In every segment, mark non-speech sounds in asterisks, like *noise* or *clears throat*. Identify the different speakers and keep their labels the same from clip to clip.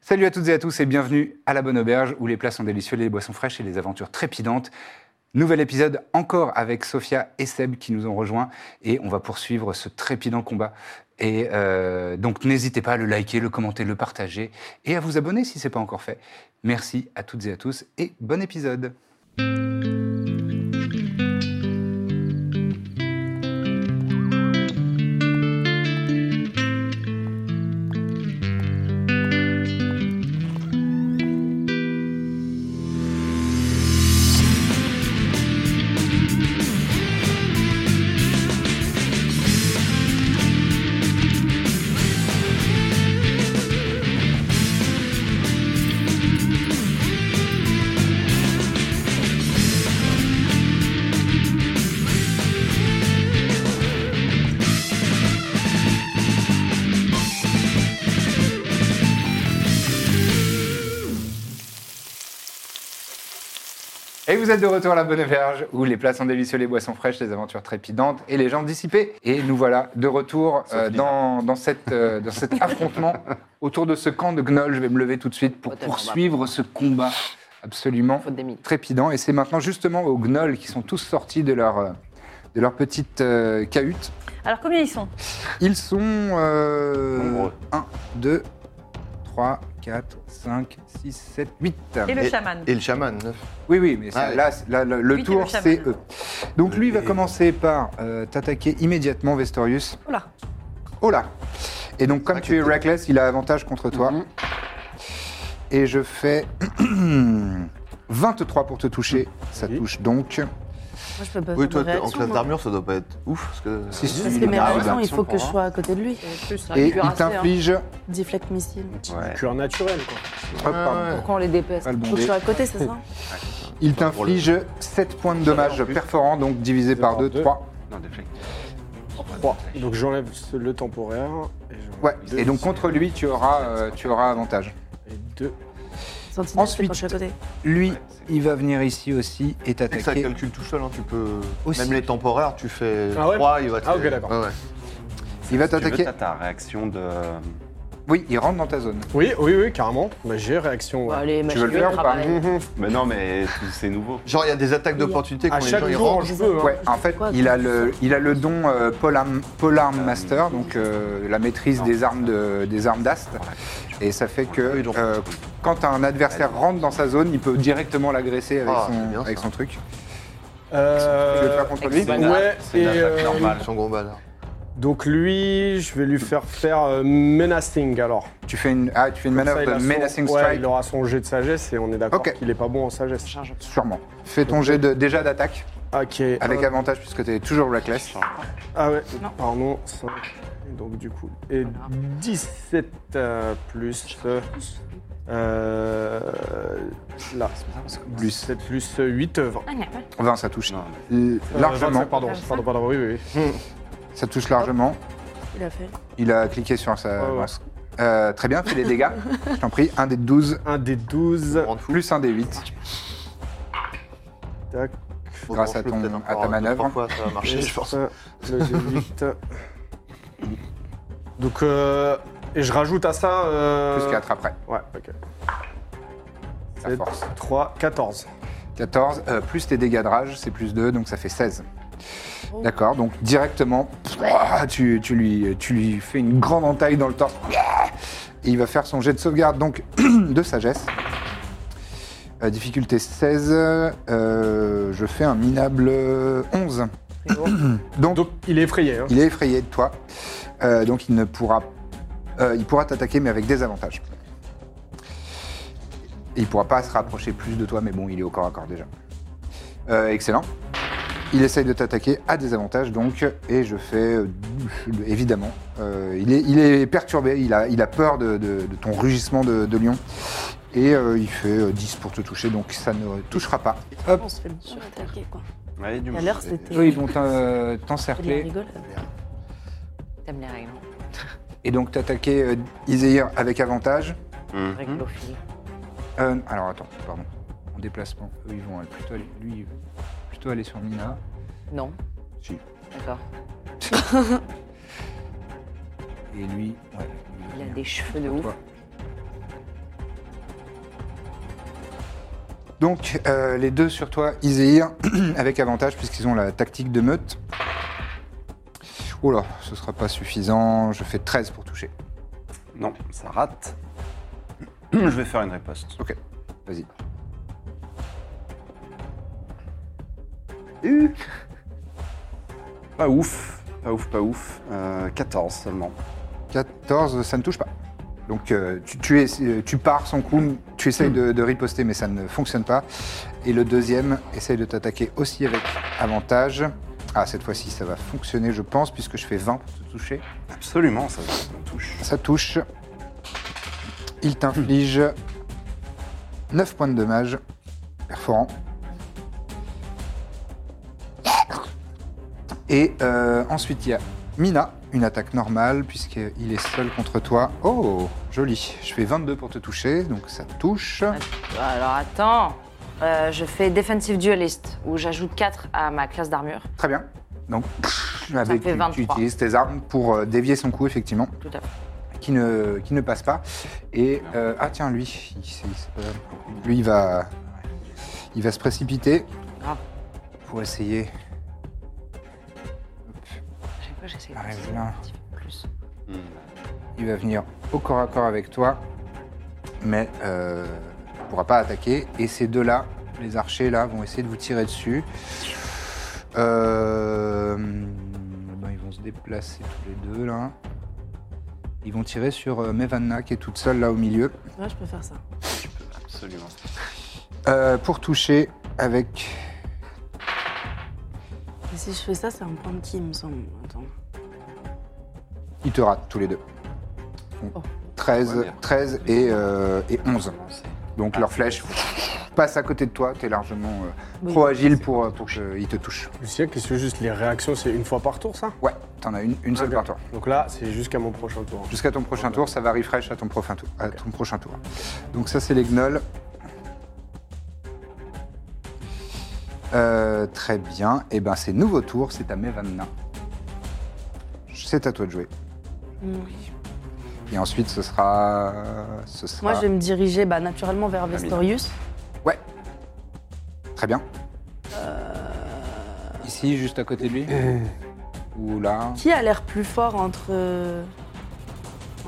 Speaker 1: Salut à toutes et à tous et bienvenue à la Bonne Auberge où les plats sont délicieux, les boissons fraîches et les aventures trépidantes. Nouvel épisode encore avec Sophia et Seb qui nous ont rejoints et on va poursuivre ce trépidant combat. Et euh, donc n'hésitez pas à le liker, le commenter, le partager et à vous abonner si ce n'est pas encore fait. Merci à toutes et à tous et bon épisode. Et vous êtes de retour à la Bonne Verge, où les plats sont délicieux, les boissons fraîches, les aventures trépidantes et les gens dissipés. Et nous voilà de retour euh, dans, dans, cette, euh, dans
Speaker 2: *laughs*
Speaker 1: cet affrontement autour de ce camp de Gnoll. Je vais me lever tout de suite pour
Speaker 3: Faut te
Speaker 1: poursuivre ce combat absolument
Speaker 3: Faute des mines.
Speaker 1: trépidant. Et c'est maintenant justement aux Gnolls qui sont tous sortis de leur, euh, de leur petite euh, cahute.
Speaker 4: Alors combien ils sont
Speaker 1: Ils sont. euh,
Speaker 2: Nombreux.
Speaker 1: 1, 2, 3, 4, 5, 6, 7, 8.
Speaker 4: Et le chaman
Speaker 2: Et le chaman, neuf.
Speaker 1: Oui, oui, mais ça,
Speaker 2: Ah,
Speaker 1: là, là, le, le
Speaker 4: Lui, c'est le
Speaker 1: tour,
Speaker 4: chaman.
Speaker 1: c'est eux. Donc lui va
Speaker 2: Et-
Speaker 1: commencer par euh, t'attaquer immédiatement, Vestorius.
Speaker 4: Oh là
Speaker 1: Oh là Et donc, comme
Speaker 2: vrai
Speaker 1: tu
Speaker 2: que
Speaker 1: es
Speaker 2: t'es-
Speaker 1: reckless, il a avantage contre toi.
Speaker 2: Mhm.
Speaker 1: Et je fais *clears throat* 23 pour te toucher. Ça
Speaker 2: Oui.
Speaker 1: touche donc.
Speaker 3: Moi, je peux pas
Speaker 4: Bah,
Speaker 2: Oui,
Speaker 3: faire
Speaker 2: toi,
Speaker 3: de
Speaker 2: t'es- en
Speaker 3: réaction,
Speaker 4: hein.
Speaker 2: classe
Speaker 3: moi.
Speaker 2: d'armure, ça doit pas être ouf. Parce que...
Speaker 1: Si, si.
Speaker 3: Parce que mes
Speaker 1: Ah,
Speaker 3: réactions,
Speaker 1: bah,
Speaker 3: il faut que je sois à côté de lui.
Speaker 1: Et il
Speaker 3: plus rassé, hein.
Speaker 1: t'inflige.
Speaker 3: Deflect missile.
Speaker 1: Ouais.
Speaker 5: Cuir naturel, quoi.
Speaker 1: Hop, pardon.
Speaker 3: Pourquoi on les dépasse
Speaker 2: Ah,
Speaker 1: Pas le bon
Speaker 3: Faut que je
Speaker 1: dé.
Speaker 3: sois à côté,
Speaker 2: Oh.
Speaker 3: c'est ça
Speaker 1: Il
Speaker 2: Pas pour le-
Speaker 1: t'inflige 7 points de dommages
Speaker 2: en plus.
Speaker 1: perforants, donc divisé
Speaker 5: Deux
Speaker 1: par
Speaker 5: par
Speaker 1: 2,
Speaker 5: deux.
Speaker 1: 3.
Speaker 6: Non, déflect.
Speaker 1: 3.
Speaker 5: Donc j'enlève ce- le temporaire. Et j'en-
Speaker 1: Ouais.
Speaker 5: deux,
Speaker 1: Et donc
Speaker 5: c'est-
Speaker 1: contre lui, tu auras, euh, tu auras avantage.
Speaker 5: Et deux.
Speaker 3: Sentinelle, c'est
Speaker 1: Ensuite.
Speaker 3: quand je suis à côté.
Speaker 1: Lui,
Speaker 6: c'est-
Speaker 1: il va venir ici aussi et
Speaker 2: Tu sais que ça
Speaker 1: t'attaquer.
Speaker 2: calcule tout seul, hein, tu peux.
Speaker 1: Aussi.
Speaker 2: Même les temporaires, tu fais
Speaker 5: Ah ouais
Speaker 2: 3, il va te.
Speaker 5: Ah, ok, d'accord.
Speaker 2: Ouais, ouais.
Speaker 1: Il va
Speaker 6: Si tu veux,
Speaker 1: t'attaquer.
Speaker 6: t'as ta réaction de.
Speaker 1: Oui, il rentre dans ta zone.
Speaker 5: Oui, oui, oui, carrément. Bah, j'ai réaction.
Speaker 3: Bon,
Speaker 5: ouais.
Speaker 3: allez,
Speaker 1: veux le faire ou pas
Speaker 6: *laughs*
Speaker 1: Mhm.
Speaker 6: Mais non, mais c'est nouveau.
Speaker 2: Genre, il y a des attaques d'opportunité quand
Speaker 5: À
Speaker 2: les
Speaker 5: chaque
Speaker 2: gens ils
Speaker 5: jour,
Speaker 2: rentrent.
Speaker 5: je veux. hein.
Speaker 7: Ah,
Speaker 1: Ouais, en fait,
Speaker 3: Quoi,
Speaker 1: il a,
Speaker 3: tout
Speaker 1: le, il a le don euh, Polarm, Polarm Master, donc euh, la maîtrise
Speaker 6: Non.
Speaker 1: des armes de- des armes d'Ast. Et ça fait que
Speaker 2: Oui, donc-
Speaker 1: euh, quand un adversaire rentre dans sa zone, il peut directement l'agresser avec,
Speaker 2: Ah,
Speaker 1: son,
Speaker 2: c'est bien, ça.
Speaker 1: avec son truc.
Speaker 5: Euh,
Speaker 1: Tu veux le faire contre lui
Speaker 6: C'est une
Speaker 5: Ouais,
Speaker 6: attaque- c'est
Speaker 5: et
Speaker 6: une attaque
Speaker 5: euh,
Speaker 6: normale.
Speaker 2: Son gros bal.
Speaker 5: donc lui, je vais lui faire faire euh, menacing alors.
Speaker 1: Tu fais une, ah, tu fais une
Speaker 5: Comme
Speaker 1: manœuvre
Speaker 5: ça, il a son-
Speaker 1: menacing
Speaker 5: ouais,
Speaker 1: strike,
Speaker 5: il aura son jet de sagesse et on est d'accord
Speaker 1: Ok.
Speaker 5: qu'il est pas bon en sagesse.
Speaker 1: sûrement. Fais ton jet de, déjà d'attaque,
Speaker 5: Ok.
Speaker 1: avec
Speaker 5: euh,
Speaker 1: avantage puisque tu es toujours reckless.
Speaker 5: ah ouais.
Speaker 3: Non.
Speaker 5: Pardon. cinq. Donc du coup, et 17 euh, plus. euh, euh, là. Plus 7 plus euh, 8, 20.
Speaker 4: Ah, il y a pas.
Speaker 1: 20, ça touche.
Speaker 6: Non,
Speaker 1: L-
Speaker 5: Euh,
Speaker 1: largement,
Speaker 5: 25, pardon, pardon, pardon, oui, oui. oui.
Speaker 1: *laughs* ça touche largement.
Speaker 3: Il a fait.
Speaker 1: Il a cliqué sur sa
Speaker 5: Ouais, ouais.
Speaker 1: lance. Euh, très bien, fais les dégâts. Je t'en prie, un des 12
Speaker 5: Un des 12.
Speaker 2: Rendre fou.
Speaker 1: plus un des 8.
Speaker 5: Tac.
Speaker 1: grâce à ton-
Speaker 2: Peut-être
Speaker 1: à
Speaker 5: hein,
Speaker 2: encore
Speaker 1: ta
Speaker 2: deux, trois
Speaker 1: manœuvre. Euh,
Speaker 2: fois,
Speaker 1: *laughs*
Speaker 2: ça va marcher, je pense.
Speaker 5: Ça, le D8. Donc, euh, et je rajoute à ça. euh,
Speaker 1: Plus 4 après,
Speaker 5: Ouais, ok.
Speaker 1: la
Speaker 5: Sept.
Speaker 1: force.
Speaker 5: 3, 14.
Speaker 1: 14, euh, plus tes dégâts de rage, c'est plus 2, donc ça fait 16. D'accord, donc directement, pouah, tu, tu lui, tu lui fais une grande entaille dans le torse. Pouah Et il va faire son jet de sauvegarde, donc *clears throat* de sagesse. Euh, difficulté 16, euh, je fais un minable euh, 11. donc,
Speaker 5: *coughs* Donc, il est effrayé. Hein.
Speaker 1: il est effrayé de toi, Euh, donc il ne pourra, euh, il pourra t'attaquer, mais avec des avantages. Il pourra pas se rapprocher plus de toi, mais bon, il est au corps à corps déjà. Euh, excellent. Il essaye de t'attaquer à des avantages, donc, et je fais, euh, évidemment, euh, il, est, il est perturbé, il a, il a peur de, de- de ton rugissement de, de lion, et euh, il fait euh, 10 pour te toucher, donc ça ne touchera pas. Hop,
Speaker 3: On se fait surattaquer, quoi.
Speaker 8: Ouais, du
Speaker 3: Tout
Speaker 8: moins,
Speaker 3: à l'heure,
Speaker 8: c'est-
Speaker 3: c'était.
Speaker 1: eux, ils vont t'en- euh,
Speaker 3: Elle est
Speaker 1: t'encercler,
Speaker 3: rigole.
Speaker 7: T'aimes les règles.
Speaker 2: Mhm.
Speaker 1: et donc t'attaquer euh, Izehir avec avantage.
Speaker 8: Mhm.
Speaker 7: Réglophilie.
Speaker 1: Euh, alors attends, pardon, en déplacement, eux, ils vont aller plutôt aller, lui, il va plutôt aller sur Mina.
Speaker 7: Non.
Speaker 1: Si.
Speaker 2: *laughs*
Speaker 7: D'accord.
Speaker 1: Et lui, ouais.
Speaker 7: Il a
Speaker 1: vient
Speaker 7: des cheveux de
Speaker 1: pour
Speaker 7: ouf.
Speaker 1: toi. Donc, euh, les deux sur toi, Izehir, *clears throat* avec avantage, puisqu'ils ont la tactique de meute. Oula, ce sera pas suffisant. Je fais 13 pour toucher.
Speaker 8: Non, ça rate. Je vais faire une riposte.
Speaker 1: Vas-y.
Speaker 8: Euh. Pas ouf, pas ouf, pas ouf. Euh, 14 seulement.
Speaker 1: 14, ça ne touche pas. Donc, euh, tu, tu es- euh, tu pars sans coup, tu essayes de, de riposter, mais ça ne fonctionne pas. Et le deuxième essaye de t'attaquer aussi avec avantage. Ah, cette fois-ci, ça va fonctionner, je pense, puisque je fais 20 pour te toucher.
Speaker 8: Absolument, ça on touche.
Speaker 1: Ça touche. Il t'inflige 9 points de dommage. Perforant. Et euh, ensuite, il y a Mina, une attaque normale, puisqu'il est seul contre toi. Oh, joli. Je fais 22 pour te toucher, donc ça touche.
Speaker 7: Alors attends. Euh, je fais Defensive Duelist, où j'ajoute 4 à ma classe d'armure.
Speaker 1: Très bien. Donc, avec,
Speaker 7: fait
Speaker 1: tu- tu
Speaker 7: 23.
Speaker 1: utilises tes armes pour euh, dévier son coup, effectivement.
Speaker 7: Tout à fait.
Speaker 1: qui ne, qui ne passe pas. Et euh, ah tiens, lui, il, s'est- il s'est pas- lui il va, il va se précipiter
Speaker 7: Grave.
Speaker 1: pour essayer.
Speaker 7: À chaque fois, j'essaie de
Speaker 1: Arrive
Speaker 7: tirer
Speaker 1: là.
Speaker 7: un petit peu plus.
Speaker 2: Mhm.
Speaker 1: Il va venir au corps à corps avec toi, mais euh, il pourra pas attaquer. Et ces deux-là, les archers là, vont essayer de vous tirer dessus. Euh, ben, ils vont se déplacer tous les deux là. Ils vont tirer sur euh, Mevanna qui est toute seule là au milieu.
Speaker 3: Moi, je peux faire ça.
Speaker 8: Absolument.
Speaker 1: Euh, pour toucher avec
Speaker 3: Et si je fais ça, c'est un point de qui, il me semble. Attends.
Speaker 1: Ils te ratent tous les deux. Donc, 13,
Speaker 8: Ouais, merde.
Speaker 1: 13 et, euh, et 11. Donc leur flèche passe à côté de toi, t'es largement euh,
Speaker 3: Oui.
Speaker 1: trop agile pour, euh, pour qu'ils te touchent.
Speaker 9: Lucien, qu'est-ce que juste les réactions, c'est une fois par tour, ça
Speaker 1: Ouais, t'en as une, une seule
Speaker 9: Ok.
Speaker 1: par tour.
Speaker 9: Donc là, c'est jusqu'à mon prochain tour.
Speaker 1: Jusqu'à ton prochain tour, ça va refresh à ton, prochain tour, à ton prochain tour. Donc ça c'est les gnolls. Euh, très bien, et ben c'est nouveau tour, c'est à Mevanna. C'est à toi de jouer.
Speaker 3: Hmm.
Speaker 1: Et ensuite ce sera... Ce sera...
Speaker 3: Moi, je vais me diriger bah, naturellement vers Vestorius.
Speaker 1: Ouais. Très bien. Euh. Ici, juste à côté de lui
Speaker 8: Euh.
Speaker 1: Ou là
Speaker 3: Qui a l'air plus fort entre. euh,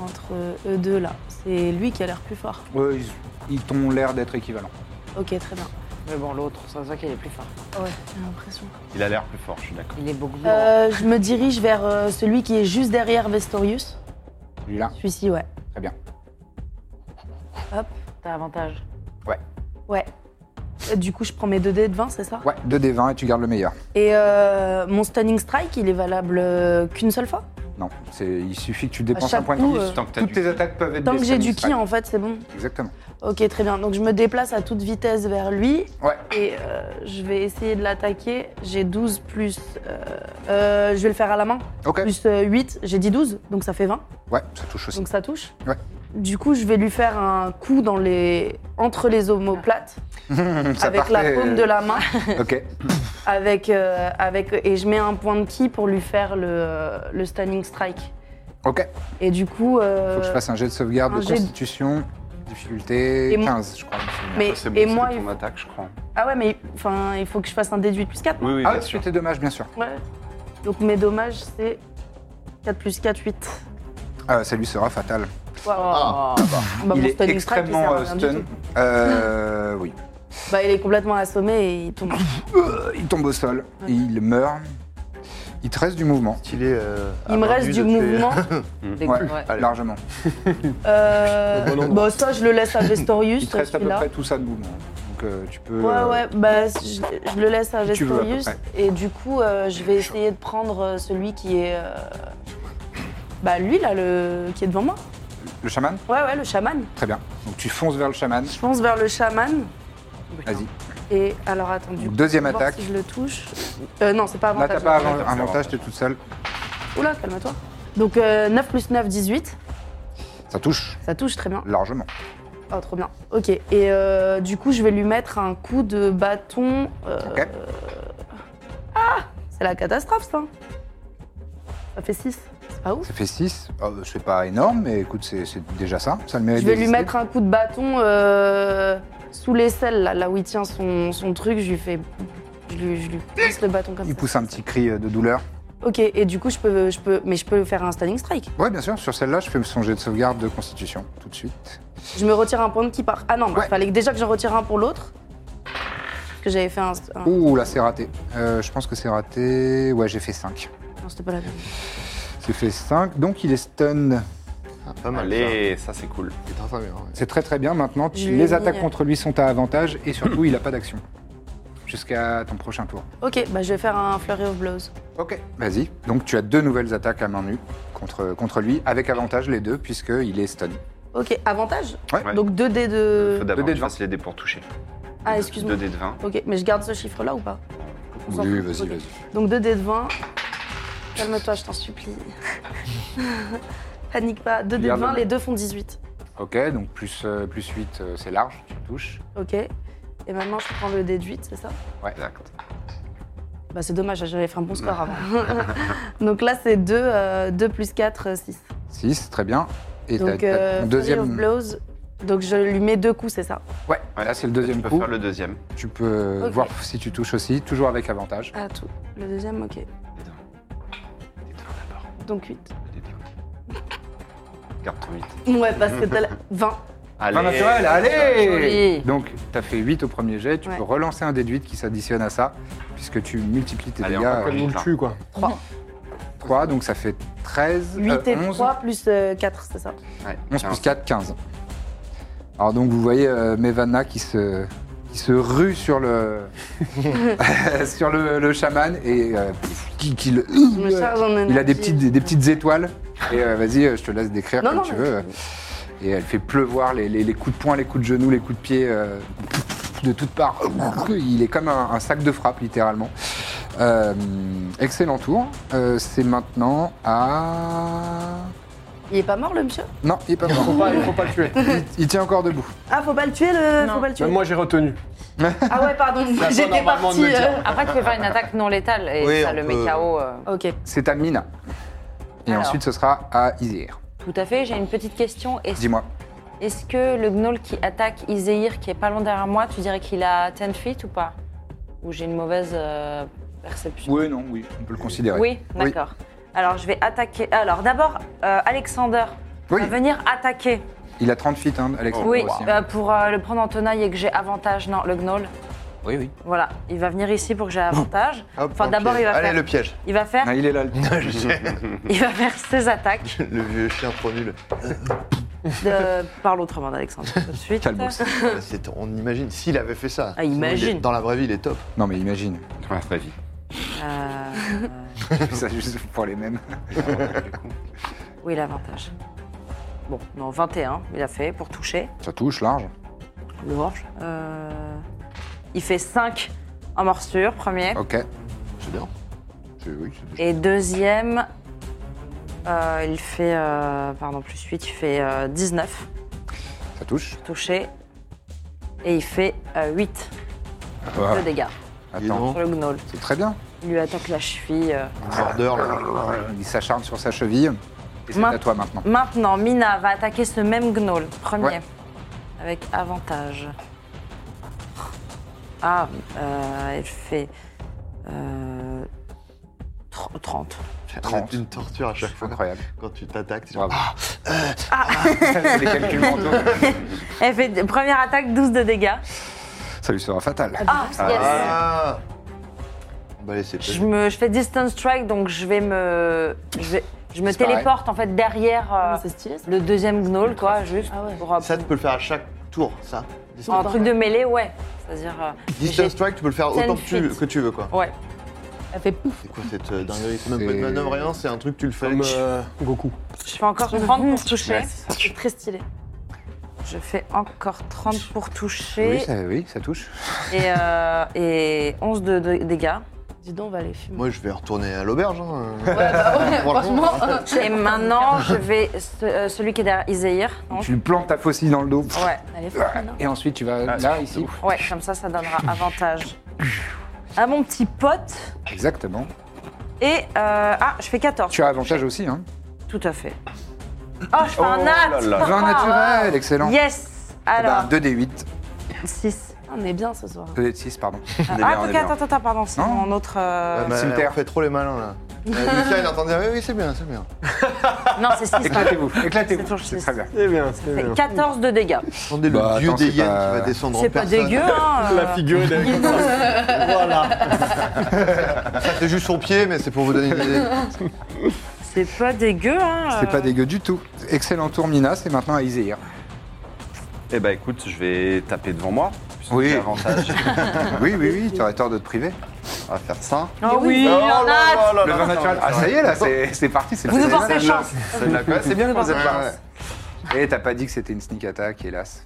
Speaker 3: entre euh, eux deux, là C'est lui qui a l'air plus fort.
Speaker 1: Ouais, ils, ils t'ont l'air d'être équivalents.
Speaker 3: Ok, très bien.
Speaker 7: Mais bon, l'autre, ça se voit qu'il est plus fort.
Speaker 3: Ouais, j'ai l'impression.
Speaker 8: Il a l'air plus fort, je suis d'accord.
Speaker 7: Il est beaucoup plus grand.
Speaker 3: Euh, je me dirige vers euh, celui qui est juste derrière Vestorius.
Speaker 1: Lui là
Speaker 3: Celui-ci, ouais.
Speaker 1: Très bien.
Speaker 7: T'as avantage.
Speaker 3: Ouais. Euh, Du coup, je prends mes 2 dés de 20, c'est ça
Speaker 1: Ouais, 2 des 20 et tu gardes le meilleur.
Speaker 3: Et euh, mon Stunning Strike, il est valable euh, qu'une seule fois
Speaker 1: Non, c'est- il suffit que tu dépenses
Speaker 3: chaque
Speaker 1: un point de
Speaker 3: coup,
Speaker 1: ki.
Speaker 3: euh,
Speaker 8: Tant que t'as
Speaker 1: Toutes
Speaker 8: du-
Speaker 1: tes attaques peuvent être
Speaker 3: Tant
Speaker 1: des
Speaker 3: que j'ai du ki,
Speaker 1: stunning
Speaker 3: en fait, c'est bon.
Speaker 1: strike. Exactement.
Speaker 3: Ok, très bien. Donc, je me déplace à toute vitesse vers lui.
Speaker 1: Ouais.
Speaker 3: Et euh, je vais essayer de l'attaquer. J'ai 12 plus... euh, euh, je vais le faire à la main.
Speaker 1: Ok.
Speaker 3: Plus euh, 8, j'ai dit 12, donc ça fait 20.
Speaker 1: Ouais, ça touche aussi.
Speaker 3: Donc, ça touche.
Speaker 1: Ouais.
Speaker 3: Du coup, je vais lui faire un coup dans les... entre les omoplates,
Speaker 1: Ça
Speaker 3: *laughs* avec la
Speaker 1: partait- euh,
Speaker 3: paume de la main.
Speaker 1: Ok.
Speaker 3: *laughs* Avec, euh, avec, et je mets un point de ki pour lui faire le, euh, le stunning strike.
Speaker 1: Ok.
Speaker 3: Et du coup. euh,
Speaker 1: Faut que je fasse un jet de sauvegarde
Speaker 3: un
Speaker 1: de
Speaker 3: jet de-
Speaker 1: constitution. Difficulté
Speaker 3: Et mon-
Speaker 1: 15, je crois. je me souviens.
Speaker 3: mais,
Speaker 8: Ça, c'est bon,
Speaker 3: et
Speaker 8: c'est
Speaker 3: moi,
Speaker 8: ton
Speaker 3: il faut,
Speaker 8: attaque, je crois.
Speaker 3: ah ouais, mais enfin, il faut que je fasse un déduit plus 4.
Speaker 8: Oui, oui,
Speaker 1: Ah,
Speaker 8: bien
Speaker 1: oui,
Speaker 8: sûr.
Speaker 1: c'était dommage, bien sûr.
Speaker 3: Ouais. Donc mes dommages, c'est 4 plus 4, 8.
Speaker 1: Ah, ça lui sera fatal.
Speaker 3: Waouh. Bah,
Speaker 1: il
Speaker 3: mon
Speaker 1: est
Speaker 3: stunning strike, il
Speaker 1: extrêmement
Speaker 3: sert à
Speaker 1: euh,
Speaker 3: rien du
Speaker 1: stun.
Speaker 3: tout.
Speaker 1: Euh, oui.
Speaker 3: Bah, il est complètement assommé et il tombe. *laughs*
Speaker 1: Euh, il tombe au sol,
Speaker 3: Ouais.
Speaker 1: et il meurt. Il te reste du mouvement.
Speaker 2: Stylé. euh, à
Speaker 3: Il me
Speaker 2: main
Speaker 3: reste
Speaker 2: nue
Speaker 3: du
Speaker 2: de tuer-
Speaker 8: *laughs*
Speaker 3: mouvement.
Speaker 7: Des-
Speaker 1: Ouais,
Speaker 7: ouais.
Speaker 2: Allez.
Speaker 1: largement.
Speaker 3: Euh, bah, ça, je le laisse à
Speaker 1: *laughs*
Speaker 3: Vestorius. *coughs*
Speaker 1: Il te reste à peu
Speaker 3: celui-là.
Speaker 1: près tout ça de mouvement. Donc, donc euh, tu peux.
Speaker 3: Ouais,
Speaker 1: euh,
Speaker 3: ouais, bah je, je le laisse à
Speaker 1: tu veux, à peu
Speaker 3: Vestorius.
Speaker 1: près.
Speaker 3: Et du coup, euh, je vais essayer de prendre euh, celui qui est. euh, Bah lui là, le... qui est devant moi.
Speaker 1: Le chaman
Speaker 3: Ouais, ouais, le chaman.
Speaker 1: Très bien. Donc tu fonces vers le chaman.
Speaker 3: Je fonce vers le chaman.
Speaker 1: Vas-y.
Speaker 3: Et alors attends, du
Speaker 1: Donc,
Speaker 3: coup,
Speaker 1: deuxième
Speaker 3: je vais voir
Speaker 1: attaque.
Speaker 3: Si je le touche. Euh, non, c'est pas
Speaker 1: Là,
Speaker 3: avantage.
Speaker 1: t'as pas
Speaker 3: ouais.
Speaker 1: avant- avantage, t'es toute seule.
Speaker 3: Oula, calme-toi. Donc euh, 9 plus 9, 18.
Speaker 1: Ça touche,
Speaker 3: Ça touche très bien.
Speaker 1: largement.
Speaker 3: Oh, trop bien. Ok. Et euh, du coup, je vais lui mettre un coup de bâton. euh, Ah,
Speaker 1: Ok.
Speaker 3: C'est la catastrophe, ça. Ça fait 6. C'est pas ouf.
Speaker 1: Ça fait 6. Je c'est pas énorme, mais écoute, c'est c'est déjà ça. Ça le mérite
Speaker 3: Je vais lui
Speaker 1: d'exister.
Speaker 3: mettre un coup de bâton euh, sous l'aisselle, là, là où il tient son, son truc. Je lui fais. Je lui, je lui pousse le bâton comme
Speaker 1: Il
Speaker 3: ça.
Speaker 1: pousse un petit cri euh, de douleur.
Speaker 3: Ok, et du coup, je peux, je peux, mais je peux faire un stunning strike.
Speaker 1: Ouais, bien sûr, sur celle-là, je fais son jet de sauvegarde de constitution, tout de suite.
Speaker 3: Je me retire un point de qui part. Ah non, bah, il
Speaker 1: Ouais.
Speaker 3: fallait déjà que j'en retire un pour l'autre. Parce que j'avais fait un. un-
Speaker 1: Ouh, là, c'est raté. Euh, je pense que c'est raté. Ouais, j'ai fait 5.
Speaker 3: Non, c'était pas la peine.
Speaker 1: J'ai fait 5, donc il est stun.
Speaker 2: Pas mal.
Speaker 9: Allez, ça c'est cool.
Speaker 2: ça. Putain, ça bien, ouais.
Speaker 1: C'est très très bien. Maintenant, tu-
Speaker 3: Je lui ai
Speaker 1: les
Speaker 3: mis,
Speaker 1: attaques
Speaker 3: euh,
Speaker 1: contre lui sont à avantage et surtout, il a pas d'action. Jusqu'à ton prochain tour.
Speaker 3: Ok, bah, je vais faire un flurry of blows.
Speaker 1: Ok, vas-y. Donc, tu as deux nouvelles attaques à main nue contre, contre lui, avec avantage les deux, puisqu'il est stun.
Speaker 3: Ok, avantage
Speaker 1: Ouais.
Speaker 3: Donc 2 dés de.
Speaker 8: Faut
Speaker 1: deux
Speaker 8: d'abord
Speaker 1: dés
Speaker 8: que
Speaker 1: de
Speaker 8: je fasse les dés pour toucher.
Speaker 3: Ah, excuse-moi.
Speaker 8: 2 dés de 20.
Speaker 3: Ok, mais je garde ce chiffre-là ou pas On s'en
Speaker 1: Oui,
Speaker 3: fout.
Speaker 1: vas-y,
Speaker 3: Ok.
Speaker 1: vas-y.
Speaker 3: Donc 2 dés de 20. Calme-toi, je t'en supplie. *laughs* Panique pas. 2 dés de
Speaker 1: Regarde
Speaker 3: 20,
Speaker 1: le-
Speaker 3: les deux font 18.
Speaker 1: Ok, donc plus, euh, plus 8, euh, c'est large, tu touches.
Speaker 3: Ok. Et maintenant, je prends le dé de 8, c'est ça
Speaker 1: Ouais.
Speaker 8: Exact.
Speaker 3: Bah, c'est dommage, j'avais fait un bon score
Speaker 1: *laughs*
Speaker 3: avant. Donc là, c'est 2, 2 plus 4, 6.
Speaker 1: 6, très bien. Et t'as-
Speaker 3: Donc,
Speaker 1: t'as
Speaker 3: euh,
Speaker 1: ton
Speaker 3: Flurry of
Speaker 1: deuxième.
Speaker 3: Blows. Donc je lui mets deux coups, c'est ça
Speaker 1: Ouais, là c'est le deuxième
Speaker 8: Tu peux
Speaker 1: coup.
Speaker 8: faire le deuxième.
Speaker 1: Tu peux
Speaker 3: Ok.
Speaker 1: voir si tu touches aussi, toujours avec avantage.
Speaker 3: Ah, tout. Le deuxième, ok. Donc 8.
Speaker 8: Garde ton 8.
Speaker 3: Ouais, parce que
Speaker 1: *laughs*
Speaker 3: t'as la- 20.
Speaker 8: *laughs* Allez.
Speaker 1: Enfin, naturel, allez
Speaker 7: Joli.
Speaker 1: Donc, tu as fait 8 au premier jet, tu
Speaker 3: Ouais.
Speaker 1: peux relancer un déduit qui s'additionne à ça, puisque tu multiplies tes
Speaker 8: Allez,
Speaker 1: dégâts
Speaker 8: encore
Speaker 1: à
Speaker 8: comme
Speaker 9: Comme nous le
Speaker 8: Putain.
Speaker 9: tue, quoi.
Speaker 1: 3, donc ça fait 13,
Speaker 3: 8
Speaker 1: euh,
Speaker 3: et
Speaker 1: 11,
Speaker 3: 3 plus 4, c'est ça
Speaker 8: Ouais,
Speaker 1: 11
Speaker 8: tiens.
Speaker 1: plus 4, 15. Alors donc, vous voyez euh, Mevana qui se, qui se rue sur
Speaker 3: *laughs*
Speaker 1: le, *laughs* sur le, le chaman et euh, pff, qui, qui le...
Speaker 3: Je me charge en énergie.
Speaker 1: Il a des petites, des, des petites étoiles. Et euh, vas-y, euh, je te laisse décrire
Speaker 3: Non,
Speaker 1: comme
Speaker 3: non,
Speaker 1: tu
Speaker 3: mais-
Speaker 1: veux. Et elle fait pleuvoir les, les- les coups de poing, les coups de genoux, les coups de pied euh, de toutes parts. Il est comme un, un sac de frappe, littéralement. Euh, excellent tour. Euh, C'est maintenant à.
Speaker 3: Il est pas mort le monsieur
Speaker 1: Non, il est pas mort.
Speaker 9: Faut pas, faut pas le tuer.
Speaker 1: Il, il tient encore debout.
Speaker 3: Ah, faut pas le tuer le.
Speaker 7: Non.
Speaker 3: Faut pas le tuer.
Speaker 9: Même moi j'ai retenu.
Speaker 3: Ah ouais, pardon,
Speaker 9: doit
Speaker 3: *laughs* j'étais
Speaker 9: normalement
Speaker 3: partie.
Speaker 9: me dire.
Speaker 3: euh.
Speaker 7: Après, tu peux faire une attaque non létale et
Speaker 2: Oui,
Speaker 7: ça
Speaker 2: on
Speaker 7: le
Speaker 2: peut-
Speaker 7: met KO. euh.
Speaker 3: Ok.
Speaker 1: *laughs* C'est à Mina. Et
Speaker 7: Alors.
Speaker 1: ensuite, ce sera à Izir.
Speaker 7: Tout à fait. J'ai une petite question. Est-ce
Speaker 1: Dis-moi.
Speaker 7: est-ce que le gnoll qui attaque Izehir, qui est pas loin derrière moi, tu dirais qu'il a 10 feet ou pas Ou j'ai une mauvaise euh, perception
Speaker 1: Oui, non, oui. On peut le considérer.
Speaker 7: Oui,
Speaker 1: Oui.
Speaker 7: d'accord. Alors, je vais attaquer. Alors, d'abord, euh, Alexander
Speaker 1: Oui,
Speaker 7: va venir attaquer.
Speaker 1: il a 30 feet, hein, Alexandre.
Speaker 7: oui,
Speaker 1: aussi, hein.
Speaker 7: euh, pour euh, le prendre en tenaille et que j'ai avantage. Non, le gnoll.
Speaker 1: Oui, oui.
Speaker 7: Voilà, il va venir ici pour que j'ai avantage.
Speaker 2: Hop,
Speaker 7: Enfin,
Speaker 2: un
Speaker 7: d'abord,
Speaker 2: piège.
Speaker 7: il va
Speaker 2: Allez,
Speaker 7: faire-
Speaker 2: le piège.
Speaker 7: Il va faire,
Speaker 1: Ah, il est là, le *laughs*
Speaker 2: Je sais.
Speaker 7: *laughs* il va faire ses attaques
Speaker 2: le vieux chien trop nul.
Speaker 7: de... par l'autre
Speaker 1: *laughs*
Speaker 7: main d'Alexandre. Tout de suite.
Speaker 1: Calmos.
Speaker 2: Ah, C'est- on imagine, s'il avait fait ça.
Speaker 7: Ah, imagine.
Speaker 2: sinon, il est- Dans la vraie vie, il est top.
Speaker 1: Non, mais imagine.
Speaker 8: Dans la vraie
Speaker 1: *laughs*
Speaker 8: vie.
Speaker 7: Euh,
Speaker 1: ça juste pour
Speaker 8: *laughs*
Speaker 1: les mêmes.
Speaker 7: Oui, l'avantage. Bon, non, 21, il a fait pour toucher.
Speaker 1: Ça touche large.
Speaker 7: L'orge. Euh, Il fait 5 en morsure, premier.
Speaker 1: Ok.
Speaker 2: C'est bien. C'est- Oui, c'est
Speaker 7: Et deuxième, euh, il fait. euh, Pardon, plus 8, il fait euh, 19
Speaker 1: Ça touche.
Speaker 7: touché. Et il fait 8 de dégâts
Speaker 2: Il est
Speaker 1: Attends,
Speaker 2: dans
Speaker 7: sur le gnoll.
Speaker 1: c'est très bien.
Speaker 7: Il lui attaque la cheville. euh.
Speaker 2: border. là.
Speaker 1: Il s'acharne sur sa cheville. Et c'est
Speaker 7: Ma-
Speaker 1: à toi maintenant.
Speaker 7: Maintenant, Mina va attaquer ce même gnoll, premier,
Speaker 1: Ouais.
Speaker 7: avec avantage. Ah, euh, elle fait euh, tr- 30.
Speaker 2: *laughs* C'est une torture à chaque fois
Speaker 1: Incroyable.
Speaker 2: quand tu ah, euh, t'attaques. c'est genre,
Speaker 1: Bravo.
Speaker 7: Ah.
Speaker 2: ah.
Speaker 1: C'est *laughs* les calculs mentaux.
Speaker 7: *laughs* Elle fait d- première attaque 12 de dégâts.
Speaker 1: Ça lui sera fatal.
Speaker 7: Ah, yes.
Speaker 2: Ah On va laisser
Speaker 7: Je
Speaker 2: passer.
Speaker 7: me, je fais distance strike, donc je vais me, je vais- je me
Speaker 1: C'est pareil.
Speaker 7: téléporte en fait derrière euh,
Speaker 3: C'est stylé ça.
Speaker 7: le deuxième gnoll, quoi, juste
Speaker 3: Ah ouais.
Speaker 7: pour, euh,
Speaker 2: Ça, tu peux le faire à chaque tour, ça.
Speaker 7: Un
Speaker 2: Distance,
Speaker 7: truc de mêlée, ouais. C'est-à-dire. euh,
Speaker 2: Distance strike, tu peux le faire autant que tu,
Speaker 7: feet.
Speaker 2: que tu veux, quoi.
Speaker 7: Ouais.
Speaker 3: Elle fait pouf.
Speaker 2: C'est quoi cette euh, dinguerie C'est même pas
Speaker 1: C'est-
Speaker 2: une manœuvre, rien, c'est un truc, tu le fais.
Speaker 5: Comme euh, Goku.
Speaker 7: Je fais encore 30 pour toucher.
Speaker 3: C'est très stylé.
Speaker 7: Je fais encore 30 pour toucher.
Speaker 1: Oui ça, oui, ça touche.
Speaker 7: Et, euh, et 11 de, de dégâts.
Speaker 3: Dis donc, on va les fumer.
Speaker 2: Moi, je vais retourner à l'auberge. hein.
Speaker 3: bah,
Speaker 2: *laughs*
Speaker 3: franchement.
Speaker 7: Et maintenant, je vais. ce- euh, celui qui est derrière Iséir. donc.
Speaker 1: Tu lui plantes ta faucille dans le dos.
Speaker 7: Ouais,
Speaker 3: Elle est forte, Nana.
Speaker 1: Et ensuite, tu vas là, ici.
Speaker 7: ouais, comme ça, ça donnera avantage à mon petit pote.
Speaker 1: Exactement.
Speaker 7: Et. euh, ah, je fais 14.
Speaker 1: Tu as avantage aussi, hein.
Speaker 7: Tout à fait. Oh, je fais un nat
Speaker 1: Vin naturel, excellent.
Speaker 7: Yes
Speaker 1: Ben,
Speaker 7: Ah, Alors,
Speaker 1: 2d8.
Speaker 7: 6.
Speaker 3: On est bien ce soir.
Speaker 1: 2d6, pardon.
Speaker 7: Ah,
Speaker 6: bien, on est
Speaker 7: ok,
Speaker 6: bien.
Speaker 7: attends, attends, attends, pardon, c'est
Speaker 1: Non.
Speaker 7: mon autre. euh,
Speaker 2: Ah, bah,
Speaker 1: cimetière.
Speaker 2: on fait trop les malins, là. Euh, Lucas, il entend dire Oui, oui, c'est bien, c'est bien.
Speaker 7: Non, c'est 6.
Speaker 1: Éclatez-vous,
Speaker 7: C'est
Speaker 1: éclatez-vous.
Speaker 7: toujours
Speaker 1: C'est
Speaker 7: six.
Speaker 1: très bien.
Speaker 10: C'est bien, c'est bien.
Speaker 7: 14 de dégâts.
Speaker 2: Entendez le
Speaker 1: Bah,
Speaker 2: dieu
Speaker 1: attends,
Speaker 2: des
Speaker 1: c'est
Speaker 2: hyènes
Speaker 1: pas-
Speaker 2: qui va descendre en
Speaker 7: C'est pas
Speaker 2: personne.
Speaker 7: dégueu, hein euh.
Speaker 10: La figure, elle est comme ça.
Speaker 3: *laughs*
Speaker 2: Voilà. ça, c'est juste son pied, mais c'est pour vous donner une idée.
Speaker 7: C'est pas dégueu, hein
Speaker 1: C'est pas
Speaker 7: euh.
Speaker 1: dégueu du tout. Excellent tour, Mina. C'est maintenant à Iséir.
Speaker 6: Eh ben écoute, je vais taper devant moi. puisque
Speaker 1: Oui.
Speaker 2: *laughs*
Speaker 6: j'ai avantage.
Speaker 1: Oui, oui, oui. Tu aurais tort de te priver.
Speaker 6: On va faire ça.
Speaker 7: Ah oui,
Speaker 2: Oh
Speaker 7: on
Speaker 2: là
Speaker 7: a
Speaker 2: là là
Speaker 1: Le
Speaker 2: là
Speaker 1: vin
Speaker 2: là.
Speaker 1: naturel. Ah, ça y est, là, c'est c'est parti. C'est le
Speaker 7: Vous nous
Speaker 1: fait
Speaker 7: portez
Speaker 1: des-
Speaker 7: chance.
Speaker 1: C'est de la classe. C'est bien le
Speaker 7: Vous nous
Speaker 1: concept.
Speaker 7: portez
Speaker 1: là. Et t'as pas dit que c'était une sneak attack, hélas.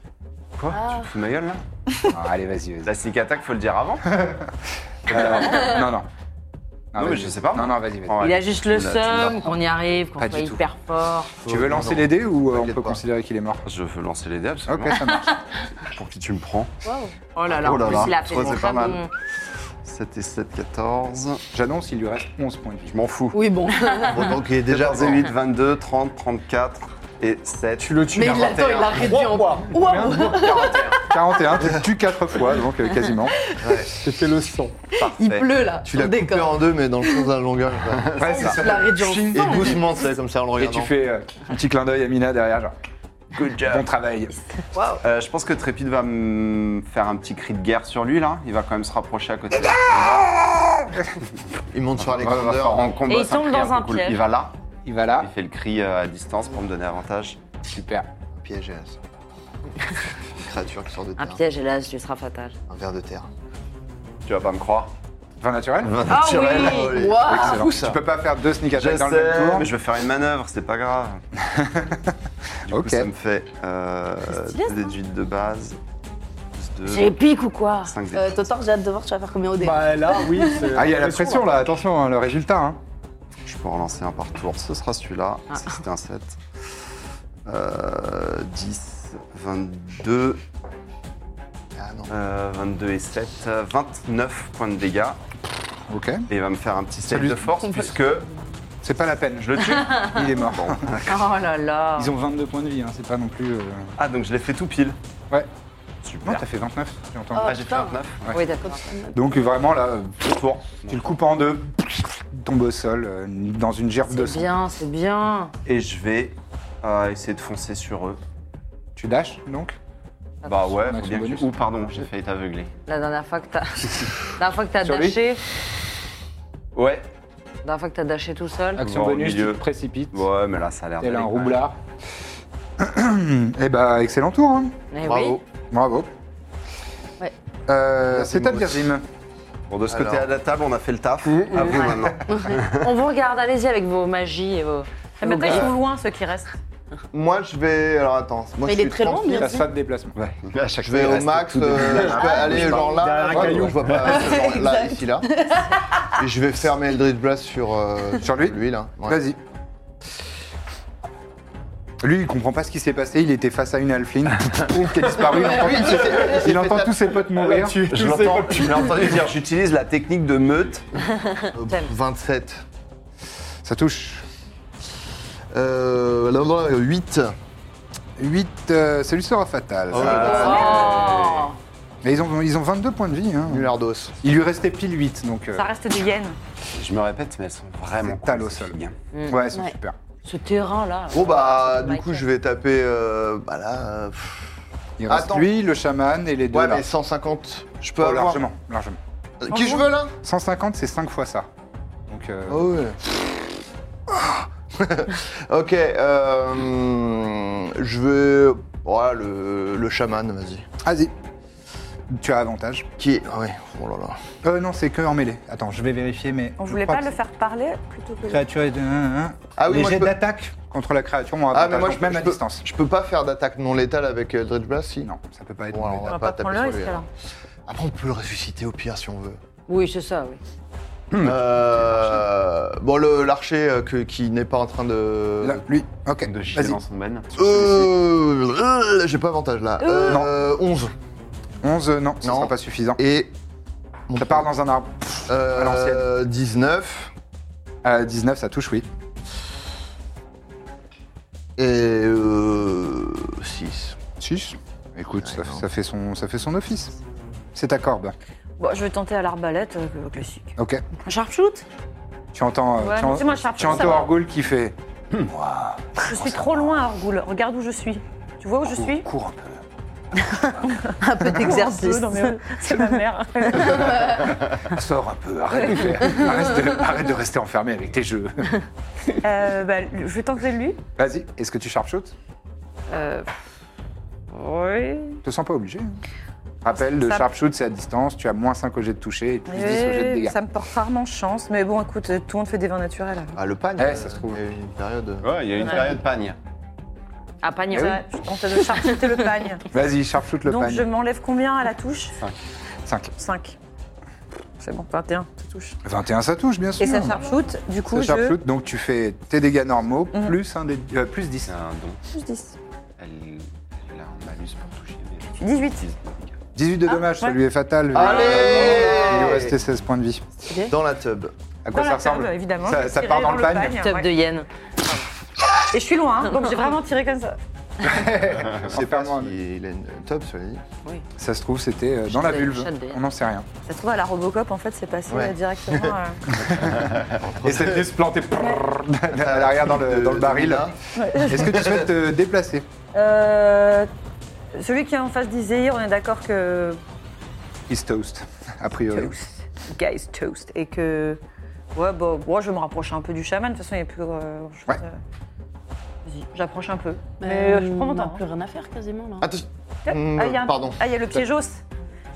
Speaker 6: Quoi Tu te fous de ma gueule là
Speaker 1: Ah, allez, vas-y, vas-y.
Speaker 6: La sneak attack, faut le dire
Speaker 1: *laughs*
Speaker 6: avant.
Speaker 1: Euh, non, non.
Speaker 6: Non, mais
Speaker 1: vas-y.
Speaker 6: je sais pas, moi.
Speaker 1: Non, non, vas-y, vas-y.
Speaker 6: Ouais.
Speaker 7: Il a juste le
Speaker 6: Tu me l'as-
Speaker 7: seum, qu'on y arrive, qu'on
Speaker 1: Pas
Speaker 7: soit
Speaker 1: du tout.
Speaker 7: hyper fort.
Speaker 1: Tu veux lancer les dés ou euh, on
Speaker 2: Oh, T'inquiète
Speaker 1: peut
Speaker 2: pas.
Speaker 1: considérer qu'il est mort
Speaker 6: Je veux lancer les dés absolument.
Speaker 1: Ok, ça marche.
Speaker 6: Pour qui tu me prends
Speaker 7: Oh là là,
Speaker 2: Oh là
Speaker 7: en plus,
Speaker 2: là.
Speaker 7: il a fait
Speaker 2: Ouais,
Speaker 7: des
Speaker 2: c'est pas
Speaker 7: très
Speaker 2: mal.
Speaker 7: bons-
Speaker 6: 7 et 7, 14.
Speaker 1: J'annonce, il lui reste 11 points de vie.
Speaker 6: Je m'en fous. *laughs*
Speaker 3: Oui, bon.
Speaker 2: Autant qu'il est déjà
Speaker 6: 14 et 8, 22, 30, 34 et 7. Tu le tues.
Speaker 3: Mais il l'attend, il l'a réduit en Waouh
Speaker 1: 41, tu le tues 4 fois, donc *laughs* euh, quasiment.
Speaker 5: C'était le sang.
Speaker 3: Il pleut là.
Speaker 2: Tu
Speaker 3: on
Speaker 2: l'as coupé
Speaker 3: déconne.
Speaker 2: en deux, mais dans le sens d'un longueur.
Speaker 1: *laughs* Ouais, c'est ça.
Speaker 3: Tu l'as réduit en
Speaker 2: Et
Speaker 3: sang.
Speaker 2: doucement,
Speaker 3: *laughs*
Speaker 2: c'est comme ça, en le
Speaker 1: Et
Speaker 2: regardant.
Speaker 1: tu fais euh, un petit clin d'œil à Mina derrière, genre. Good job. Bon travail.
Speaker 6: Euh, je pense que Trépide va me faire un petit cri de guerre sur lui là. Il va quand même se rapprocher à
Speaker 1: Eh
Speaker 6: côté.
Speaker 1: ben
Speaker 2: Il monte sur
Speaker 6: Ouais, va
Speaker 2: Alexander.
Speaker 6: falloir en combat,
Speaker 7: Et il
Speaker 6: c'est un cri
Speaker 7: tombe dans
Speaker 6: peu
Speaker 7: un piège.
Speaker 6: Il va là.
Speaker 1: Il va
Speaker 6: Il
Speaker 1: là.
Speaker 6: fait le cri euh, à distance pour me donner avantage.
Speaker 1: Super. *laughs*
Speaker 2: Piège, hélas. Une créature qui sort de
Speaker 7: Un
Speaker 2: terre.
Speaker 7: piège, hélas, lui sera fatal.
Speaker 2: Un verre de terre.
Speaker 6: Tu vas pas me croire.
Speaker 1: Vin naturel
Speaker 7: Ah oui
Speaker 2: Allez.
Speaker 1: Excellent.
Speaker 2: fou, ça.
Speaker 1: Tu peux pas faire deux sneak
Speaker 6: Je
Speaker 1: attacks dans le même
Speaker 6: sais,
Speaker 1: tour.
Speaker 6: mais je vais faire une manœuvre, c'est
Speaker 1: *laughs*
Speaker 6: pas grave. du coup,
Speaker 1: Ok.
Speaker 6: ça me fait euh,
Speaker 7: C'est stylé, ça.
Speaker 6: 2 déduites de base, plus
Speaker 3: J'ai
Speaker 6: 2,
Speaker 3: pique ou quoi
Speaker 6: 5
Speaker 3: euh, Totor, j'ai hâte de voir, tu vas faire combien au dé
Speaker 10: Bah là,
Speaker 3: *laughs*
Speaker 10: oui. c'est-
Speaker 1: Ah, il y a la pression là, attention, hein, le résultat. Hein.
Speaker 6: Je peux en lancer un par tour, ce sera celui-là, ça c'était un 7. Euh, 10, 22,
Speaker 2: Ah non.
Speaker 6: euh, 22 et 7, euh, 29 points de dégâts.
Speaker 1: Ok.
Speaker 6: Et il va me faire un petit save
Speaker 1: Salut.
Speaker 6: de force puisque
Speaker 1: C'est pas la peine, je-
Speaker 6: je le *laughs* tue.
Speaker 1: il est mort. *laughs*
Speaker 7: Oh là là
Speaker 1: Ils ont 22 points de vie, hein, c'est pas non plus. euh,
Speaker 6: Ah, donc je l'ai fait tout pile.
Speaker 1: Ouais.
Speaker 6: Super.
Speaker 1: Non, t'as fait 29, j'entends.
Speaker 7: Oh,
Speaker 3: Ah,
Speaker 6: ah, j'ai fait
Speaker 3: putain.
Speaker 6: 29.
Speaker 7: Oui, d'accord.
Speaker 1: Donc vraiment là, euh, tour. tu le coupes en deux, tombe au sol, euh, dans une gerbe de
Speaker 7: C'est
Speaker 1: sang.
Speaker 7: bien, c'est bien.
Speaker 6: Et je vais euh, essayer de foncer sur eux.
Speaker 1: Tu dashes donc
Speaker 6: Bah ouais,
Speaker 1: action
Speaker 6: faut bien que
Speaker 1: bonus.
Speaker 6: tu- Ou pardon, j'ai failli t'aveugler.
Speaker 7: La dernière fois que t'as, la dernière fois que t'as
Speaker 1: Sur lui
Speaker 7: dashé,
Speaker 6: Ouais.
Speaker 7: la dernière fois que t'as dashé tout seul.
Speaker 6: Action Bon, au bonus, milieu. tu te
Speaker 1: précipites.
Speaker 6: Ouais, mais là, ça a l'air
Speaker 1: Elle a un
Speaker 6: d'aller.
Speaker 1: roublard. *clears throat* eh bah, excellent tour. hein.
Speaker 7: Eh oui.
Speaker 2: Bravo.
Speaker 1: Bravo.
Speaker 3: Ouais.
Speaker 1: Euh, c'est à
Speaker 2: Merci,
Speaker 1: Birzim.
Speaker 6: Bon, de ce côté
Speaker 2: Alors.
Speaker 6: à la table, on a fait le taf.
Speaker 1: Mm,
Speaker 6: À vous
Speaker 1: *laughs*
Speaker 7: Ouais.
Speaker 6: maintenant.
Speaker 7: On vous regarde, allez-y avec vos magies et vos. Et maintenant, ils sont loin ceux qui restent.
Speaker 2: Moi, je vais. Alors attends. Moi,
Speaker 3: Mais
Speaker 2: je
Speaker 3: il est
Speaker 2: suis
Speaker 3: très long,
Speaker 2: 30.
Speaker 1: Ça se fait de déplacement.
Speaker 2: Je vais au max. euh, je peux aller genre là.
Speaker 10: Derrière un
Speaker 2: ouais,
Speaker 10: caillou.
Speaker 2: Je vois pas. euh, genre là, ici, là. Et je vais faire mes Eldritch Blast sur. euh,
Speaker 1: Sur lui
Speaker 2: Lui, là. Ouais.
Speaker 1: Vas-y. Lui, il comprend pas ce qui s'est passé. Il était face à une Alphine qui a disparu. Il entend,
Speaker 2: il s'est fait- il s'est
Speaker 1: il entend
Speaker 2: fait
Speaker 1: tous ses potes mourir.
Speaker 6: Je l'entends, je l'ai entendu dire, j'utilise la technique de meute.
Speaker 2: Euh, 27.
Speaker 1: Ça touche.
Speaker 2: Euh. Là, là, 8.
Speaker 1: 8, celui sera fatal.
Speaker 7: Oh.
Speaker 1: Mais ils ont, ils ont 22 points de vie. hein.
Speaker 2: Nullardos.
Speaker 1: Il lui restait pile 8, donc... euh,
Speaker 7: Ça reste des yens.
Speaker 6: Je me répète, mais elles sont vraiment
Speaker 1: C'est tal
Speaker 6: cool,
Speaker 1: au
Speaker 6: ces
Speaker 1: sol.
Speaker 6: filles. hein.
Speaker 1: Ouais, c'est
Speaker 3: Ouais.
Speaker 1: super.
Speaker 7: Ce terrain là.
Speaker 2: Bon, bah,
Speaker 7: Michael.
Speaker 2: du coup, je vais taper. euh, Bah là. euh, pff,
Speaker 1: Il reste
Speaker 2: Attends.
Speaker 1: lui, le chaman et les deux
Speaker 2: Ouais,
Speaker 1: là.
Speaker 2: mais 150. Je peux
Speaker 1: Oh,
Speaker 2: avoir.
Speaker 1: largement, largement.
Speaker 2: Euh, Qui je veux là
Speaker 1: 150, c'est 5 fois ça. Donc, euh,
Speaker 2: Oh, *laughs* ouais. ok, euh, je vais. Ouais, le, le chaman, vas-y.
Speaker 1: Vas-y. Tu as avantage.
Speaker 2: Qui est. Ah ouais, oh là là.
Speaker 1: Euh, non, c'est que en mêlée. Attends, je vais vérifier, mais.
Speaker 4: On
Speaker 1: je
Speaker 4: voulait
Speaker 1: crois
Speaker 4: pas
Speaker 1: que
Speaker 4: le
Speaker 1: c'est-
Speaker 4: faire parler plutôt que.
Speaker 1: Créature est de.
Speaker 2: Ah oui,
Speaker 1: Les
Speaker 2: moi, je
Speaker 1: jets
Speaker 2: peux-
Speaker 1: d'attaque contre la créature ont
Speaker 2: Ah,
Speaker 1: avantage,
Speaker 2: mais moi,
Speaker 1: donc
Speaker 2: je,
Speaker 1: même
Speaker 2: je
Speaker 1: à
Speaker 2: peux,
Speaker 1: distance.
Speaker 2: je peux pas faire d'attaque non létale avec euh, Eldritch Blast, si
Speaker 1: Non, ça peut pas être.
Speaker 2: Bon, alors, on
Speaker 4: On
Speaker 2: va
Speaker 4: va
Speaker 2: pas,
Speaker 4: pas
Speaker 2: taper
Speaker 4: prendre
Speaker 2: sur
Speaker 4: le
Speaker 2: lui. hein.
Speaker 4: risque
Speaker 2: alors.
Speaker 4: alors.
Speaker 2: Après, on peut le ressusciter au pire si on veut.
Speaker 4: Oui, c'est ça, oui. *laughs*
Speaker 2: Euh, bon, le- l'archer euh, que- qui n'est pas en train de.
Speaker 1: Là, lui, ok.
Speaker 6: De chier
Speaker 1: Vas-y.
Speaker 6: dans son domaine.
Speaker 2: Euh, euh, J'ai pas avantage là. Euh, 11.
Speaker 1: 11, euh, non, ce
Speaker 2: Non.
Speaker 1: sera pas suffisant.
Speaker 2: Et.
Speaker 1: Ça part dans un arbre. à
Speaker 2: euh,
Speaker 1: l'ancienne.
Speaker 2: 19.
Speaker 1: Euh, 19, ça touche, oui.
Speaker 2: Et. Euh, 6.
Speaker 1: 6. Écoute, ça,
Speaker 2: non.
Speaker 1: ça fait son, ça fait son office. C'est ta corbe.
Speaker 4: Bon, je vais tenter à l'arbalète euh, le classique.
Speaker 1: Ok.
Speaker 4: Un sharpshoot
Speaker 1: Tu entends, euh,
Speaker 4: Ouais,
Speaker 1: tu
Speaker 4: mais
Speaker 1: en-
Speaker 4: c'est moi,
Speaker 1: tu
Speaker 4: Sharpshoot, ça
Speaker 1: entends
Speaker 4: va.
Speaker 1: Orgul qui fait Hmm.
Speaker 4: Je suis trop loin, Argoul. Regarde où je suis. Tu vois où je suis
Speaker 1: cours un peu.
Speaker 4: *laughs* Un *laughs* peu d'exercice. C'est ma mère.
Speaker 1: *laughs* Sors un peu, arrête de,
Speaker 4: *laughs*
Speaker 1: faire- arrête de- arrête de rester enfermé avec tes jeux.
Speaker 4: Euh, bah, je vais tenter lui.
Speaker 1: Vas-y, est-ce que tu sharpshoots
Speaker 4: Euh, oui.
Speaker 1: Je te sens pas obligé. hein. Rappel, le
Speaker 4: Ça-
Speaker 1: sharpshoot, c'est à distance, tu as moins 5 au jet de toucher et plus 10 au jet de dégâts.
Speaker 4: Euh, Ça me porte rarement chance, mais bon, écoute, euh, tout le monde fait des vins naturels.
Speaker 2: Ah, le pagne.
Speaker 6: euh,
Speaker 1: Eh, ça se trouve.
Speaker 2: Il y a eu une période. euh,
Speaker 6: Ouais, il y a une
Speaker 4: Ouais.
Speaker 6: période pagne.
Speaker 4: Ah, pagne.
Speaker 1: Eh oui.
Speaker 4: Je tentais de sharpshooter le pagne.
Speaker 1: Vas-y, sharpshoot *laughs* le
Speaker 4: Donc, je
Speaker 1: pagne.
Speaker 4: m'enlève combien à la touche
Speaker 1: 5.
Speaker 4: 5. C'est bon, 21, ça touche.
Speaker 1: 21, ça touche, bien sûr.
Speaker 4: Et ça sharpshoot, du
Speaker 1: Ça
Speaker 4: coup, je.
Speaker 1: sharpshoot, donc tu fais tes dégâts normaux,
Speaker 4: Mhm.
Speaker 1: plus, un dé- euh, plus 10.
Speaker 6: C'est un don.
Speaker 4: Plus 10.
Speaker 6: Elle, elle a un malus pour toucher. des-
Speaker 4: 18.
Speaker 1: 18 de dommage, ça
Speaker 4: Ah, ouais.
Speaker 1: lui est fatal. mais-
Speaker 2: Allez
Speaker 1: Il lui restait 16 points de vie.
Speaker 2: Dans la tub.
Speaker 1: À quoi
Speaker 4: Dans
Speaker 1: ça
Speaker 4: la
Speaker 1: ressemble
Speaker 4: table, bah, évidemment.
Speaker 1: Ça-
Speaker 4: Je
Speaker 1: ça
Speaker 4: tirais
Speaker 1: part dans le pagne
Speaker 4: Top de Yen. Et je suis loin, hein, *laughs* donc j'ai vraiment tiré comme ça.
Speaker 1: C'est pas moi, mais-
Speaker 2: Il, il a une tub, sur les
Speaker 1: Ça se trouve, c'était euh, dans la
Speaker 4: Chat de-
Speaker 1: vulve.
Speaker 4: chat de-
Speaker 1: On n'en sait
Speaker 2: *laughs*
Speaker 1: rien.
Speaker 4: Ça se trouve, à la Robocop, en fait, c'est passé
Speaker 2: Ouais.
Speaker 4: euh, directement.
Speaker 1: *laughs*
Speaker 4: euh,
Speaker 1: Et c'est venu se planter
Speaker 2: *laughs*
Speaker 1: à l'arrière dans le, dans le baril. Est-ce que tu souhaites te déplacer
Speaker 4: *laughs* Euh, celui qui est en face d'Iséir, on est d'accord que.
Speaker 1: He's toast, a priori.
Speaker 4: Toast. Guys, toast. Et que. Ouais, bon, moi je vais me rapprocher un peu du chaman. De toute façon, il n'y a plus. euh, je pense,
Speaker 1: Ouais.
Speaker 4: euh, Vas-y, j'approche un peu. Mais euh, je prends mon
Speaker 3: on a
Speaker 4: temps.
Speaker 3: plus rien à faire quasiment là.
Speaker 2: Attention.
Speaker 4: Ah, il y a un-
Speaker 2: Pardon.
Speaker 4: Ah, il y a le piégeos.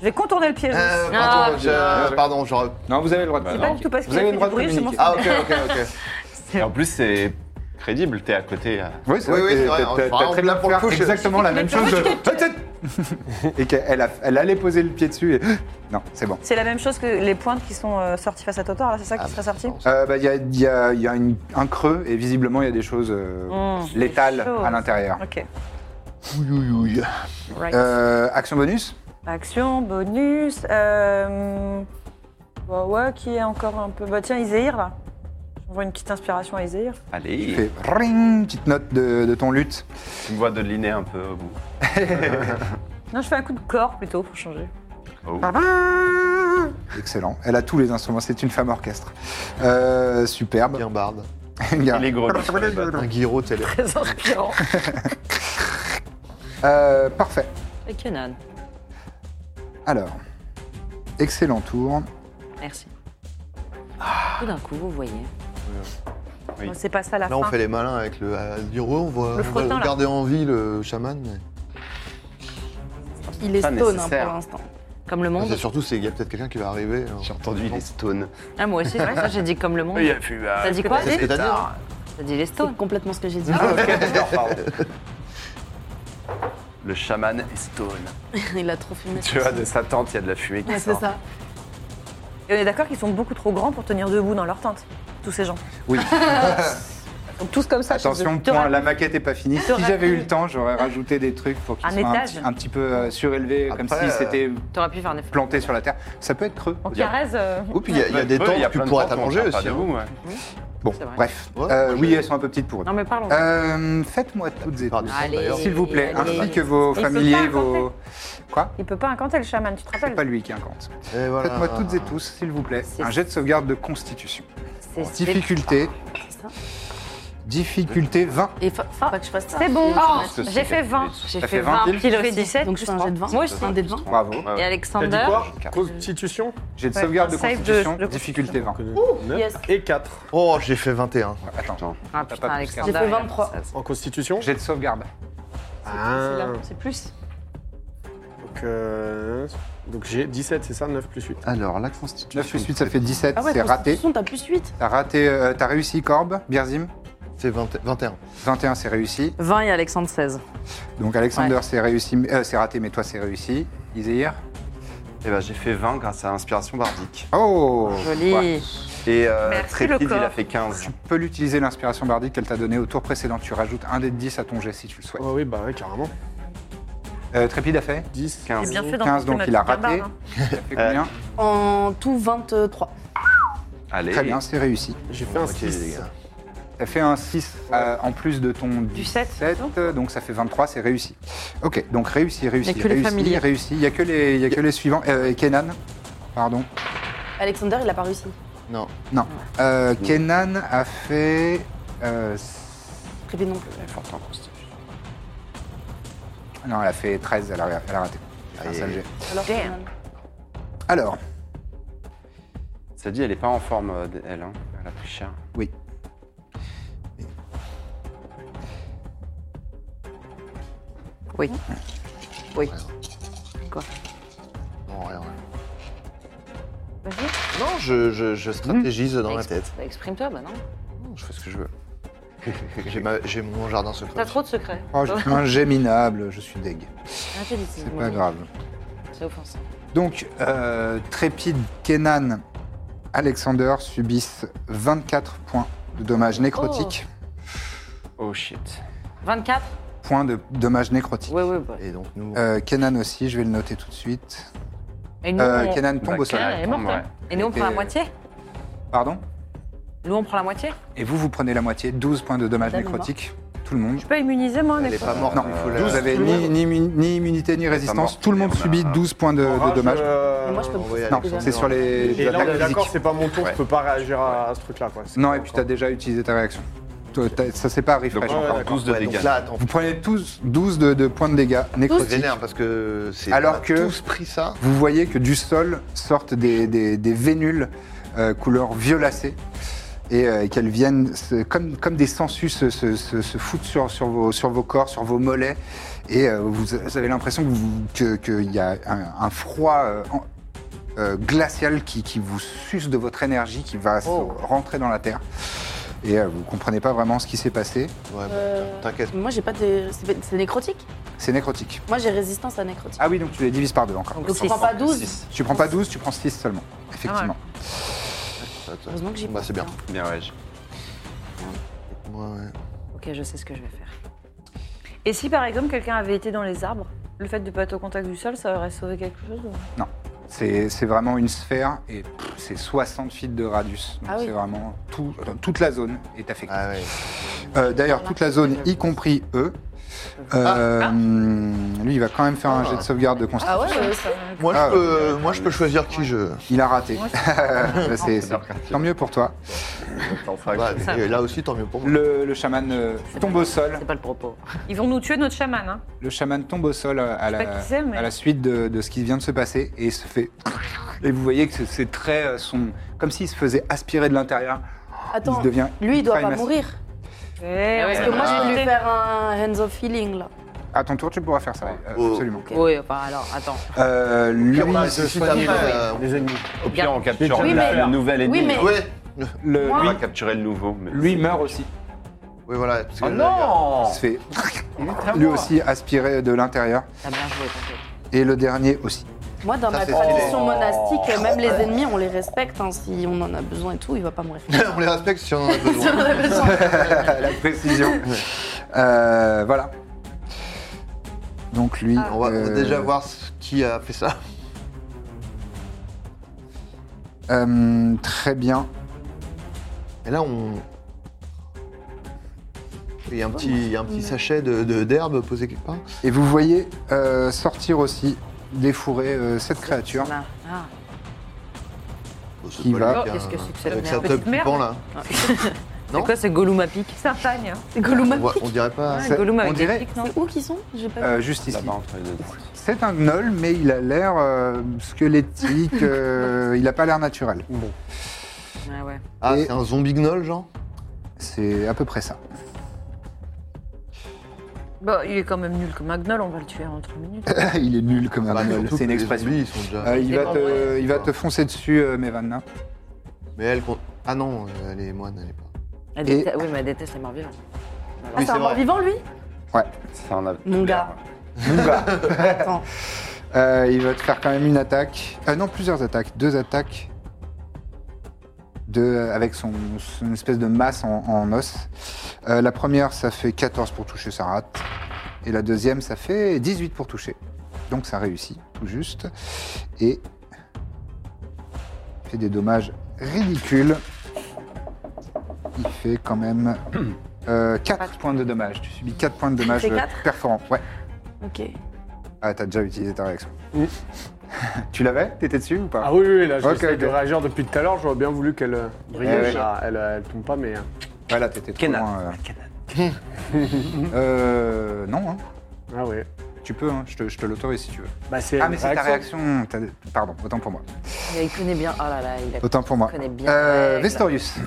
Speaker 4: Je vais contourner le piégeos.
Speaker 2: Euh,
Speaker 4: Ah,
Speaker 2: pardon, je- euh, pardon, je.
Speaker 1: Non, vous avez le droit de
Speaker 6: Bah
Speaker 4: c'est
Speaker 6: non.
Speaker 4: pas du tout parce
Speaker 1: Vous
Speaker 4: qu'il a
Speaker 1: avez
Speaker 4: fait
Speaker 1: le droit
Speaker 4: du
Speaker 1: de
Speaker 4: bruit, je m'en
Speaker 1: communiquer.
Speaker 2: Ah, ok, ok, ok.
Speaker 6: Et en plus, c'est crédible, t'es à côté. euh.
Speaker 1: Oui, c'est
Speaker 2: Oui, oui, c'est vrai,
Speaker 1: vrai.
Speaker 2: on
Speaker 1: t'as- t'as-
Speaker 2: fera
Speaker 1: T'as
Speaker 2: un
Speaker 1: très bien
Speaker 2: plat pour
Speaker 1: fait
Speaker 2: le coup, je-
Speaker 1: exactement la même chose. de- Et qu'elle a- elle allait poser le pied dessus et... *gasps* Non, c'est bon.
Speaker 4: C'est la même chose que les pointes qui sont euh, sorties face à Totor, là, c'est ça qui serait sorti
Speaker 1: Euh, bah, Il y a, il y a- il y a une- un creux et visiblement, il y a des choses euh,
Speaker 4: Mmh.
Speaker 1: létales
Speaker 4: Des choses.
Speaker 1: à l'intérieur.
Speaker 4: Ok.
Speaker 1: Euh, action bonus
Speaker 4: Action, bonus. Euh... bah ouais, qui est encore un peu. Bah tiens, Iséir là. J'envoie une petite inspiration à Iséir.
Speaker 1: Tu
Speaker 6: Allez,
Speaker 1: fais ring, petite note de, de ton
Speaker 2: *laughs*
Speaker 1: lutte.
Speaker 6: tu me vois de l'inné un peu au bout.
Speaker 4: Non, je fais un coup de corps plutôt pour changer.
Speaker 6: Oh.
Speaker 3: Bah,
Speaker 1: Excellent. Elle a tous les instruments. C'est une femme orchestre. Euh, superbe. *laughs*
Speaker 2: Bien barde.
Speaker 6: Il est gros. lui, sur les bottes.
Speaker 2: Un guirot, télé.
Speaker 4: Très inspirant.
Speaker 1: Euh, parfait.
Speaker 4: Et Kenan.
Speaker 1: Alors, excellent tour.
Speaker 4: Merci. Tout d'un coup, vous voyez.
Speaker 6: Oui.
Speaker 4: C'est pas ça
Speaker 2: Là,
Speaker 4: la fin.
Speaker 2: on fait les malins avec le euh, guirot, on voit.
Speaker 4: Le
Speaker 2: on va
Speaker 4: frottin, là.
Speaker 2: garder en vie le chaman. mais-
Speaker 3: Il est
Speaker 6: Pas
Speaker 3: stone hein,
Speaker 6: nécessaire.
Speaker 3: pour l'instant.
Speaker 4: Comme le
Speaker 2: Non, Ah, c'est
Speaker 4: monde.
Speaker 2: surtout, c'est il y a peut-être quelqu'un qui va arriver. hein.
Speaker 6: J'ai entendu les stones.
Speaker 4: Ah, moi aussi, c'est vrai, ça, j'ai dit comme le monde.
Speaker 6: a euh, plus.
Speaker 4: T'as dit quoi
Speaker 2: C'est ce que t'as dit. hein.
Speaker 4: T'as dit les stones.
Speaker 3: C'est complètement ce que j'ai dit. Ah,
Speaker 6: Le chaman est stone.
Speaker 3: *laughs* Il a trop fumé.
Speaker 6: Tu vois, de sa tente, il y a de la fumée qui
Speaker 3: Ouais, c'est
Speaker 6: sort.
Speaker 3: ça.
Speaker 4: Et on est d'accord qu'ils sont beaucoup trop grands pour tenir debout dans leur tente, tous ces gens.
Speaker 1: Oui.
Speaker 4: *laughs* Ils sont tous comme ça. chez eux.
Speaker 1: Attention,
Speaker 4: T'auras-
Speaker 1: point, la maquette est pas finie. Si
Speaker 4: t'aurais
Speaker 1: j'avais eu
Speaker 4: pu-
Speaker 1: le temps, j'aurais rajouté des trucs pour qu'il
Speaker 4: Un
Speaker 1: soit un
Speaker 4: étage.
Speaker 1: petit, un petit peu euh, surélevé, comme
Speaker 2: Après,
Speaker 1: si
Speaker 2: euh,
Speaker 1: c'était
Speaker 4: T'aurais pu faire des.
Speaker 1: planté sur la terre. Ça peut être creux.
Speaker 4: En caresse. euh,
Speaker 2: Ou puis il y a, il y a des
Speaker 6: Ouais,
Speaker 2: temps
Speaker 6: il y a
Speaker 2: que tu
Speaker 6: plein de
Speaker 2: pourrais
Speaker 6: tentes, on
Speaker 2: t'allonger
Speaker 6: tient pas
Speaker 2: aussi. hein.
Speaker 6: debout, ouais.
Speaker 1: Bon,
Speaker 4: C'est vrai.
Speaker 1: bref.
Speaker 2: Ouais,
Speaker 1: Euh,
Speaker 2: moi,
Speaker 1: oui,
Speaker 2: j'ai-
Speaker 1: elles sont un peu petites pour eux.
Speaker 4: Non, mais parlons.
Speaker 1: Euh, Faites-moi toutes et
Speaker 2: plupart
Speaker 1: tous,
Speaker 2: des gens, d'ailleurs.
Speaker 1: s'il vous plaît,
Speaker 3: Allez,
Speaker 1: ainsi que vos
Speaker 4: Et faut
Speaker 1: familiers,
Speaker 4: pas
Speaker 1: vos... Quoi
Speaker 4: Il peut pas incanter le chaman, tu te
Speaker 1: C'est
Speaker 4: rappelles
Speaker 1: pas lui qui incante.
Speaker 2: Et voilà.
Speaker 1: Faites-moi toutes et tous, s'il vous plaît,
Speaker 4: C'est-
Speaker 1: un jet de sauvegarde de constitution.
Speaker 4: C'est
Speaker 1: Difficulté,
Speaker 3: C'est ça. Ah,
Speaker 1: difficulté 20.
Speaker 3: Et fa- faut pas que je fasse ça.
Speaker 4: C'est bon.
Speaker 3: Oh,
Speaker 6: Juste
Speaker 4: j'ai
Speaker 6: aussi,
Speaker 4: fait
Speaker 6: les-
Speaker 4: 20.
Speaker 6: les-
Speaker 4: J'ai
Speaker 1: T'as
Speaker 4: fait
Speaker 1: fait 20
Speaker 4: 20
Speaker 1: piles
Speaker 4: piles
Speaker 3: Je fais
Speaker 4: aussi.
Speaker 3: 17, donc je fais un jet de 20.
Speaker 4: Moi aussi.
Speaker 3: Un dé de 20.
Speaker 1: Bravo.
Speaker 6: Ouais,
Speaker 4: Et
Speaker 6: ouais.
Speaker 5: T'as dit
Speaker 4: Alexander.
Speaker 5: quoi Constitution
Speaker 1: J'ai de
Speaker 4: Ouais,
Speaker 1: sauvegarde
Speaker 4: un
Speaker 1: de
Speaker 4: save de-
Speaker 1: constitution,
Speaker 4: de
Speaker 1: difficulté 20.
Speaker 3: yes.
Speaker 5: Et 4
Speaker 2: Oh, j'ai fait 21.
Speaker 1: Attends,
Speaker 4: Ah
Speaker 1: T'as pas
Speaker 4: putain,
Speaker 1: plus
Speaker 4: Alexander.
Speaker 3: J'ai fait
Speaker 4: il a
Speaker 3: 23.
Speaker 4: fait ça.
Speaker 5: en constitution.
Speaker 1: j'ai de sauvegarde.
Speaker 9: Ah.
Speaker 4: là, c'est plus.
Speaker 9: Donc, euh, donc j'ai 17, c'est ça 9 plus 8.
Speaker 1: Ah,
Speaker 8: Alors, la constitution.
Speaker 1: 9 plus 8, ça fait 17.
Speaker 3: Ah ouais,
Speaker 1: c'est raté.
Speaker 3: constitution, t'as plus 8.
Speaker 1: T'as raté, euh, t'as réussi, Corbe, Birzim.
Speaker 2: C'est 20 21.
Speaker 1: 21, c'est réussi.
Speaker 4: 20 et Alexandre 16.
Speaker 1: Donc Alexander, c'est réussi, euh, c'est raté, mais toi, c'est réussi. Iséir.
Speaker 8: Eh ben, j'ai fait 20 grâce à Inspiration Bardique.
Speaker 1: Oh
Speaker 4: Joli.
Speaker 1: Ouais.
Speaker 8: Et euh,
Speaker 4: Merci,
Speaker 8: Trépide,
Speaker 4: le
Speaker 8: il
Speaker 4: corps.
Speaker 8: a fait 15.
Speaker 1: Tu peux l'utiliser, l'inspiration bardique qu'elle t'a donnée au tour précédent. Tu rajoutes un dé de 10 à ton jet si tu le souhaites.
Speaker 9: Oh oui, bah ouais, carrément.
Speaker 1: Euh, Trépide a fait
Speaker 9: 10,
Speaker 4: C'est
Speaker 8: 15.
Speaker 4: bien fait
Speaker 1: 15,
Speaker 4: d'en
Speaker 1: donc
Speaker 4: mettre
Speaker 1: il a
Speaker 4: un
Speaker 1: raté.
Speaker 4: barbare, hein.
Speaker 1: Ça fait combien
Speaker 3: En tout 23.
Speaker 8: Allez.
Speaker 1: Très bien, c'est réussi.
Speaker 9: J'ai fait un 6.
Speaker 1: Ça fait un 6 euh, en plus de ton
Speaker 4: Du 7.
Speaker 1: 7, euh, donc ça fait 23, c'est réussi. Ok, donc réussi, réussi,
Speaker 4: Il y a que les
Speaker 1: réussi,
Speaker 4: familiers.
Speaker 1: réussi. Il n'y a que les, il y a que les suivants. Euh, Kenan, pardon.
Speaker 3: Alexander, il a pas réussi.
Speaker 1: Ah
Speaker 2: Non.
Speaker 1: Non. Euh, Kenan a fait... euh,
Speaker 3: Trépide non plus.
Speaker 1: non, elle a fait 13, elle a, elle a raté. C'est un
Speaker 2: Aïe.
Speaker 1: sale jet.
Speaker 3: Alors,
Speaker 4: Damn.
Speaker 1: Alors,
Speaker 8: Ça dit, elle est pas en forme, euh, elle. hein. Elle a pris cher.
Speaker 4: Oui. Oui. Quoi
Speaker 2: Non, rien, rien. Non, je, je- je stratégise dans ma tête.
Speaker 7: Bah, Exprime-toi, bah non.
Speaker 2: Non, Je fais ce que
Speaker 1: *laughs*
Speaker 2: je veux. J'ai ma- j'ai mon jardin secret.
Speaker 7: T'as trop de secrets.
Speaker 1: oh, j'ai fait un jet minable, je suis deg.
Speaker 7: Intelligence,
Speaker 1: C'est pas
Speaker 7: maudit.
Speaker 1: grave.
Speaker 7: C'est offensant.
Speaker 1: Donc, euh, Trépide, Kenan, Alexander subissent 24 points de dommages
Speaker 2: Oh.
Speaker 1: nécrotiques.
Speaker 8: Oh shit.
Speaker 7: 24
Speaker 1: Points de dommages nécrotiques.
Speaker 7: Ouais, ouais, bah.
Speaker 2: Et donc nous,
Speaker 1: Euh, Kenan aussi, je vais le noter tout de suite.
Speaker 7: Et nous,
Speaker 1: Euh,
Speaker 7: on-
Speaker 1: Kenan tombe
Speaker 4: Bah,
Speaker 1: au sol.
Speaker 7: Kenan, elle est morte, hein. et nous, on prend la
Speaker 1: Et-
Speaker 7: moitié
Speaker 1: Pardon
Speaker 7: Nous, on prend la moitié
Speaker 1: Et vous, vous prenez la moitié, 12 points de dommages
Speaker 7: Madame est
Speaker 1: nécrotiques. Tout le monde.
Speaker 4: Je peux immuniser, moi,
Speaker 2: elle n'est pas morte.
Speaker 1: Non,
Speaker 2: il faut la-
Speaker 1: vous avez ni, ni immu- ni immunité ni résistance.
Speaker 8: morte,
Speaker 1: Tout le monde
Speaker 8: mais on a
Speaker 1: subit
Speaker 8: un- euh,
Speaker 1: 12 points euh, de, de dommages.
Speaker 3: Mais moi, je peux me
Speaker 2: envoyer
Speaker 3: pousser
Speaker 2: à
Speaker 1: Non,
Speaker 2: Alexander.
Speaker 1: c'est sur les.
Speaker 9: Ah, Et là, on
Speaker 1: attaques
Speaker 9: est d'accord,
Speaker 1: physiques.
Speaker 9: c'est pas mon tour,
Speaker 8: Ouais.
Speaker 9: je peux pas réagir à, à ce truc-là. Quoi. C'est
Speaker 1: Non,
Speaker 9: pas
Speaker 1: et
Speaker 9: mon
Speaker 1: puis
Speaker 9: tour.
Speaker 1: t'as déjà utilisé ta réaction. Toi, t'as- Ça, c'est pas refresh
Speaker 8: Donc,
Speaker 9: ouais,
Speaker 1: encore.
Speaker 9: ouais.
Speaker 8: douze de
Speaker 2: Ouais, donc
Speaker 8: dégâts.
Speaker 2: là, attends,
Speaker 1: Vous prenez tous 12 de, de points de dégâts
Speaker 2: faut
Speaker 1: nécrotiques.
Speaker 2: vénère parce que c'est.
Speaker 1: Alors
Speaker 2: on a
Speaker 1: que-
Speaker 2: tous pris ça.
Speaker 1: Vous voyez que du sol sortent des, des, des vénules euh, couleur violacée et euh, qu'elles viennent se- comme, comme des sangsues se, se, se- se foutre sur, sur, vos, sur vos corps, sur vos mollets. Et euh, vous avez l'impression que vous- que- qu'il y a un, un froid euh, en- euh, glacial qui, qui vous suce de votre énergie, qui va se rentrer dans la terre. Et euh, vous comprenez pas vraiment ce qui s'est passé.
Speaker 2: Ouais,
Speaker 3: Euh,
Speaker 2: bah, t'inquiète.
Speaker 3: Moi, j'ai pas de. C'est c'est nécrotique
Speaker 1: C'est nécrotique.
Speaker 3: Moi, j'ai résistance à nécrotique.
Speaker 1: Ah oui, donc tu les divises par deux encore.
Speaker 3: Donc, on prend pas 12.
Speaker 1: Tu prends pas 12, tu prends 6 seulement. Effectivement.
Speaker 2: Attends.
Speaker 3: Heureusement que j'ai
Speaker 2: Bah, c'est bien.
Speaker 8: Bien, ouais. j'ai-
Speaker 2: Ouais, ouais.
Speaker 4: Ok, je sais ce que je vais faire. Et si, par exemple, quelqu'un avait été dans les arbres, le fait de pas être au contact du sol, ça aurait sauvé quelque chose ou-
Speaker 1: C'est c'est vraiment une sphère et pff, c'est 60 feet de radius. Donc
Speaker 3: Ah oui.
Speaker 1: c'est vraiment tout- euh, toute la zone est affectée.
Speaker 2: Ah ouais.
Speaker 1: Euh, D'ailleurs, toute la zone, y compris eux. Euh,
Speaker 2: Ah.
Speaker 1: Lui, il va quand même faire un jet de sauvegarde de constitution.
Speaker 3: Ah ouais, ouais, ça.
Speaker 2: Moi, je,
Speaker 1: Ah,
Speaker 2: peux, moi, je peux choisir qui je.
Speaker 1: Il a raté. *laughs* Bah, c'est- c'est- tant mieux pour toi.
Speaker 2: Bah, et là aussi, tant mieux pour moi.
Speaker 1: Le, le chaman euh, tombe au sol.
Speaker 7: C'est pas le propos.
Speaker 4: Ils vont nous tuer notre chaman. Hein.
Speaker 1: Le chaman tombe au sol euh, à
Speaker 4: sais pas
Speaker 1: la,
Speaker 4: qui c'est, mais-
Speaker 1: à la suite de, de ce qui vient de se passer et se fait. Et vous voyez que ses traits euh, sont comme s'il se faisait aspirer de l'intérieur.
Speaker 3: Attends,
Speaker 1: Ah, Il devient
Speaker 3: lui, il doit
Speaker 1: ultra
Speaker 3: pas
Speaker 1: immense.
Speaker 3: mourir.
Speaker 4: Eh,
Speaker 3: Parce que moi, je peux lui faire un hands of healing, là.
Speaker 1: À ton tour, tu pourras faire ça. oui, euh,
Speaker 2: Oh.
Speaker 1: Absolument.
Speaker 7: Oui, enfin, alors, attends.
Speaker 1: Euh, lui,
Speaker 2: Pire, bah, si t'as mis, euh,
Speaker 9: Les ennemis.
Speaker 8: Au pire, on capture
Speaker 3: Oui,
Speaker 8: le,
Speaker 3: mais-
Speaker 8: le nouvel ennemi.
Speaker 3: Oui, mais-
Speaker 2: Ouais.
Speaker 1: le-
Speaker 8: On
Speaker 1: lui-
Speaker 8: va capturer le nouveau. mais-
Speaker 1: lui meurt aussi.
Speaker 2: Oui, voilà. parce que
Speaker 8: Oh
Speaker 2: là,
Speaker 8: non
Speaker 1: Il se fait
Speaker 8: Il est à
Speaker 1: lui
Speaker 8: moi.
Speaker 1: aussi aspiré de l'intérieur.
Speaker 4: Ah,
Speaker 7: T'as bien joué, t'inquiète.
Speaker 1: Et le dernier
Speaker 4: *laughs*
Speaker 1: aussi.
Speaker 3: Moi, dans
Speaker 2: Ça,
Speaker 3: ma
Speaker 2: c'est
Speaker 3: tradition
Speaker 2: stylé.
Speaker 3: monastique, même les ennemis, on les respecte. hein. Si on en a besoin et tout, il va pas mourir.
Speaker 2: *laughs*
Speaker 3: *laughs*
Speaker 2: on les respecte si *laughs* on en
Speaker 1: *laughs*
Speaker 2: a besoin.
Speaker 1: La précision. Euh, voilà. Donc lui.
Speaker 2: On va on va
Speaker 1: euh,
Speaker 2: déjà voir ce- qui a fait ça.
Speaker 1: euh, très bien.
Speaker 2: Et là, on. Il y a un petit, il y a un petit sachet d'herbe de, d'herbe posé quelque part.
Speaker 1: Et vous voyez euh, sortir aussi des fourrés euh, cette créature.
Speaker 7: Ah, ah.
Speaker 2: Bon, c'est
Speaker 1: Qui
Speaker 2: pas
Speaker 1: va-
Speaker 2: lui
Speaker 4: Oh,
Speaker 2: a
Speaker 4: qu'est-ce
Speaker 2: un-
Speaker 4: que c'est que cette
Speaker 2: Avec
Speaker 4: merde
Speaker 2: sa top
Speaker 4: Petite merde.
Speaker 2: pan là.
Speaker 7: C'est quoi ce Gollum à pic
Speaker 4: C'est un tagne. hein.
Speaker 2: On, voit- on dirait pas.
Speaker 1: Ah, C'est-
Speaker 7: Un Gollum
Speaker 1: on
Speaker 7: avec des
Speaker 1: dirait-
Speaker 7: pics, non
Speaker 3: C'est où qu'ils sont J'ai pas
Speaker 1: euh, juste ici.
Speaker 8: Là-bas, entre les deux.
Speaker 1: C'est un gnoll, mais il a l'air euh,
Speaker 4: *laughs*
Speaker 1: squelettique. euh, il a pas l'air naturel.
Speaker 7: Ouais, ouais.
Speaker 2: Ah,
Speaker 1: Et-
Speaker 2: c'est un zombie gnoll, genre
Speaker 1: C'est à peu près ça.
Speaker 4: Bah, il est quand même nul comme Magnol, on va le tuer en 3
Speaker 1: *laughs*
Speaker 4: minutes.
Speaker 1: *coughs* Il est nul comme un
Speaker 2: Bah,
Speaker 1: meuble,
Speaker 2: surtout
Speaker 1: c'est une
Speaker 2: que les
Speaker 1: expression.
Speaker 2: zombies, ils sont déjà.
Speaker 1: Euh, il,
Speaker 4: C'est
Speaker 1: va
Speaker 4: pas
Speaker 1: te,
Speaker 4: vrai.
Speaker 1: il va te foncer dessus, euh, Mevan. hein.
Speaker 2: Mais elle compte. Ah non, euh, elle est moine, elle est pas.
Speaker 7: Elle
Speaker 1: Et-
Speaker 7: déteste- Oui, mais elle déteste les morts vivants.
Speaker 3: Ah, c'est
Speaker 2: c'est
Speaker 3: un mort
Speaker 2: vrai.
Speaker 3: vivant, lui
Speaker 8: C'est un
Speaker 3: Mon gars. Attends.
Speaker 1: Euh, il va te faire quand même une attaque. Ah non, plusieurs attaques. Deux attaques. Deux, avec son, son espèce de masse en, en os. Euh, la première, ça fait 14 pour toucher, ça rate. Et la deuxième, ça fait 18 pour toucher. Donc ça réussit, tout juste. Et il fait des dommages ridicules. Il fait quand même 4 points de dommages. Tu subis 4 points de dommages
Speaker 4: fait quatre
Speaker 1: euh, perforants. Ouais.
Speaker 3: Ok.
Speaker 1: Ah, t'as déjà utilisé ta réaction. *laughs* tu l'avais T'étais dessus ou pas
Speaker 5: Ah oui, oui, là, j'essaie
Speaker 1: Ok,
Speaker 5: de
Speaker 1: ok.
Speaker 5: réagir depuis tout à l'heure. J'aurais bien voulu qu'elle euh, brille.
Speaker 1: Eh ouais.
Speaker 5: Ah, elle, euh, elle tombe pas, mais. euh,
Speaker 1: Voilà, t'étais trop
Speaker 9: Kenan.
Speaker 1: loin. euh. *laughs* euh, non, hein.
Speaker 5: Ah oui.
Speaker 1: tu peux, hein. je te, je te l'autorise si tu veux.
Speaker 5: Bah, c'est
Speaker 1: Ah,
Speaker 5: une
Speaker 1: mais c'est ta réaction. t'as- Pardon, autant pour moi.
Speaker 7: Mais il connaît bien. Oh là là, il a-
Speaker 1: Autant pour moi.
Speaker 7: connaît bien.
Speaker 1: Euh,
Speaker 7: les règles.
Speaker 1: Vestorius,
Speaker 5: *clears throat*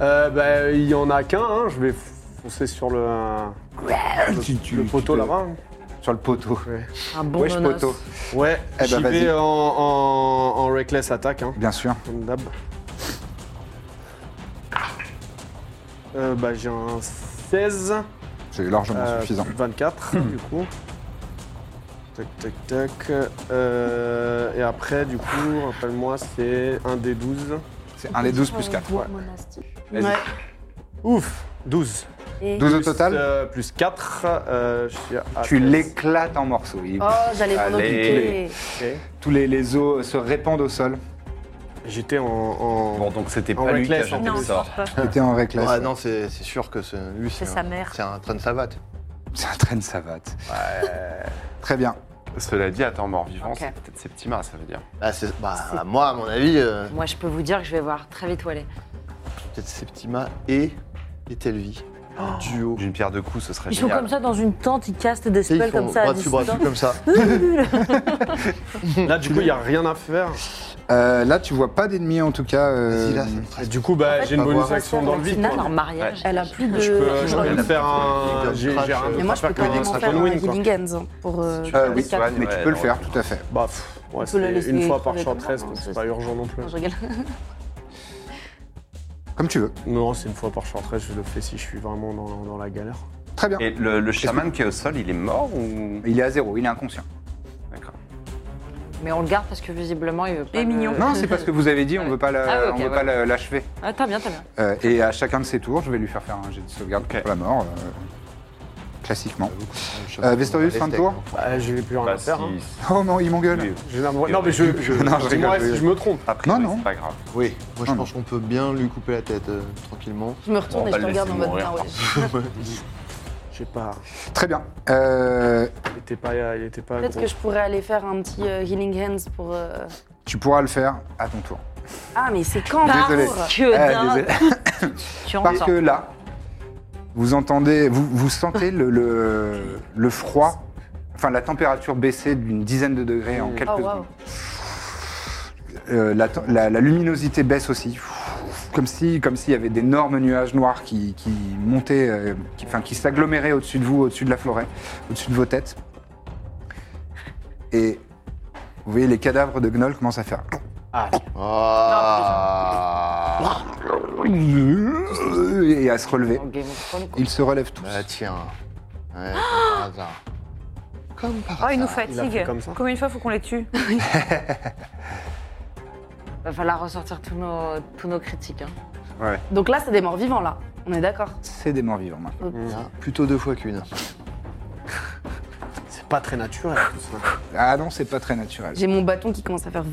Speaker 5: Euh, bah, il y en a qu'un, hein. Je vais foncer sur le. le,
Speaker 1: tu- tu-
Speaker 5: le
Speaker 1: tu
Speaker 5: poteau
Speaker 1: te-
Speaker 5: là-bas.
Speaker 1: sur le poteau.
Speaker 7: Un bon
Speaker 1: Wesh,
Speaker 7: nonos.
Speaker 1: poteau.
Speaker 5: Ouais,
Speaker 1: Eh
Speaker 5: j'y
Speaker 1: ben, vas-y.
Speaker 5: vais en, en- en reckless attaque, hein,
Speaker 1: Bien sûr.
Speaker 5: comme d'hab. Euh, bah, j'ai un 16,
Speaker 1: C'est largement
Speaker 5: euh,
Speaker 1: suffisant. Hmm.
Speaker 5: 24, du coup. Tac, tac, tac. Euh, et après, du coup, rappelle-moi, c'est un des 12.
Speaker 1: C'est 1 les 12 plus 4.
Speaker 5: Vas-y.
Speaker 3: Ouais.
Speaker 5: Ouf 12.
Speaker 1: 12 au
Speaker 5: Plus,
Speaker 1: total
Speaker 5: euh, Plus 4, euh, je suis à
Speaker 1: Tu
Speaker 5: 16.
Speaker 1: l'éclates en morceaux. Il-
Speaker 3: Oh, j'allais m'en
Speaker 1: Allez.
Speaker 3: occuper.
Speaker 1: Tous les, les os se répandent au sol.
Speaker 5: J'étais en... en-
Speaker 8: Bon, donc c'était
Speaker 5: En
Speaker 8: pas lui qui a
Speaker 5: reckless,
Speaker 8: jeté
Speaker 5: en
Speaker 8: le
Speaker 5: plus.
Speaker 8: sort.
Speaker 1: T'étais en reckless.
Speaker 2: Ah non, c'est c'est sûr que c'est lui, c'est
Speaker 4: sa
Speaker 2: un-
Speaker 4: mère.
Speaker 2: C'est un train de savate.
Speaker 1: C'est un train de savate. Très bien.
Speaker 8: Cela dit, attends, mort-vivant,
Speaker 7: Ok.
Speaker 8: c'est peut-être Septima, ça veut dire.
Speaker 2: Bah, c'est- bah, moi, à mon avis, euh,
Speaker 7: Moi, je peux vous dire que je vais voir très vite où aller.
Speaker 2: peut-être Septima et Etelvi. Un duo.
Speaker 8: D'une pierre deux coups, ce serait
Speaker 4: Oh. Ils sont
Speaker 8: génial.
Speaker 4: comme ça dans une tente, ils castent des
Speaker 2: Tu sais,
Speaker 4: spells comme ça à
Speaker 2: bras dessus, bras
Speaker 4: distance.
Speaker 2: dessus, comme ça.
Speaker 5: Là, du coup, il n'y a rien à faire.
Speaker 1: Euh, là, tu vois pas d'ennemis en tout cas. euh,
Speaker 2: Vas-y, là, ça me stresse.
Speaker 5: Du coup, bah, j'ai une
Speaker 2: on va
Speaker 5: bonus
Speaker 2: voir.
Speaker 5: action dans le vide.
Speaker 7: Tina,
Speaker 5: quoi.
Speaker 7: leur mariage.
Speaker 3: Elle a plus de.
Speaker 5: Je peux, je
Speaker 3: Non,
Speaker 5: peux
Speaker 2: Ouais.
Speaker 5: me faire un. Ah
Speaker 2: Ouais.
Speaker 5: J'ai j'ai rien
Speaker 2: Mais
Speaker 3: mais moi, je peux
Speaker 5: d'autre à
Speaker 2: Faire
Speaker 3: carrément
Speaker 2: un
Speaker 5: qu'un
Speaker 3: faire un
Speaker 5: win, quoi.
Speaker 3: healing hands hein, pour. euh,
Speaker 1: Euh, oui,
Speaker 7: Quatre.
Speaker 1: mais tu
Speaker 8: ouais,
Speaker 1: peux le
Speaker 8: non,
Speaker 1: faire,
Speaker 8: ouais.
Speaker 1: tout à fait.
Speaker 5: Bah, pff, ouais,
Speaker 3: peut la
Speaker 5: c'est
Speaker 3: laisser
Speaker 5: une fois par
Speaker 3: crever comme
Speaker 5: chanteresse,
Speaker 3: ça,
Speaker 5: donc
Speaker 3: hein,
Speaker 5: c'est
Speaker 3: c'est-
Speaker 5: pas urgent non plus.
Speaker 3: Non, je rigole.
Speaker 1: Comme tu veux.
Speaker 5: Non, c'est une fois par chanteresse, je le fais si je suis vraiment dans, dans la galère.
Speaker 1: Très bien.
Speaker 8: Et le, le chaman qui est au sol, il est mort ou.
Speaker 1: Il est à zéro, il est inconscient.
Speaker 8: D'accord.
Speaker 7: *laughs* Mais on le garde parce que visiblement, il veut pas.
Speaker 4: Et
Speaker 7: me-
Speaker 4: mignon.
Speaker 1: Non, c'est parce que vous avez dit, on
Speaker 7: Ah
Speaker 1: veut pas la-
Speaker 7: Ah oui, ok,
Speaker 1: on veut pas la- l'achever.
Speaker 7: Ah, t'as bien, t'as bien.
Speaker 1: Euh, et à chacun de ses tours, je vais lui faire faire un jet de sauvegarde
Speaker 8: Ok.
Speaker 1: pour la mort, euh, classiquement. Euh, Vestorius, fin de tour
Speaker 5: Bah, j'ai plus rien
Speaker 8: Bah,
Speaker 5: à faire. hein.
Speaker 8: si-
Speaker 1: Oh non, il m'engueule.
Speaker 8: Oui.
Speaker 5: J'ai la- Non, mais je.
Speaker 2: *laughs*
Speaker 5: je...
Speaker 1: Non, je
Speaker 5: Dis-moi
Speaker 1: rigole, je
Speaker 5: si je me trompe.
Speaker 8: A priori,
Speaker 1: Non, non.
Speaker 8: C'est pas grave.
Speaker 2: Oui, moi je
Speaker 1: Non,
Speaker 2: pense qu'on peut bien lui couper la tête euh, tranquillement.
Speaker 3: Je me
Speaker 8: Bon,
Speaker 3: retourne
Speaker 8: on
Speaker 3: et
Speaker 8: va
Speaker 3: je te
Speaker 8: le
Speaker 3: regarde en
Speaker 8: laisser
Speaker 3: mode.
Speaker 8: mourir.
Speaker 3: Ah, ouais. *laughs*
Speaker 5: J'ai pas.
Speaker 1: Très bien. Euh,
Speaker 5: Il était pas. Il était pas.
Speaker 3: Peut-être
Speaker 5: gros.
Speaker 3: que je pourrais aller faire un petit euh, healing hands pour. euh,
Speaker 1: tu pourras le faire à ton tour.
Speaker 3: Ah, mais c'est quand
Speaker 1: Désolé.
Speaker 7: Que
Speaker 1: Ah,
Speaker 7: dingue.
Speaker 1: désolé.
Speaker 7: Tu en
Speaker 1: Parce
Speaker 7: sors.
Speaker 1: que là, vous entendez, vous, vous sentez le, le, le froid, enfin la température baisser d'une dizaine de degrés
Speaker 11: Mm.
Speaker 1: en quelques
Speaker 3: Oh,
Speaker 1: secondes.
Speaker 3: waouh.
Speaker 1: Euh, la, te- la- la luminosité baisse aussi, comme si comme s'il y avait d'énormes nuages noirs qui, qui montaient, euh, qui, enfin, qui s'aggloméraient au-dessus de vous, au-dessus de la forêt, au-dessus de vos têtes. Et vous voyez les cadavres de Gnoll commencent à faire.
Speaker 2: Ah
Speaker 1: et à se relever.
Speaker 7: Dans Game of Thrones, quoi.
Speaker 1: Ils se relèvent tous. Ah
Speaker 2: Bah tiens. Ouais, comme par hasard. Comme par
Speaker 4: Oh,
Speaker 2: hasard.
Speaker 4: ils nous
Speaker 5: Il a
Speaker 4: fatiguent.
Speaker 5: fait comme ça.
Speaker 4: Combien de fois faut qu'on les
Speaker 7: *laughs*
Speaker 4: tue
Speaker 7: Va falloir ressortir tous nos, tous nos critiques. hein.
Speaker 3: Donc là, c'est des morts vivants, là. On est d'accord.
Speaker 1: C'est des morts vivants maintenant.
Speaker 2: Bien, Plutôt deux fois qu'une.
Speaker 5: C'est pas très naturel tout ça.
Speaker 1: Ah non, c'est pas très naturel.
Speaker 3: *laughs* J'ai mon bâton qui commence à faire.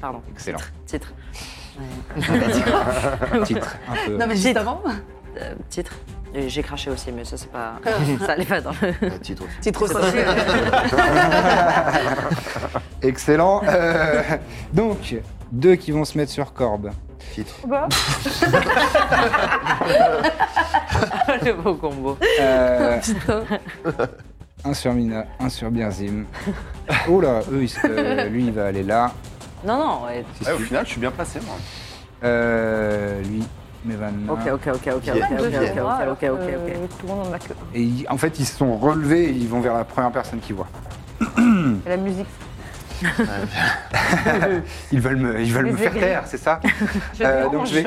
Speaker 7: Pardon,
Speaker 1: Excellent.
Speaker 7: titre.
Speaker 1: Titre. Un peu.
Speaker 3: Non, mais juste avant.
Speaker 7: Euh, titre. Et J'ai craché aussi, mais ça, c'est pas. ça allait pas dans le.
Speaker 1: Euh,
Speaker 2: Le titre aussi.
Speaker 3: C'est trop sensé.
Speaker 1: Excellent. Euh, donc, deux qui vont se mettre sur Corbe.
Speaker 2: Titre.
Speaker 7: le beau combo.
Speaker 1: Euh,
Speaker 3: Putain.
Speaker 1: un sur Mina, un sur Birzim. Oh là, eux, ils se- euh, lui, il va aller là.
Speaker 7: Non, non, ouais,
Speaker 1: Si,
Speaker 8: Ouais, au
Speaker 1: si.
Speaker 8: final, je suis bien placé, moi.
Speaker 1: Euh, lui, Mais 29.
Speaker 6: Ok, ok, ok, ok,
Speaker 2: Pierre.
Speaker 6: ok,
Speaker 2: Pierre.
Speaker 6: ok, ok, ok, ok, ok, ok.
Speaker 4: Euh, Tout le monde en a que.
Speaker 1: Et ils- en fait, ils se sont relevés et ils vont vers la première personne qu'ils
Speaker 4: *laughs*
Speaker 1: voient. Hmm.
Speaker 4: Et la musique.
Speaker 1: Ils veulent me, ils veulent
Speaker 4: Les
Speaker 1: me faire
Speaker 4: aigris.
Speaker 1: taire, c'est ça
Speaker 4: Je
Speaker 1: Euh,
Speaker 4: dérange.
Speaker 1: Donc je vais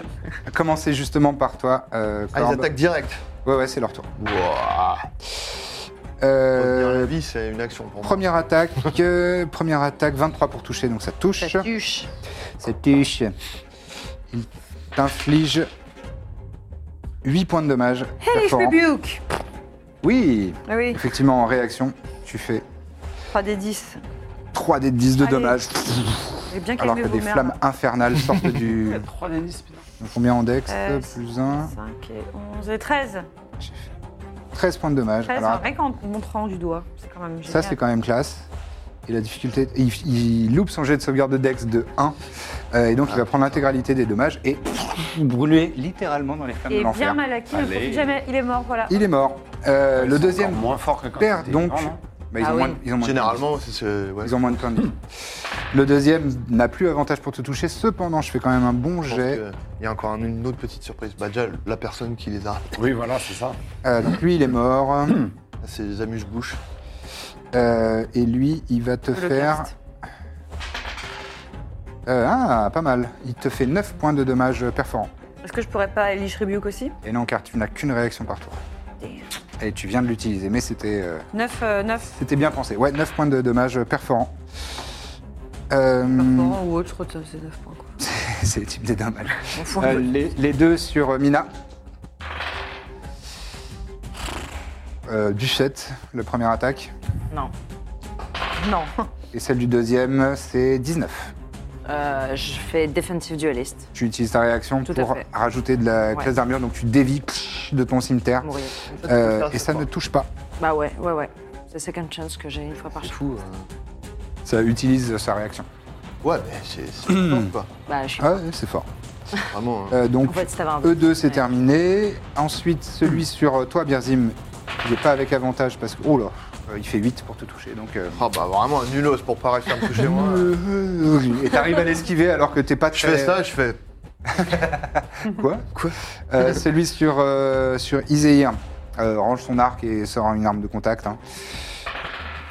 Speaker 1: commencer justement par toi, euh,
Speaker 2: Ah, ils
Speaker 1: Corbe.
Speaker 2: attaquent direct.
Speaker 1: Ouais, ouais, c'est leur tour.
Speaker 2: Wouah. Retenir
Speaker 1: Euh,
Speaker 2: la vie, c'est une action pour moi.
Speaker 1: première attaque, *laughs* euh, première attaque, 23 pour toucher, donc ça touche.
Speaker 7: Ça tuche.
Speaker 1: Ça touche. Il t'inflige 8 points de dommage.
Speaker 4: Hey, je
Speaker 1: perforant.
Speaker 4: rebuke
Speaker 1: oui,
Speaker 4: Ah oui,
Speaker 1: effectivement, en réaction, tu fais
Speaker 4: 3 des 10.
Speaker 1: 3 des 10 de
Speaker 4: Allez.
Speaker 1: dommages,
Speaker 4: J'ai bien
Speaker 1: alors
Speaker 4: calmé
Speaker 1: que
Speaker 4: vos
Speaker 1: des
Speaker 4: merdes.
Speaker 1: flammes
Speaker 4: *laughs*
Speaker 1: infernales sortent du...
Speaker 8: 3 des 10, putain.
Speaker 1: Combien en dex
Speaker 4: Euh,
Speaker 1: Plus 1.
Speaker 4: 5 et 11 et 13.
Speaker 1: 13 points de dommage.
Speaker 4: 13,
Speaker 1: Ah, Alors,
Speaker 4: en vrai, quand on montrant du doigt. C'est quand même
Speaker 1: Ça,
Speaker 4: génial.
Speaker 1: c'est quand même classe. Et la difficulté, il, il loupe son jet de sauvegarde de Dex de 1. euh, et donc,
Speaker 2: Ah.
Speaker 1: il va prendre l'intégralité des dommages et brûler littéralement dans les flammes de
Speaker 4: Et bien
Speaker 1: l'enfer.
Speaker 4: mal acquis, ne profite jamais. Il est mort, voilà.
Speaker 1: Il est mort.
Speaker 2: Ah,
Speaker 1: Euh, le deuxième
Speaker 8: Moins fort que quand
Speaker 1: perd
Speaker 8: c'était
Speaker 1: donc.
Speaker 8: grand, non
Speaker 1: bah, ils,
Speaker 6: Ah
Speaker 1: ont moins,
Speaker 6: oui.
Speaker 1: de- ils ont moins de-
Speaker 2: hein. Généralement, c'est ce. ouais.
Speaker 1: ils ont moins de points de vie. Le deuxième n'a plus avantage pour te toucher. Cependant, je fais quand même un bon
Speaker 2: Je pense
Speaker 1: jet.
Speaker 2: que Il y a encore un- une autre petite surprise. Bah, déjà, la personne qui les a,
Speaker 8: Oui, voilà, c'est ça.
Speaker 1: Euh, donc, lui, il est mort.
Speaker 2: c'est les amuse-bouches.
Speaker 1: Euh, et lui, il va te faire. Euh, ah, pas mal. Il te fait 9 points de dommages perforants.
Speaker 4: Est-ce que je pourrais pas Elish Rebuke aussi
Speaker 1: Et non, car tu n'as qu'une réaction par tour. Et tu viens de l'utiliser, mais c'était euh,
Speaker 4: 9, euh, 9
Speaker 1: c'était bien pensé. Ouais, 9 points de dommages perforants. Euh, *laughs*
Speaker 4: perforants ou autre, ça, c'est 9 points quoi.
Speaker 1: c'est le type des dommages.
Speaker 4: On fout un
Speaker 1: Euh,
Speaker 4: peu.
Speaker 1: les, les deux sur euh, Mina. Euh, du 7, la première attaque.
Speaker 7: Non.
Speaker 4: Non.
Speaker 1: Et celle du deuxième, c'est 19.
Speaker 7: Euh, je fais Defensive Duelist.
Speaker 1: Tu utilises ta réaction
Speaker 7: Tout à
Speaker 1: pour
Speaker 7: fait.
Speaker 1: rajouter de la
Speaker 7: Ouais.
Speaker 1: classe d'armure, donc tu dévis pff, de ton cimetière.
Speaker 7: Mourir.
Speaker 1: Ah. Euh,
Speaker 2: Ça,
Speaker 1: et
Speaker 2: c'est
Speaker 1: ça
Speaker 2: fort.
Speaker 1: ne touche pas.
Speaker 7: Bah ouais, ouais, ouais. C'est second chance que j'ai une fois par
Speaker 2: C'est
Speaker 7: jour.
Speaker 2: fou.
Speaker 1: hein.
Speaker 2: euh.
Speaker 1: Ça utilise sa réaction.
Speaker 2: Ouais, mais c'est c'est
Speaker 1: *clears throat*
Speaker 2: fort, quoi.
Speaker 7: Bah, je suis...
Speaker 1: Ah ouais, c'est fort.
Speaker 2: Vraiment. hein.
Speaker 1: Euh, donc
Speaker 7: En fait, si t'avais un
Speaker 1: E2 c'est
Speaker 7: Ouais.
Speaker 1: terminé. Ensuite,
Speaker 7: *clears throat*
Speaker 1: celui sur euh, toi, Birzim, il n'est pas avec avantage parce que. Oh là, euh, il fait 8 pour te toucher. Donc. euh,
Speaker 2: Ah, bah, vraiment, un nulos pour pas réussir à me toucher, moi.
Speaker 1: *laughs* euh, Et t'arrives à l'esquiver alors que t'es pas
Speaker 2: Je
Speaker 1: très.
Speaker 2: fais ça,
Speaker 1: *laughs*
Speaker 2: je fais.
Speaker 1: Quoi Quoi Euh, Celui sur, euh, sur Izehir. Euh, range son arc et sort une arme de contact. hein.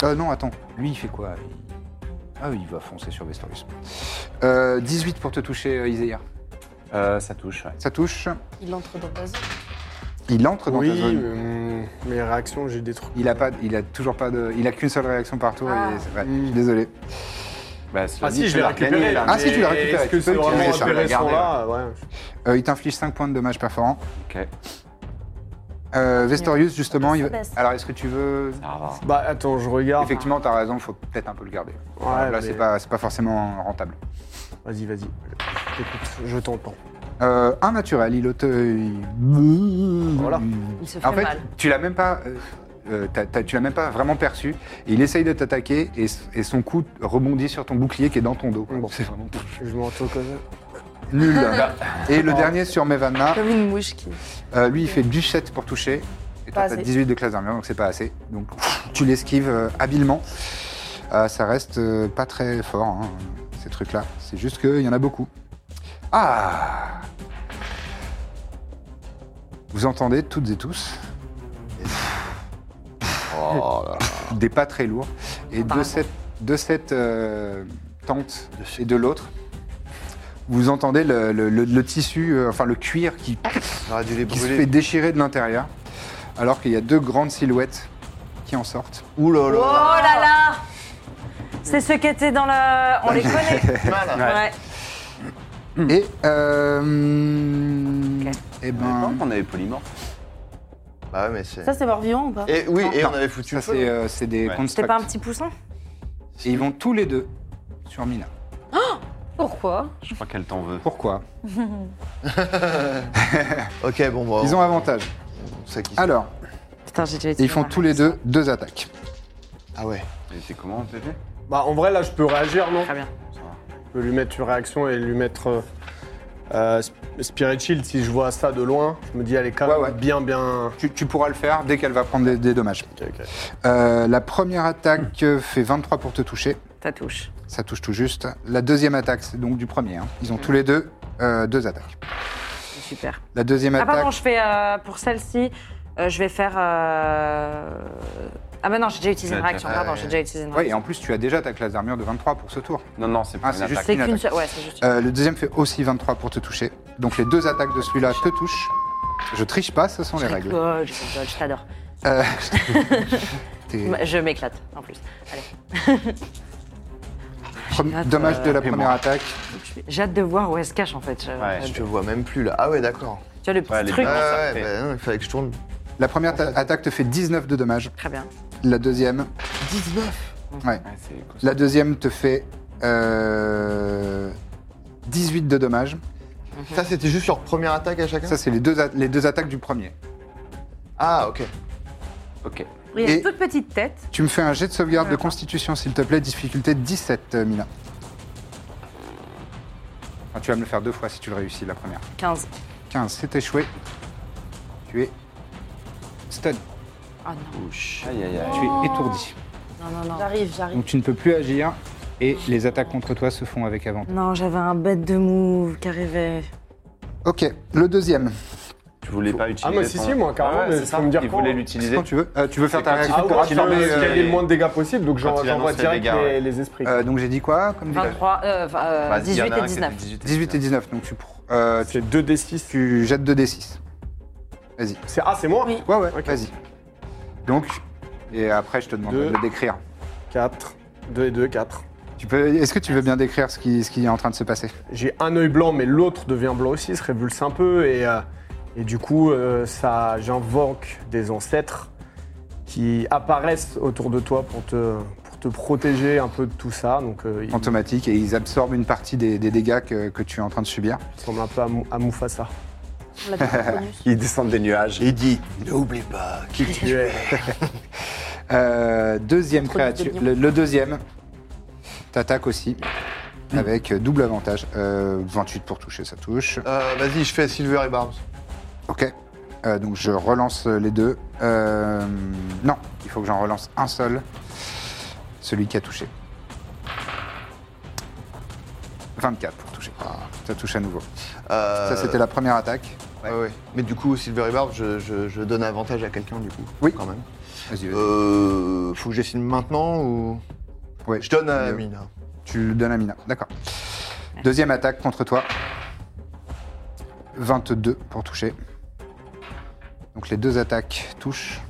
Speaker 1: Euh, non, attends. Lui, il fait quoi Il- Ah, il va foncer sur Vestorius. Euh, 18 pour te toucher, euh, Izehir.
Speaker 8: Euh, ça touche, ouais.
Speaker 1: Ça touche.
Speaker 3: Il entre dans ta zone.
Speaker 1: Il entre dans
Speaker 5: Oui,
Speaker 1: ta zone.
Speaker 5: mais, hum, mes réactions, j'ai des trucs.
Speaker 1: Il a pas, il a toujours pas de, il a qu'une seule réaction par tour. et c'est vrai. Je suis désolé.
Speaker 8: Bah,
Speaker 5: Hmm. Ah si, je l'ai récupéré.
Speaker 1: Ah si, tu l'as
Speaker 5: Est-ce
Speaker 1: récupéré,
Speaker 5: que
Speaker 1: tu peux
Speaker 5: c'est vraiment
Speaker 1: utiliser ça,
Speaker 8: tu l'as
Speaker 5: intéressant
Speaker 8: gardé,
Speaker 5: là Ouais.
Speaker 1: Euh, il t'inflige 5 points de dommages perforants.
Speaker 8: Ok.
Speaker 1: Euh, Vestorius justement, il va-
Speaker 3: baisse.
Speaker 1: alors est-ce que tu veux
Speaker 8: Ah,
Speaker 5: Bah attends, je regarde.
Speaker 1: Effectivement, t'as raison, faut peut-être un peu le garder.
Speaker 5: Ouais,
Speaker 1: Là,
Speaker 5: mais-
Speaker 1: c'est pas, c'est pas forcément rentable.
Speaker 5: Vas-y, vas-y. Écoute, je t'entends.
Speaker 1: Euh, un naturel, il te. il-
Speaker 5: Voilà.
Speaker 7: Il se fait
Speaker 1: En fait,
Speaker 7: mal.
Speaker 1: tu l'as même pas. euh, euh, t'as- t'as- tu l'as même pas vraiment perçu. Et il essaye de t'attaquer et, s- et son coup rebondit sur ton bouclier qui est dans ton dos. quoi.
Speaker 5: Bon.
Speaker 1: C'est vraiment
Speaker 5: Je me retourne comme ça.
Speaker 3: *laughs*
Speaker 1: nul. Bah, et
Speaker 7: Oh.
Speaker 1: le dernier sur Mevanna,
Speaker 3: Comme une mouche qui.
Speaker 1: Euh, lui, il fait du 7 pour toucher. Et
Speaker 3: Pas
Speaker 1: toi, t'as
Speaker 3: assez.
Speaker 1: 18 de classe d'armure, donc c'est pas assez. Donc tu l'esquives euh, habilement. Euh, ça reste euh, pas très fort, hein, ces trucs-là. C'est juste qu'il y en a beaucoup. Ah Vous entendez toutes et tous
Speaker 2: Oh là là.
Speaker 1: des pas très lourds. Et de cette, de cette euh, tente et de l'autre, vous entendez le, le- le- le tissu, euh, enfin le cuir qui
Speaker 2: J'aurais dû les
Speaker 1: qui se
Speaker 2: brûler.
Speaker 1: fait déchirer de l'intérieur, alors qu'il y a deux grandes silhouettes qui en sortent.
Speaker 2: Ouh là
Speaker 4: Oh
Speaker 2: là.
Speaker 4: là là C'est ceux qui étaient dans la.
Speaker 1: *laughs*
Speaker 4: On les connaît
Speaker 2: Mal, hein.
Speaker 4: Ouais.
Speaker 1: Et euh,
Speaker 4: Ok.
Speaker 1: eh
Speaker 8: Pas
Speaker 1: ben,
Speaker 8: qu'on avait polymorphe.
Speaker 2: Bah, ouais, mais c'est.
Speaker 3: Ça, c'est mort-vivant ou pas
Speaker 2: Et oui, et
Speaker 1: Non.
Speaker 2: on avait foutu
Speaker 1: ça
Speaker 2: le feu.
Speaker 1: c'est euh, c'est des
Speaker 8: Ouais.
Speaker 1: constructs.
Speaker 7: C'était pas un petit poussin
Speaker 1: Et ils vont tous les deux sur Mina.
Speaker 4: Pourquoi
Speaker 8: Je crois qu'elle t'en veut. *laughs*
Speaker 1: Pourquoi
Speaker 2: Ok, bon, bah.
Speaker 1: Ils ont avantage.
Speaker 2: on sait qui c'est.
Speaker 1: Alors,
Speaker 7: *laughs* Putain, j'ai déjà été.
Speaker 1: et ils font tous les deux deux attaques.
Speaker 2: Ah ouais.
Speaker 8: Et c'est comment, PV
Speaker 5: Bah en vrai là je peux réagir non
Speaker 7: Très bien.
Speaker 5: Je peux lui mettre une réaction et lui mettre euh, euh, Sp- Spirit Shield si je vois ça de loin. Je me dis elle est quand
Speaker 1: Ouais,
Speaker 5: même
Speaker 1: ouais.
Speaker 5: bien bien.
Speaker 1: Tu, tu pourras le faire dès qu'elle va prendre des, des dommages.
Speaker 5: Ok, ok.
Speaker 1: Euh, la première attaque euh, fait 23 pour te toucher.
Speaker 7: Ça touche.
Speaker 1: Ça
Speaker 7: Mm.
Speaker 1: touche tout juste. La deuxième attaque, c'est donc du premier. hein. Ils ont tous les deux euh, deux attaques.
Speaker 7: Je
Speaker 4: super.
Speaker 1: La deuxième
Speaker 7: Ah pardon,
Speaker 1: attaque,
Speaker 7: je fais euh, pour celle-ci, euh, je vais faire. euh, Ah ben non, j'ai déjà utilisé une
Speaker 8: Ouais,
Speaker 7: réaction.
Speaker 2: ouais,
Speaker 7: Pardon,
Speaker 2: ouais.
Speaker 7: j'ai déjà utilisé une Oh,
Speaker 1: ouais, et
Speaker 7: réaction.
Speaker 1: en plus, tu as déjà ta classe d'armure de 23 pour ce tour.
Speaker 8: Non, non, c'est pas
Speaker 1: Ah,
Speaker 8: une
Speaker 1: c'est juste
Speaker 8: attaque.
Speaker 7: C'est
Speaker 1: une
Speaker 7: qu'une
Speaker 1: attaque.
Speaker 7: seule. Ouais, c'est juste. une-
Speaker 1: Euh, le deuxième fait aussi 23 pour te toucher. Donc les deux attaques de celui-là te touchent. Je triche pas, ce sont les
Speaker 7: Je
Speaker 1: règles.
Speaker 7: rigole, je rigole, je t'adore. Bah,
Speaker 1: Euh, *laughs* t'es-
Speaker 7: Je m'éclate en plus. Allez.
Speaker 1: *laughs* Premi-
Speaker 7: hâte,
Speaker 1: Dommage de la
Speaker 7: euh,
Speaker 1: première attaque.
Speaker 7: J'ai hâte de voir où elle se cache en fait. Je-
Speaker 3: euh,
Speaker 8: Ouais.
Speaker 2: Je te vois même plus là. Ah ouais, d'accord.
Speaker 7: Tu vois le petit
Speaker 8: Ouais, les
Speaker 7: truc.
Speaker 2: Ouais,
Speaker 8: Comment ça
Speaker 2: ouais,
Speaker 8: fait
Speaker 2: bah, non, il fallait que je tourne.
Speaker 1: La première ta- attaque te fait 19 de dommages.
Speaker 7: Très bien.
Speaker 1: La deuxième,
Speaker 2: 19 Ah,
Speaker 8: Ouais, c'est cool.
Speaker 1: la deuxième te fait euh, 18 de dommages.
Speaker 8: Mhm.
Speaker 2: Ça, c'était juste leur première attaque à chacun
Speaker 1: Ça, c'est les deux, a- les deux attaques du premier.
Speaker 2: Ah, ok.
Speaker 8: Ok.
Speaker 4: Il y a
Speaker 1: Et-
Speaker 4: une toute petite tête.
Speaker 1: Tu me fais un jet de sauvegarde de constitution, s'il te plaît, difficulté 17, euh, Mila.
Speaker 8: Euh.
Speaker 1: Enfin, tu vas me le faire deux fois si tu le réussis, la première.
Speaker 7: 15.
Speaker 1: 15, c'est échoué. Tu es stun.
Speaker 7: Oh non,
Speaker 8: Ah Aïe, aïe, aïe.
Speaker 1: Tu es étourdi.
Speaker 7: non, non, non.
Speaker 4: J'arrive, j'arrive.
Speaker 1: Donc tu ne peux plus agir et les attaques contre toi se font avec avantage.
Speaker 7: Non, j'avais un bête de move qui arrivait.
Speaker 1: Ok, le deuxième.
Speaker 8: Tu voulais pas utiliser.
Speaker 5: Ah, moi, si,
Speaker 8: ton-
Speaker 5: si, moi, carrément, mais
Speaker 8: c'est
Speaker 5: faut
Speaker 8: ça.
Speaker 5: me dire
Speaker 8: Il
Speaker 5: quand.
Speaker 8: voulait
Speaker 1: C'est
Speaker 8: l'utiliser.
Speaker 1: Quand tu veux. Euh, tu veux faire ta
Speaker 8: C'est quand il
Speaker 5: Ah,
Speaker 1: réaction
Speaker 8: faut,
Speaker 1: pour
Speaker 8: quand il
Speaker 1: absorber,
Speaker 8: veut,
Speaker 1: euh,
Speaker 8: qu'il
Speaker 5: y ait le moins de dégâts possible, donc j'en-
Speaker 8: Quand il
Speaker 5: j'envoie
Speaker 8: annonce les
Speaker 5: direct
Speaker 8: dégâts, ouais.
Speaker 5: les, les esprits.
Speaker 1: euh, donc j'ai dit quoi comme dégâts
Speaker 7: 23, euh, enfin, euh,
Speaker 8: Bah, il
Speaker 7: 18
Speaker 8: y en a
Speaker 7: et
Speaker 8: un qui était
Speaker 7: 19.
Speaker 1: 18 et 19, donc tu, pr- euh, tu,
Speaker 5: C'est 2d6.
Speaker 1: tu jettes 2d6. Vas-y.
Speaker 5: C'est- Ah, c'est moi
Speaker 7: Oui.
Speaker 1: Ouais, ouais,
Speaker 5: Ok.
Speaker 1: vas-y. Donc, et après je te demande
Speaker 5: Deux.
Speaker 1: de le décrire.
Speaker 5: 4, 2 et 2, 4.
Speaker 1: Tu peux, est-ce que tu veux bien décrire ce qui, ce qui est en train de se passer
Speaker 5: J'ai un œil blanc, mais l'autre devient blanc aussi, se révulse un peu, et, euh, et du coup, euh, ça, j'invoque des ancêtres qui apparaissent autour de toi pour te, pour te protéger un peu de tout ça. Donc, euh, ils
Speaker 1: Fantomatique et ils absorbent une partie des, des dégâts que, que tu es en train de subir.
Speaker 5: ressemblent un peu à, Mou- à Mufasa.
Speaker 3: On l'a bien connu.
Speaker 8: Ils descendent des nuages.
Speaker 2: Il dit N'oublie pas qui
Speaker 5: *laughs*
Speaker 2: tu es.
Speaker 1: *laughs* Euh, deuxième
Speaker 3: Trop vite de
Speaker 1: créature,
Speaker 3: dire.
Speaker 1: le, le deuxième t'attaque aussi avec euh, double avantage. Euh, 28 pour toucher, ça touche.
Speaker 2: Euh, Vas-y, je fais Silver et Barbs.
Speaker 1: Ok. Euh, donc je relance les deux. Euh, non, il faut que j'en relance un seul. Celui qui a touché. 24 pour toucher. Ah, Ça touche à nouveau.
Speaker 2: Euh,
Speaker 1: Ça, c'était la première attaque.
Speaker 2: Ouais, ouais. Mais du coup, Silver et Barb, je, je- je donne avantage à quelqu'un, du coup.
Speaker 1: Oui.
Speaker 2: Quand même.
Speaker 1: Vas-y, vas-y.
Speaker 2: Euh, faut que j'essaie maintenant ou.
Speaker 1: Ouais.
Speaker 2: Je donne à
Speaker 1: Euh,
Speaker 2: Mina.
Speaker 1: Tu le donnes à Mina, d'accord. Deuxième attaque contre toi. 22 pour toucher. Donc les deux attaques touchent.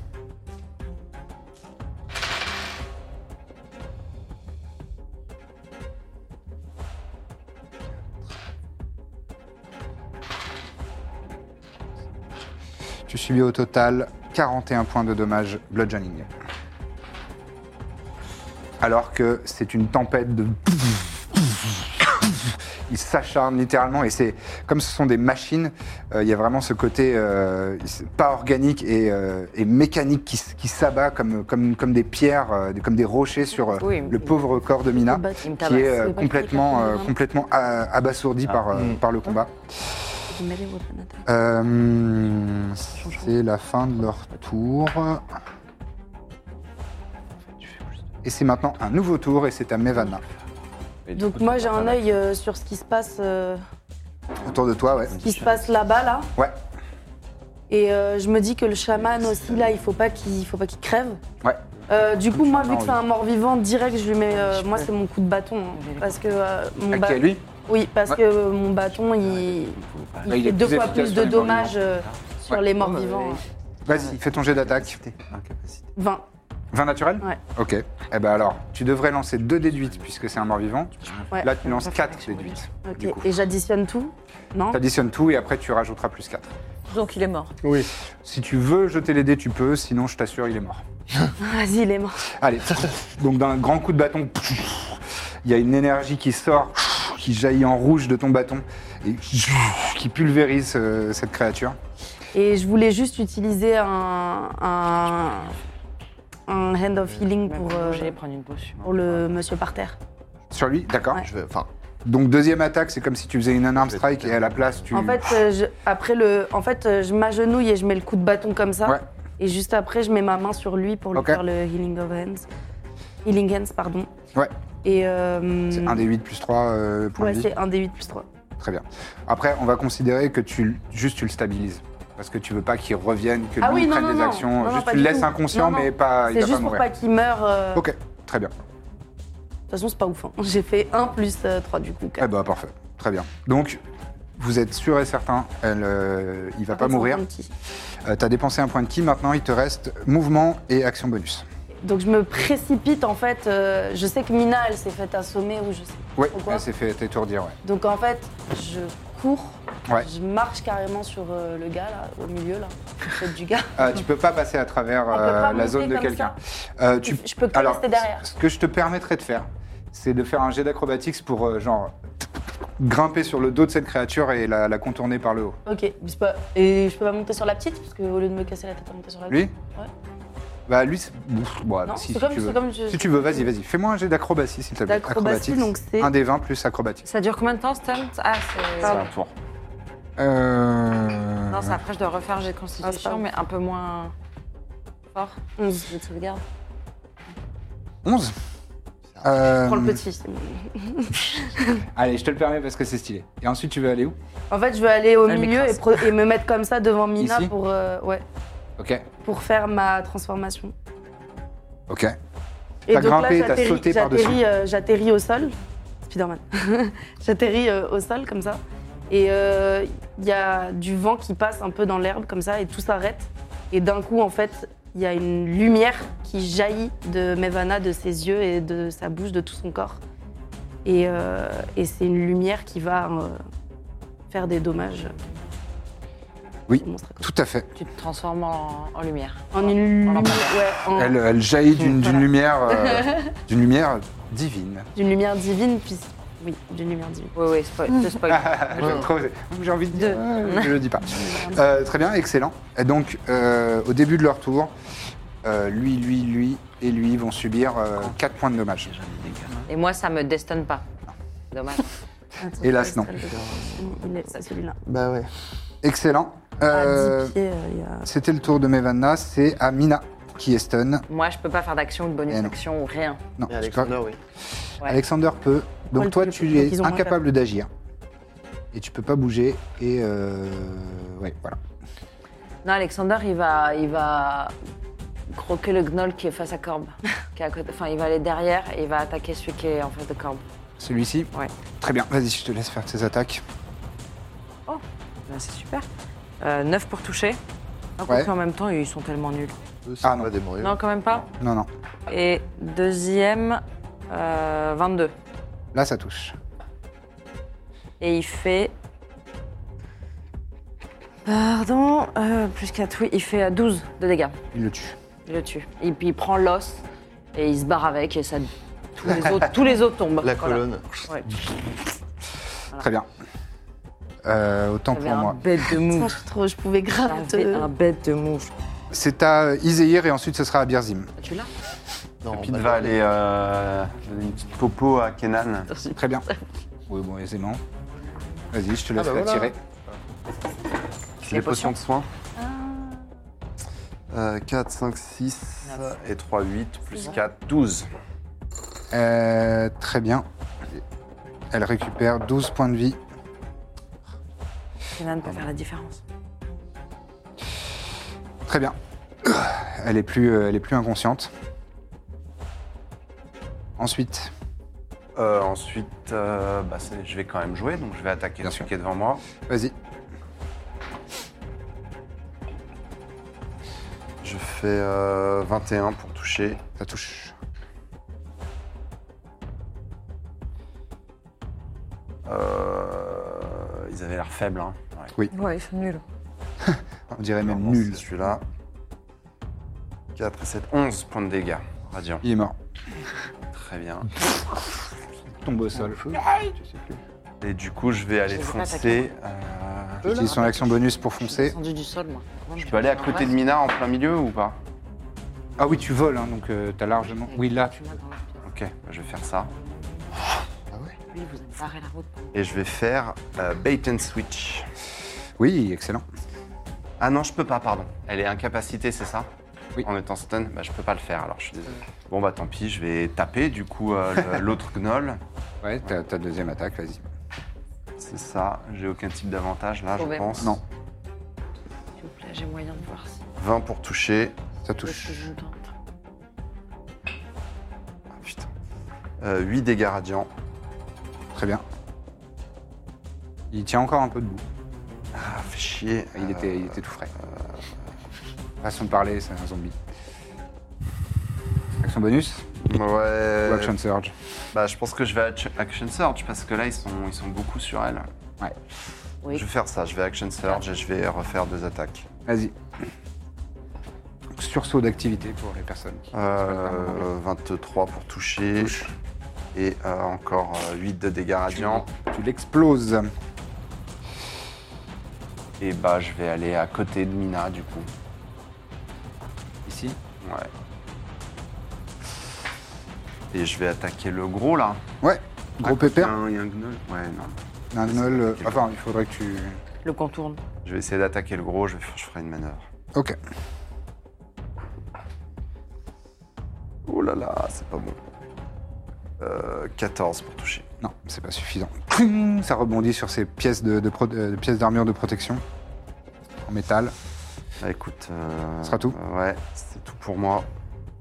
Speaker 1: Tu subis au total 41 points de dommages bludgeoning. Alors que c'est une tempête de... Ils s'acharnent littéralement et c'est comme ce sont des machines, euh, il y a vraiment ce côté euh, c'est pas organique et, euh, et mécanique qui, s- qui s'abat comme, comme, comme des pierres, euh, comme des rochers sur euh,
Speaker 7: Oui,
Speaker 1: le pauvre corps de Mina
Speaker 7: il me
Speaker 1: qui
Speaker 7: tabasse.
Speaker 1: est euh,
Speaker 3: C'est pas
Speaker 1: complètement,
Speaker 3: le
Speaker 1: euh,
Speaker 3: truc à
Speaker 1: complètement a- abasourdi par, euh, par le
Speaker 3: Mm.
Speaker 1: combat.
Speaker 3: Il met les weapon attack.
Speaker 1: Euh, c'est la fin de leur tour. Et c'est maintenant un nouveau tour et c'est à Mevanna.
Speaker 8: Et du
Speaker 3: Donc
Speaker 8: coup,
Speaker 3: moi
Speaker 8: tu
Speaker 3: j'ai
Speaker 8: prends
Speaker 3: un
Speaker 8: ta
Speaker 3: œil euh, sur ce qui se passe, euh,
Speaker 1: Autour de toi, ouais.
Speaker 3: ce qui se passe là-bas là.
Speaker 1: Ouais.
Speaker 3: Et euh, je me dis que le chaman
Speaker 1: euh,
Speaker 3: aussi là, il faut pas qu'il faut pas qu'il crève.
Speaker 1: Ouais.
Speaker 3: Euh, du coup,
Speaker 1: Le
Speaker 3: moi,
Speaker 1: chaman,
Speaker 3: vu que c'est un mort-vivant, direct, je lui mets. euh,
Speaker 7: Je
Speaker 3: moi,
Speaker 7: peux.
Speaker 3: c'est mon coup de bâton. hein,
Speaker 7: Je vais
Speaker 3: parce que euh, mon
Speaker 1: Ok,
Speaker 3: bâton.
Speaker 1: lui
Speaker 3: Oui, parce
Speaker 1: Ouais.
Speaker 3: que euh, mon bâton, il, il
Speaker 1: Bah, il est
Speaker 3: fait deux
Speaker 1: plus
Speaker 3: fois
Speaker 1: efficace
Speaker 3: plus
Speaker 1: sur
Speaker 3: de
Speaker 1: les morts-vivants.
Speaker 3: dommages euh, sur
Speaker 1: Ouais.
Speaker 3: les morts-vivants.
Speaker 1: Vas-y, fais ton jet d'attaque.
Speaker 8: capacité. Incapacité.
Speaker 3: 20.
Speaker 1: 20 naturel
Speaker 3: Ouais.
Speaker 1: Ok. Eh ben alors, tu devrais lancer 2 déduites puisque c'est un mort-vivant.
Speaker 3: Ouais.
Speaker 1: Là, tu lances
Speaker 7: faire
Speaker 1: 4
Speaker 7: action
Speaker 1: déduites.
Speaker 3: Ok.
Speaker 1: Du coup.
Speaker 3: Et j'additionne tout Non
Speaker 1: T'additionnes tout et après tu rajouteras plus 4.
Speaker 4: Donc il est mort.
Speaker 5: Oui.
Speaker 1: Si tu veux jeter les dés, tu peux, sinon je t'assure, il est mort.
Speaker 3: *laughs* Vas-y, il est mort.
Speaker 2: *laughs*
Speaker 1: Allez, donc d'un grand coup de bâton, il y a une énergie qui sort, qui jaillit en rouge de ton bâton et qui pulvérise euh, cette créature.
Speaker 3: Et je voulais juste utiliser un. un, un hand of healing
Speaker 7: Même
Speaker 3: pour,
Speaker 7: pour
Speaker 3: euh,
Speaker 7: j'allais prendre une potion.
Speaker 3: pour le monsieur par terre.
Speaker 1: Sur lui, d'accord
Speaker 3: Ouais.
Speaker 2: Je vais. Enfin.
Speaker 1: Donc deuxième attaque, c'est comme si tu faisais une unarmed strike et à la place tu...
Speaker 3: En fait, euh, je- après le, en fait, euh, je m'agenouille et je mets le coup de bâton comme ça.
Speaker 1: Ouais.
Speaker 3: Et juste après, je mets ma main sur lui pour lui
Speaker 1: Ok.
Speaker 3: faire le healing of hands. Healing hands, pardon.
Speaker 1: Ouais.
Speaker 3: Et euh,
Speaker 1: C'est 1 des 8 plus 3 points
Speaker 3: ouais,
Speaker 1: de vie.
Speaker 3: c'est un des 8 plus 3.
Speaker 1: Très bien. Après, on va considérer que tu juste tu le stabilises. Parce que tu veux pas qu'il revienne, que
Speaker 3: Ah
Speaker 1: lui
Speaker 3: oui, non,
Speaker 1: prenne
Speaker 3: non,
Speaker 1: des
Speaker 3: non.
Speaker 1: actions.
Speaker 3: Non, non,
Speaker 1: juste
Speaker 3: pas
Speaker 1: tu le
Speaker 3: du
Speaker 1: laisses
Speaker 3: tout.
Speaker 1: inconscient,
Speaker 3: Non, non.
Speaker 1: mais pas, il va
Speaker 3: C'est
Speaker 1: pas
Speaker 3: juste pour
Speaker 1: mourir.
Speaker 3: pas qu'il meure. euh,
Speaker 1: Ok, très bien.
Speaker 3: De toute façon, c'est pas ouf. hein. J'ai fait 1 plus 3 du coup.
Speaker 1: Eh ben parfait, très bien. Donc, vous êtes sûr et certain, elle, euh, il va pas mourir. Euh, T'as dépensé un point de ki, maintenant il te reste mouvement et action bonus.
Speaker 3: Donc je me précipite en fait. euh, je sais que Mina, elle s'est faite assommer ou je sais. pas
Speaker 1: Ouais,
Speaker 3: trop quoi.
Speaker 1: elle s'est fait étourdir, ouais.
Speaker 3: Donc en fait, je cours.
Speaker 1: Ouais.
Speaker 3: Je marche carrément sur euh, le gars là, au milieu là, tête du gars.
Speaker 1: Ah, tu peux pas passer à travers
Speaker 3: On peut
Speaker 1: euh,
Speaker 3: pas
Speaker 1: la
Speaker 3: monter
Speaker 1: zone de
Speaker 3: comme
Speaker 1: quelqu'un. Euh, tu...
Speaker 3: Je peux que
Speaker 1: Alors,
Speaker 3: rester derrière.
Speaker 1: ce que je te permettrais de faire, c'est de faire un jet d'acrobatics pour, euh, genre, grimper sur le dos de cette créature et la, la contourner par le haut.
Speaker 3: Ok. mais c'est pas- Et je peux pas monter sur la petite parce que au lieu de me casser la tête, à monter sur la
Speaker 1: Lui
Speaker 3: petite. Ouais.
Speaker 1: Bah, lui, c'est... Ouf, bon,
Speaker 3: Non,
Speaker 1: si,
Speaker 3: c'est
Speaker 1: si
Speaker 3: comme,
Speaker 1: tu veux.
Speaker 3: c'est comme je-
Speaker 1: Si tu veux, vas-y, vas-y. Fais-moi un jet d'acrobatie, s'il te plaît.
Speaker 3: D'acrobatie,
Speaker 1: Acrobatics.
Speaker 3: donc c'est-
Speaker 1: Un des 20 plus acrobatique.
Speaker 7: Ça dure combien de temps, Stunt Ah, c'est.
Speaker 8: C'est un tour.
Speaker 1: Euh...
Speaker 7: Non, c'est après, je dois refaire j'ai
Speaker 3: Ah, c'est pas
Speaker 7: constitution,
Speaker 3: ouf. Mm,
Speaker 7: mais un peu moins fort.
Speaker 3: Onze.
Speaker 7: Je te sauvegarde.
Speaker 1: 11 Euh,
Speaker 3: Prends le petit. c'est bon.
Speaker 1: *laughs* Allez, je te le permets parce que c'est stylé. Et ensuite, tu veux aller où
Speaker 3: En fait, je vais aller au
Speaker 7: Elle
Speaker 3: milieu et,
Speaker 7: m'écrase.
Speaker 3: pro- et me mettre comme ça devant Mina
Speaker 1: Ici
Speaker 3: pour, euh, ouais,
Speaker 1: Ok.
Speaker 3: pour faire ma transformation.
Speaker 1: Ok.
Speaker 3: Et
Speaker 1: T'as
Speaker 3: donc
Speaker 1: grimpé,
Speaker 3: là,
Speaker 1: t'as
Speaker 3: j'atterris-
Speaker 1: sauté par-dessus.
Speaker 3: j'atterris, euh, j'atterris au sol. Spider-Man. *laughs* j'atterris euh, au sol comme ça. Et euh, il y a du vent qui passe un peu dans l'herbe comme ça et tout s'arrête. Et d'un coup, en fait, il y a une lumière qui jaillit de Mevana, de ses yeux et de sa bouche, de tout son corps. Et, euh, et c'est une lumière qui va euh, faire des dommages.
Speaker 1: Oui.
Speaker 3: Au monstre, quoi.
Speaker 1: Tout à fait.
Speaker 7: Tu te transformes en, en lumière.
Speaker 3: En une
Speaker 7: On en
Speaker 3: lumière,
Speaker 7: parle.
Speaker 3: ouais, en-
Speaker 1: Elle, elle jaillit d'une d'une lumière, euh,
Speaker 3: *laughs*
Speaker 1: d'une lumière divine.
Speaker 3: d'une lumière divine, puis oui, d'une lumière divine.
Speaker 7: Oui, oui, spoil. Je te spoil.
Speaker 3: *laughs*
Speaker 1: J'aime trop- J'ai envie de
Speaker 7: Deux.
Speaker 1: dire, euh, je le dis pas. Euh, très bien, excellent. Et donc, euh, au début de leur tour, euh, lui, lui, lui et lui vont subir 4 points de dommage.
Speaker 7: *laughs* Et moi, ça me destonne pas. Dommage.
Speaker 3: Attends,
Speaker 1: Hélas, non.
Speaker 3: Il est c'est celui-là.
Speaker 2: Bah ouais.
Speaker 1: Excellent.
Speaker 3: À
Speaker 1: Euh,
Speaker 3: 10 pieds, euh, il y a...
Speaker 1: C'était le tour de Mevanna, c'est à Mina qui est stun.
Speaker 7: Moi, je peux pas faire d'action ou de bonus
Speaker 1: Eh non.
Speaker 7: action ou rien.
Speaker 1: Non,
Speaker 2: Mais
Speaker 1: je crois-
Speaker 2: Alexander, oui.
Speaker 7: Ouais.
Speaker 1: Alexander peut. Donc
Speaker 3: le
Speaker 1: toi,
Speaker 3: plus-
Speaker 1: tu
Speaker 3: donc
Speaker 1: es
Speaker 3: ils ont moins
Speaker 1: incapable d'agir. Et tu peux pas bouger. Et euh... ouais, voilà.
Speaker 7: Non, Alexander, il va, il va croquer le gnoll qui est face à
Speaker 3: *laughs*
Speaker 7: Corbe. qui est à côté. Enfin, il va aller derrière et il va attaquer celui qui est en face de Corbe.
Speaker 1: Celui-ci.
Speaker 7: Ouais.
Speaker 1: Très bien. Vas-y, je te laisse faire tes attaques.
Speaker 7: Ben, c'est super. Euh, 9 pour toucher. Ah,
Speaker 1: Ouais.
Speaker 7: quoique, En même temps, ils sont tellement nuls.
Speaker 2: Eux, c'est
Speaker 1: Ah, non.
Speaker 2: pas des morts.
Speaker 7: Non, quand même pas.
Speaker 1: Non, non.
Speaker 7: Et deuxième, euh, 22.
Speaker 1: Là, ça touche.
Speaker 7: Et il fait. Pardon, euh, plus 4, oui, il fait euh, 12 de dégâts.
Speaker 1: Il le tue.
Speaker 7: Il le tue. Et puis il prend l'os et il se barre avec et ça. Tous les autres, tous les autres tombent.
Speaker 2: La
Speaker 7: Bah, Voilà.
Speaker 2: colonne.
Speaker 7: Ouais.
Speaker 1: Très bien. Euh, autant
Speaker 7: J'avais
Speaker 1: pour
Speaker 7: un
Speaker 1: moi.
Speaker 7: bête de
Speaker 3: Ça,
Speaker 7: move.
Speaker 3: je, trouve- je pouvais grave te...
Speaker 7: J'avais un bête de move.
Speaker 1: C'est à Iséir et ensuite ce sera à Birzim.
Speaker 7: Tu l'as
Speaker 2: Non,
Speaker 8: Pete
Speaker 2: bah,
Speaker 8: va aller euh, donner une petite popo à Kenan.
Speaker 1: Très bien. *laughs* Oui, bon, aisément. Vas-y, je te
Speaker 2: Ah,
Speaker 1: laisse
Speaker 2: bah,
Speaker 1: la
Speaker 2: voilà.
Speaker 1: tirer.
Speaker 8: J'ai les potions de soins.
Speaker 3: Ah,
Speaker 2: euh, 4, 5, 6.
Speaker 8: Et 3, 8, plus 4, 12.
Speaker 1: Euh, très bien. Elle récupère 12 points de vie.
Speaker 7: Kenan peut faire la différence.
Speaker 1: Très bien. Elle est plus, euh, elle est plus inconsciente. Ensuite,
Speaker 8: Euh, ensuite, euh, bah, c'est- je vais quand même jouer, donc je vais attaquer
Speaker 1: Bien
Speaker 8: celui
Speaker 1: sûr.
Speaker 8: qui est devant moi.
Speaker 1: vas-y.
Speaker 2: Je fais euh, 21 pour toucher.
Speaker 1: Ça touche.
Speaker 8: Euh, ils avaient l'air faibles. Hein. Ouais.
Speaker 4: Ouais, ils sont nuls.
Speaker 1: On dirait même
Speaker 8: Clairement,
Speaker 1: nul.
Speaker 8: c'est Celui-là. 4 et 7, 11 points de dégâts. Radiant.
Speaker 1: Il est mort.
Speaker 8: Très bien.
Speaker 1: Tombe au sol.
Speaker 8: Et du coup, je vais aller
Speaker 7: les ai pas
Speaker 8: foncer. euh,
Speaker 1: Utilise son action bonus pour foncer.
Speaker 7: Descendu du sol, moi.
Speaker 8: je peux aller à côté de Mina en plein milieu ou pas
Speaker 1: Ah oui, tu voles, hein, donc euh, t'as largement. Oui, là. tu-
Speaker 8: Ok, bah, je vais faire ça.
Speaker 7: Oui, vous avez barré la route.
Speaker 8: Et je vais faire euh, bait and switch.
Speaker 1: Oui, excellent.
Speaker 8: Ah non, je peux pas, pardon. Elle est incapacitée, c'est ça
Speaker 1: Oui.
Speaker 8: En étant stun, bah, je peux pas le faire, alors je suis désolé. Bon, bah tant pis,
Speaker 1: *laughs*
Speaker 8: je vais taper du coup euh, le- l'autre gnoll.
Speaker 1: Ouais, t'as ta deuxième attaque, vas-y.
Speaker 8: C'est ça, j'ai aucun type d'avantage là, je
Speaker 7: Problème.
Speaker 8: pense.
Speaker 1: Non.
Speaker 7: S'il vous plaît, j'ai moyen de voir si
Speaker 2: 20 pour toucher.
Speaker 1: Ça
Speaker 7: je
Speaker 1: touche.
Speaker 7: je tente.
Speaker 8: Ah, putain. Euh, 8 dégâts radiants.
Speaker 1: Très bien. Il tient encore un peu debout.
Speaker 8: Ah, fait chier. Euh,
Speaker 1: Il, était, il était tout frais. Façon de parler, c'est un zombie. Action bonus
Speaker 8: Ouais.
Speaker 1: ou action surge
Speaker 8: Bah, je pense que je vais act- Action Surge parce que là, ils sont, ils sont beaucoup sur elle.
Speaker 1: Ouais.
Speaker 7: Oui.
Speaker 8: Je vais faire ça, je vais Action Surge et je vais refaire deux attaques.
Speaker 1: Vas-y. Donc, sursaut d'activité pour les personnes. qui-
Speaker 8: Euh, 23 pour toucher. Et euh, encore 8 de dégâts radiants.
Speaker 1: Tu l'exploses.
Speaker 8: Et bah, je vais aller à côté de Mina du coup.
Speaker 1: Ici
Speaker 8: Ouais. Et je vais attaquer le gros là.
Speaker 1: Ouais, gros pépère.
Speaker 8: Il y a un gnoll. Ouais, non.
Speaker 1: Un gnoll, euh, enfin, il faudrait que tu.
Speaker 7: Le contourne.
Speaker 8: Je vais essayer d'attaquer le gros, je, vais faire- je ferai une manœuvre.
Speaker 1: Ok.
Speaker 8: Oh là là, c'est pas bon. Euh, 14 pour toucher.
Speaker 1: Non, c'est pas suffisant. *clears throat* Ça rebondit sur ces pièces de, de pro- de pièces d'armure de protection en métal.
Speaker 8: Bah écoute. euh,
Speaker 1: Ce sera tout
Speaker 8: euh, Ouais, c'est tout pour moi.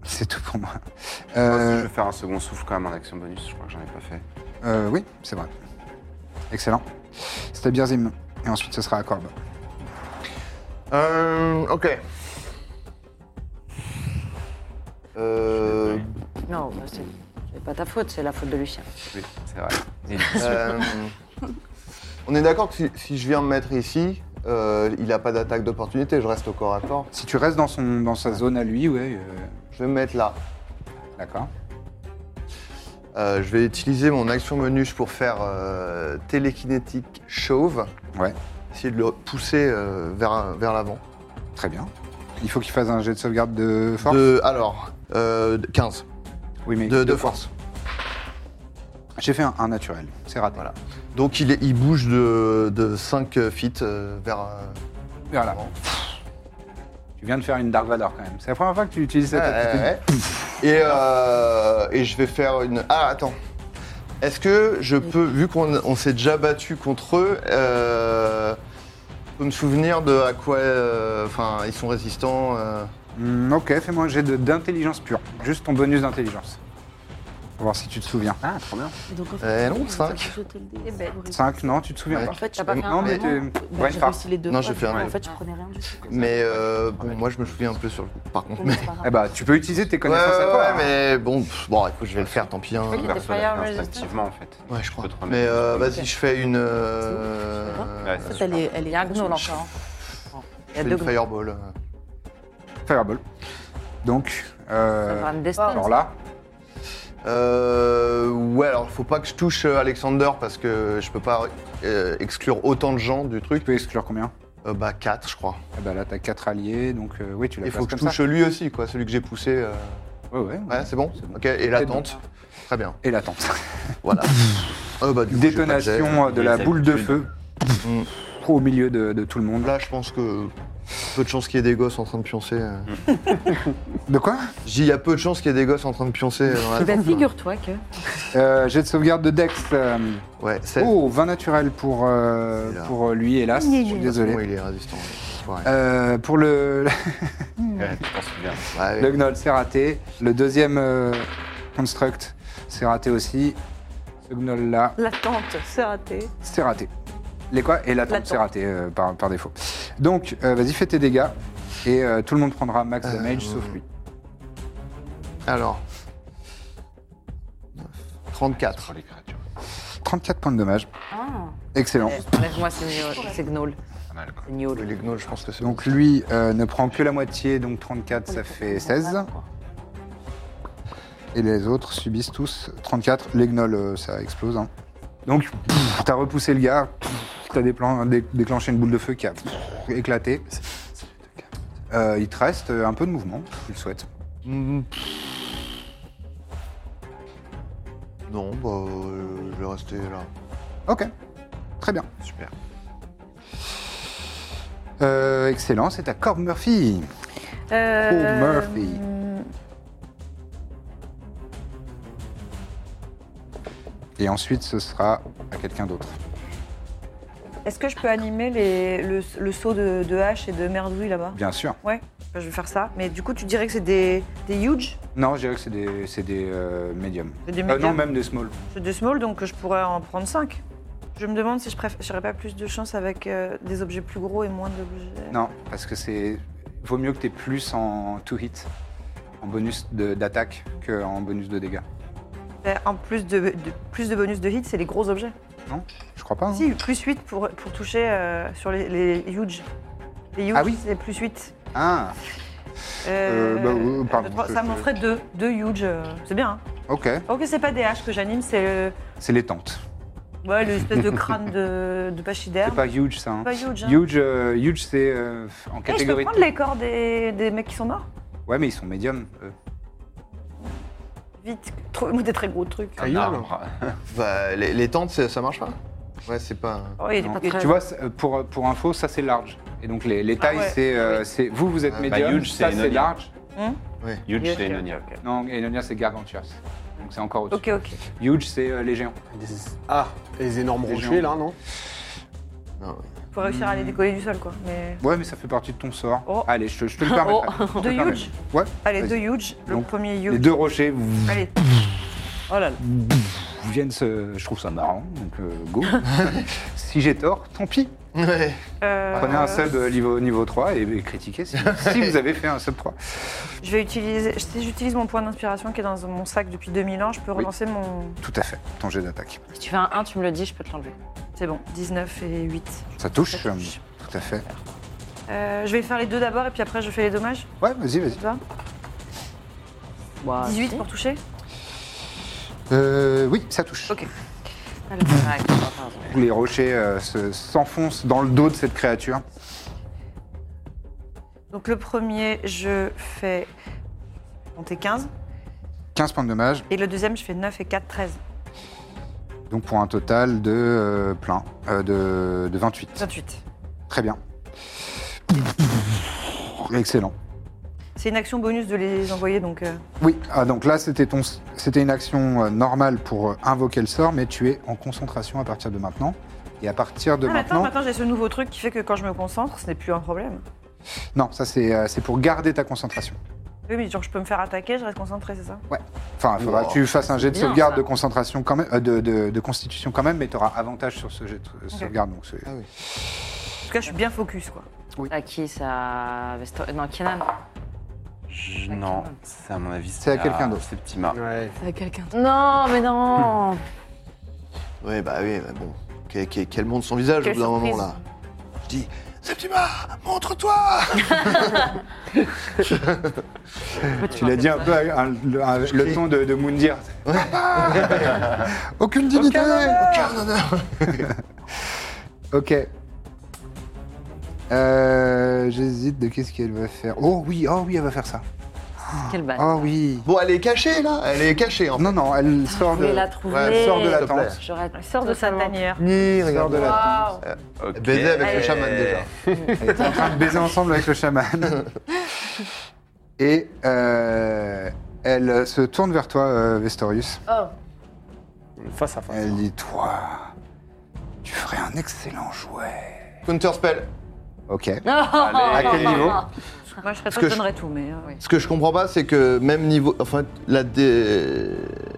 Speaker 1: C'est tout pour moi.
Speaker 8: Moi, si
Speaker 1: Euh,
Speaker 8: Je vais faire un second souffle quand même en action bonus, je crois que j'en ai pas fait.
Speaker 1: euh, oui, c'est vrai. Excellent. C'était Birzim. Et ensuite, ce sera à Corbe.
Speaker 2: Euh, ok. Euh,
Speaker 7: Non, bah, c'est c'est pas ta faute, c'est la faute de Lucien.
Speaker 8: Oui, c'est vrai. Et-
Speaker 2: euh, on est d'accord que si, si je viens me mettre ici, euh, il n'a pas d'attaque d'opportunité, je reste au corps à corps.
Speaker 1: Si tu restes dans, son, dans sa zone à lui, ouais. euh,
Speaker 2: Je vais me mettre là.
Speaker 1: D'accord.
Speaker 2: Euh, je vais utiliser mon action bonus pour faire euh, télékinétique chauve.
Speaker 1: Ouais.
Speaker 2: Essayer de le pousser euh, vers, vers l'avant.
Speaker 1: Très bien. Il faut qu'il fasse un jet de sauvegarde de force.
Speaker 2: De, alors, euh, 15.
Speaker 1: oui, mais
Speaker 2: De, de force.
Speaker 1: J'ai fait un, un naturel. C'est raté.
Speaker 2: Voilà. Donc il, est- il bouge de, de 5 feet euh, vers euh,
Speaker 1: Voilà.
Speaker 2: l'avant.
Speaker 1: Tu viens de faire une Dark Vador quand même. C'est la première fois que tu utilises cette.
Speaker 2: Ouais,
Speaker 1: attitude.
Speaker 2: ouais, ouais. Et, euh, et je vais faire une. Ah, attends. Est-ce que je peux, vu qu'on on s'est déjà battu contre eux, euh, je peux me souvenir de à quoi. euh, Enfin, ils sont résistants. euh,
Speaker 1: Hmm, ok, fais-moi un jet de- d'intelligence pure. Juste ton bonus d'intelligence. Pour voir si tu te souviens.
Speaker 8: Ah, trop bien.
Speaker 3: Et donc, en
Speaker 2: Eh non,
Speaker 3: je-
Speaker 2: cinq.
Speaker 3: je jetais le dé,
Speaker 4: Eh
Speaker 3: c'est
Speaker 4: ben.
Speaker 3: horrible.
Speaker 1: 5, non, tu te souviens
Speaker 2: Ouais.
Speaker 1: pas.
Speaker 3: En fait,
Speaker 7: T'as pas fait un
Speaker 1: Non, mais
Speaker 3: vraiment
Speaker 1: t'es-
Speaker 3: Ben,
Speaker 1: ouais,
Speaker 3: j'ai
Speaker 1: par-
Speaker 3: réussi les deux
Speaker 2: Non,
Speaker 3: fois,
Speaker 2: j'ai fait un
Speaker 3: mais En
Speaker 2: deux.
Speaker 3: fait, je prenais rien du tout.
Speaker 2: Mais euh, bon, moi, je me souviens un peu sur le coup, par contre.
Speaker 3: Donc,
Speaker 2: Mais...
Speaker 3: c'est pas grave.
Speaker 1: Eh bah, tu peux utiliser tes
Speaker 2: Ouais, ouais,
Speaker 1: connaissances à toi.
Speaker 2: ouais,
Speaker 1: hein.
Speaker 2: mais bon, pff, bon, écoute, je vais le faire, tant pis. hein.
Speaker 7: Oui, il était
Speaker 8: Perso,
Speaker 7: fire
Speaker 8: là,
Speaker 7: resistant.
Speaker 8: instinctivement en fait.
Speaker 2: Ouais, je crois.
Speaker 8: Tu peux te remettre.
Speaker 2: Mais euh, vas-y, je fais une. euh,
Speaker 8: Ouais,
Speaker 3: En
Speaker 8: c'est
Speaker 3: fait, elle est, elle
Speaker 7: Il
Speaker 3: est
Speaker 7: y a un gnoll
Speaker 3: gnoll.
Speaker 7: encore. hein. Il y
Speaker 2: je fais
Speaker 7: a deux
Speaker 2: une
Speaker 7: gnolls.
Speaker 2: fireball. euh.
Speaker 1: Fireball. Donc,
Speaker 7: Ça
Speaker 1: euh,
Speaker 7: fera une destin.
Speaker 1: alors là,
Speaker 2: Euh, ouais, alors faut pas que je touche euh, Alexander parce que je peux pas euh, exclure autant de gens du
Speaker 1: tu
Speaker 2: truc.
Speaker 1: peux exclure combien
Speaker 2: Euh, bah 4 je crois.
Speaker 1: Eh bah là, t'as 4 alliés, donc euh, oui, tu la
Speaker 2: Il
Speaker 1: places
Speaker 2: faut que je
Speaker 1: comme
Speaker 2: touche
Speaker 1: ça.
Speaker 2: lui aussi quoi, celui que j'ai poussé. euh.
Speaker 1: Ouais, ouais.
Speaker 2: Ouais, c'est bon.
Speaker 1: C'est bon.
Speaker 2: Ok, et
Speaker 1: C'est
Speaker 2: l'attente. Très bien.
Speaker 1: Et *laughs* l'attente.
Speaker 2: Voilà. Euh, bah, du coup, j'ai pas de jet.
Speaker 1: Détonation euh, de
Speaker 8: Oui,
Speaker 1: la
Speaker 8: c'est
Speaker 1: boule de
Speaker 8: habitude.
Speaker 1: feu.
Speaker 2: Mm.
Speaker 1: Au milieu de, de tout le monde.
Speaker 2: Là, je pense que peu de chance qu'il y ait des gosses en train de pioncer. euh.
Speaker 1: Mm. *laughs* De quoi
Speaker 2: Je dis, il y a peu de chance qu'il y ait des gosses en train de pioncer. euh, dans
Speaker 7: *laughs*
Speaker 2: la
Speaker 4: Eh ben,
Speaker 2: tente.
Speaker 4: figure-toi que.
Speaker 1: euh, Jet de sauvegarde de Dex. euh,
Speaker 2: Ouais, c'est.
Speaker 1: Oh, 20 naturel pour, euh,
Speaker 2: C'est là.
Speaker 1: pour lui, hélas. Je suis désolé.
Speaker 2: Bon, il est résistant. ouais. Ouais.
Speaker 1: Euh, pour
Speaker 2: *laughs*
Speaker 1: le, *laughs*
Speaker 8: Ouais, tu t'en souviens.
Speaker 2: Ouais,
Speaker 1: le Gnoll, c'est raté. Le deuxième euh, Construct, c'est raté aussi. Ce Gnoll-là,
Speaker 4: L'attente, c'est raté.
Speaker 1: c'est raté. Les quoi Et la tombe, c'est raté euh, par, par défaut. Donc, euh, vas-y, fais tes dégâts. Et euh, tout le monde prendra max
Speaker 2: Euh,
Speaker 1: damage, sauf lui.
Speaker 2: Alors. 34.
Speaker 1: 34 points de dommage.
Speaker 7: Ah.
Speaker 1: Excellent.
Speaker 7: Eh, Enlève-moi ces gnolls. Ces gnolls. Ces gnolls.
Speaker 2: Les gnolls, je pense que c'est
Speaker 1: Donc, lui euh, ne prend que la moitié, donc 34, ça fait 16. Et les autres subissent tous 34. Les gnolls, euh, ça explose. hein. Donc, pff, t'as repoussé le gars, pff, t'as déplan- dé- déclenché une boule de feu qui a pff, éclaté. Euh, il te reste euh, un peu de mouvement, si tu le souhaites.
Speaker 2: Mm. Non, bah, euh, je vais rester là.
Speaker 1: Ok, très bien. *laughs*
Speaker 2: Super.
Speaker 1: Euh, excellent, c'est à Corb Murphy.
Speaker 4: Euh,
Speaker 1: Oh, Murphy. Et ensuite, ce sera à quelqu'un d'autre.
Speaker 4: Est-ce que je peux animer les- le, le saut de, de hache et de merdouille là-bas
Speaker 1: Bien sûr.
Speaker 4: Ouais, bah, je vais faire ça. Mais du coup, tu dirais que c'est des, des huge,
Speaker 1: Non, je dirais que c'est des, c'est des euh, médiums.
Speaker 4: C'est des
Speaker 1: Euh,
Speaker 4: médiums.
Speaker 1: non, même des small.
Speaker 4: c'est des small, donc je pourrais en prendre 5. Je me demande si je préf- j'aurais pas plus de chance avec euh, des objets plus gros et moins d'objets.
Speaker 1: Non, parce que c'est. Vaut mieux que t'aies plus en two hit, en bonus de- d'attaque, qu'en bonus de dégâts.
Speaker 4: Mais Ben, En plus de, de- plus de bonus de hit, c'est les gros objets.
Speaker 1: Non Je crois pas. hein.
Speaker 4: Si, plus 8 pour, pour toucher euh, sur les, les huge. Les huge,
Speaker 1: Ah oui
Speaker 4: c'est plus 8.
Speaker 1: Ah, Euh,
Speaker 4: Euh,
Speaker 1: bah, euh, pardon,
Speaker 4: deux, trois,
Speaker 1: je-
Speaker 4: ça
Speaker 1: je-
Speaker 4: m'en ferait deux, deux huge. euh, c'est bien. hein.
Speaker 1: ok.
Speaker 4: Ok, c'est pas des haches que j'anime, c'est euh,
Speaker 1: C'est les tentes.
Speaker 4: ouais, l'espèce de crâne de, de
Speaker 1: C'est
Speaker 4: pachyderme. Eh,
Speaker 1: pas huge, ça. hein.
Speaker 4: Ah. C'est pas huge. hein.
Speaker 1: Huge, euh, huge c'est euh, en
Speaker 4: Eh, je peux
Speaker 1: catégorie.
Speaker 4: prendre les corps des, des mecs qui sont morts
Speaker 1: Ouais, mais ils sont médiums. eux.
Speaker 4: Vite, trouvez-moi des très gros trucs.
Speaker 2: Bah, les, les tentes, c'est- ça marche pas Ouais, c'est pas.
Speaker 4: Oh, il est
Speaker 1: Non.
Speaker 4: pas très... Ah
Speaker 1: Tu vois, c'est- euh, pour, pour info, ça c'est large. Et donc les, les tailles,
Speaker 4: ouais.
Speaker 1: c'est, euh, c'est- Vous, vous êtes
Speaker 2: Ah, bah,
Speaker 1: médium,
Speaker 6: huge,
Speaker 1: ça
Speaker 6: c'est
Speaker 1: c'est
Speaker 6: Enonia.
Speaker 1: large.
Speaker 4: Hein
Speaker 6: Huge, c'est Enonia.
Speaker 1: Non, Enonia, c'est Gargantuas. Donc c'est encore au-dessus.
Speaker 4: Ok, ok.
Speaker 1: Huge, c'est euh, les géants.
Speaker 5: Ah, les énormes
Speaker 1: Les
Speaker 5: rochers
Speaker 1: géants. Hmm.
Speaker 5: là, non
Speaker 2: Non,
Speaker 4: Faut réussir à les décoller du sol, quoi. Mais...
Speaker 1: Ouais, mais ça fait partie de ton sort.
Speaker 4: Oh.
Speaker 1: Allez, je te, je te le permets.
Speaker 4: *laughs* Deux huge
Speaker 1: Ouais.
Speaker 4: Allez,
Speaker 1: Vas-y.
Speaker 4: deux huge. Le
Speaker 1: Donc,
Speaker 4: premier
Speaker 1: Les
Speaker 4: huge.
Speaker 1: deux rochers vous-
Speaker 4: Allez. Oh là là.
Speaker 1: vous viennent se... Je trouve ça marrant, donc euh,
Speaker 2: *laughs*
Speaker 1: go. si j'ai tort, tant pis.
Speaker 2: ouais.
Speaker 4: Euh,
Speaker 1: Prenez un sub euh, niveau, niveau 3 et, et critiquez si, si vous avez fait un sub 3.
Speaker 4: Je vais utiliser... Si j'utilise mon point d'inspiration qui est dans mon sac depuis 2000 ans, je peux
Speaker 1: Oui.
Speaker 4: relancer mon...
Speaker 1: Tout à fait, ton jet d'attaque.
Speaker 7: Si tu fais un 1, tu me le dis, je peux te l'enlever.
Speaker 4: C'est bon, 19 et 8.
Speaker 1: Ça touche, euh, tout à fait.
Speaker 4: Euh, je vais faire les deux d'abord et puis après je fais les dommages.
Speaker 1: Ouais, vas-y, vas-y.
Speaker 4: Ça te va
Speaker 1: Ah,
Speaker 4: 18 pour toucher
Speaker 1: Euh, oui, ça touche.
Speaker 7: Alors, ouais, pardon.
Speaker 1: Les rochers euh, se- s'enfoncent dans le dos de cette créature.
Speaker 4: Donc le premier, je fais. Comptez 15.
Speaker 1: 15 points de dommage,
Speaker 4: Et le deuxième, je fais 9 et 4, 13.
Speaker 1: donc pour un total de euh, plein, euh, de, de 28.
Speaker 4: 28.
Speaker 1: Très bien. Excellent.
Speaker 4: C'est une action bonus de les envoyer, donc. euh,
Speaker 1: Oui, ah, donc là c'était ton, c'était une action euh, normale pour euh, invoquer le sort, mais tu es en concentration à partir de maintenant. Et à partir de
Speaker 4: Ah, mais attends,
Speaker 1: maintenant,
Speaker 4: maintenant j'ai ce nouveau truc qui fait que quand je me concentre, ce n'est plus un problème.
Speaker 1: non, ça c'est, euh, c'est pour garder ta concentration.
Speaker 4: Oui, mais genre je peux me faire attaquer, je reste concentré, c'est ça
Speaker 1: Enfin, il faudra
Speaker 2: Wow.
Speaker 1: que tu fasses un jet de
Speaker 7: bien,
Speaker 1: sauvegarde
Speaker 7: ça.
Speaker 1: de concentration quand même, euh, de, de- de constitution quand même, mais tu auras avantage sur ce jet de euh, sauvegarde. Donc
Speaker 7: Ah
Speaker 1: c'est-
Speaker 4: En tout cas, je suis bien focus, quoi.
Speaker 7: À qui ça Vesto... Non, Kenan.
Speaker 8: Non, c'est à mon avis.
Speaker 1: C'est à quelqu'un d'autre.
Speaker 8: C'est Ptima. *laughs*
Speaker 5: Ouais.
Speaker 3: à quelqu'un.
Speaker 7: Non, mais non
Speaker 2: Ouais, bah oui, bah bon. Que- que- Qu'elle monte son visage
Speaker 7: Quelle
Speaker 2: au bout d'un moment
Speaker 7: surprise.
Speaker 2: là. Je dis Septima,
Speaker 1: *laughs*
Speaker 2: montre-toi
Speaker 1: Tu l'as dit un peu à- à- à- le
Speaker 2: crie.
Speaker 1: ton de, de Moundir. *laughs* Aucune dignité
Speaker 2: Aucun honneur.
Speaker 1: *laughs* Ok. Euh, J'hésite de qu'est-ce qu'elle va faire. Oh oui, oh oui, elle va faire ça.
Speaker 7: Quel bâtard.
Speaker 1: Oh oui.
Speaker 2: Bon, elle est cachée là Elle est cachée en fait.
Speaker 1: Non, non, elle sort
Speaker 7: Je
Speaker 1: de,
Speaker 7: voulais la trouver.
Speaker 2: Ouais, elle
Speaker 1: sort de la
Speaker 2: S'il te plaît.
Speaker 1: tente.
Speaker 7: J'aurais
Speaker 4: Elle sort de sa
Speaker 7: totalement-
Speaker 4: tanière.
Speaker 2: Oui,
Speaker 1: Sort
Speaker 2: regarde.
Speaker 1: de la tente.
Speaker 6: Ok.
Speaker 2: Baiser avec le chaman déjà.
Speaker 1: Elle est en train de baiser ensemble avec le
Speaker 2: *laughs*
Speaker 1: chaman. Et euh, elle se tourne vers toi, euh, Vestorius.
Speaker 3: Oh,
Speaker 5: Face à face.
Speaker 2: hein.
Speaker 1: Elle dit Toi, tu ferais un excellent jouet.
Speaker 2: Counter spell.
Speaker 1: Ok.
Speaker 6: Allez.
Speaker 1: À quel niveau
Speaker 4: Moi, je serais
Speaker 2: Parce
Speaker 4: toi,
Speaker 2: que
Speaker 4: je
Speaker 2: je-
Speaker 4: donnerais tout, mais. euh,
Speaker 2: Ce que je comprends pas, c'est que même niveau. Enfin, la, dé-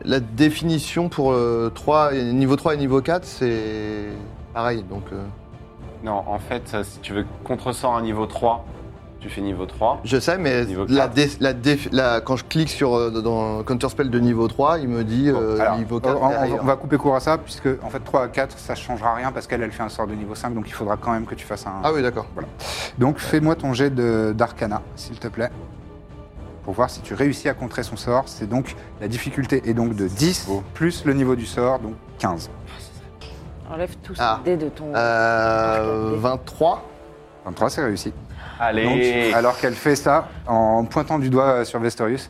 Speaker 2: la définition pour euh, 3 et- niveau 3 et niveau 4, c'est pareil. Donc, euh,
Speaker 6: Non, en fait, ça, si tu veux contresort à niveau 3, tu fais niveau 3.
Speaker 2: je sais, mais
Speaker 6: Niveau
Speaker 2: la
Speaker 6: 4.
Speaker 2: dé- la dé- la- quand je clique sur euh, dans Counter spell de niveau 3, il me dit euh,
Speaker 1: Bon, alors,
Speaker 2: niveau
Speaker 1: on,
Speaker 2: 4.
Speaker 1: on-
Speaker 2: derrière.
Speaker 1: on va couper court à ça, puisque euh, en fait 3 à 4, ça changera rien parce qu'elle elle fait un sort de niveau 5, donc il faudra quand même que tu fasses un.
Speaker 2: Ah oui, d'accord.
Speaker 1: Donc fais-moi ton jet de- d'arcana, s'il te plaît. Pour voir si tu réussis à contrer son sort. C'est donc la difficulté est donc de 10
Speaker 2: Oh.
Speaker 1: plus le niveau du sort, donc 15.
Speaker 7: Enlève tous
Speaker 2: Ah.
Speaker 7: les dés de ton.
Speaker 2: Euh, 23.
Speaker 1: 23, c'est réussi.
Speaker 6: Allez
Speaker 1: Donc, alors qu'elle fait ça, en pointant du doigt euh, sur Vestorius,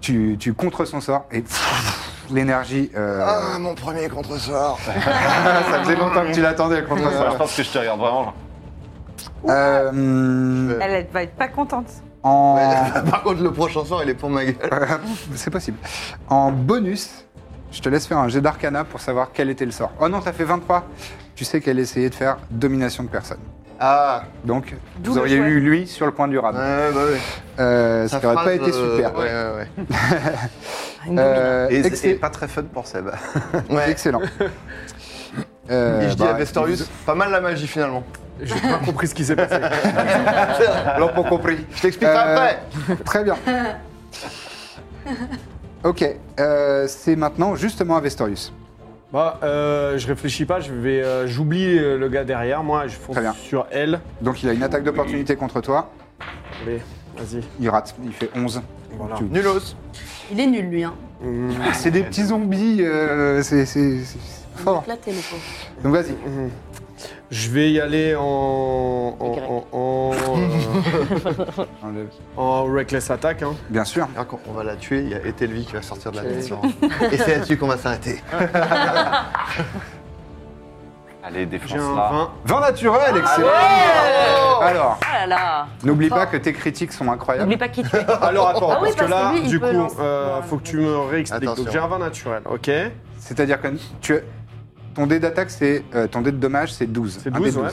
Speaker 1: tu, tu contres son sort et pff, l'énergie. euh,
Speaker 2: Ah, mon premier contresort.
Speaker 1: *laughs*
Speaker 2: Ah.
Speaker 1: ça faisait longtemps que tu
Speaker 6: *laughs*
Speaker 1: l'attendais, le
Speaker 6: Alors, Je
Speaker 1: contre-sort.
Speaker 6: pense que je te regarde vraiment. genre.
Speaker 1: Euh,
Speaker 4: Elle, elle va être pas contente.
Speaker 1: en...
Speaker 2: *laughs* Par contre, le prochain sort, il est pour
Speaker 1: *laughs*
Speaker 2: ma gueule.
Speaker 1: Euh, C'est possible. En bonus, je te laisse faire un jet d'arcana pour savoir quel était le sort. Oh non, t'as fait 23. tu sais qu'elle essayait de faire domination de personne.
Speaker 2: Ah
Speaker 1: Donc,
Speaker 2: D'où
Speaker 1: vous
Speaker 2: le
Speaker 1: auriez
Speaker 2: choix.
Speaker 1: eu lui sur le point du rab. Euh, ça n'aurait pas été super. *laughs* Euh,
Speaker 2: et
Speaker 1: ex-
Speaker 2: c'est pas très fun pour Seb. *laughs*
Speaker 1: Excellent. *laughs* Euh,
Speaker 2: et je dis
Speaker 1: bah,
Speaker 2: à Vestorius, pas mal la
Speaker 1: *laughs*
Speaker 2: magie finalement.
Speaker 5: J'ai pas compris ce qui s'est passé.
Speaker 1: L'ont pas
Speaker 2: *laughs*
Speaker 1: compris.
Speaker 2: Je t'expliquerai
Speaker 1: Euh,
Speaker 2: après.
Speaker 1: Très
Speaker 2: *laughs*
Speaker 1: bien. Ok, euh, c'est maintenant justement à Vestorius.
Speaker 5: *laughs* Bah, euh, je réfléchis pas, je vais, euh, j'oublie euh, le gars derrière moi, je fonce
Speaker 1: Très bien.
Speaker 5: sur elle.
Speaker 1: Donc il a une attaque d'opportunité contre toi.
Speaker 5: Allez, vas-y.
Speaker 1: Il rate, il fait 11.
Speaker 5: Voilà.
Speaker 1: Tu- Ah,
Speaker 2: Nulos.
Speaker 3: Il est nul, lui. Hein.
Speaker 1: C'est des petits zombies, euh, c'est c'est- c'est
Speaker 7: Oh.
Speaker 1: fort.
Speaker 3: Là, t'es le pauvre.
Speaker 1: Donc vas-y.
Speaker 5: Mhm. Je vais y aller en. en. en. en,
Speaker 1: *laughs* Enlève.
Speaker 5: euh, en reckless attack. Hein.
Speaker 1: Bien sûr.
Speaker 2: Ah, Quand on va la tuer, il y a Etelvi qui va sortir de la
Speaker 5: Ok.
Speaker 2: maison. et c'est là-dessus qu'on va s'arrêter.
Speaker 6: *laughs* Allez,
Speaker 5: J'ai un
Speaker 6: défense-la.
Speaker 5: 20.
Speaker 1: 20 naturel, excellent Ah Alors,
Speaker 7: Ah là là
Speaker 1: n'oublie pas
Speaker 3: Oh.
Speaker 1: que tes critiques sont incroyables.
Speaker 7: N'oublie pas qui tu es.
Speaker 5: *laughs* Alors attends,
Speaker 3: Ah oui,
Speaker 5: parce que
Speaker 3: parce
Speaker 5: là,
Speaker 3: que lui, il
Speaker 5: du coup,
Speaker 3: peut lancer.
Speaker 5: euh, faut que tu me réexpliques.
Speaker 2: Attention.
Speaker 5: Donc j'ai un 20 naturel, ok
Speaker 1: C'est-à-dire que tu ton dé d'attaque, c'est. euh, ton dé de dommage, c'est 12.
Speaker 5: C'est
Speaker 1: Un dé
Speaker 5: 12, ouais.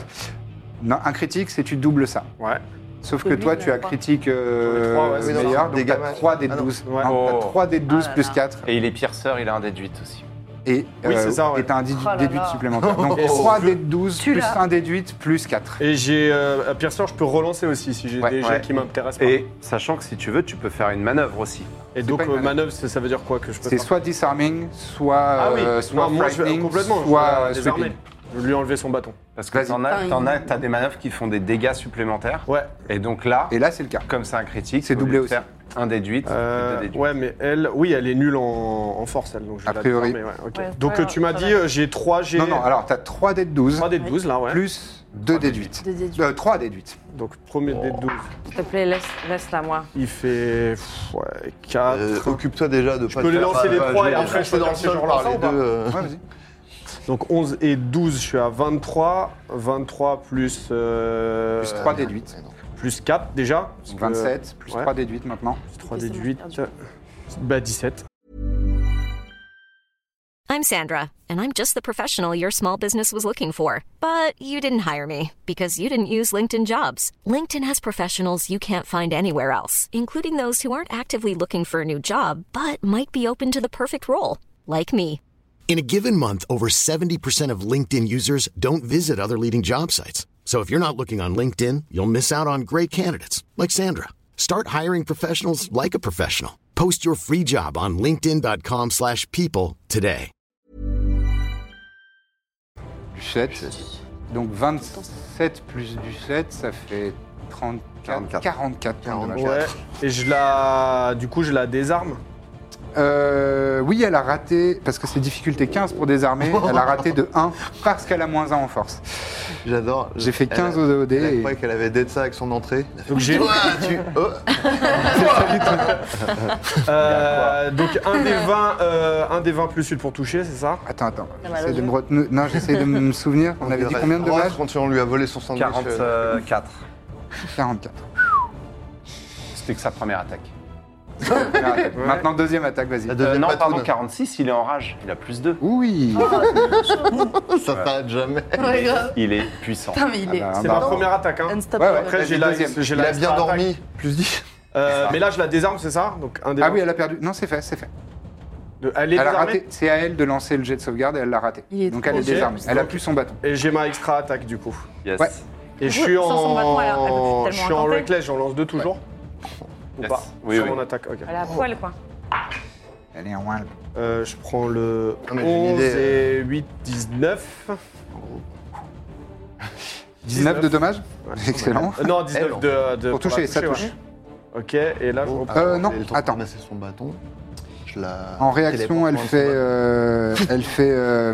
Speaker 1: Non, un critique, c'est tu doubles ça.
Speaker 5: Ouais.
Speaker 1: *laughs* Sauf
Speaker 3: Et
Speaker 1: que
Speaker 3: lui,
Speaker 1: toi,
Speaker 3: il
Speaker 1: tu
Speaker 3: en a
Speaker 1: as
Speaker 3: trois.
Speaker 1: critique euh,
Speaker 5: J'en ai trois, ouais, c'est ça.
Speaker 1: meilleur, donc
Speaker 2: Dégâts
Speaker 1: t'as
Speaker 2: magiques.
Speaker 1: 3 dés de
Speaker 2: Ah non.
Speaker 1: 12.
Speaker 5: Ouais.
Speaker 1: Hein, t'as
Speaker 6: Oh.
Speaker 1: 3 dés de 12
Speaker 7: Ah là
Speaker 1: plus
Speaker 7: là.
Speaker 1: 4
Speaker 6: Et il est pierceur, il a un dé de 8 aussi.
Speaker 1: et
Speaker 5: Oui, c'est
Speaker 1: euh,
Speaker 5: ça, ouais.
Speaker 1: et t'as un dé
Speaker 7: Oh là
Speaker 1: déduit
Speaker 7: là.
Speaker 1: supplémentaire. Donc
Speaker 5: *laughs* Et si
Speaker 1: 3
Speaker 5: tu veux-
Speaker 1: dés de 12 plus 1 déduit plus 4.
Speaker 5: Et j'ai. Euh, à Piercer, je peux relancer aussi si j'ai
Speaker 1: Ouais,
Speaker 5: des jets
Speaker 6: ouais.
Speaker 5: qui m'intéressent. pas.
Speaker 6: Et sachant que si tu veux, tu peux faire une manœuvre aussi.
Speaker 5: Et donc,
Speaker 1: pas une
Speaker 5: euh,
Speaker 1: manœuvre.
Speaker 5: manœuvre, ça ça veut dire quoi que je peux
Speaker 1: C'est
Speaker 5: faire
Speaker 1: soit disarming, soit,
Speaker 5: Ah oui,
Speaker 1: euh, soit
Speaker 5: non, moi je vais
Speaker 1: frightening,
Speaker 5: complètement. Je
Speaker 1: soit
Speaker 5: vais la
Speaker 1: euh,
Speaker 5: désarmer.
Speaker 1: sweeping.
Speaker 5: Je vais lui enlever son bâton.
Speaker 6: Parce que
Speaker 1: Vas-y.
Speaker 6: t'en as, t'en as, t'as des manœuvres qui font des dégâts supplémentaires.
Speaker 5: Ouais.
Speaker 6: Et donc là,
Speaker 1: Et là, c'est le cas.
Speaker 6: comme c'est un critique,
Speaker 1: C'est
Speaker 6: au lieu
Speaker 1: doublé
Speaker 6: de
Speaker 1: aussi.
Speaker 6: Faire un déduit,
Speaker 5: Euh, ouais, mais elle, oui, elle est nulle en, en force, elle. Donc je vais
Speaker 1: A
Speaker 5: la
Speaker 1: priori.
Speaker 5: désarmer, ouais, ok.
Speaker 4: Ouais,
Speaker 5: donc
Speaker 4: ouais,
Speaker 5: euh, tu m'as
Speaker 4: ça
Speaker 5: dit,
Speaker 4: va.
Speaker 5: euh, j'ai 3 G.
Speaker 1: Non, non, alors t'as 3 dés de 12
Speaker 5: 3 des 12 là, ouais.
Speaker 1: plus 2 déduites.
Speaker 3: De déduire.
Speaker 1: 3 déduites.
Speaker 5: Donc premier dé de 12,
Speaker 7: S'il te plaît, laisse-
Speaker 1: *laughs*
Speaker 7: laisse-la moi.
Speaker 5: il fait pff, ouais, 4.
Speaker 2: Euh, Occupe-toi déjà de je pas
Speaker 5: peux
Speaker 2: te
Speaker 5: les
Speaker 2: faire-
Speaker 5: lancer les
Speaker 2: pas-
Speaker 5: trois
Speaker 2: je
Speaker 5: et
Speaker 2: vais
Speaker 5: après, je
Speaker 2: rester
Speaker 5: peux
Speaker 2: dans le
Speaker 5: lancer
Speaker 2: sol
Speaker 5: genre
Speaker 2: par
Speaker 5: ça
Speaker 2: les
Speaker 5: ou pas
Speaker 2: deux. euh,
Speaker 1: Ouais, vas-y.
Speaker 5: Donc 11 et 12, je suis à 23. 23 plus, euh,
Speaker 1: Plus 3 déduites.
Speaker 5: plus 4 déjà. parce
Speaker 1: Donc
Speaker 5: que-
Speaker 1: 27, plus
Speaker 5: ouais.
Speaker 1: 3 déduites maintenant.
Speaker 5: Plus 3
Speaker 3: Oui, c'est
Speaker 5: des
Speaker 3: bon,
Speaker 5: 8.
Speaker 3: perdu.
Speaker 5: Bah 17.
Speaker 12: I'm Sandra, and I'm just the professional your small business was looking for. But you didn't hire me because you didn't use LinkedIn jobs. LinkedIn has professionals you can't find anywhere else, including those who aren't actively looking for a new job but might be open to the perfect role, like me.
Speaker 11: In a given month, over 70% of LinkedIn users don't visit other leading job sites. So if you're not looking on LinkedIn, you'll miss out on great candidates like Sandra. Start hiring professionals like a professional. Post your free job on linkedin.com/people slash people today.
Speaker 1: Du 7. Donc 27 plus du 7, ça fait 34.
Speaker 2: 44.
Speaker 1: 44 points de dommage.
Speaker 5: Ouais. Et je la. Du coup, je la
Speaker 1: *laughs*
Speaker 5: désarme.
Speaker 1: Euh, oui, elle a raté, parce que c'est difficulté 15 pour désarmer, elle a
Speaker 5: *laughs*
Speaker 1: raté de 1 parce qu'elle a moins 1 en force.
Speaker 2: J'adore.
Speaker 1: J'ai fait 15 au
Speaker 2: Elle, elle
Speaker 1: dé.
Speaker 2: croyait qu'elle avait d'être ça avec son entrée. Elle a fait,
Speaker 5: Donc j'ai.
Speaker 2: Ah, tu...
Speaker 1: *laughs*
Speaker 2: oh.
Speaker 5: Euh, donc un des 20, euh, un des 20 plus 8 pour toucher, c'est ça
Speaker 1: Attends, attends.
Speaker 7: Ça m'a
Speaker 1: J'essaie de
Speaker 7: l'air.
Speaker 1: me retenir. Non, j'essaie de me souvenir. On avait dit combien de
Speaker 2: Ross,
Speaker 1: dommages
Speaker 2: quand on lui a volé son sandwich. euh,
Speaker 6: 44.
Speaker 1: 44.
Speaker 6: C'était que sa première attaque.
Speaker 1: Maintenant, deuxième attaque, vas-y.
Speaker 2: La
Speaker 6: Euh,
Speaker 2: deuxième
Speaker 6: non,
Speaker 2: patoune.
Speaker 6: pardon, 46, il est en rage. Oh, Il a plus 2.
Speaker 1: Oui *laughs*
Speaker 3: Oh,
Speaker 2: Ça s'arrête jamais.
Speaker 3: Ouais, grave.
Speaker 6: Il est puissant.
Speaker 3: Oh Putain, mais il est.
Speaker 1: Ah bah,
Speaker 5: C'est ma première attaque. Hein.
Speaker 3: Unstoppable.
Speaker 1: Ouais, ouais.
Speaker 5: Après, j'ai
Speaker 1: La
Speaker 5: la.
Speaker 1: deuxième.
Speaker 5: j'ai
Speaker 2: Il
Speaker 5: la
Speaker 2: a bien
Speaker 5: extra attaque.
Speaker 2: dormi. Plus 10.
Speaker 5: Euh, mais là, je la désarme, c'est ça Donc un des.
Speaker 1: Ah oui, elle a perdu. Non, c'est fait, c'est fait.
Speaker 5: De- elle est
Speaker 1: Elle a
Speaker 5: désarmée
Speaker 1: raté. C'est à elle de lancer le jet de sauvegarde et elle l'a raté.
Speaker 3: Il est
Speaker 1: Donc
Speaker 3: trop
Speaker 1: elle est
Speaker 3: cher.
Speaker 1: désarmée. Elle a plus son bâton.
Speaker 5: Et j'ai ma extra attaque du coup.
Speaker 6: Yes.
Speaker 1: Ouais.
Speaker 5: Et je suis
Speaker 4: Sans son bâton, elle a- elle peut
Speaker 5: en.
Speaker 4: tellement
Speaker 5: Je suis en
Speaker 4: incanter.
Speaker 5: reckless, j'en lance deux toujours. Ou
Speaker 6: Yes.
Speaker 5: pas
Speaker 6: Oui,
Speaker 5: Sur
Speaker 6: oui.
Speaker 5: mon attaque, ok.
Speaker 7: Elle
Speaker 3: Oh.
Speaker 7: est à poil, quoi.
Speaker 1: Elle est en moins.
Speaker 5: Euh, je prends le
Speaker 2: Non, mais j'ai une
Speaker 5: 11
Speaker 2: idée,
Speaker 5: et 8,
Speaker 1: *laughs*
Speaker 5: 19.
Speaker 1: 19 de dommages
Speaker 5: Ouais.
Speaker 1: Excellent.
Speaker 5: Euh, non,
Speaker 2: Eh non.
Speaker 5: 19 de, de-
Speaker 1: Pour toucher,
Speaker 5: la
Speaker 1: ça touche.
Speaker 5: ouais. Ok, et là, je reprends.
Speaker 1: Euh, non,
Speaker 2: Elle a eu le temps
Speaker 1: attends.
Speaker 2: de ramasser son bâton. Je la...
Speaker 1: En réaction,
Speaker 2: téléporte
Speaker 1: elle
Speaker 2: dans le
Speaker 1: fait,
Speaker 2: combat.
Speaker 1: euh, elle fait, euh,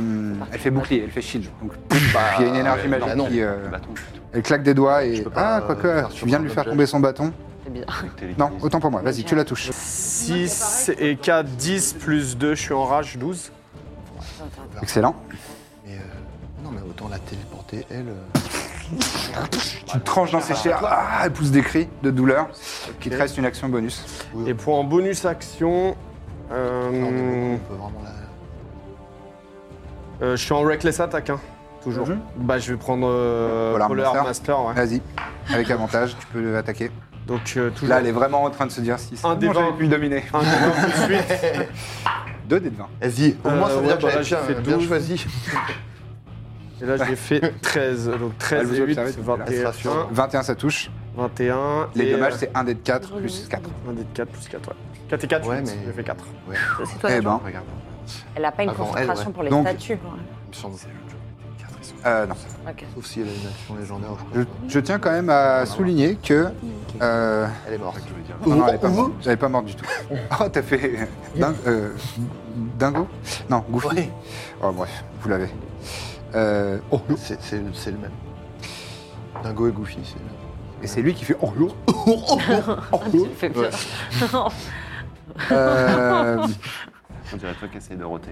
Speaker 1: elle fait bouclier, elle fait shield. Donc, pff,
Speaker 2: Bah,
Speaker 1: il y a une énergie
Speaker 2: ouais,
Speaker 1: magique
Speaker 2: bah non.
Speaker 1: qui, euh,
Speaker 6: Bâton,
Speaker 1: elle claque des doigts et
Speaker 2: peux pas,
Speaker 1: ah,
Speaker 2: euh,
Speaker 1: quoique,
Speaker 2: faire
Speaker 1: tu
Speaker 2: sur
Speaker 1: viens de
Speaker 2: un
Speaker 1: lui faire
Speaker 2: objet.
Speaker 1: tomber son bâton.
Speaker 7: C'est bizarre.
Speaker 6: télékinésie.
Speaker 1: Non, autant pour moi. Vas-y, tu la touches.
Speaker 5: 6 et 4, 10 plus 2, je suis en rage, 12.
Speaker 1: Excellent.
Speaker 2: Mais, euh, Non, mais autant la téléporter, elle. euh.
Speaker 1: *laughs* Tu te tranches dans ses chairs. Ah, elle pousse des cris de douleur. Il te reste une action bonus.
Speaker 5: Et pour en bonus action, euh,
Speaker 2: Non, mais on peut vraiment la.
Speaker 5: euh, je suis en reckless attack. hein. Toujours.
Speaker 1: Mhm.
Speaker 5: Bah, je vais prendre euh,
Speaker 1: Polar
Speaker 5: Polar
Speaker 1: Master.
Speaker 5: Master. ouais.
Speaker 1: Vas-y, avec avantage, tu peux attaquer.
Speaker 5: Donc, euh,
Speaker 1: Là, elle est vraiment en train de se dire si c'est
Speaker 5: Un
Speaker 1: bon,
Speaker 5: des vingt.
Speaker 1: j'avais pu le dominer.
Speaker 5: Un
Speaker 6: *laughs*
Speaker 5: des
Speaker 7: *laughs*
Speaker 1: 2 des 20.
Speaker 2: Vas-y, au
Speaker 5: Euh,
Speaker 2: moins, ça veut dire que
Speaker 5: bah,
Speaker 2: j'avais bien- bah, bien *laughs*
Speaker 5: choisi. Et là, j'ai fait
Speaker 1: *laughs*
Speaker 5: 13. Donc 13 et 8, c'est 21.
Speaker 1: 21, ça touche.
Speaker 5: 21.
Speaker 1: Les
Speaker 5: et,
Speaker 1: dommages,
Speaker 5: euh,
Speaker 1: c'est 1 dé de 4 plus 4.
Speaker 5: 1 dé de 4 plus 4, ouais. 4 et 4, ouais, mais... j'ai fait 4.
Speaker 2: Ouais.
Speaker 7: c'est toi,
Speaker 1: eh
Speaker 7: Jean.
Speaker 1: ben,
Speaker 7: Elle n'a pas une
Speaker 1: Avant elle,
Speaker 7: concentration
Speaker 1: ouais.
Speaker 7: pour les
Speaker 1: Donc-
Speaker 7: statues.
Speaker 1: euh, non.
Speaker 7: Ok.
Speaker 2: Sauf si elle a une action légendaire.
Speaker 1: Je, je tiens quand même à souligner que. euh,
Speaker 2: Elle est morte.
Speaker 1: Non, non, elle est pas morte. Elle est pas morte du tout. Oh, t'as fait. Ding- euh, dingo Non, Goofy. Oh, bref, vous l'avez. Euh, oh,
Speaker 2: c'est c'est le même. Dingo et Goofy, c'est le même.
Speaker 1: Et c'est lui qui fait. Oh, oh, oh, oh,
Speaker 7: *laughs*
Speaker 1: oh, oh.
Speaker 2: peur.
Speaker 1: Euh,
Speaker 6: On dirait toi qui essaye de
Speaker 7: *laughs*
Speaker 6: roter.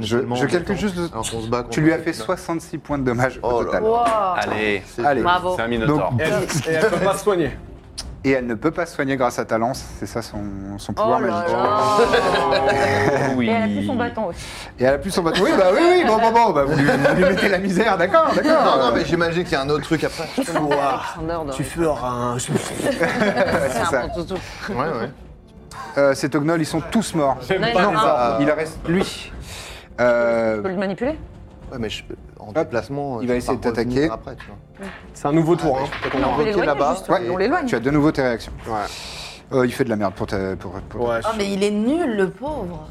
Speaker 1: Je,
Speaker 6: tellement
Speaker 1: je
Speaker 6: en
Speaker 1: calcule
Speaker 6: même temps,
Speaker 1: juste. le-
Speaker 2: alors qu'on se bat
Speaker 1: tu lui as
Speaker 2: contre-
Speaker 1: fait 66 points de dommage au total.
Speaker 2: Oh là. Wow.
Speaker 6: Allez, c'est-
Speaker 1: Allez.
Speaker 6: c'est un minotaure.
Speaker 1: Donc-
Speaker 6: Elle- et elle peut pas se
Speaker 5: soigner.
Speaker 1: Et elle ne peut pas se soigner grâce à ta lance, c'est ça son, son
Speaker 3: Oh
Speaker 1: pouvoir magique.
Speaker 7: Oh
Speaker 1: *laughs* Oh.
Speaker 3: *laughs*
Speaker 1: Euh,
Speaker 7: Et elle a plus son bâton aussi.
Speaker 1: Et elle a plus son bâton. Oui, bah oui, oui, bon, bon, bon, bah, vous, lui, vous lui mettez la misère, d'accord, d'accord.
Speaker 2: Non, non, mais j'imagine qu'il y a un autre truc *laughs* après.
Speaker 5: Tu
Speaker 7: euh,
Speaker 5: feras
Speaker 1: *laughs*
Speaker 5: un.
Speaker 1: c'est ça.
Speaker 2: hein. Ouais, ouais.
Speaker 1: Euh, ces Tognol, ils sont tous morts.
Speaker 7: J'aime pas les arbres.
Speaker 1: il en reste lui. Euh,
Speaker 7: Tu peux le manipuler
Speaker 2: Ouais, mais je- en déplacement,
Speaker 1: il va
Speaker 2: je peux
Speaker 1: essayer de
Speaker 2: pas revenir
Speaker 1: t'attaquer.
Speaker 2: Après, tu vois. Ah,
Speaker 5: C'est un nouveau tour. hein.
Speaker 2: peut-être On l'éloigne, là-bas. juste,
Speaker 1: Ouais,
Speaker 2: on l'éloigne.
Speaker 1: Tu as de nouveau tes réactions. Euh, il fait de la merde pour ta. Pour, pour
Speaker 5: Ouais,
Speaker 3: Oh, mais il est nul, le pauvre.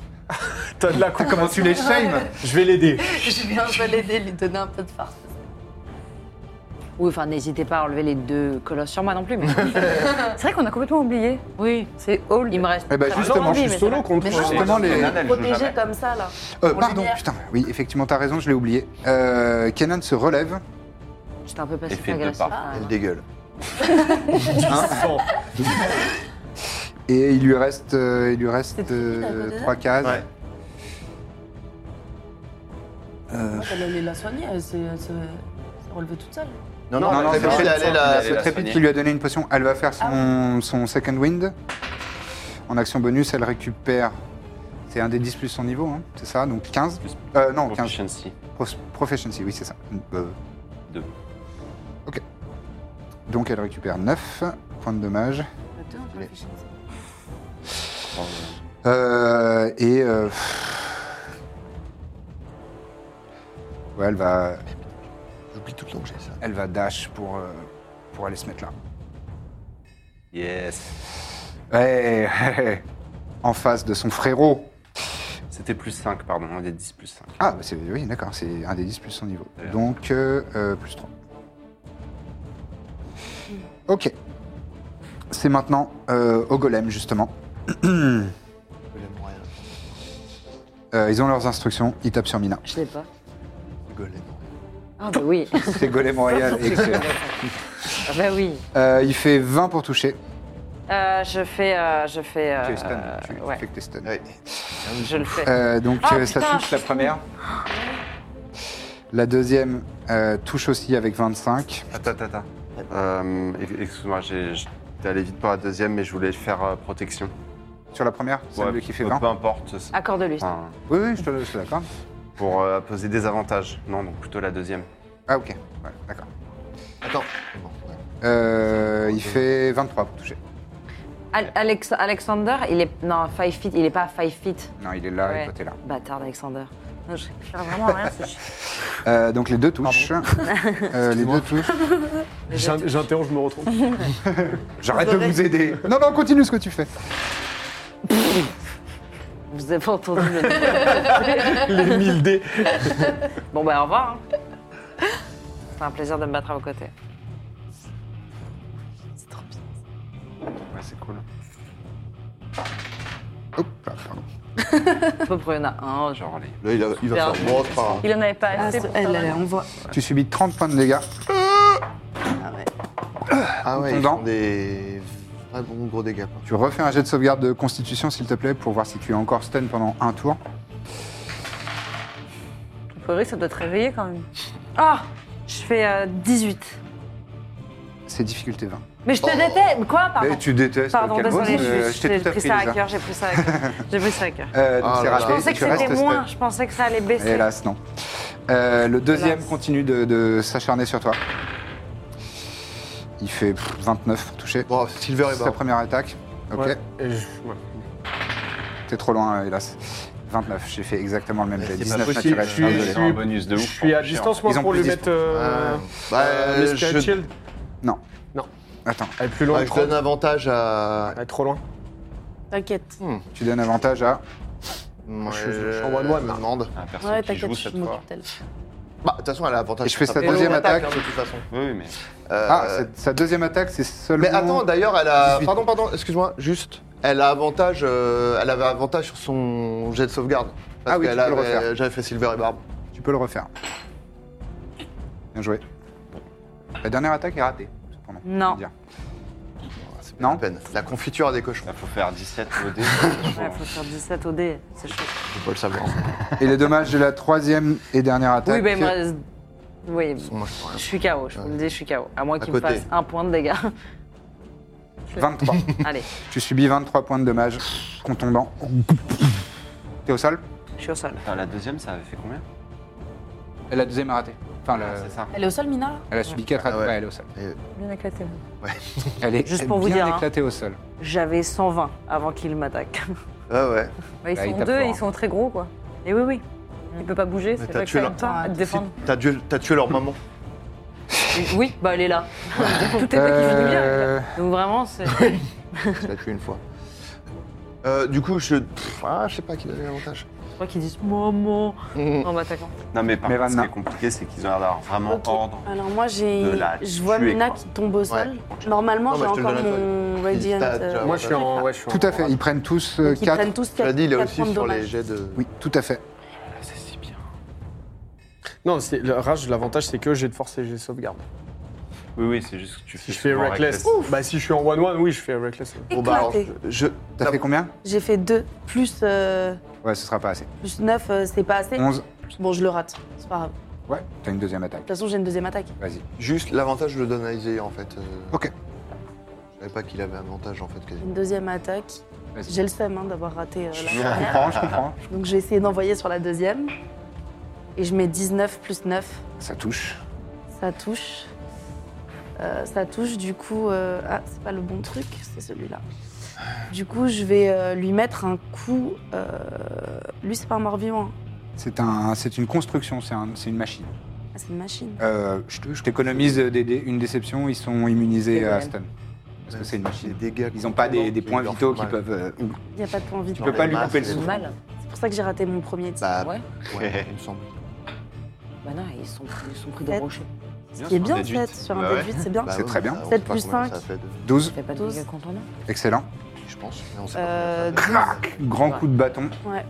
Speaker 5: T'as de la coupe.
Speaker 1: Comment tu les shames
Speaker 5: Je vais l'aider.
Speaker 3: Je viens pas l'aider,
Speaker 4: Euh.
Speaker 3: lui donner un peu de farce.
Speaker 7: Oui, enfin, n'hésitez pas à enlever les deux colosses sur moi non
Speaker 1: *laughs*
Speaker 7: plus. Mais...
Speaker 4: *laughs* C'est vrai qu'on a complètement oublié.
Speaker 7: oui,
Speaker 4: C'est old.
Speaker 7: il me reste.
Speaker 1: Eh ben,
Speaker 3: Ah,
Speaker 7: très
Speaker 1: justement,
Speaker 7: peu
Speaker 1: je
Speaker 7: de vie,
Speaker 1: suis
Speaker 7: mais
Speaker 1: solo
Speaker 7: ça va.
Speaker 1: contre-
Speaker 7: Mais
Speaker 1: Franchement,
Speaker 3: Justement,
Speaker 1: justement, les-
Speaker 3: les protéger comme ça, là.
Speaker 1: Euh,
Speaker 3: On
Speaker 1: pardon,
Speaker 3: libère.
Speaker 1: putain, oui, effectivement, t'as raison, je l'ai oublié. Euh, Kenan se relève.
Speaker 7: J'étais un peu passif
Speaker 6: Effet de
Speaker 7: agressif. Ah.
Speaker 6: part.
Speaker 7: quand même.
Speaker 2: Elle
Speaker 7: *laughs*
Speaker 2: dégueule.
Speaker 7: Hein
Speaker 1: Et il lui reste, euh, il lui reste
Speaker 3: à côté
Speaker 1: euh,
Speaker 3: d'elle
Speaker 1: trois cases. Euh,
Speaker 3: Moi, Elle allait la soigner, elle s'est elle s'est- elle s'est relevée toute seule.
Speaker 2: Non, non, non,
Speaker 1: c'est
Speaker 2: c'est elle, elle, la-
Speaker 1: c'est Trépide qui lui a donné une potion. Elle va faire
Speaker 2: Ah.
Speaker 1: son, son second wind. En action bonus, elle récupère. C'est un des 10 plus son niveau, hein, c'est ça Donc 15 euh, Non, 15.
Speaker 6: Proficiency.
Speaker 1: Pros- Proficiency, oui, c'est ça. Euh,
Speaker 6: Deux.
Speaker 1: Ok. Donc elle récupère 9 points de dommage. Euh, et. euh, Ouais, elle va.
Speaker 2: J'oublie tout le temps que j'ai ça.
Speaker 1: Elle va dash pour, euh, pour aller se mettre là.
Speaker 6: Yes.
Speaker 1: Ouais, *laughs* en face de son frérot.
Speaker 6: C'était plus 5, pardon. On est 10 plus 5.
Speaker 1: Ah, bah c'est, oui, d'accord, c'est un des 10 plus son niveau.
Speaker 6: D'ailleurs.
Speaker 1: Donc, euh, euh, plus 3. Ok. C'est maintenant euh, au golem, justement.
Speaker 2: Golem royal.
Speaker 1: Euh, ils ont leurs instructions, ils tapent sur Mina.
Speaker 7: Je l'ai pas.
Speaker 2: Golem
Speaker 7: Ah, bah oui. *laughs*
Speaker 1: C'est golem royal, excellent.
Speaker 7: Ah, bah oui.
Speaker 1: Euh, il fait 20 pour toucher.
Speaker 7: Euh, je fais. euh, je fais. euh,
Speaker 1: tu es stun,
Speaker 7: euh,
Speaker 1: tu
Speaker 7: ouais,
Speaker 1: fais que t'es stun.
Speaker 2: royal. Ouais.
Speaker 7: je le fais.
Speaker 1: Euh, donc
Speaker 7: Ah,
Speaker 1: euh, ça
Speaker 7: putain.
Speaker 1: touche la première. La deuxième euh, touche aussi avec 25.
Speaker 6: Attends, attends, attends. Euh, ex- Excuse-moi, j'ai- j'étais allé vite pour la deuxième, mais je voulais faire euh, protection.
Speaker 1: Sur la première, celle
Speaker 6: Ouais,
Speaker 1: qui fait
Speaker 6: peu-
Speaker 1: 20.
Speaker 6: Peu importe. c'est-
Speaker 7: Accorde-lui.
Speaker 6: enfin,
Speaker 1: Oui, oui, je te je te l'accorde.
Speaker 6: pour euh, poser des avantages. Non, donc plutôt la deuxième.
Speaker 1: Ah, ok. Ouais, d'accord.
Speaker 2: Attends. Bon, ouais.
Speaker 1: Euh, il fait 23 pour toucher.
Speaker 7: Al- Alex- Alexander, il est. Non, 5 feet. Il est pas 5 feet.
Speaker 1: Non, il est là et
Speaker 7: Ouais.
Speaker 1: toi, t'es là.
Speaker 7: Bâtard d'Alexander. Non, je-
Speaker 4: Ça sert vraiment à rien ce chien.
Speaker 1: Euh, donc les deux touches. Euh, les deux touches.
Speaker 5: J'in- J'interroge, je me retrouve.
Speaker 1: J'arrête de vous aider. Non, non, continue ce que tu fais.
Speaker 7: Vous avez pas entendu le.
Speaker 5: Les 1000 dés.
Speaker 7: *laughs* bon, bah, au revoir. hein. C'était un plaisir de me battre à vos côtés.
Speaker 6: Ouais, c'est cool.
Speaker 1: Hop, ah, pardon.
Speaker 7: À peu près, il y en a un. Genre.
Speaker 6: Genre les.
Speaker 2: Là, il, a- il va faire hein. bon, c'est pas grave.
Speaker 4: Il en avait pas assez. pour faire mal.
Speaker 3: envoie.
Speaker 1: Tu subis 30 points de dégâts.
Speaker 2: Ah ouais,
Speaker 1: Ton
Speaker 2: ils
Speaker 1: dent.
Speaker 2: font des vrais bons gros dégâts. quoi.
Speaker 1: Tu refais un jet de sauvegarde de constitution, s'il te plaît, pour voir si tu es encore stun pendant un tour.
Speaker 4: A Ah, priori, ça doit te réveiller quand même.
Speaker 7: Ah Je fais euh, 18.
Speaker 1: c'est difficulté 20.
Speaker 7: Mais je te déteste. mais Quoi,
Speaker 1: Oh.
Speaker 7: pardon
Speaker 1: Mais tu détestes
Speaker 7: Pardon,
Speaker 1: Calvos, mais
Speaker 7: désolé, je-
Speaker 1: je t'ai
Speaker 7: j'ai
Speaker 1: tout à
Speaker 7: pris
Speaker 1: fait
Speaker 7: ça à
Speaker 1: déjà.
Speaker 7: cœur, j'ai pris ça à
Speaker 1: *laughs*
Speaker 7: cœur. J'ai pris ça à cœur.
Speaker 1: Euh,
Speaker 4: Ah
Speaker 1: donc c'est
Speaker 7: Je
Speaker 1: raté,
Speaker 7: pensais
Speaker 1: tu
Speaker 7: que c'était
Speaker 1: restes au
Speaker 7: moins,
Speaker 1: stade.
Speaker 7: je pensais que ça allait baisser.
Speaker 1: Hélas, non. Euh, le deuxième continue de, de s'acharner sur toi. Il fait pff, 29 pour toucher.
Speaker 2: Silver est
Speaker 1: C'est
Speaker 2: mort.
Speaker 1: sa première attaque. Ok.
Speaker 2: Ouais,
Speaker 1: T'es trop loin, hélas. 29, j'ai fait exactement le même jet.
Speaker 6: c'est pas
Speaker 1: 19
Speaker 6: possible,
Speaker 1: naturel.
Speaker 6: je suis-
Speaker 1: Ah, désolé.
Speaker 6: je suis- Un bonus de ouf
Speaker 5: Je suis à
Speaker 6: pour
Speaker 5: distance,
Speaker 6: Pierre.
Speaker 5: moi,
Speaker 1: Ils ont
Speaker 5: pour
Speaker 1: plus
Speaker 5: lui
Speaker 1: 10.
Speaker 5: mettre. euh,
Speaker 2: Ouais. Bah,
Speaker 5: euh, le Sky
Speaker 2: je-
Speaker 5: Shield.
Speaker 1: Non.
Speaker 5: Non.
Speaker 1: Attends.
Speaker 5: Elle est plus loin.
Speaker 2: Ouais, je donne avantage à.
Speaker 5: Elle est trop loin.
Speaker 3: T'inquiète.
Speaker 2: Hmm.
Speaker 1: Tu donnes avantage à.
Speaker 5: je- je suis en one-one, là.
Speaker 2: Armande.
Speaker 6: Un Ah, perso
Speaker 3: Ouais,
Speaker 6: qui joue
Speaker 3: t'inquiète,
Speaker 6: cette
Speaker 3: je
Speaker 6: fois.
Speaker 3: m'occupe d'elle.
Speaker 2: Bah, de toute façon, elle a avantage.
Speaker 1: Et je fais
Speaker 2: sur
Speaker 1: sa
Speaker 2: pelle.
Speaker 1: deuxième
Speaker 2: Elle
Speaker 1: attaque.
Speaker 2: hein, de toute façon.
Speaker 6: Oui, mais.
Speaker 2: Euh,
Speaker 1: Ah, sa- sa deuxième attaque, c'est seulement.
Speaker 2: Mais attends, d'ailleurs, elle a.
Speaker 1: 18.
Speaker 2: Pardon, pardon, excuse-moi, juste. Elle a avantage. euh, Elle avait avantage sur son jet de sauvegarde. Parce
Speaker 1: Ah oui, tu
Speaker 2: qu'elle
Speaker 1: peux le
Speaker 2: avait-
Speaker 1: refaire.
Speaker 2: J'avais fait Silver et Barbe.
Speaker 1: Tu peux le refaire. Bien joué. La dernière attaque est ratée. cependant,
Speaker 7: Non.
Speaker 1: je *laughs* veux dire.
Speaker 2: C'est
Speaker 1: Non.
Speaker 2: pas la peine. La confiture a des cochons.
Speaker 6: Il faut faire 17 au dé.
Speaker 7: Ouais, faut faire 17 au dé, c'est chaud.
Speaker 2: Je peux le savoir.
Speaker 1: Et les dommages de la troisième et dernière attaque.
Speaker 7: Oui, ben il me reste- Oui,
Speaker 2: Moi, je sais rien.
Speaker 7: je suis KO, je vous le dis, je suis KO. À moins qu'il me
Speaker 1: côté.
Speaker 7: fasse un point de dégâts. *laughs*
Speaker 3: *laughs*
Speaker 1: 23.
Speaker 7: Allez,
Speaker 1: tu subis 23 points de dommages contondants. T'es au sol
Speaker 7: je suis au sol.
Speaker 6: Attends, la deuxième, ça avait fait combien
Speaker 1: Et La deuxième a raté. Enfin, le-
Speaker 6: C'est ça.
Speaker 4: Elle est au sol, Mina, là
Speaker 1: elle a subi
Speaker 2: Ah
Speaker 1: 4 attaques. Ouais, elle est au sol.
Speaker 4: Bien éclatée.
Speaker 1: *laughs* Elle est
Speaker 7: Juste pour vous
Speaker 1: bien
Speaker 7: dire, hein.
Speaker 1: éclatée au sol.
Speaker 7: J'avais 120 avant qu'il m'attaque.
Speaker 2: Ah Ouais, ouais.
Speaker 7: *laughs*
Speaker 4: Bah, ils
Speaker 1: Bah, il
Speaker 4: sont
Speaker 1: tape
Speaker 4: deux,
Speaker 1: fort,
Speaker 4: et
Speaker 1: hein.
Speaker 4: ils sont très gros, quoi.
Speaker 7: Eh
Speaker 4: Et oui, oui. Il peut pas bouger,
Speaker 2: Mais
Speaker 4: c'est
Speaker 2: t'as
Speaker 4: vrai que
Speaker 2: tué
Speaker 4: ça
Speaker 2: leur-
Speaker 4: aide
Speaker 7: Ah,
Speaker 4: pas à te défendre.
Speaker 2: T'as tué, t'as tué leur
Speaker 1: *laughs*
Speaker 2: maman.
Speaker 7: Oui, bah elle est là.
Speaker 4: Tout est pas qui finit bien.
Speaker 1: Euh,
Speaker 7: Donc vraiment, c'est. *laughs*
Speaker 2: Je l'ai tué une fois. Euh, du coup, je. pff, ah, je sais pas qui donnait l'avantage.
Speaker 7: Je crois qu'ils disent maman
Speaker 2: Mhm.
Speaker 7: en m'attaquant.
Speaker 6: Non, mais par
Speaker 1: Mais
Speaker 6: contre, ce qui
Speaker 1: Vanna.
Speaker 6: est compliqué, c'est qu'ils ont l'air d'avoir vraiment
Speaker 3: Ok.
Speaker 6: ordre.
Speaker 3: Alors moi j'ai,
Speaker 6: De la
Speaker 3: je vois
Speaker 6: tuer,
Speaker 3: Mina
Speaker 6: quoi.
Speaker 3: qui tombe au sol.
Speaker 6: Ouais.
Speaker 3: Normalement
Speaker 2: Non,
Speaker 3: j'ai
Speaker 2: bah, je te le
Speaker 3: encore
Speaker 2: donne,
Speaker 3: mon
Speaker 2: toi.
Speaker 3: radiant.
Speaker 2: T'as- t'as-
Speaker 3: euh,
Speaker 5: Moi, je suis en. Ouais, je suis en-
Speaker 1: Tout à fait. Ils prennent tous
Speaker 3: donc ils
Speaker 1: 4.
Speaker 3: prennent tous
Speaker 2: Tu l'as dit, il est
Speaker 3: 4
Speaker 2: aussi
Speaker 3: points de
Speaker 2: sur les
Speaker 3: dommages.
Speaker 2: jets de.
Speaker 1: Oui, tout à fait.
Speaker 6: C'est si bien.
Speaker 5: Non, c'est- le rage, l'avantage, c'est que j'ai de force et j'ai de sauvegarde.
Speaker 6: Oui, oui, c'est juste que tu fais.
Speaker 5: Si je fais
Speaker 6: souvent
Speaker 5: reckless. Bah, si je suis en 1-1, oui, je fais reckless.
Speaker 2: Bon, bah, alors,
Speaker 3: Éclaté.
Speaker 2: je.
Speaker 1: T'as fait combien
Speaker 3: J'ai fait 2 plus, euh,
Speaker 1: Ouais, ce sera pas assez.
Speaker 3: plus 9, c'est pas assez.
Speaker 1: 11.
Speaker 3: Bon je le rate, c'est pas grave. De
Speaker 1: Ouais, t'as une deuxième attaque.
Speaker 3: toute façon j'ai une deuxième attaque.
Speaker 1: Vas-y.
Speaker 2: Juste l'avantage, je le donne à Isaiah en fait. euh,
Speaker 1: Ok.
Speaker 2: Je savais pas qu'il avait avantage en fait quasiment.
Speaker 3: Une deuxième attaque.
Speaker 1: Vas-y.
Speaker 3: J'ai le seum hein, d'avoir raté euh, la
Speaker 1: Je
Speaker 3: première.
Speaker 1: comprends, je comprends.
Speaker 3: *laughs* Donc je vais essayer d'envoyer sur la deuxième. Et je mets 19 plus 9.
Speaker 1: Ça touche.
Speaker 3: Ça touche. Euh, ça touche, du coup. euh, Ah, c'est pas le bon truc, c'est celui-là. Du coup, je vais euh, lui mettre un coup. euh, Lui, c'est pas un mort-vivant. hein.
Speaker 1: C'est un, c'est une construction, c'est un- c'est une machine.
Speaker 3: Ah, c'est une machine.
Speaker 1: Euh, je te- je t'économise des dé- une déception, ils sont immunisés
Speaker 7: C'est
Speaker 1: à
Speaker 7: vrai.
Speaker 1: stun. Parce que c'est une machine.
Speaker 2: Des dégâts.
Speaker 1: Ils n'ont pas des, des points
Speaker 2: leur
Speaker 1: vitaux
Speaker 2: font
Speaker 1: qui
Speaker 2: mal.
Speaker 1: peuvent. euh,
Speaker 3: Il n'y a pas de point vite.
Speaker 1: tu peux pas lui
Speaker 2: Bah,
Speaker 1: couper le
Speaker 2: c'est
Speaker 1: souffle.
Speaker 7: Mal.
Speaker 3: C'est pour ça que j'ai raté mon premier tir.
Speaker 2: Bah,
Speaker 7: Ah, Ouais.
Speaker 2: ouais, il me semble.
Speaker 7: Bah non, ils sont, ils sont pris des
Speaker 3: Sept.
Speaker 7: rochers.
Speaker 3: Ce qui est bien, en fait, sur
Speaker 2: Bah
Speaker 3: un
Speaker 2: ouais.
Speaker 3: dead 8, c'est bien.
Speaker 2: Bah
Speaker 1: C'est
Speaker 2: ouais,
Speaker 1: très bien.
Speaker 2: mais ça, on
Speaker 3: 7
Speaker 2: sait pas
Speaker 3: plus
Speaker 2: combien
Speaker 3: 5.
Speaker 2: ça fait de-
Speaker 1: 12,
Speaker 7: Fais pas de
Speaker 3: Douze.
Speaker 7: dégâts quand on a.
Speaker 1: excellent.
Speaker 2: Je pense. mais on sait
Speaker 3: Euh,
Speaker 2: pas combien ça fait.
Speaker 1: Grand coup de bâton,
Speaker 3: Ouais.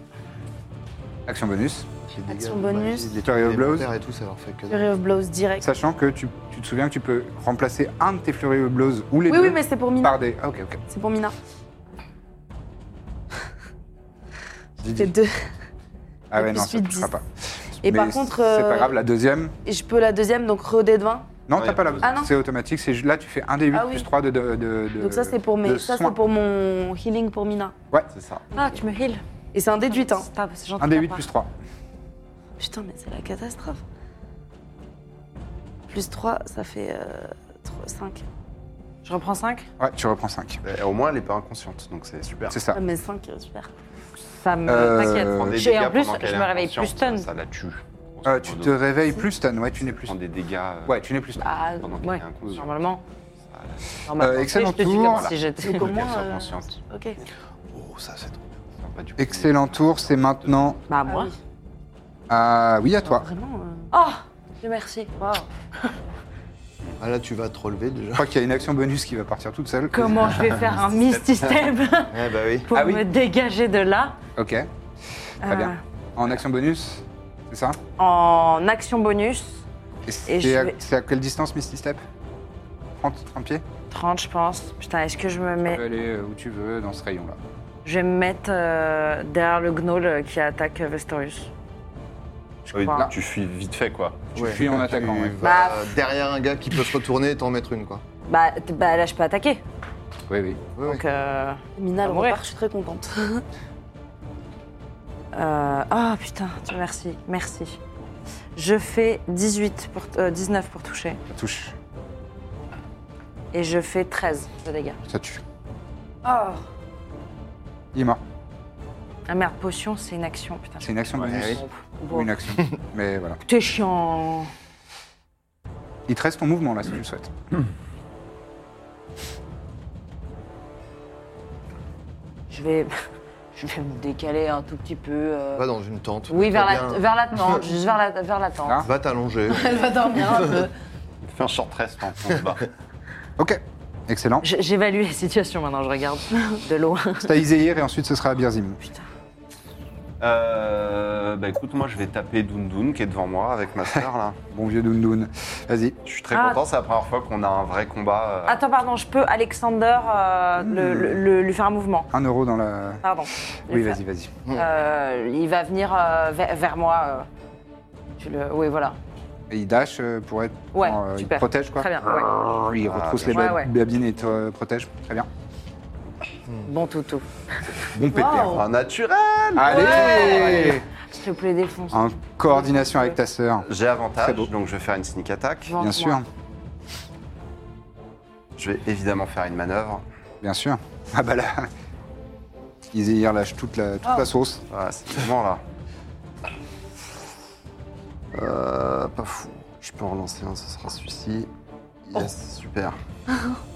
Speaker 1: action bonus.
Speaker 2: Les dégâts
Speaker 3: Action
Speaker 2: de
Speaker 3: bonus.
Speaker 2: magie, les
Speaker 1: Flurry of blows.
Speaker 2: commentaires et tout, ça leur fait que.
Speaker 3: Fury of Blows direct.
Speaker 1: Sachant que tu, tu te souviens que tu peux remplacer un de tes flurry of blows ou les
Speaker 3: Oui,
Speaker 1: deux
Speaker 3: oui, mais c'est pour Mina.
Speaker 1: par des. Ah, ok, ok.
Speaker 3: C'est pour Mina.
Speaker 1: Didi.
Speaker 3: C'est deux.
Speaker 1: Ah ouais,
Speaker 3: plus
Speaker 1: non, ça
Speaker 3: huit,
Speaker 1: ne touchera
Speaker 3: dix.
Speaker 1: pas.
Speaker 3: Et
Speaker 1: Mais
Speaker 3: par contre,
Speaker 1: C'est
Speaker 3: euh,
Speaker 1: pas grave, la deuxième.
Speaker 3: Et je peux la deuxième, donc re-dé de 20.
Speaker 1: Non,
Speaker 6: Non, y
Speaker 1: t'as
Speaker 6: a
Speaker 1: pas la
Speaker 6: pas
Speaker 3: besoin. Ah, non.
Speaker 1: C'est automatique, c'est ju- là tu fais un des 8
Speaker 3: Ah oui.
Speaker 1: plus 3 de. de, de- de-
Speaker 3: Donc ça, c'est pour,
Speaker 1: de
Speaker 3: mes... ça,
Speaker 1: soins.
Speaker 3: c'est pour mon healing pour Mina.
Speaker 6: C'est ça.
Speaker 7: Ah, tu me heal.
Speaker 3: Et c'est un déduit, hein.
Speaker 7: C'est pas- c'est gentil.
Speaker 1: Un des
Speaker 7: de ta
Speaker 1: 8
Speaker 7: part.
Speaker 1: plus 3.
Speaker 3: Putain, mais c'est la catastrophe. Plus 3, ça fait euh, 5.
Speaker 7: Je reprends 5.
Speaker 1: Ouais, tu reprends 5.
Speaker 6: Et Euh, au moins, elle n'est pas inconsciente, donc c'est super.
Speaker 1: C'est ça.
Speaker 3: Ah, mais 5, super.
Speaker 7: Ça me.
Speaker 1: Euh,
Speaker 6: Prends des
Speaker 7: T'inquiète. Et en
Speaker 6: dégâts
Speaker 7: plus,
Speaker 6: pendant qu'elle
Speaker 7: je
Speaker 6: est
Speaker 7: me réveille plus
Speaker 6: inconsciente,
Speaker 7: stun.
Speaker 6: Ça, ça la tue.
Speaker 1: Euh, tu te réveilles plus stun, ouais, tu n'es plus
Speaker 6: Prends
Speaker 1: stun.
Speaker 6: des dégâts. euh,
Speaker 1: Ouais, tu n'es plus stun.
Speaker 7: Ah,
Speaker 6: Pendant qu'elle
Speaker 7: ouais,
Speaker 6: est inconsciente.
Speaker 7: normalement.
Speaker 6: ça la-
Speaker 7: Normalement.
Speaker 1: Euh, excellent
Speaker 7: Je te dis
Speaker 1: tour.
Speaker 7: comme si j'étais-
Speaker 3: Donc au
Speaker 6: qu'elle
Speaker 3: moins.
Speaker 6: soit
Speaker 3: euh,
Speaker 6: consciente.
Speaker 3: Ok.
Speaker 2: Oh, ça, c'est trop.
Speaker 6: ça va pas du coup.
Speaker 1: Excellent tour, c'est maintenant
Speaker 7: Bah,
Speaker 3: Ah
Speaker 7: moi.
Speaker 3: oui.
Speaker 1: à. Oui, à toi.
Speaker 3: Vraiment. euh,
Speaker 7: Oh, je merci.
Speaker 2: Ah là, tu vas te relever déjà.
Speaker 1: Je crois qu'il y a une action bonus qui va partir toute seule.
Speaker 7: Comment je
Speaker 1: *laughs*
Speaker 2: *laughs*
Speaker 7: vais faire un Misty Step
Speaker 2: Eh bah oui.
Speaker 7: *laughs* pour
Speaker 1: Ah oui.
Speaker 7: me Euh. dégager de là
Speaker 1: Ok, très bien. En action bonus, c'est ça
Speaker 7: Euh, En action bonus,
Speaker 1: Et c'est
Speaker 7: je
Speaker 1: à,
Speaker 7: vais-
Speaker 1: c'est à quelle distance, Misty Step 30, 30 pieds
Speaker 7: 30, je pense. Putain, est-ce que je me
Speaker 1: Tu
Speaker 7: mets.
Speaker 1: peux aller euh, où tu veux dans ce rayon-là.
Speaker 7: Je vais me mettre euh, derrière le gnoll euh, qui attaque euh, Vestorius. Je
Speaker 6: Oui,
Speaker 7: crois.
Speaker 6: tu fuis vite fait, quoi.
Speaker 1: Tu fuis en attaquant, ouais.
Speaker 2: vas
Speaker 7: Bah,
Speaker 2: derrière un gars qui peut se retourner et t'en mettre une, quoi.
Speaker 7: Bah, t- bah, là, je peux attaquer.
Speaker 1: Oui, oui.
Speaker 7: Donc, euh,
Speaker 3: Mina,
Speaker 7: elle
Speaker 3: elle
Speaker 7: mourir.
Speaker 3: repart, je suis très contente.
Speaker 7: *laughs* Euh, Ah putain, Dieu merci, merci. Je fais 18 pour, euh, 19 pour toucher
Speaker 1: Ça touche.
Speaker 7: et je fais 13 de dégâts.
Speaker 1: Ça tue.
Speaker 7: Oh
Speaker 1: Il est mort.
Speaker 7: Ah merde, potion, c'est une action, putain.
Speaker 1: C'est une action
Speaker 7: Ouais,
Speaker 1: bonus.
Speaker 7: oui.
Speaker 1: Ou une
Speaker 7: *laughs*
Speaker 1: action. Mais voilà.
Speaker 7: T'es chiant
Speaker 1: Il te reste ton mouvement là si tu le
Speaker 7: *clears throat*
Speaker 1: souhaites.
Speaker 7: Je vais... Je vais me décaler un tout petit peu. euh,
Speaker 2: Va dans une tente.
Speaker 7: Oui, vers la,
Speaker 2: Très bien.
Speaker 7: vers la
Speaker 2: *laughs*
Speaker 7: tente, juste vers la, vers la tente.
Speaker 1: Ah.
Speaker 2: Va t'allonger.
Speaker 7: Elle *laughs* va dormir un peu.
Speaker 6: Fais un short rest en fond,
Speaker 2: *laughs*
Speaker 6: là.
Speaker 1: Ok, excellent.
Speaker 7: Je- J'évalue la situation maintenant, je regarde *laughs* de loin.
Speaker 1: C'est à Iséir et ensuite ce sera à Birzim.
Speaker 6: Euh, bah écoute, moi je vais taper Dundoun qui est devant moi avec ma sœur là.
Speaker 1: *laughs* bon vieux Dundoun. Vas-y.
Speaker 6: Je suis très
Speaker 7: Ah.
Speaker 6: content, c'est la première fois qu'on a un vrai combat. euh,
Speaker 7: Attends, pardon, je peux, Alexander, euh,
Speaker 1: Hmm.
Speaker 7: le- le- le- Ah, lui faire un mouvement.
Speaker 1: Un euro dans la.
Speaker 7: Pardon.
Speaker 1: Oui,
Speaker 7: Le
Speaker 1: vas-y, vas-y.
Speaker 7: Euh, il va venir euh, ve- vers, moi. euh. Tu le... Oui, voilà.
Speaker 1: Et il dash euh, pour être.
Speaker 7: Ouais,
Speaker 1: pour, euh, il te
Speaker 7: super.
Speaker 1: protège quoi
Speaker 7: Très bien, ouais.
Speaker 1: Il
Speaker 7: Ah,
Speaker 1: retrousse
Speaker 7: bien
Speaker 1: les
Speaker 7: joué.
Speaker 1: bab-
Speaker 7: Ouais, ouais.
Speaker 1: babines et te euh, protège. Très bien.
Speaker 7: Bon toutou.
Speaker 1: Bon pépère.
Speaker 7: Wow. *laughs*
Speaker 6: Un naturel
Speaker 1: Allez Ah.
Speaker 7: Ouais. S'il te plaît, défonce.
Speaker 1: En coordination avec ta sœur.
Speaker 6: J'ai avantage, donc je vais faire une sneak attack.
Speaker 7: Vente-moi.
Speaker 1: Bien sûr.
Speaker 6: Je vais évidemment faire une manœuvre.
Speaker 1: Bien sûr. Ah bah là. *laughs* Iséir lâche toute la, toute
Speaker 6: Oh.
Speaker 1: la sauce.
Speaker 6: Ouais, c'est vraiment là. Euh, pas fou. Je peux en lancer un, ce sera celui-ci. Yes, super.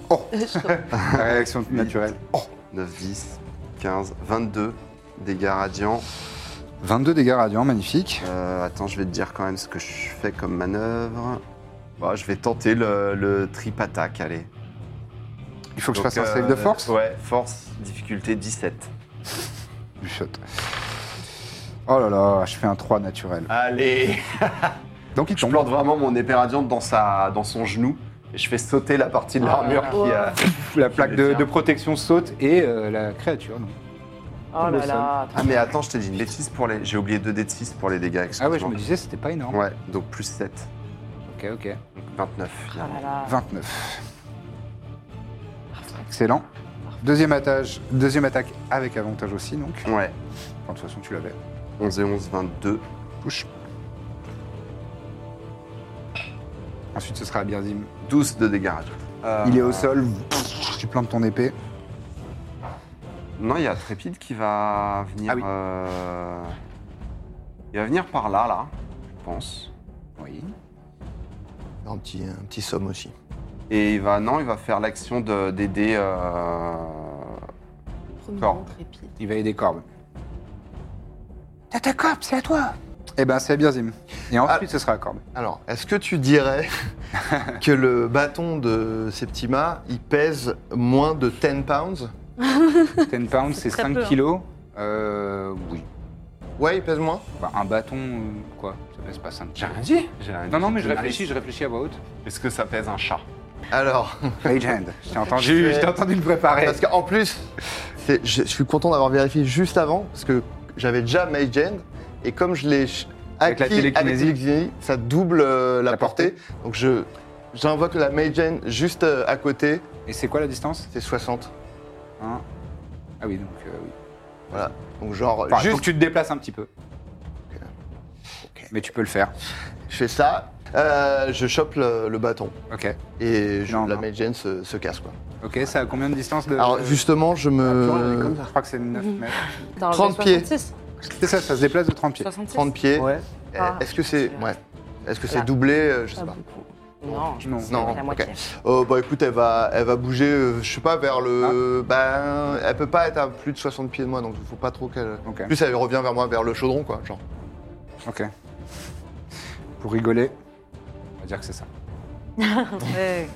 Speaker 1: Oh *laughs*
Speaker 6: *laughs*
Speaker 1: La réaction naturelle.
Speaker 6: Oh, 9, 10, 15, 22 dégâts radiants.
Speaker 1: 22 dégâts radiants, magnifique.
Speaker 6: Euh, attends, je vais te dire quand même ce que je fais comme manœuvre. Bah, je vais tenter le, le trip attack, allez.
Speaker 1: Il faut que
Speaker 6: Donc,
Speaker 1: je fasse un
Speaker 6: euh,
Speaker 1: save de force
Speaker 6: Ouais, force, difficulté 17.
Speaker 1: du shot. Oh là là, je fais un 3 naturel.
Speaker 6: Allez
Speaker 1: *laughs* Donc il
Speaker 6: Je plante vraiment mon épée radiante dans, sa, dans son genou. Et je fais sauter la partie de l'armure qui a...
Speaker 1: La plaque de,
Speaker 6: Tiens.
Speaker 1: de protection saute et euh, la créature. donc.
Speaker 7: Oh là là.
Speaker 6: Ah mais attends, je t'ai dit une bêtise pour les... J'ai oublié 2 dés de 6 pour les dégâts, excuse-moi.
Speaker 1: Ah ouais, je me disais, c'était pas énorme.
Speaker 6: Ouais, donc plus 7.
Speaker 1: Ok, ok.
Speaker 6: Donc 29.
Speaker 7: Oh là Ah, là.
Speaker 1: 29. Excellent. Deuxième, attaque, deuxième attaque avec avantage aussi, donc.
Speaker 6: Ouais.
Speaker 1: Enfin, de toute façon, tu l'avais.
Speaker 6: 11 et 11, 22.
Speaker 1: Push. Ensuite, ce sera à Birzim.
Speaker 6: 12 de dégâts radiants.
Speaker 2: Ah.
Speaker 1: Il est au sol, tu plantes ton épée.
Speaker 6: Euh, Non, il y a Trépide qui va
Speaker 1: Ah
Speaker 6: venir. euh, Il va venir par là, là, je pense.
Speaker 1: Oui.
Speaker 2: Un petit, un petit somme aussi.
Speaker 6: Et il va, non, il va faire l'action de- d'aider. euh, Corbe.
Speaker 1: Il va aider Corbe. T'as ta Corbe, c'est à toi Eh ben, c'est à Birzim. Et ensuite, ce sera à Corbe.
Speaker 2: Ah. Alors, est-ce que tu dirais *laughs* que le bâton de Septima, il pèse moins de 10
Speaker 1: *laughs*
Speaker 2: pounds
Speaker 1: 10 pounds, c'est
Speaker 2: très
Speaker 1: 5
Speaker 2: peu, hein.
Speaker 1: kilos. Euh, oui.
Speaker 2: Ouais, il pèse moins
Speaker 1: Bah, un bâton, euh, quoi Ça pèse pas 5 kilos.
Speaker 6: J'ai rien
Speaker 1: Non,
Speaker 6: dit.
Speaker 1: non, mais je
Speaker 6: Ah,
Speaker 1: réfléchis, je réfléchis à voix haute.
Speaker 6: Est-ce que ça pèse un chat
Speaker 2: Alors.
Speaker 1: *laughs* Rage Hand. Je t'ai entendu, je t'ai entendu me préparer.
Speaker 2: Parce qu'en plus, c'est- je, je suis content d'avoir vérifié juste avant, parce que j'avais déjà Mage Hand, et comme je l'ai ch-
Speaker 1: Avec la
Speaker 2: acquis
Speaker 1: télékinésie.
Speaker 2: télékinésie, ça double euh, la, portée. Donc je j'invoque la Mage Hand juste euh, à côté.
Speaker 1: Et c'est quoi la distance
Speaker 2: C'est 60.
Speaker 1: Hein ah oui, donc euh, oui.
Speaker 2: Voilà. Donc genre,
Speaker 1: Enfin, faut
Speaker 2: juste
Speaker 1: que tu te déplaces un petit peu. Mais tu peux le faire.
Speaker 2: je fais ça, euh, je chope le, le bâton,
Speaker 1: Ok.
Speaker 2: et je- la Mage Hand se, se casse. Quoi.
Speaker 1: Ok, ça a combien de distance de.
Speaker 2: Alors euh, justement, je
Speaker 1: Ah,
Speaker 2: me...
Speaker 1: Je crois que c'est 9 mètres.
Speaker 7: T'as enlevé
Speaker 2: 30 pieds.
Speaker 7: 66.
Speaker 1: C'est ça, ça se déplace de 30 pieds.
Speaker 7: 66.
Speaker 2: 30 pieds.
Speaker 5: Ouais.
Speaker 2: Euh,
Speaker 7: Ah,
Speaker 2: Est-ce que c'est ouais. Est-ce que c'est
Speaker 7: Là.
Speaker 2: doublé euh, Je sais pas.
Speaker 7: Non, je
Speaker 1: Non.
Speaker 7: pense que
Speaker 2: Non,
Speaker 7: la
Speaker 2: ok.
Speaker 7: moitié.
Speaker 2: Euh, bah écoute, elle va, elle va bouger, euh, je sais pas, vers
Speaker 1: Ah.
Speaker 2: le. Ben, elle peut pas être à plus de 60 pieds de moi, donc faut pas trop qu'elle.
Speaker 1: Ok.
Speaker 2: Plus elle revient vers moi, vers le chaudron, quoi, genre.
Speaker 1: Ok. Pour rigoler, on va dire que
Speaker 4: *laughs*
Speaker 1: c'est ça.
Speaker 7: *laughs* Ouais.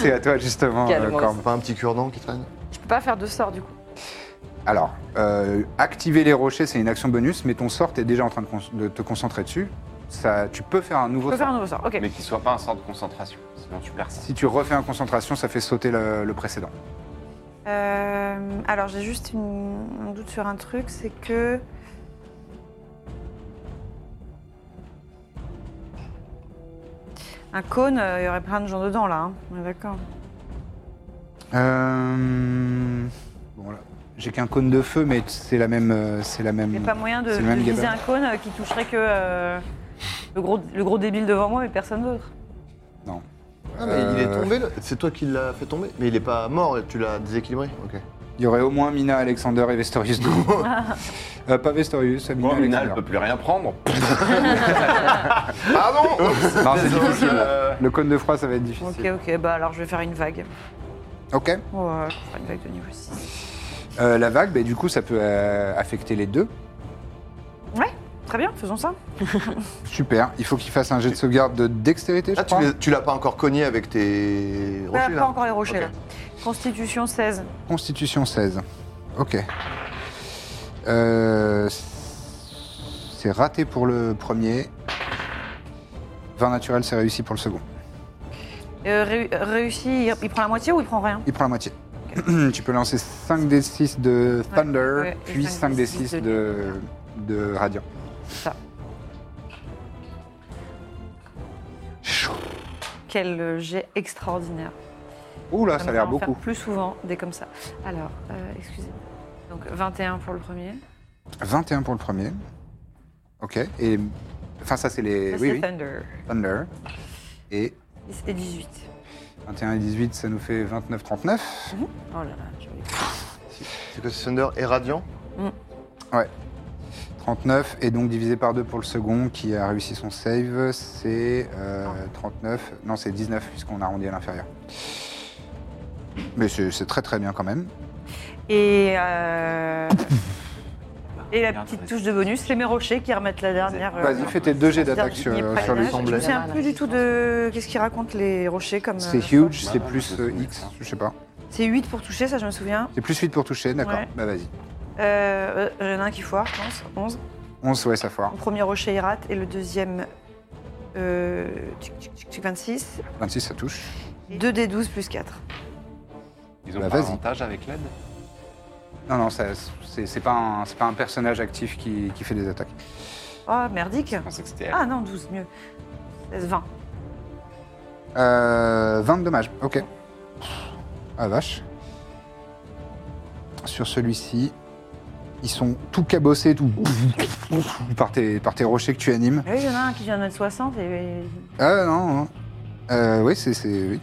Speaker 1: c'est à toi justement,
Speaker 7: Quelle
Speaker 1: euh,
Speaker 7: grosse.
Speaker 1: Corbe.
Speaker 2: Pas un petit cure-dent qui traîne
Speaker 4: Je peux pas faire de sort du coup.
Speaker 1: Alors, euh, activer les rochers, c'est une action bonus, mais ton sort, t'es déjà en train de, con- de te concentrer dessus. Ça, tu peux faire un
Speaker 4: Je
Speaker 1: nouveau
Speaker 4: peux
Speaker 1: sort.
Speaker 4: faire un nouveau sort. Ok.
Speaker 6: Mais qu'il soit pas un sort de concentration, sinon tu perds ça.
Speaker 1: Si tu refais un concentration, ça fait sauter le, le précédent.
Speaker 4: Euh, alors j'ai juste une- un doute sur un truc, c'est que. Un cône, euh, il y aurait plein de gens dedans là. hein. On est d'accord.
Speaker 1: Euh, Bon, là, j'ai qu'un cône de feu, mais c'est la même. euh, C'est la même.
Speaker 4: Il n'y a pas moyen de,
Speaker 1: c'est le
Speaker 4: de
Speaker 1: même
Speaker 4: viser
Speaker 1: gabarit.
Speaker 4: un cône euh, qui toucherait que euh, le, gros, le gros débile devant moi et personne d'autre.
Speaker 1: Non. Euh,
Speaker 2: Ah, mais il est tombé, le- c'est toi qui l'as fait tomber. Mais il est pas mort, tu l'as déséquilibré. Ok.
Speaker 1: Il y aurait au moins Mina, Alexander et
Speaker 2: *laughs*
Speaker 1: Vestorius.
Speaker 4: *laughs*
Speaker 1: Euh, pas Vestorius, Mina,
Speaker 8: Moi, Mina,
Speaker 1: Alexander.
Speaker 8: elle peut plus rien prendre.
Speaker 2: Pardon
Speaker 1: Non, c'est
Speaker 2: Désolé,
Speaker 1: difficile.
Speaker 2: euh,
Speaker 1: Le cône de froid, ça va être difficile.
Speaker 4: Ok, ok, bah alors je vais faire une vague.
Speaker 1: Ok.
Speaker 4: Ouais, je vais faire une vague de niveau 6.
Speaker 1: Euh, la vague, bah, du coup, ça peut euh, affecter les deux.
Speaker 4: Ouais, très bien,
Speaker 1: *laughs*
Speaker 4: faisons ça.
Speaker 1: Super. Il faut qu'il fasse un jet de sauvegarde de dextérité, je
Speaker 2: Ah, tu
Speaker 1: crois.
Speaker 2: les- tu l'as pas encore cogné avec tes
Speaker 4: Ouais,
Speaker 2: rochers
Speaker 4: pas
Speaker 2: là
Speaker 4: encore les rochers
Speaker 2: Ok.
Speaker 4: là. Constitution 16.
Speaker 1: Constitution 16. Ok. Euh, c'est raté pour le premier. 20 naturel, c'est réussi pour le second.
Speaker 4: Euh, ré- réussi, il- il prend la moitié ou il prend rien
Speaker 1: Il prend la moitié. *clears throat* tu peux lancer 5 d 6 de Thunder,
Speaker 4: ouais, et
Speaker 1: puis 5 d 6
Speaker 4: 5d6
Speaker 1: de, de Radiant.
Speaker 4: Ça. Quel euh, jet extraordinaire.
Speaker 1: Oula, ça a
Speaker 4: me
Speaker 1: l'air
Speaker 4: fera en faire
Speaker 1: beaucoup.
Speaker 4: plus souvent des comme ça. Alors, euh, excusez-moi. Donc 21 pour le premier.
Speaker 1: 21 pour le premier. Ok. Et. Enfin, ça, c'est les.
Speaker 4: Ça,
Speaker 1: oui,
Speaker 4: c'est
Speaker 1: oui.
Speaker 4: Thunder.
Speaker 1: Thunder. Et
Speaker 4: Et 18.
Speaker 1: 21 et 18, ça nous fait 29, 39.
Speaker 4: Oh là là, joli.
Speaker 2: C'est que Thunder est radiant
Speaker 1: Ouais. 39, et donc divisé par 2 pour le second qui a réussi son save, c'est euh, 39. Non, c'est 19 puisqu'on arrondit à l'inférieur. Mais c'est c'est très très bien quand même.
Speaker 4: Et, *laughs* euh, et la petite
Speaker 1: intéressant.
Speaker 4: touche de bonus, c'est mes rochers qui remettent la dernière. euh,
Speaker 1: Vas-y, fais tes deux jets
Speaker 4: dernière
Speaker 1: d'attaque sur- euh,
Speaker 4: ligne
Speaker 1: sur
Speaker 4: préalable.
Speaker 1: le
Speaker 4: Je
Speaker 1: semblable.
Speaker 4: me souviens plus du tout de. Qu'est-ce qu'ils racontent les rochers comme. euh,
Speaker 1: C'est huge,
Speaker 4: force
Speaker 1: c'est plus euh, X, je sais pas.
Speaker 4: C'est 8 pour toucher, ça je me souviens.
Speaker 1: C'est plus 8 pour toucher, d'accord.
Speaker 4: Ouais.
Speaker 1: Bah vas-y.
Speaker 4: Euh, euh, Il y en a un qui foire, je pense. 11.
Speaker 1: 11, ouais, ça foire.
Speaker 4: Mon premier rocher, il rate. Et le deuxième, euh, tic, tic, tic, tic, 26.
Speaker 1: 26, ça touche.
Speaker 4: 2d12 plus 4.
Speaker 8: Ils ont
Speaker 1: Bah,
Speaker 8: pas
Speaker 1: vas-y.
Speaker 8: avantage avec l'aide
Speaker 1: Non, non, ça- c'est c'est pas, un- c'est pas un personnage actif qui, qui fait des attaques.
Speaker 4: Oh, merdique.
Speaker 8: c'était elle.
Speaker 4: Ah non, 12, mieux. 16, 20.
Speaker 1: Euh, 20 de dommages, ok. Ah vache. Sur celui-ci, ils sont tout cabossés, tout *laughs* par tes, par tes rochers que tu animes.
Speaker 4: Ah Oui, il y en a un qui vient de notre 60 et.
Speaker 1: Ah non, non. Euh, oui, c'est c'est- oui.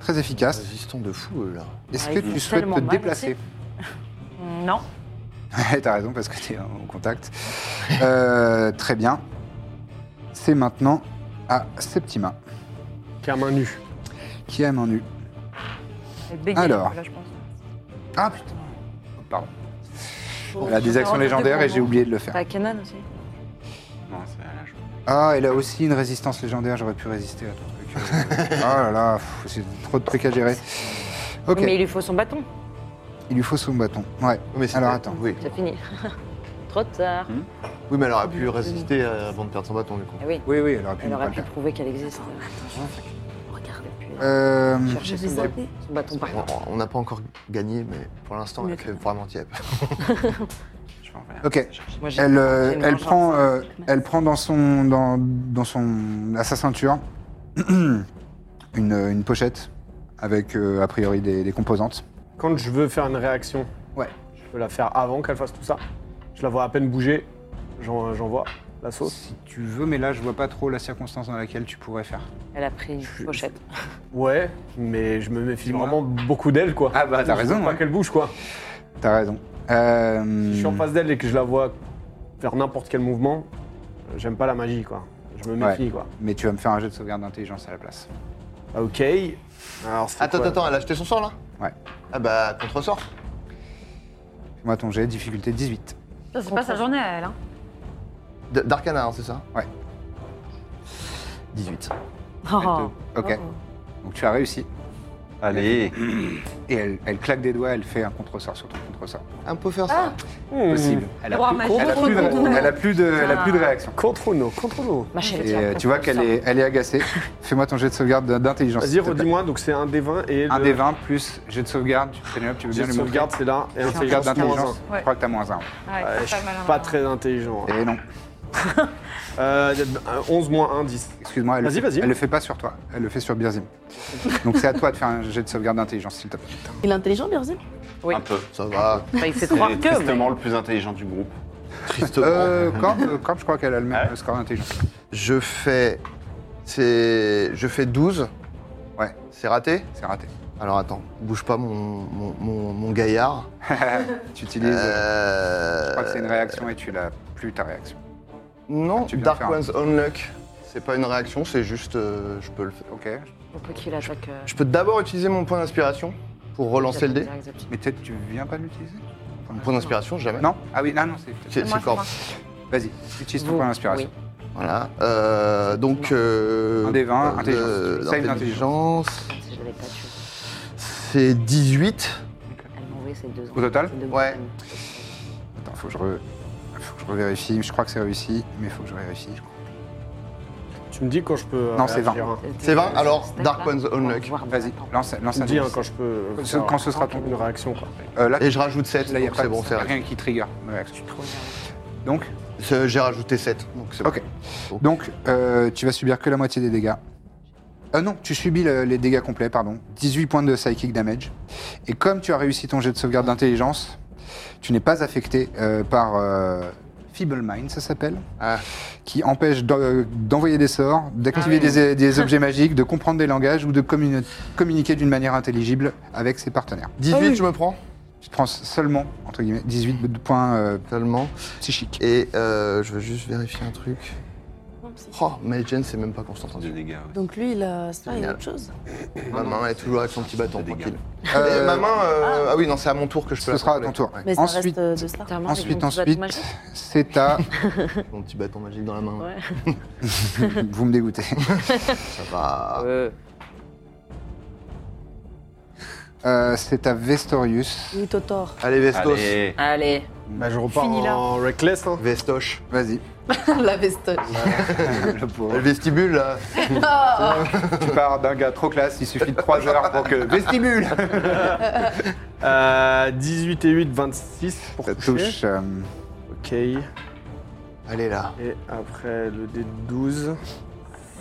Speaker 1: très efficace.
Speaker 2: Résistant de fou, eux, là.
Speaker 1: Est-ce
Speaker 4: Ouais,
Speaker 1: que
Speaker 4: Ah, ils font
Speaker 1: tu souhaites
Speaker 4: tellement
Speaker 1: te
Speaker 4: mal
Speaker 1: déplacer
Speaker 4: *laughs* Non.
Speaker 1: *laughs* Ouais, T'as raison parce que t'es en contact. Euh, très bien. C'est maintenant à Septima.
Speaker 5: Qui a main nue.
Speaker 1: Qui a main nue.
Speaker 4: Elle baignait,
Speaker 1: Alors.
Speaker 4: Là, je pense.
Speaker 1: Ah putain. Pardon. Voilà, des actions légendaires et j'ai oublié de le faire.
Speaker 7: T'as Kenan aussi.
Speaker 8: Non, c'est à la joue.
Speaker 1: Ah, elle a aussi une résistance légendaire, j'aurais pu résister à ton truc.
Speaker 7: *laughs*
Speaker 1: Euh, oh là là, pff, c'est trop de trucs à gérer. Ok,
Speaker 7: Mais il lui faut son bâton.
Speaker 1: il lui faut son bâton. Ouais, alors attends.
Speaker 2: Oui.
Speaker 7: C'est fini. *laughs* Trop tard.
Speaker 2: oui, mais elle aurait pu résister euh, avant de perdre son bâton, du coup.
Speaker 7: Eh oui.
Speaker 1: Oui, oui, elle aurait pu.
Speaker 7: Elle
Speaker 1: ne
Speaker 7: aurait
Speaker 1: pas
Speaker 7: pu
Speaker 1: le faire.
Speaker 7: prouver qu'elle existe. Regarde.
Speaker 1: Euh,
Speaker 7: Chercher son bâton. Son bâton par
Speaker 2: On- on- On n'a pas encore gagné, mais pour l'instant, elle fait vraiment
Speaker 7: *laughs*
Speaker 2: tiep.
Speaker 1: Ok,
Speaker 7: Moi, j'ai-
Speaker 1: elle, euh,
Speaker 7: j'ai une
Speaker 1: elle,
Speaker 7: vengeance.
Speaker 1: prend, euh, elle prend dans, son, dans, dans son, à sa ceinture *clears throat* une, une pochette avec euh, a priori des, des composantes.
Speaker 5: Quand je veux faire une réaction,
Speaker 1: ouais.
Speaker 5: je peux la faire avant qu'elle fasse tout ça. Je la vois à peine bouger, j'en j'en vois la sauce.
Speaker 1: Tu veux, mais là je vois pas trop la circonstance dans laquelle tu pourrais faire.
Speaker 7: Elle a pris une pochette.
Speaker 5: Ouais, mais je me méfie vraiment beaucoup d'elle, quoi.
Speaker 1: Ah bah t'as
Speaker 5: Je veux
Speaker 1: raison,
Speaker 5: Pas
Speaker 1: ouais.
Speaker 5: qu'elle bouge, quoi.
Speaker 1: T'as raison. Euh,
Speaker 5: Si je suis en face d'elle et que je la vois faire n'importe quel mouvement, euh, j'aime pas la magie, quoi. Je me méfie,
Speaker 1: ouais,
Speaker 5: quoi.
Speaker 1: Mais tu vas me faire un jet de sauvegarde d'intelligence à la place.
Speaker 5: Ah, Ok. Alors, c'est
Speaker 2: Attends,
Speaker 5: quoi
Speaker 2: attends, elle a acheté son sort, là
Speaker 1: Ouais.
Speaker 2: Ah bah, contre-sort.
Speaker 1: Fais-moi ton jet, difficulté 18.
Speaker 4: Ça, c'est pas sa journée à elle. Hein.
Speaker 2: D- D'Arcana, hein, c'est ça
Speaker 1: Ouais.
Speaker 2: 18.
Speaker 1: Ok. Donc tu as réussi.
Speaker 8: Allez.
Speaker 1: Et elle, elle claque des doigts, elle fait un contre-sort sur ton contre-sort.
Speaker 2: On peut faire ça.
Speaker 5: Mmh.
Speaker 7: Ah.
Speaker 1: Possible. Elle a,
Speaker 4: Droit
Speaker 1: plus,
Speaker 4: magique.
Speaker 1: elle a plus de,
Speaker 4: Contre nous.
Speaker 1: elle a plus de, elle a plus de réaction.
Speaker 5: Contre nous, contre nous.
Speaker 7: Ma chérie.
Speaker 1: Et euh, tu vois qu'elle est, elle est agacée. Fais-moi ton jet de sauvegarde d'intelligence.
Speaker 5: Vas-y,
Speaker 1: s'il te plaît.
Speaker 5: redis-moi, donc c'est un des 20 et.
Speaker 1: Un
Speaker 5: le-
Speaker 1: des 20 plus jet de sauvegarde. Tu, Pénélope, tu veux
Speaker 5: Jet
Speaker 1: bien
Speaker 5: de
Speaker 1: le montrer
Speaker 5: sauvegarde, c'est là. Et
Speaker 1: Jet de sauvegarde
Speaker 5: intelligence, moins
Speaker 1: d'intelligence.
Speaker 5: un.
Speaker 1: Je crois que t'as moins 1.
Speaker 3: *laughs*
Speaker 5: Ouais, je suis pas très intelligent. hein.
Speaker 1: Et non.
Speaker 5: Euh, 11 moins 1, 10.
Speaker 1: Excuse-moi, elle, le
Speaker 5: Vas-y,
Speaker 1: fait-
Speaker 5: vas-y.
Speaker 1: elle le fait pas sur toi, elle le fait sur Birzim. Donc c'est à toi de faire un jet de sauvegarde d'intelligence, s'il te plaît.
Speaker 3: Il est intelligent, Birzim
Speaker 2: Un peu, ça va.
Speaker 3: Bah, il fait
Speaker 2: C'est
Speaker 3: croire que,
Speaker 2: tristement
Speaker 6: le plus intelligent du groupe.
Speaker 2: Tristement.
Speaker 1: Euh, Corbe, euh, Corbe, je crois qu'elle a le même euh, score d'intelligence.
Speaker 2: Je fais. C'est. Je fais 12.
Speaker 1: Ouais.
Speaker 2: C'est raté
Speaker 1: C'est raté.
Speaker 2: Alors attends, bouge pas mon, mon, mon- mon gaillard.
Speaker 1: *laughs* tu utilises.
Speaker 2: Euh...
Speaker 1: Je crois que c'est une réaction et tu l'as plus ta réaction. Ah,
Speaker 2: Non,
Speaker 1: tu viens de
Speaker 2: Dark
Speaker 1: faire un-
Speaker 2: One's Own Luck. C'est pas une réaction, c'est juste. euh, je peux le faire.
Speaker 1: Ok.
Speaker 7: Pourquoi qu'il attaque euh,
Speaker 2: Je peux d'abord utiliser mon point d'inspiration pour relancer le dé.
Speaker 1: Mais peut-être tu viens pas de l'utiliser
Speaker 2: Mon point d'inspiration, jamais.
Speaker 1: Non Ah oui, non, non, c'est.
Speaker 2: C'est c'est Corbe.
Speaker 1: Vas-y, utilise ton point d'inspiration.
Speaker 2: Voilà. euh, donc. euh,
Speaker 1: Un des vingt,
Speaker 2: euh,
Speaker 1: intelligence.
Speaker 2: euh,
Speaker 1: Save
Speaker 2: intelligence.
Speaker 7: Si je l'avais pas tué,
Speaker 2: C'est 18.
Speaker 7: elle m'aurait ces deux ans.
Speaker 1: Au total
Speaker 2: Ouais.
Speaker 1: Attends, faut que, je re- faut que je revérifie. Je crois que c'est réussi, mais faut que je vérifie.
Speaker 5: Tu me dis quand je peux. euh,
Speaker 1: Non, c'est 20.
Speaker 5: réagir, hein.
Speaker 2: C'est 20, alors Dark One's Own Luck.
Speaker 1: Vas-y, lance, lance
Speaker 5: Tu
Speaker 1: un
Speaker 5: me dis
Speaker 1: dé.
Speaker 5: hein, quand je peux.
Speaker 1: Quand ce-
Speaker 5: faire
Speaker 1: quand ce sera ton-
Speaker 5: Une réaction, quoi.
Speaker 1: Euh, là,
Speaker 2: Et je rajoute 7,
Speaker 1: là, il n'y a
Speaker 2: donc
Speaker 1: pas
Speaker 2: c'est
Speaker 1: de-
Speaker 2: bon, c'est
Speaker 1: y a
Speaker 2: réglé.
Speaker 1: rien qui trigger. de réaction. Donc,
Speaker 2: C'est- J'ai rajouté 7, donc c'est bon.
Speaker 1: ok. Donc, euh, tu vas subir que la moitié des dégâts. Ah non, tu subis le- les dégâts complets, pardon. 18 points de psychic damage. Et comme tu as réussi ton jet de sauvegarde d'intelligence, tu n'es pas affecté euh, par euh, Feeble Mind, ça s'appelle,
Speaker 2: Ah.
Speaker 1: qui empêche d'en- euh, d'envoyer des sorts, d'activer des, euh, des objets magiques, de comprendre des langages ou de communi- communiquer d'une manière intelligible avec ses partenaires.
Speaker 2: 18, je me prends
Speaker 1: Tu te prends seulement, entre guillemets, 18 de points euh,
Speaker 2: Seulement.
Speaker 1: psychiques.
Speaker 2: Et euh, je veux juste vérifier un truc. Oh, mais Jen, c'est même pas qu'on s'entend.
Speaker 6: Des dégâts, ouais.
Speaker 3: Donc lui, il a ça et autre chose.
Speaker 2: Ma main est toujours avec son petit bâton, tranquille.
Speaker 1: Euh,
Speaker 2: Et Ah, ma main, euh, ah oui, non, c'est à mon tour que je peux
Speaker 1: Ce
Speaker 2: la
Speaker 1: sera à ton
Speaker 2: contrôler.
Speaker 1: tour.
Speaker 3: Mais ça
Speaker 1: Ensuite,
Speaker 3: reste euh, de ça.
Speaker 1: ensuite, ensuite, c'est à...
Speaker 2: Mon petit bâton magique dans la main.
Speaker 7: Ouais.
Speaker 2: *laughs*
Speaker 1: Vous me dégoûtez.
Speaker 2: Ça va.
Speaker 1: Euh, c'est à Vestorius.
Speaker 3: Oui, Totor.
Speaker 2: Allez, Vestos.
Speaker 6: Allez.
Speaker 7: Allez.
Speaker 5: Bah, je repars
Speaker 3: Fini, là.
Speaker 5: en Reckless. Hein.
Speaker 2: Vestoche.
Speaker 1: Vas-y.
Speaker 3: *laughs* la veste.
Speaker 1: *laughs* Le pauvre.
Speaker 2: Le vestibule,
Speaker 4: *laughs*
Speaker 2: là.
Speaker 3: Oh
Speaker 1: tu pars d'un gars trop classe, il suffit de 3 heures
Speaker 5: *laughs*
Speaker 1: pour que... Vestibule
Speaker 5: Euh, 18 et 8, 26 pour
Speaker 1: Ça
Speaker 5: toucher.
Speaker 1: touche. euh,
Speaker 5: Ok. Et
Speaker 2: Allez, là.
Speaker 5: après le D12.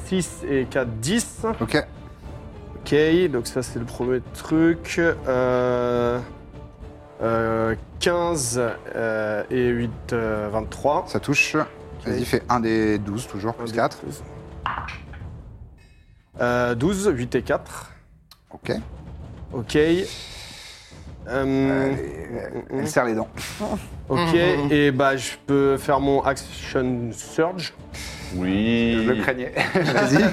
Speaker 5: 6 et 4, 10.
Speaker 1: Ok.
Speaker 5: Ok, donc ça c'est le premier truc. Euh, euh, 15 euh, et 8, euh, 23.
Speaker 1: Ça touche. Vas-y, fais 1 des 12 toujours, plus 4.
Speaker 5: Euh, 12, 8 et 4.
Speaker 1: Ok.
Speaker 5: Ok. Euh,
Speaker 1: Elle serre les dents.
Speaker 5: *laughs* ok, et bah je peux faire mon action surge.
Speaker 6: Oui.
Speaker 1: Je le craignais. Vas-y.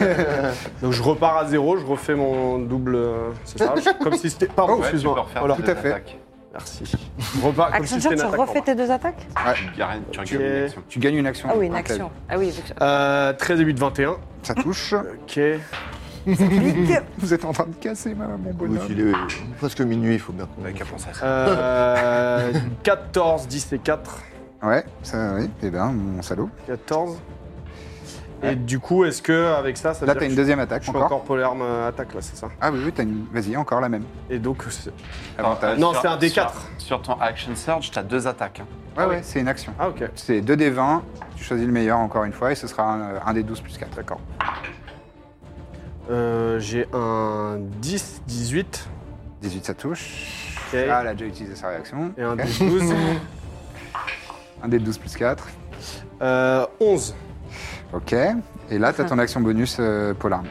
Speaker 5: *laughs* Donc je repars à zéro, je refais mon double. euh, C'est ça
Speaker 1: *laughs*
Speaker 5: je- Comme si c'était. Pardon,
Speaker 1: Oh,
Speaker 6: Ouais, tu peux
Speaker 5: excuse-moi.
Speaker 6: refaire
Speaker 5: Voilà.
Speaker 6: tes
Speaker 1: tout à fait.
Speaker 6: attaques.
Speaker 5: Merci.
Speaker 1: *laughs*
Speaker 5: Je repars comme si
Speaker 4: Action
Speaker 5: c'était
Speaker 4: Surge,
Speaker 5: une
Speaker 4: tu
Speaker 5: attaque.
Speaker 4: refais
Speaker 5: normale.
Speaker 4: tes deux attaques
Speaker 6: Tu gagnes- tu
Speaker 5: Ok.
Speaker 6: gagnes une action.
Speaker 1: Tu gagnes une action.
Speaker 4: Ah oui, une
Speaker 1: Donc, là,
Speaker 4: action.
Speaker 7: Ah oui, vu que ça-
Speaker 5: Euh, 13 et 8, 21.
Speaker 1: Ça touche.
Speaker 5: Ok.
Speaker 1: *laughs* Vous êtes en train de casser ma, mon
Speaker 2: Oui,
Speaker 1: bonhomme.
Speaker 2: il est presque minuit, il faut bien qu'on
Speaker 6: T'as qu'à penser à ça.
Speaker 1: *laughs*
Speaker 5: Euh, 14, 10 et 4.
Speaker 1: Ouais, ça, oui. Eh ben, mon salaud.
Speaker 5: 14. Et du coup, est-ce que avec ça, ça veut
Speaker 1: Là,
Speaker 5: dire
Speaker 1: t'as
Speaker 5: que
Speaker 1: une
Speaker 5: je-
Speaker 1: deuxième
Speaker 5: je
Speaker 1: attaque
Speaker 5: suis
Speaker 1: encore.
Speaker 5: encore polaire euh, attaque là, c'est ça
Speaker 1: Ah oui, oui, t'as une. Vas-y, encore la même. Ah,
Speaker 5: Et donc, c'est-
Speaker 8: Ah
Speaker 5: euh,
Speaker 1: Avantage.
Speaker 5: non,
Speaker 6: Sur-
Speaker 5: c'est un D4.
Speaker 6: Sur, sur ton action surge, t'as deux attaques. hein.
Speaker 1: Ouais, ouais, c'est une action.
Speaker 5: ah ok.
Speaker 1: C'est 2 des 20, tu choisis le meilleur encore une fois, et ce sera un, un des 12 plus Ah, 4. D'accord.
Speaker 5: Euh, J'ai un 10, 18
Speaker 1: 18, ça touche.
Speaker 5: Ok.
Speaker 1: Ah, elle a déjà utilisé sa réaction.
Speaker 5: et un
Speaker 1: Ok.
Speaker 5: d 12.
Speaker 1: *laughs* Un des 12 plus 4.
Speaker 5: Euh, 11.
Speaker 1: Ok. Et là, t'as ton action bonus euh, polar.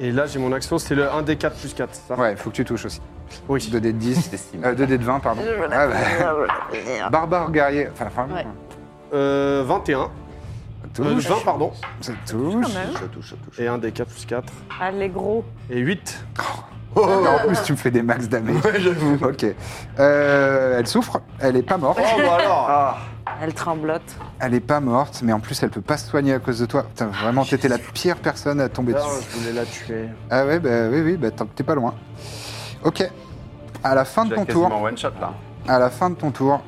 Speaker 5: Et là, j'ai mon action, c'est le 1 d 4 plus 4, c'est ça
Speaker 1: Ouais, faut que tu touches aussi.
Speaker 5: Oui.
Speaker 1: 2 des 10.
Speaker 6: T'estimes.
Speaker 1: euh, 2 des 20, pardon. Ah,
Speaker 5: *laughs*
Speaker 1: bah, Barbare guerrier. Enfin, enfin,
Speaker 3: Ouais.
Speaker 5: Euh, 21.
Speaker 1: ça
Speaker 5: Euh,
Speaker 1: touche.
Speaker 5: 20, pardon.
Speaker 1: Ça touche.
Speaker 2: Ça touche, ça touche.
Speaker 5: Et un d 4 plus 4.
Speaker 4: Allez, gros.
Speaker 5: Et 8.
Speaker 1: Oh, en plus, tu me fais des max damage. Ouais, j'avoue. Ok. Euh, elle souffre. Elle est pas morte. Ah.
Speaker 5: Oh, bah alors
Speaker 7: elle tremblote.
Speaker 1: Elle est pas morte, mais en plus, elle peut pas se soigner à cause de toi. Putain, vraiment, t'étais la pire personne à tomber
Speaker 5: Ah,
Speaker 1: dessus.
Speaker 5: Je voulais la tuer.
Speaker 1: Ah ouais, bah oui, oui, bah t'en- t'es pas loin. Ok. À la fin de
Speaker 6: Tu
Speaker 1: ton
Speaker 6: as
Speaker 1: tour,
Speaker 6: quasiment one shot là.
Speaker 1: à la fin de ton tour,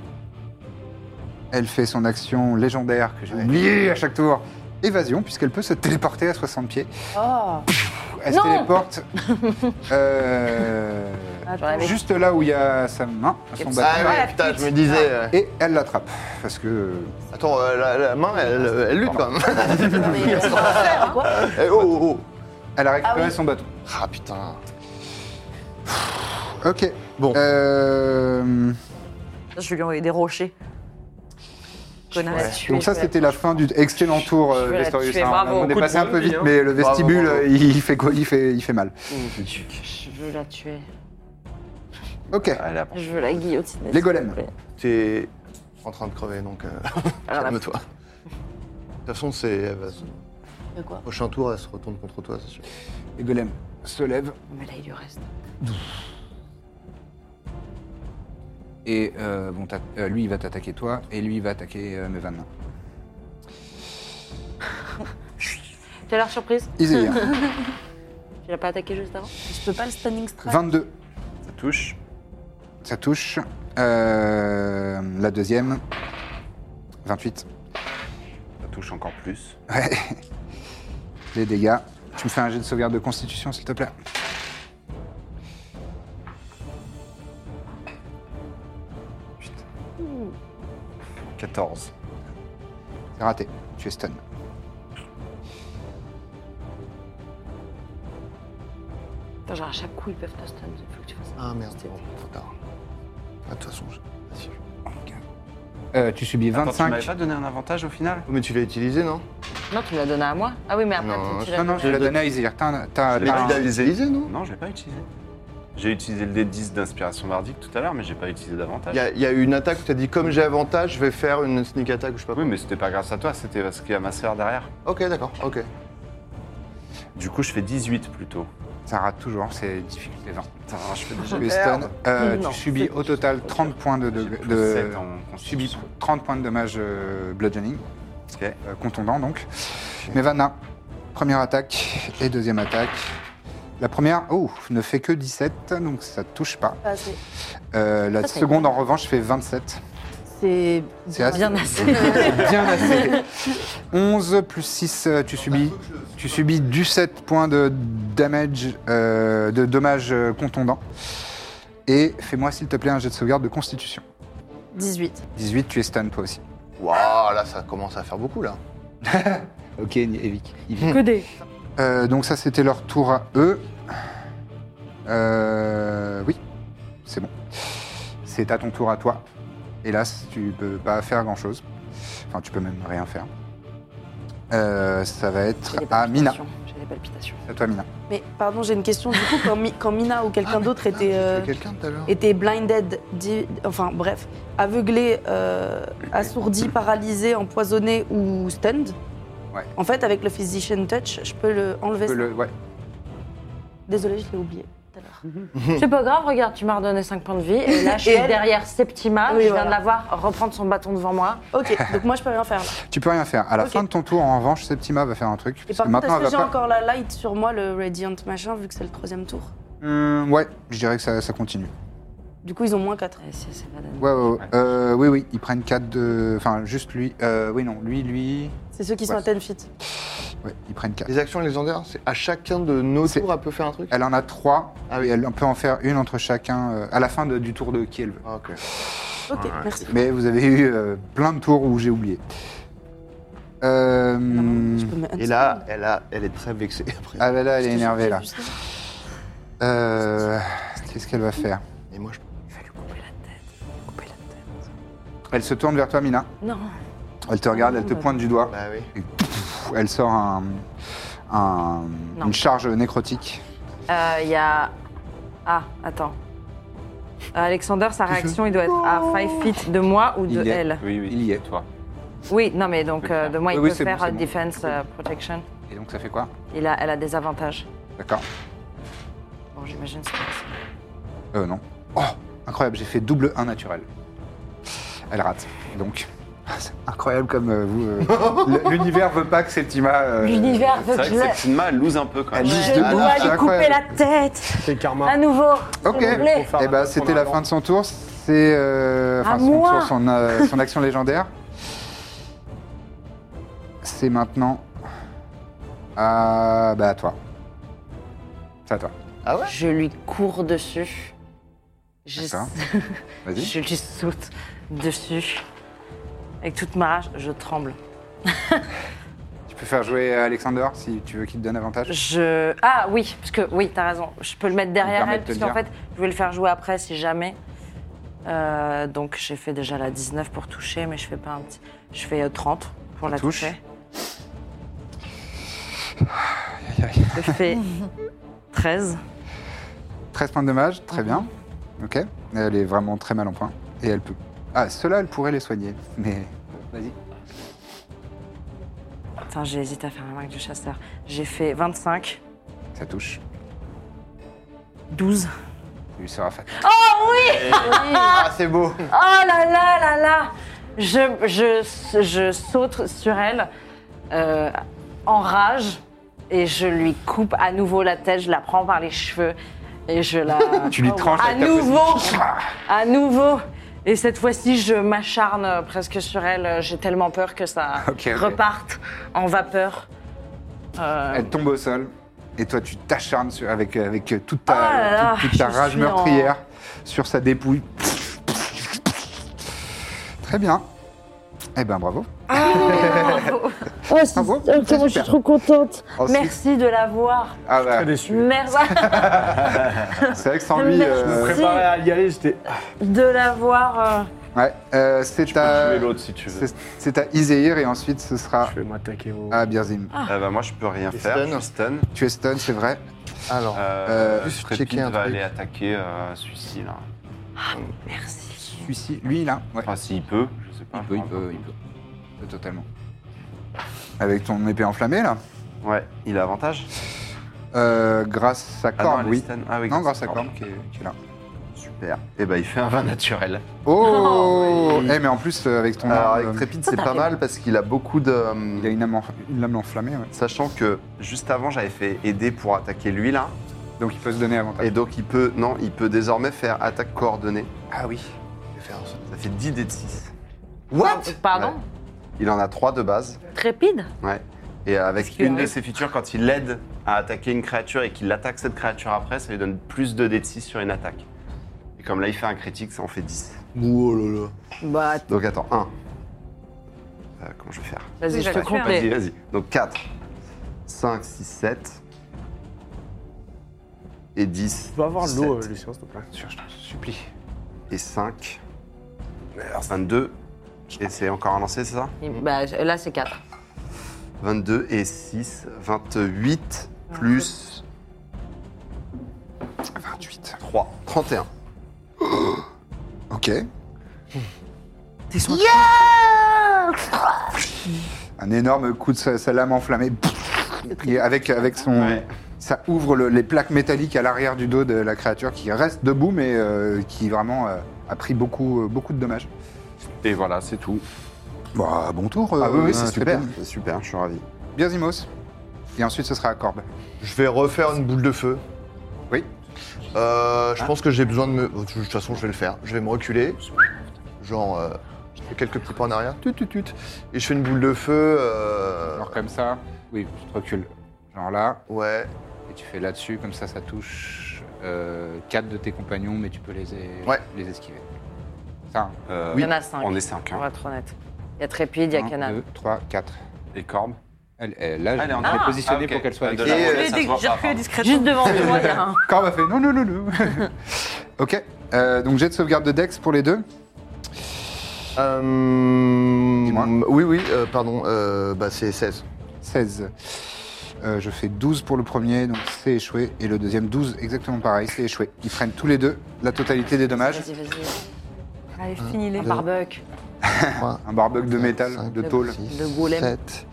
Speaker 1: elle fait son action légendaire que j'ai oubliée à chaque tour. Évasion, puisqu'elle peut se téléporter à 60 pieds.
Speaker 7: Oh *laughs*
Speaker 1: Elle se téléporte. euh,
Speaker 3: Attends.
Speaker 1: Juste là où il y a sa main, hein, son
Speaker 2: Ah
Speaker 1: bâton.
Speaker 2: ouais, putain, je me disais. euh,
Speaker 1: Et elle l'attrape. Parce que.
Speaker 2: Attends, euh, la, la main, elle, elle lutte quand même.
Speaker 1: Eh, oh, oh, oh. Elle a récupéré
Speaker 2: Ah oui.
Speaker 1: son bâton.
Speaker 2: Ah putain.
Speaker 1: Ok. Bon. Euh...
Speaker 4: Je vais lui envoyer des rochers.
Speaker 2: Ah,
Speaker 4: Connasse.
Speaker 1: Ouais. Donc ça, c'était la fin du excellent tour euh,
Speaker 4: Je vais la
Speaker 1: Vestorius.
Speaker 4: tuer,
Speaker 1: hein.
Speaker 4: bravo.
Speaker 1: On est
Speaker 4: Coup de
Speaker 1: passé un peu
Speaker 4: poing,
Speaker 1: vite,
Speaker 4: hein.
Speaker 1: mais le
Speaker 4: Bravo,
Speaker 1: vestibule,
Speaker 4: bravo.
Speaker 1: euh, il il fait quoi Il fait, il fait mal.
Speaker 2: Mm.
Speaker 7: Je veux la tuer.
Speaker 1: Ok.
Speaker 7: Je veux la guillotiner.
Speaker 2: Les golems. T'es en train de crever, donc euh, *laughs* calme-toi. De toute façon, c'est. elle va se- Prochain tour, elle se retourne contre toi, c'est sûr.
Speaker 1: Les golems se lèvent.
Speaker 7: Mais là, il lui reste.
Speaker 1: Et euh, bon, t'as- euh, lui, il va t'attaquer toi, et lui, il va attaquer euh, Mevan.
Speaker 7: T'as l'air surprise
Speaker 1: Iséir.
Speaker 7: *laughs* Tu l'as pas attaqué juste avant
Speaker 3: Je peux pas le stunning strike.
Speaker 1: 22.
Speaker 8: Ça touche.
Speaker 1: Ça touche. Euh, la deuxième. 28.
Speaker 8: Ça touche encore plus.
Speaker 1: Ouais. *laughs* Les dégâts. Tu me fais un jet de sauvegarde de constitution, s'il te plaît.
Speaker 7: Ouh.
Speaker 1: 14. C'est raté. Tu es stun.
Speaker 7: Attends, genre à chaque coup, ils peuvent te stun. Il faut que tu fasses ça.
Speaker 2: Ah merde, c'est bon, trop tard. Ah, de toute façon, je.
Speaker 1: Euh, tu subis
Speaker 8: Attends,
Speaker 1: 25.
Speaker 8: tu m'avais pas donné un avantage au final
Speaker 2: Oh, Mais tu l'as utilisé, non
Speaker 7: Non, tu me l'as donné à moi Ah oui, mais après, tu- tu l'as donné à-
Speaker 1: à Isir. T'as, t'as,
Speaker 8: Je l'ai
Speaker 1: t'as-
Speaker 8: pas
Speaker 2: utilisé, non
Speaker 8: Non, je l'ai pas utilisé. J'ai utilisé le D10 d'inspiration bardique tout à l'heure, mais j'ai pas utilisé d'avantage.
Speaker 2: Il y, a- il y a eu une attaque où t'as dit comme j'ai avantage, je vais faire une sneak attack ou je sais pas quoi.
Speaker 8: Oui, mais c'était pas grâce à toi, c'était parce qu'il y a ma sœur derrière.
Speaker 2: Ok, d'accord, ok.
Speaker 8: Du coup, je fais 18 plutôt.
Speaker 1: Ça rate toujours, hein, c'est difficulté 20.
Speaker 8: Ça je fais
Speaker 1: Tu
Speaker 8: déjà.
Speaker 1: es stun. Euh,
Speaker 8: Non,
Speaker 1: tu subis au total 30 points de, de,
Speaker 8: plus
Speaker 1: de-
Speaker 8: sept en
Speaker 1: tu subis 30 points de dommages euh, bludgeoning. Euh, contondant donc. Mevana, première attaque et deuxième attaque. La première, oh, ne fait que 17, donc ça touche pas.
Speaker 3: Pas assez.
Speaker 1: Euh, la
Speaker 3: Ça, c'est
Speaker 1: seconde,
Speaker 3: bien.
Speaker 1: en revanche, fait 27.
Speaker 3: C'est
Speaker 1: C'est assez.
Speaker 3: bien assez.
Speaker 1: C'est bien assez.
Speaker 3: *laughs*
Speaker 1: 11 plus 6, euh, tu subis, tu subis du 7 points de damage, euh, de dommages euh, contondants. Et fais-moi, s'il te plaît, un jet de sauvegarde de constitution.
Speaker 3: 18.
Speaker 1: 18, tu es stun, toi aussi.
Speaker 2: Waouh, là, ça commence à faire beaucoup, là.
Speaker 1: *laughs* Ok, Evic.
Speaker 3: Que des.
Speaker 1: Euh, donc ça, c'était leur tour à eux. Euh, oui, c'est bon. C'est à ton tour à toi. Hélas, tu peux pas faire grand-chose. Enfin, tu peux même rien faire. Euh, ça va être à Mina.
Speaker 7: J'ai des palpitations.
Speaker 1: À toi, Mina.
Speaker 3: Mais pardon, j'ai une question. Du coup, quand, Mi- quand Mina ou
Speaker 1: Ah,
Speaker 3: quelqu'un d'autre était, euh, était blinded, di- enfin bref, aveuglé, euh, assourdi, paralysé, empoisonné ou stunned,
Speaker 1: Ouais.
Speaker 3: en fait, avec le Physician Touch, je peux le enlever.
Speaker 1: Tu peux
Speaker 3: ça.
Speaker 1: le- ouais.
Speaker 3: Désolée, je l'ai oublié tout à l'heure.
Speaker 7: C'est pas grave, regarde, tu m'as redonné 5 points de vie. Et là, je *laughs* suis
Speaker 3: Et elle-
Speaker 7: derrière Septima.
Speaker 3: Oui,
Speaker 7: je viens
Speaker 3: voilà.
Speaker 7: de la voir reprendre son bâton devant moi.
Speaker 3: Ok,
Speaker 7: *laughs*
Speaker 3: donc moi, je peux rien faire là.
Speaker 1: Tu peux rien faire. À la fin de ton tour, en revanche, Septima va faire un truc.
Speaker 3: Et
Speaker 1: parce
Speaker 3: par
Speaker 1: que
Speaker 3: contre,
Speaker 1: maintenant, elle
Speaker 3: est-ce
Speaker 1: va
Speaker 3: que j'ai
Speaker 1: pas.
Speaker 3: encore la light sur moi, le Radiant machin, vu que c'est le troisième tour
Speaker 1: Hum, ouais, je dirais que ça, ça continue.
Speaker 3: Du coup, ils ont moins 4.
Speaker 1: Ouais, ouais, ouais. Euh, oui, oui, ils prennent 4 de. Enfin, juste lui. Euh, oui, non, lui, lui.
Speaker 3: C'est ceux qui sont
Speaker 1: Ouais.
Speaker 3: à 10 feet.
Speaker 1: Ouais, ils prennent 4.
Speaker 2: Les actions légendaires, c'est à chacun de nos tours, elle peut faire un truc Ah
Speaker 1: Elle en a 3. et elle peut en faire une entre chacun euh, à la fin de- du tour de qui elle
Speaker 2: Ah,
Speaker 1: veut.
Speaker 3: Ok, merci.
Speaker 1: Mais vous avez eu euh, plein de tours où j'ai oublié. Euh,
Speaker 2: Et là, elle, a, elle est très vexée après.
Speaker 1: Ah là là, elle est énervée là. Euh, Qu'est-ce qu'elle va faire
Speaker 2: Et moi, je.
Speaker 1: Elle se tourne vers toi, Mina.
Speaker 7: Non.
Speaker 1: Elle te regarde, elle te pointe du doigt.
Speaker 2: Bah oui.
Speaker 1: Et pff, elle sort un- un-
Speaker 7: Non.
Speaker 1: une charge nécrotique.
Speaker 7: Il Euh, y a. Ah, attends. Euh, Alexander,
Speaker 1: *laughs*
Speaker 7: sa réaction, il doit être à 5 feet de moi ou de
Speaker 1: Il y est.
Speaker 7: elle.
Speaker 8: Oui, oui.
Speaker 1: Il y est.
Speaker 8: Toi.
Speaker 7: Oui, non, mais donc euh, de moi, il
Speaker 1: Oui, oui,
Speaker 7: peut
Speaker 1: c'est bon,
Speaker 7: faire
Speaker 1: c'est
Speaker 7: euh,
Speaker 1: bon.
Speaker 7: Defense euh, Protection.
Speaker 1: Et donc ça fait quoi
Speaker 7: Il a, elle a des avantages.
Speaker 1: D'accord.
Speaker 7: Bon, j'imagine c'est pas possible.
Speaker 1: Euh, non. Oh, incroyable, j'ai fait double 1 naturel. Elle rate, donc. *laughs* C'est incroyable comme euh, vous. euh, l- L'univers veut pas que Septima. euh,
Speaker 7: L'univers
Speaker 8: C'est
Speaker 7: veut
Speaker 8: vrai
Speaker 7: que
Speaker 8: que
Speaker 7: je.
Speaker 8: Septima, elle lose un peu quand même.
Speaker 1: Elle lise deux bouts, c'est incroyable.
Speaker 7: tête
Speaker 5: C'est karma.
Speaker 7: À nouveau
Speaker 1: Ok, eh ben, c'était la fin de son tour. C'est. euh,
Speaker 7: À
Speaker 1: Enfin, son
Speaker 7: moi.
Speaker 1: tour, son, euh, son
Speaker 7: *laughs*
Speaker 1: action légendaire. C'est maintenant. À. Bah, à toi. C'est à toi.
Speaker 2: Ah ouais
Speaker 7: Je lui cours dessus Je,
Speaker 1: D'accord. *laughs* Vas-y.
Speaker 7: je lui saute dessus. Avec toute ma rage, je tremble.
Speaker 1: Tu peux faire jouer euh, Alexander si tu veux qu'il te donne avantage.
Speaker 7: Je... Ah oui, parce que oui, t'as raison. Je peux le mettre derrière
Speaker 1: permet
Speaker 7: elle,
Speaker 1: de te
Speaker 7: parce
Speaker 1: le
Speaker 7: qu'en
Speaker 1: dire.
Speaker 7: fait, je vais le faire jouer après si jamais. Euh, donc j'ai fait déjà la 19 pour toucher, mais je fais pas un petit. Je fais euh, 30 pour la
Speaker 1: touche.
Speaker 7: toucher. Je fais 13.
Speaker 1: 13 points de dommage, très bien. Ok. Elle est vraiment très mal en point. Et elle peut. Ah, ceux-là, elle pourrait les soigner. Mais. Vas-y.
Speaker 7: Attends, j'ai hésité à faire la marque du chasseur. J'ai fait 25,
Speaker 1: Ça touche.
Speaker 7: 12.
Speaker 1: Il sera fatal.
Speaker 7: Oh oui
Speaker 2: Ah, c'est beau.
Speaker 7: *laughs* Oh là là là là je, je, je saute sur elle euh, en rage et je lui coupe à nouveau la tête, je la prends par les cheveux et je la... Oh,
Speaker 1: Tu lui tranches
Speaker 7: À
Speaker 1: avec ta
Speaker 7: nouveau
Speaker 1: petite-
Speaker 7: À nouveau Et cette fois-ci, je m'acharne euh, presque sur elle. J'ai tellement peur que ça
Speaker 1: Ok, ok.
Speaker 7: reparte en vapeur. Euh,
Speaker 1: Elle tombe au sol. Et toi, tu t'acharnes sur- avec, avec euh, toute ta,
Speaker 7: Ah là là,
Speaker 1: toute- toute ta
Speaker 7: je
Speaker 1: rage
Speaker 7: suis en-
Speaker 1: meurtrière sur sa dépouille. Très bien. Eh ben, bravo.
Speaker 7: Ouais,
Speaker 1: Ah bon c'est- comment je suis trop
Speaker 7: contente.
Speaker 1: Ensuite-
Speaker 7: Merci de l'avoir.
Speaker 1: Ah bah, *laughs*
Speaker 7: Merci
Speaker 1: C'est vrai que sans lui.
Speaker 7: Merci.
Speaker 1: euh,
Speaker 7: Je me préparais à
Speaker 1: y aller, j'étais.
Speaker 7: de l'avoir. euh,
Speaker 1: Ouais, euh, c'est à.
Speaker 6: tuer l'autre si tu veux.
Speaker 1: c'est- C'est à Iséir et ensuite ce sera. Je vais m'attaquer au. À Birzim.
Speaker 7: Ah.
Speaker 6: Euh, bah, moi, je peux rien faire.
Speaker 2: stun.
Speaker 6: Je suis stun.
Speaker 1: Tu es stun, c'est vrai. Alors.
Speaker 6: Euh,
Speaker 1: juste
Speaker 6: Trépide
Speaker 1: checker un
Speaker 6: va
Speaker 1: truc.
Speaker 6: aller attaquer euh, celui-ci là.
Speaker 1: Celui-ci, lui là ouais.
Speaker 6: Enfin, s'il peut, je sais pas.
Speaker 1: Il peut, il peut, il peut. Totalement. Avec ton épée enflammée là
Speaker 6: Ouais, il a avantage
Speaker 1: euh, Grâce à
Speaker 6: Ah non,
Speaker 1: Corbe,
Speaker 6: elle est
Speaker 1: oui.
Speaker 6: stun. Ah oui,
Speaker 1: Non,
Speaker 6: grâce
Speaker 1: grâce
Speaker 6: à
Speaker 1: à
Speaker 6: Corbe.
Speaker 1: Corbe qui est- qui est là.
Speaker 6: Super. Et bah, il fait un 20 naturel.
Speaker 1: Oh, Eh, mais en plus, euh, avec ton
Speaker 2: Alors,
Speaker 1: arme,
Speaker 2: avec
Speaker 1: euh,
Speaker 2: Trépide, c'est pas mal parce qu'il a beaucoup de.
Speaker 6: euh,
Speaker 2: Il
Speaker 1: a une lame, enflammée, ouais.
Speaker 6: Sachant que juste avant, j'avais fait aider pour attaquer lui là.
Speaker 1: Donc, il peut se donner avantage.
Speaker 6: Et donc, il peut. Non, il peut désormais faire attaque coordonnée.
Speaker 1: Ah oui.
Speaker 6: Ça fait 10 dés de 6.
Speaker 2: What
Speaker 7: Pardon
Speaker 6: Il en a 3 de base.
Speaker 7: Trépide
Speaker 6: Ouais. Et euh, avec
Speaker 7: que-
Speaker 6: une de ses features, quand il l'aide à attaquer une créature et qu'il attaque cette créature après, ça lui donne plus de dés de 6 sur une attaque. Et comme là, il fait un critique, ça en fait 10.
Speaker 2: Oh là là.
Speaker 7: Bah,
Speaker 6: Donc attends, 1. comment je vais faire
Speaker 7: Vas-y, Oui, je te j'allais compte.
Speaker 6: Vas-y, vas-y. Donc 4, 5, 6, 7. Et 10.
Speaker 5: Tu peux avoir de l'eau, euh,
Speaker 6: 17,
Speaker 5: Lucien, s'il te plaît.
Speaker 6: je te supplie. Et 5. 22. Et c'est encore un lancer, c'est ça
Speaker 7: bah, là, c'est 4.
Speaker 6: 22 et 6, 28 plus
Speaker 1: 28.
Speaker 6: 3, 31.
Speaker 1: *gasps* Ok.
Speaker 7: T'es
Speaker 1: Un énorme coup de sa, sa lame enflammée. Et avec, avec son. Ça ouvre le- les plaques métalliques à l'arrière du dos de la créature qui reste debout, mais euh, qui vraiment euh, a pris beaucoup, euh, beaucoup de dommages.
Speaker 6: Et voilà, c'est tout.
Speaker 1: Bah, bon tour.
Speaker 6: ah oui,
Speaker 1: euh,
Speaker 6: oui, c'est
Speaker 1: Trépide.
Speaker 6: super. C'est super, je suis ravi.
Speaker 1: Birzimos. Et ensuite, ce sera à Corbe.
Speaker 2: Je vais refaire une boule de feu.
Speaker 1: Oui.
Speaker 2: Euh, je pense que j'ai besoin de me. De toute façon, je vais le faire. Je vais me reculer. Genre, euh, je fais quelques petits pas en arrière. Tut, tut, tut. Et je fais une boule de feu. euh,
Speaker 1: Alors, comme ça. Oui, tu te recules. Genre là.
Speaker 2: Ouais.
Speaker 1: Et tu fais là-dessus, comme ça, ça touche 4 de tes compagnons, mais tu peux les,
Speaker 2: Ouais.
Speaker 1: les esquiver. Ça. hein.
Speaker 7: Il y en a 5.
Speaker 6: Euh, On est hein. 5.
Speaker 7: On va être honnête. Il y a Trépide, il y a Cana.
Speaker 1: 2, 3, 4.
Speaker 6: Et Corbe
Speaker 1: Elle, elle- là,
Speaker 6: Elle est en
Speaker 1: je
Speaker 6: train
Speaker 1: l'ai
Speaker 6: de-
Speaker 1: positionnée
Speaker 6: Ah, ok.
Speaker 1: pour qu'elle soit
Speaker 6: Elle
Speaker 1: avec
Speaker 6: de
Speaker 1: toi.
Speaker 6: la-
Speaker 1: Et-
Speaker 6: Et- Ça se voit pas, pardon.
Speaker 7: Juste devant moi, il y a un.
Speaker 1: Corbe a fait non, non, non,
Speaker 6: *laughs*
Speaker 1: non. ok, euh, donc jet de sauvegarde de Dex pour les deux.
Speaker 2: Euh, Oui, oui, euh, pardon. euh, bah, c'est 16.
Speaker 1: 16. Euh, je fais 12 pour le premier, donc c'est échoué. Et le deuxième, 12, exactement pareil, c'est échoué. Ils prennent tous les deux la totalité des dommages.
Speaker 7: Vas-y, vas-y. Allez,
Speaker 2: finis-les.
Speaker 7: Un barbuck.
Speaker 1: *laughs* Un barbuck de métal, de tôle.
Speaker 7: De golem.
Speaker 2: 7.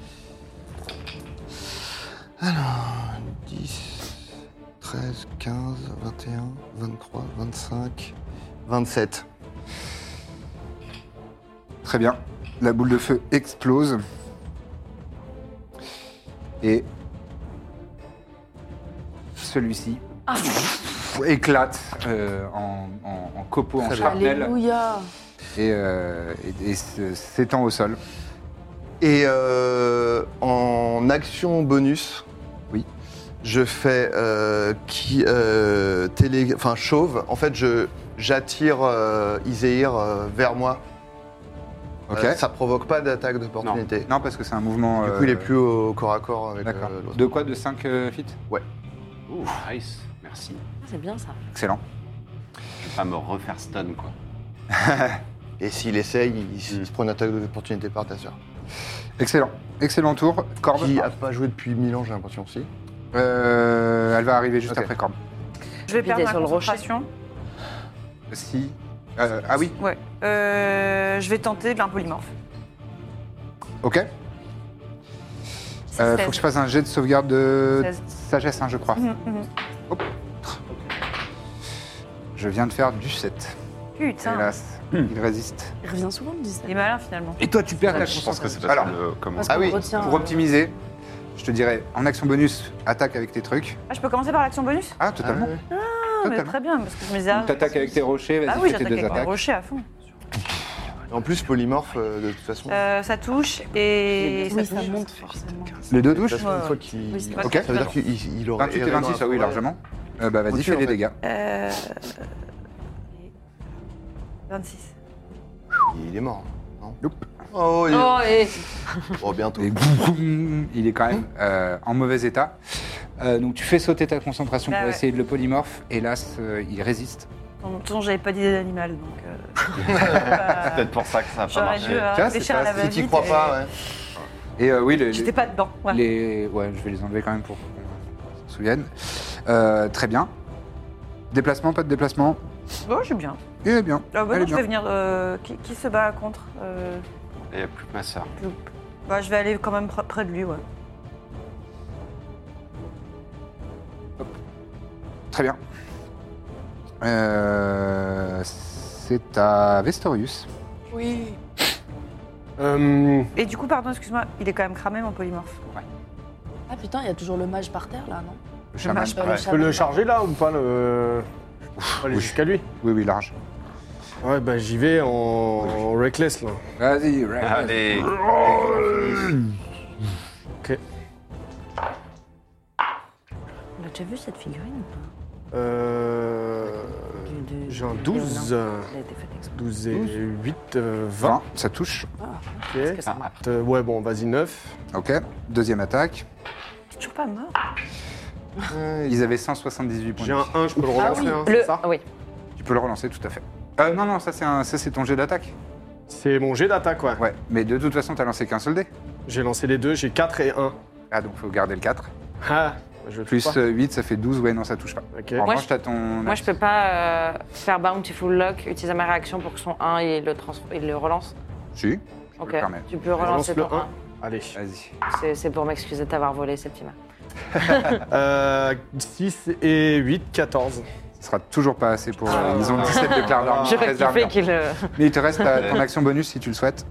Speaker 2: Alors, 10, 13, 15, 21, 23, 25, 27.
Speaker 1: Très bien. La boule de feu explose. Et celui-ci pff, éclate euh, en, en, en copeaux, en charnel.
Speaker 3: Alléluia.
Speaker 1: et, euh, et- et s- s'étend au sol.
Speaker 2: Et euh, en action bonus,
Speaker 1: Oui.
Speaker 2: je fais euh, qui euh, télé, enfin chauve. En fait, je j'attire euh, Izehir, euh, vers moi.
Speaker 1: Ok.
Speaker 2: Euh, ça provoque pas d'attaque d'opportunité.
Speaker 1: Non, parce que c'est un mouvement. euh,
Speaker 2: Du coup, il est plus au corps à corps avec
Speaker 1: D'accord.
Speaker 2: euh, l'autre.
Speaker 1: De quoi De 5 feet
Speaker 2: Ouais.
Speaker 6: Ouh, nice, merci.
Speaker 4: C'est bien ça.
Speaker 1: Excellent.
Speaker 6: Je vais pas me refaire stun,
Speaker 1: *laughs*
Speaker 6: quoi.
Speaker 2: Et s'il essaye, il,
Speaker 1: Hmm.
Speaker 2: il se prend une attaque d'opportunité par ta sœur.
Speaker 1: Excellent. Excellent tour. Corbe.
Speaker 2: Qui a pas joué depuis 1000 ans, j'ai l'impression aussi.
Speaker 1: Euh, elle va arriver juste
Speaker 2: Ok.
Speaker 1: après Corbe.
Speaker 4: Je vais perdre ma
Speaker 7: sur le rocher.
Speaker 4: concentration.
Speaker 1: Si. Euh, ah oui,
Speaker 4: Ouais. Euh, je vais tenter de l'impolymorphe.
Speaker 1: ok. Euh, faut que
Speaker 4: 16.
Speaker 1: je fasse un jet de sauvegarde de
Speaker 4: 16.
Speaker 1: sagesse, hein, je crois.
Speaker 4: Mhm, mhm.
Speaker 1: Je viens de faire du 7.
Speaker 4: Putain.
Speaker 1: Hélas, il résiste.
Speaker 3: Il revient souvent le 17.
Speaker 4: Il est malin finalement.
Speaker 1: Hmm. Et toi, tu perds ta
Speaker 6: Je pense que c'est
Speaker 1: concentration.
Speaker 6: parce
Speaker 1: Alors,
Speaker 6: que le- comment
Speaker 3: Parce
Speaker 1: ah
Speaker 3: qu'on
Speaker 1: oui,
Speaker 3: retient,
Speaker 1: pour
Speaker 3: euh,
Speaker 1: optimiser, je te dirais, en action bonus, attaque avec tes trucs.
Speaker 4: Ah, je peux commencer par l'action bonus
Speaker 1: Ah, totalement.
Speaker 4: Non, mais
Speaker 1: Totalement.
Speaker 4: très bien, parce que je me disais.
Speaker 1: Donc, t'attaques avec tes rochers, vas-y,
Speaker 4: Ah oui,
Speaker 1: fais tes
Speaker 4: j'attaque
Speaker 1: deux
Speaker 4: avec mon
Speaker 1: attaques.
Speaker 4: rocher à fond.
Speaker 2: En plus, polymorphe, euh, de toute façon.
Speaker 4: Euh, ça touche et. touche.
Speaker 3: Oui, ça monte forcément.
Speaker 1: Les deux
Speaker 2: de toute
Speaker 1: touches
Speaker 2: façon, une
Speaker 4: ouais.
Speaker 2: fois qu'il-
Speaker 3: Oui, c'est
Speaker 1: Ok.
Speaker 2: Ça veut dire qu'il il aura
Speaker 1: 28 et 26, ah oui, largement. Euh, bah, vas-y,
Speaker 2: Au-dessus,
Speaker 1: fais
Speaker 2: en
Speaker 1: les
Speaker 2: fait.
Speaker 1: dégâts.
Speaker 4: Euh, 26.
Speaker 2: Il est mort. Non
Speaker 1: Nope.
Speaker 2: Oh, il est...
Speaker 7: Oh, et
Speaker 2: oh, bientôt.
Speaker 1: Et boum, il est quand même euh, en mauvais état. Euh, donc tu fais sauter ta concentration
Speaker 4: Bah
Speaker 1: pour
Speaker 4: ouais.
Speaker 1: essayer de le polymorphe. Hélas, euh, il résiste.
Speaker 4: En même temps, j'avais pas d'idée d'animal, donc. euh,
Speaker 6: C'est peut-être pour ça que ça a pas
Speaker 4: Bah, J'aurais
Speaker 6: marché.
Speaker 4: dû euh,
Speaker 1: c'est
Speaker 4: réfléchir
Speaker 1: pas-
Speaker 4: à la
Speaker 2: Si
Speaker 4: va-vite.
Speaker 2: t'y crois
Speaker 4: et-
Speaker 2: pas, ouais.
Speaker 1: Et euh, oui, les,
Speaker 4: J'étais pas dedans. ouais.
Speaker 1: les- ouais, je vais les enlever quand même pour qu'on s'en souvienne. Euh, très bien. Déplacement, pas de déplacement.
Speaker 4: Bon, je suis oh, bien.
Speaker 1: Il est bien.
Speaker 4: Ah, bah,
Speaker 1: Elle est
Speaker 4: non, je
Speaker 1: bien.
Speaker 4: vais venir. euh, qui, qui se bat contre euh,
Speaker 6: Et plus que ma sœur.
Speaker 4: bah, Je vais aller quand même pr- près de lui, ouais.
Speaker 1: Très bien. Euh, c'est à Vestorius.
Speaker 3: Oui.
Speaker 5: Euh,
Speaker 4: Et du coup, pardon, excuse-moi, il est quand même cramé, mon polymorphe.
Speaker 3: Ah putain, il y a toujours le mage par terre là, non
Speaker 1: Le
Speaker 4: Je
Speaker 1: chaman.
Speaker 4: marche
Speaker 3: Euh,
Speaker 4: pas.
Speaker 5: je peux le charger là ou pas le... Je peux aller
Speaker 1: oui.
Speaker 5: jusqu'à lui.
Speaker 1: Oui, oui, large.
Speaker 5: Ouais, bah j'y vais en, en reckless
Speaker 1: *clears throat*
Speaker 5: là.
Speaker 1: Vas-y, ouais.
Speaker 6: Allez Oh,
Speaker 4: On a déjà vu cette figurine ou
Speaker 5: Euh... J'ai un 12. euh,
Speaker 4: pas Elle a été faite exprès.
Speaker 5: 12 et 8, euh, 20.
Speaker 1: 20, ça touche.
Speaker 4: Ah,
Speaker 5: ok. Euh, ouais, bon, vas-y, 9.
Speaker 1: Ok. Deuxième attaque.
Speaker 4: T'es toujours pas mort
Speaker 1: Ils avaient 178 points.
Speaker 5: J'ai
Speaker 1: de
Speaker 5: un
Speaker 1: vie.
Speaker 5: 1, je peux le relancer. hein, c'est
Speaker 7: le.
Speaker 5: ça
Speaker 7: ah oui.
Speaker 1: Tu peux le relancer, tout à fait. Euh, non, non, ça c'est un- ça, c'est ton jet d'attaque.
Speaker 5: C'est mon jet d'attaque, ouais.
Speaker 1: Ouais, mais de toute façon, t'as lancé qu'un seul dé.
Speaker 5: J'ai lancé les deux, j'ai 4 et 1.
Speaker 1: Ah, donc faut garder le 4.
Speaker 5: Ah, je le touche
Speaker 1: Plus
Speaker 5: pas.
Speaker 1: euh, 8, ça fait 12. Ouais, non, ça touche pas.
Speaker 5: Ok.
Speaker 1: En
Speaker 7: Moi,
Speaker 1: revanche,
Speaker 7: je-
Speaker 1: t'as ton.
Speaker 7: Moi, je peux pas euh, faire Bountiful Lock, utiliser ma réaction pour que son 1 et le, trans- il le relance.
Speaker 1: Si, je
Speaker 7: Ok.
Speaker 1: le permets.
Speaker 7: Tu peux
Speaker 5: Je relance
Speaker 7: relancer
Speaker 5: le
Speaker 7: ton
Speaker 5: 1.
Speaker 7: 1.
Speaker 5: Allez.
Speaker 1: Vas-y.
Speaker 7: C'est- C'est pour m'excuser de t'avoir volé, Septima.
Speaker 5: Euh, 6 et 8, 14.
Speaker 1: Ce sera toujours pas assez pour. euh, ils ont 17 de clair d'armes,
Speaker 7: *laughs* Je
Speaker 1: 13 d'armes.
Speaker 7: kiffé qu'il. euh,
Speaker 1: Mais il te reste ta- ton action bonus si tu le souhaites.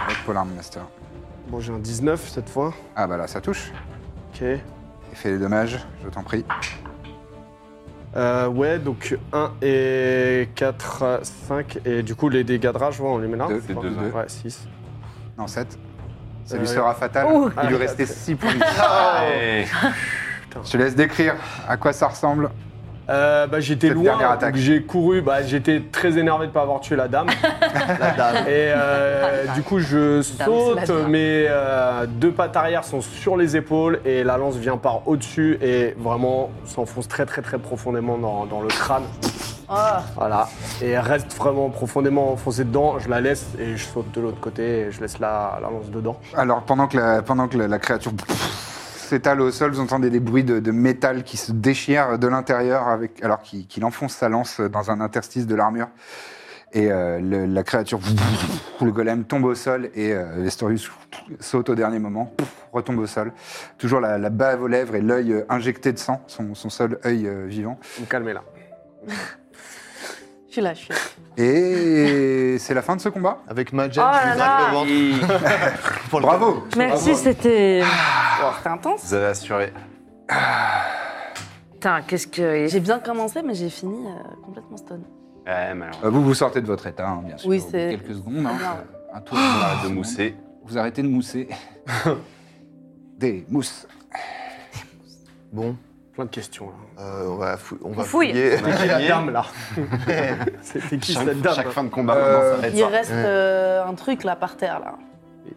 Speaker 1: Avec Polar Master.
Speaker 5: Bon, j'ai un 19 cette fois.
Speaker 1: Ah, bah là, ça touche.
Speaker 5: Ok.
Speaker 1: Et fais les dommages, je t'en prie.
Speaker 5: Euh, ouais, donc 1 et 4, 5. Et du coup, les dégâts de rage, ouais, on les met là.
Speaker 1: Deux,
Speaker 6: c'est
Speaker 1: plus
Speaker 6: deux,
Speaker 1: deux.
Speaker 5: Ouais, 6.
Speaker 1: Non, 7. Ça
Speaker 5: Euh,
Speaker 1: lui sera fatal. il lui
Speaker 5: Ah,
Speaker 1: restait 6 points de vie.
Speaker 6: Allez.
Speaker 5: *laughs*
Speaker 1: Je te laisse décrire à quoi ça ressemble.
Speaker 5: Euh, bah, j'étais
Speaker 1: Cette
Speaker 5: loin,
Speaker 1: dernière
Speaker 5: donc
Speaker 1: attaque.
Speaker 5: j'ai couru, bah, j'étais très énervé de pas avoir tué la dame. Et euh, du coup, je saute, mes euh, deux pattes arrière sont sur les épaules et la lance vient par au-dessus et vraiment s'enfonce très très très profondément dans, dans le crâne.
Speaker 3: Oh,
Speaker 5: Voilà. Et elle reste vraiment profondément enfoncée dedans. Je la laisse et je saute de l'autre côté et je laisse la, la lance dedans.
Speaker 1: Alors, pendant que la, pendant que la, la créature *laughs* pff, s'étale au sol, vous entendez des bruits de, de métal qui se déchirent de l'intérieur, avec, alors qu'il qu'il enfonce sa lance dans un interstice de l'armure. Et euh, le- la créature, *laughs* pff, le golem tombe au sol et euh, Vestorius pff, saute au dernier moment, *laughs* pff, retombe au sol. Toujours la, la bave aux lèvres et l'œil euh, injecté de sang, son, son seul œil euh, vivant.
Speaker 5: Vous me calmez là.
Speaker 3: Je suis là, je suis là.
Speaker 1: Et *laughs* c'est la fin de ce combat.
Speaker 2: Avec ma gemme,
Speaker 7: Oh
Speaker 2: je
Speaker 7: là
Speaker 2: lui
Speaker 7: là.
Speaker 2: gratte le ventre.
Speaker 1: *laughs*
Speaker 2: Pour le-
Speaker 1: Bravo Ah,
Speaker 7: Merci, c'était.
Speaker 3: C'était intense.
Speaker 6: Vous avez assuré.
Speaker 7: Putain, qu'est-ce que.
Speaker 3: J'ai bien commencé, mais j'ai fini euh, complètement stone.
Speaker 6: Ouais, mais alors,
Speaker 1: Euh, Vous vous sortez de votre état, hein, bien sûr.
Speaker 3: Oui,
Speaker 1: au bout de
Speaker 3: c'est-
Speaker 1: quelques secondes. hein.
Speaker 3: Merde.
Speaker 1: un tour on arrête
Speaker 6: de mousser. *laughs*
Speaker 1: Vous arrêtez de mousser. Des mousses.
Speaker 2: Bon.
Speaker 5: Plein de questions.
Speaker 2: Euh, on va, fou- on
Speaker 5: On
Speaker 2: va
Speaker 5: fouille.
Speaker 2: fouiller.
Speaker 5: C'était qui la dame,
Speaker 2: *laughs*
Speaker 5: là C'était qui,
Speaker 2: Chaque-
Speaker 5: cette dame
Speaker 2: Chaque fin de combat,
Speaker 5: Euh,
Speaker 2: maintenant, ça va être
Speaker 3: Il
Speaker 2: ça.
Speaker 3: reste euh, un truc là par terre là.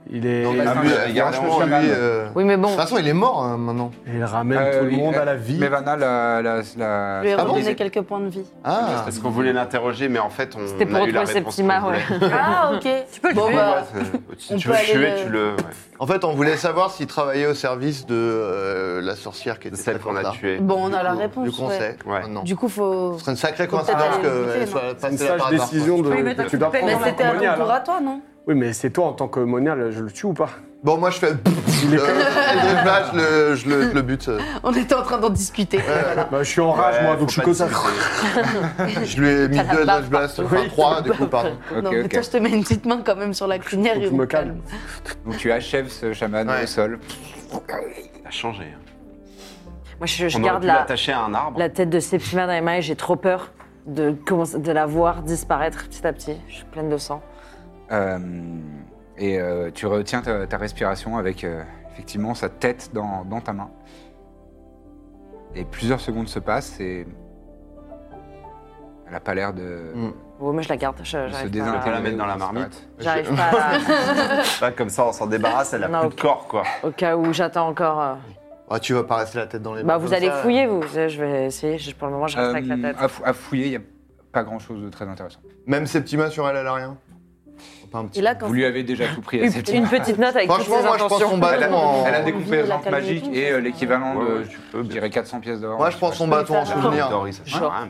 Speaker 5: Il est.
Speaker 2: Non, ah, mais lui, regardons, lui, euh,
Speaker 3: Oui, mais bon.
Speaker 2: De toute façon, il est mort hein, maintenant.
Speaker 5: Il ramène
Speaker 1: Euh,
Speaker 5: tout le
Speaker 1: oui,
Speaker 5: monde à
Speaker 1: euh,
Speaker 5: la vie.
Speaker 1: Mais Vanna, la. la, la-
Speaker 3: Je lui ai
Speaker 1: Ah bon
Speaker 3: redonné quelques points de vie.
Speaker 6: Parce qu'on voulait l'interroger, mais en fait, Ah. on
Speaker 3: Ah. C'était pour
Speaker 6: a eu la
Speaker 3: retrouver
Speaker 6: réponse.
Speaker 3: Septima,
Speaker 6: qu'on voulait.
Speaker 3: *laughs* Ah ok. Tu peux le
Speaker 6: *laughs*
Speaker 3: bon,
Speaker 6: Ouais,
Speaker 3: bah,
Speaker 6: ouais, c'est- si
Speaker 3: on
Speaker 6: tu
Speaker 3: peut
Speaker 6: veux le
Speaker 3: aller
Speaker 6: tuer,
Speaker 3: le-
Speaker 6: tu le. ouais.
Speaker 2: En fait, on voulait savoir s'il travaillait au service de euh, la sorcière qui était celle qu'on a tuée.
Speaker 3: Bon, on a la réponse,
Speaker 2: Du coup, on
Speaker 3: ouais.
Speaker 2: sait. maintenant.
Speaker 3: Du coup, faut.
Speaker 2: Ce serait une sacrée
Speaker 3: Faut peut-être
Speaker 2: coïncidence
Speaker 3: aller le
Speaker 2: qu'elle
Speaker 3: couper,
Speaker 2: soit
Speaker 3: non
Speaker 5: une
Speaker 2: passée là
Speaker 5: sage
Speaker 2: par hasard.
Speaker 5: décision de. tu dois prendre
Speaker 3: Mais
Speaker 5: la
Speaker 3: c'était à ton
Speaker 5: coloniale,
Speaker 3: tour
Speaker 5: hein.
Speaker 3: à toi, non
Speaker 5: Oui, mais c'est toi en tant que monial, je le tue ou pas
Speaker 2: Bon, moi je fais.
Speaker 5: Il est
Speaker 2: Euh, et là, je le, je le- je le bute. euh.
Speaker 3: On était en train d'en discuter.
Speaker 5: Bah, je suis en rage, moi, donc je suis comme ça.
Speaker 2: *laughs* Je lui ai mis
Speaker 3: T'as la
Speaker 2: deux
Speaker 3: baffe
Speaker 2: Dodge Blast, enfin
Speaker 3: Oui.
Speaker 2: trois du coup, pardon.
Speaker 3: *laughs* non, mais toi, je te mets une petite main quand même sur la crinière. et
Speaker 1: tu
Speaker 3: on
Speaker 1: me calmes. Donc tu achèves ce chaman au sol.
Speaker 6: Ça a changé.
Speaker 7: *laughs*
Speaker 6: hein.
Speaker 7: Moi, je, je
Speaker 6: On aurait
Speaker 7: garde
Speaker 6: pu
Speaker 7: la,
Speaker 6: l'attacher à un arbre.
Speaker 7: la tête de Septima dans les mains et j'ai trop peur de, commencer- de la voir disparaître petit à petit. Je suis pleine de sang.
Speaker 1: Euh, et euh, tu retiens ta, ta respiration avec euh, effectivement sa tête dans, dans ta main. Et plusieurs secondes se passent et elle a pas l'air de,
Speaker 2: Mm.
Speaker 7: Ouais, moi, je la garde. Je-
Speaker 1: de se
Speaker 7: J'arrive pas,
Speaker 1: désintégrer.
Speaker 7: à la-
Speaker 1: ou
Speaker 6: dans la
Speaker 1: de
Speaker 6: marmite.
Speaker 1: disparaître.
Speaker 7: j'arrive pas à la-
Speaker 6: Là, comme ça, on s'en débarrasse, elle a
Speaker 7: Non,
Speaker 6: plus
Speaker 7: ok.
Speaker 6: de corps, quoi.
Speaker 7: Au cas où j'attends encore. euh,
Speaker 2: Ah, tu vas pas rester la tête dans les
Speaker 7: Bah,
Speaker 2: mains
Speaker 7: vous
Speaker 2: comme
Speaker 7: allez
Speaker 2: ça.
Speaker 4: euh,
Speaker 7: fouiller, vous. Je vais essayer. Je- Pour le moment, je reste avec la
Speaker 1: Euh,
Speaker 7: tête.
Speaker 1: à, fou- à fouiller, il n'y a pas grand chose de très intéressant.
Speaker 2: Même Septima sur elle, hein. elle a rien. Pas un petit
Speaker 7: Et là, quand
Speaker 1: Vous lui avez déjà tout pris à
Speaker 7: une,
Speaker 1: cette
Speaker 7: une petite note avec
Speaker 2: Franchement,
Speaker 7: toutes ses
Speaker 2: moi, je pense
Speaker 7: intentions.
Speaker 2: qu'on bat
Speaker 1: Elle a, elle a
Speaker 2: en-
Speaker 1: des composantes
Speaker 7: la
Speaker 1: magiques et euh, l'équivalent de, je dirais, 400 pièces d'or.
Speaker 2: Moi, je prends son bâton en souvenir.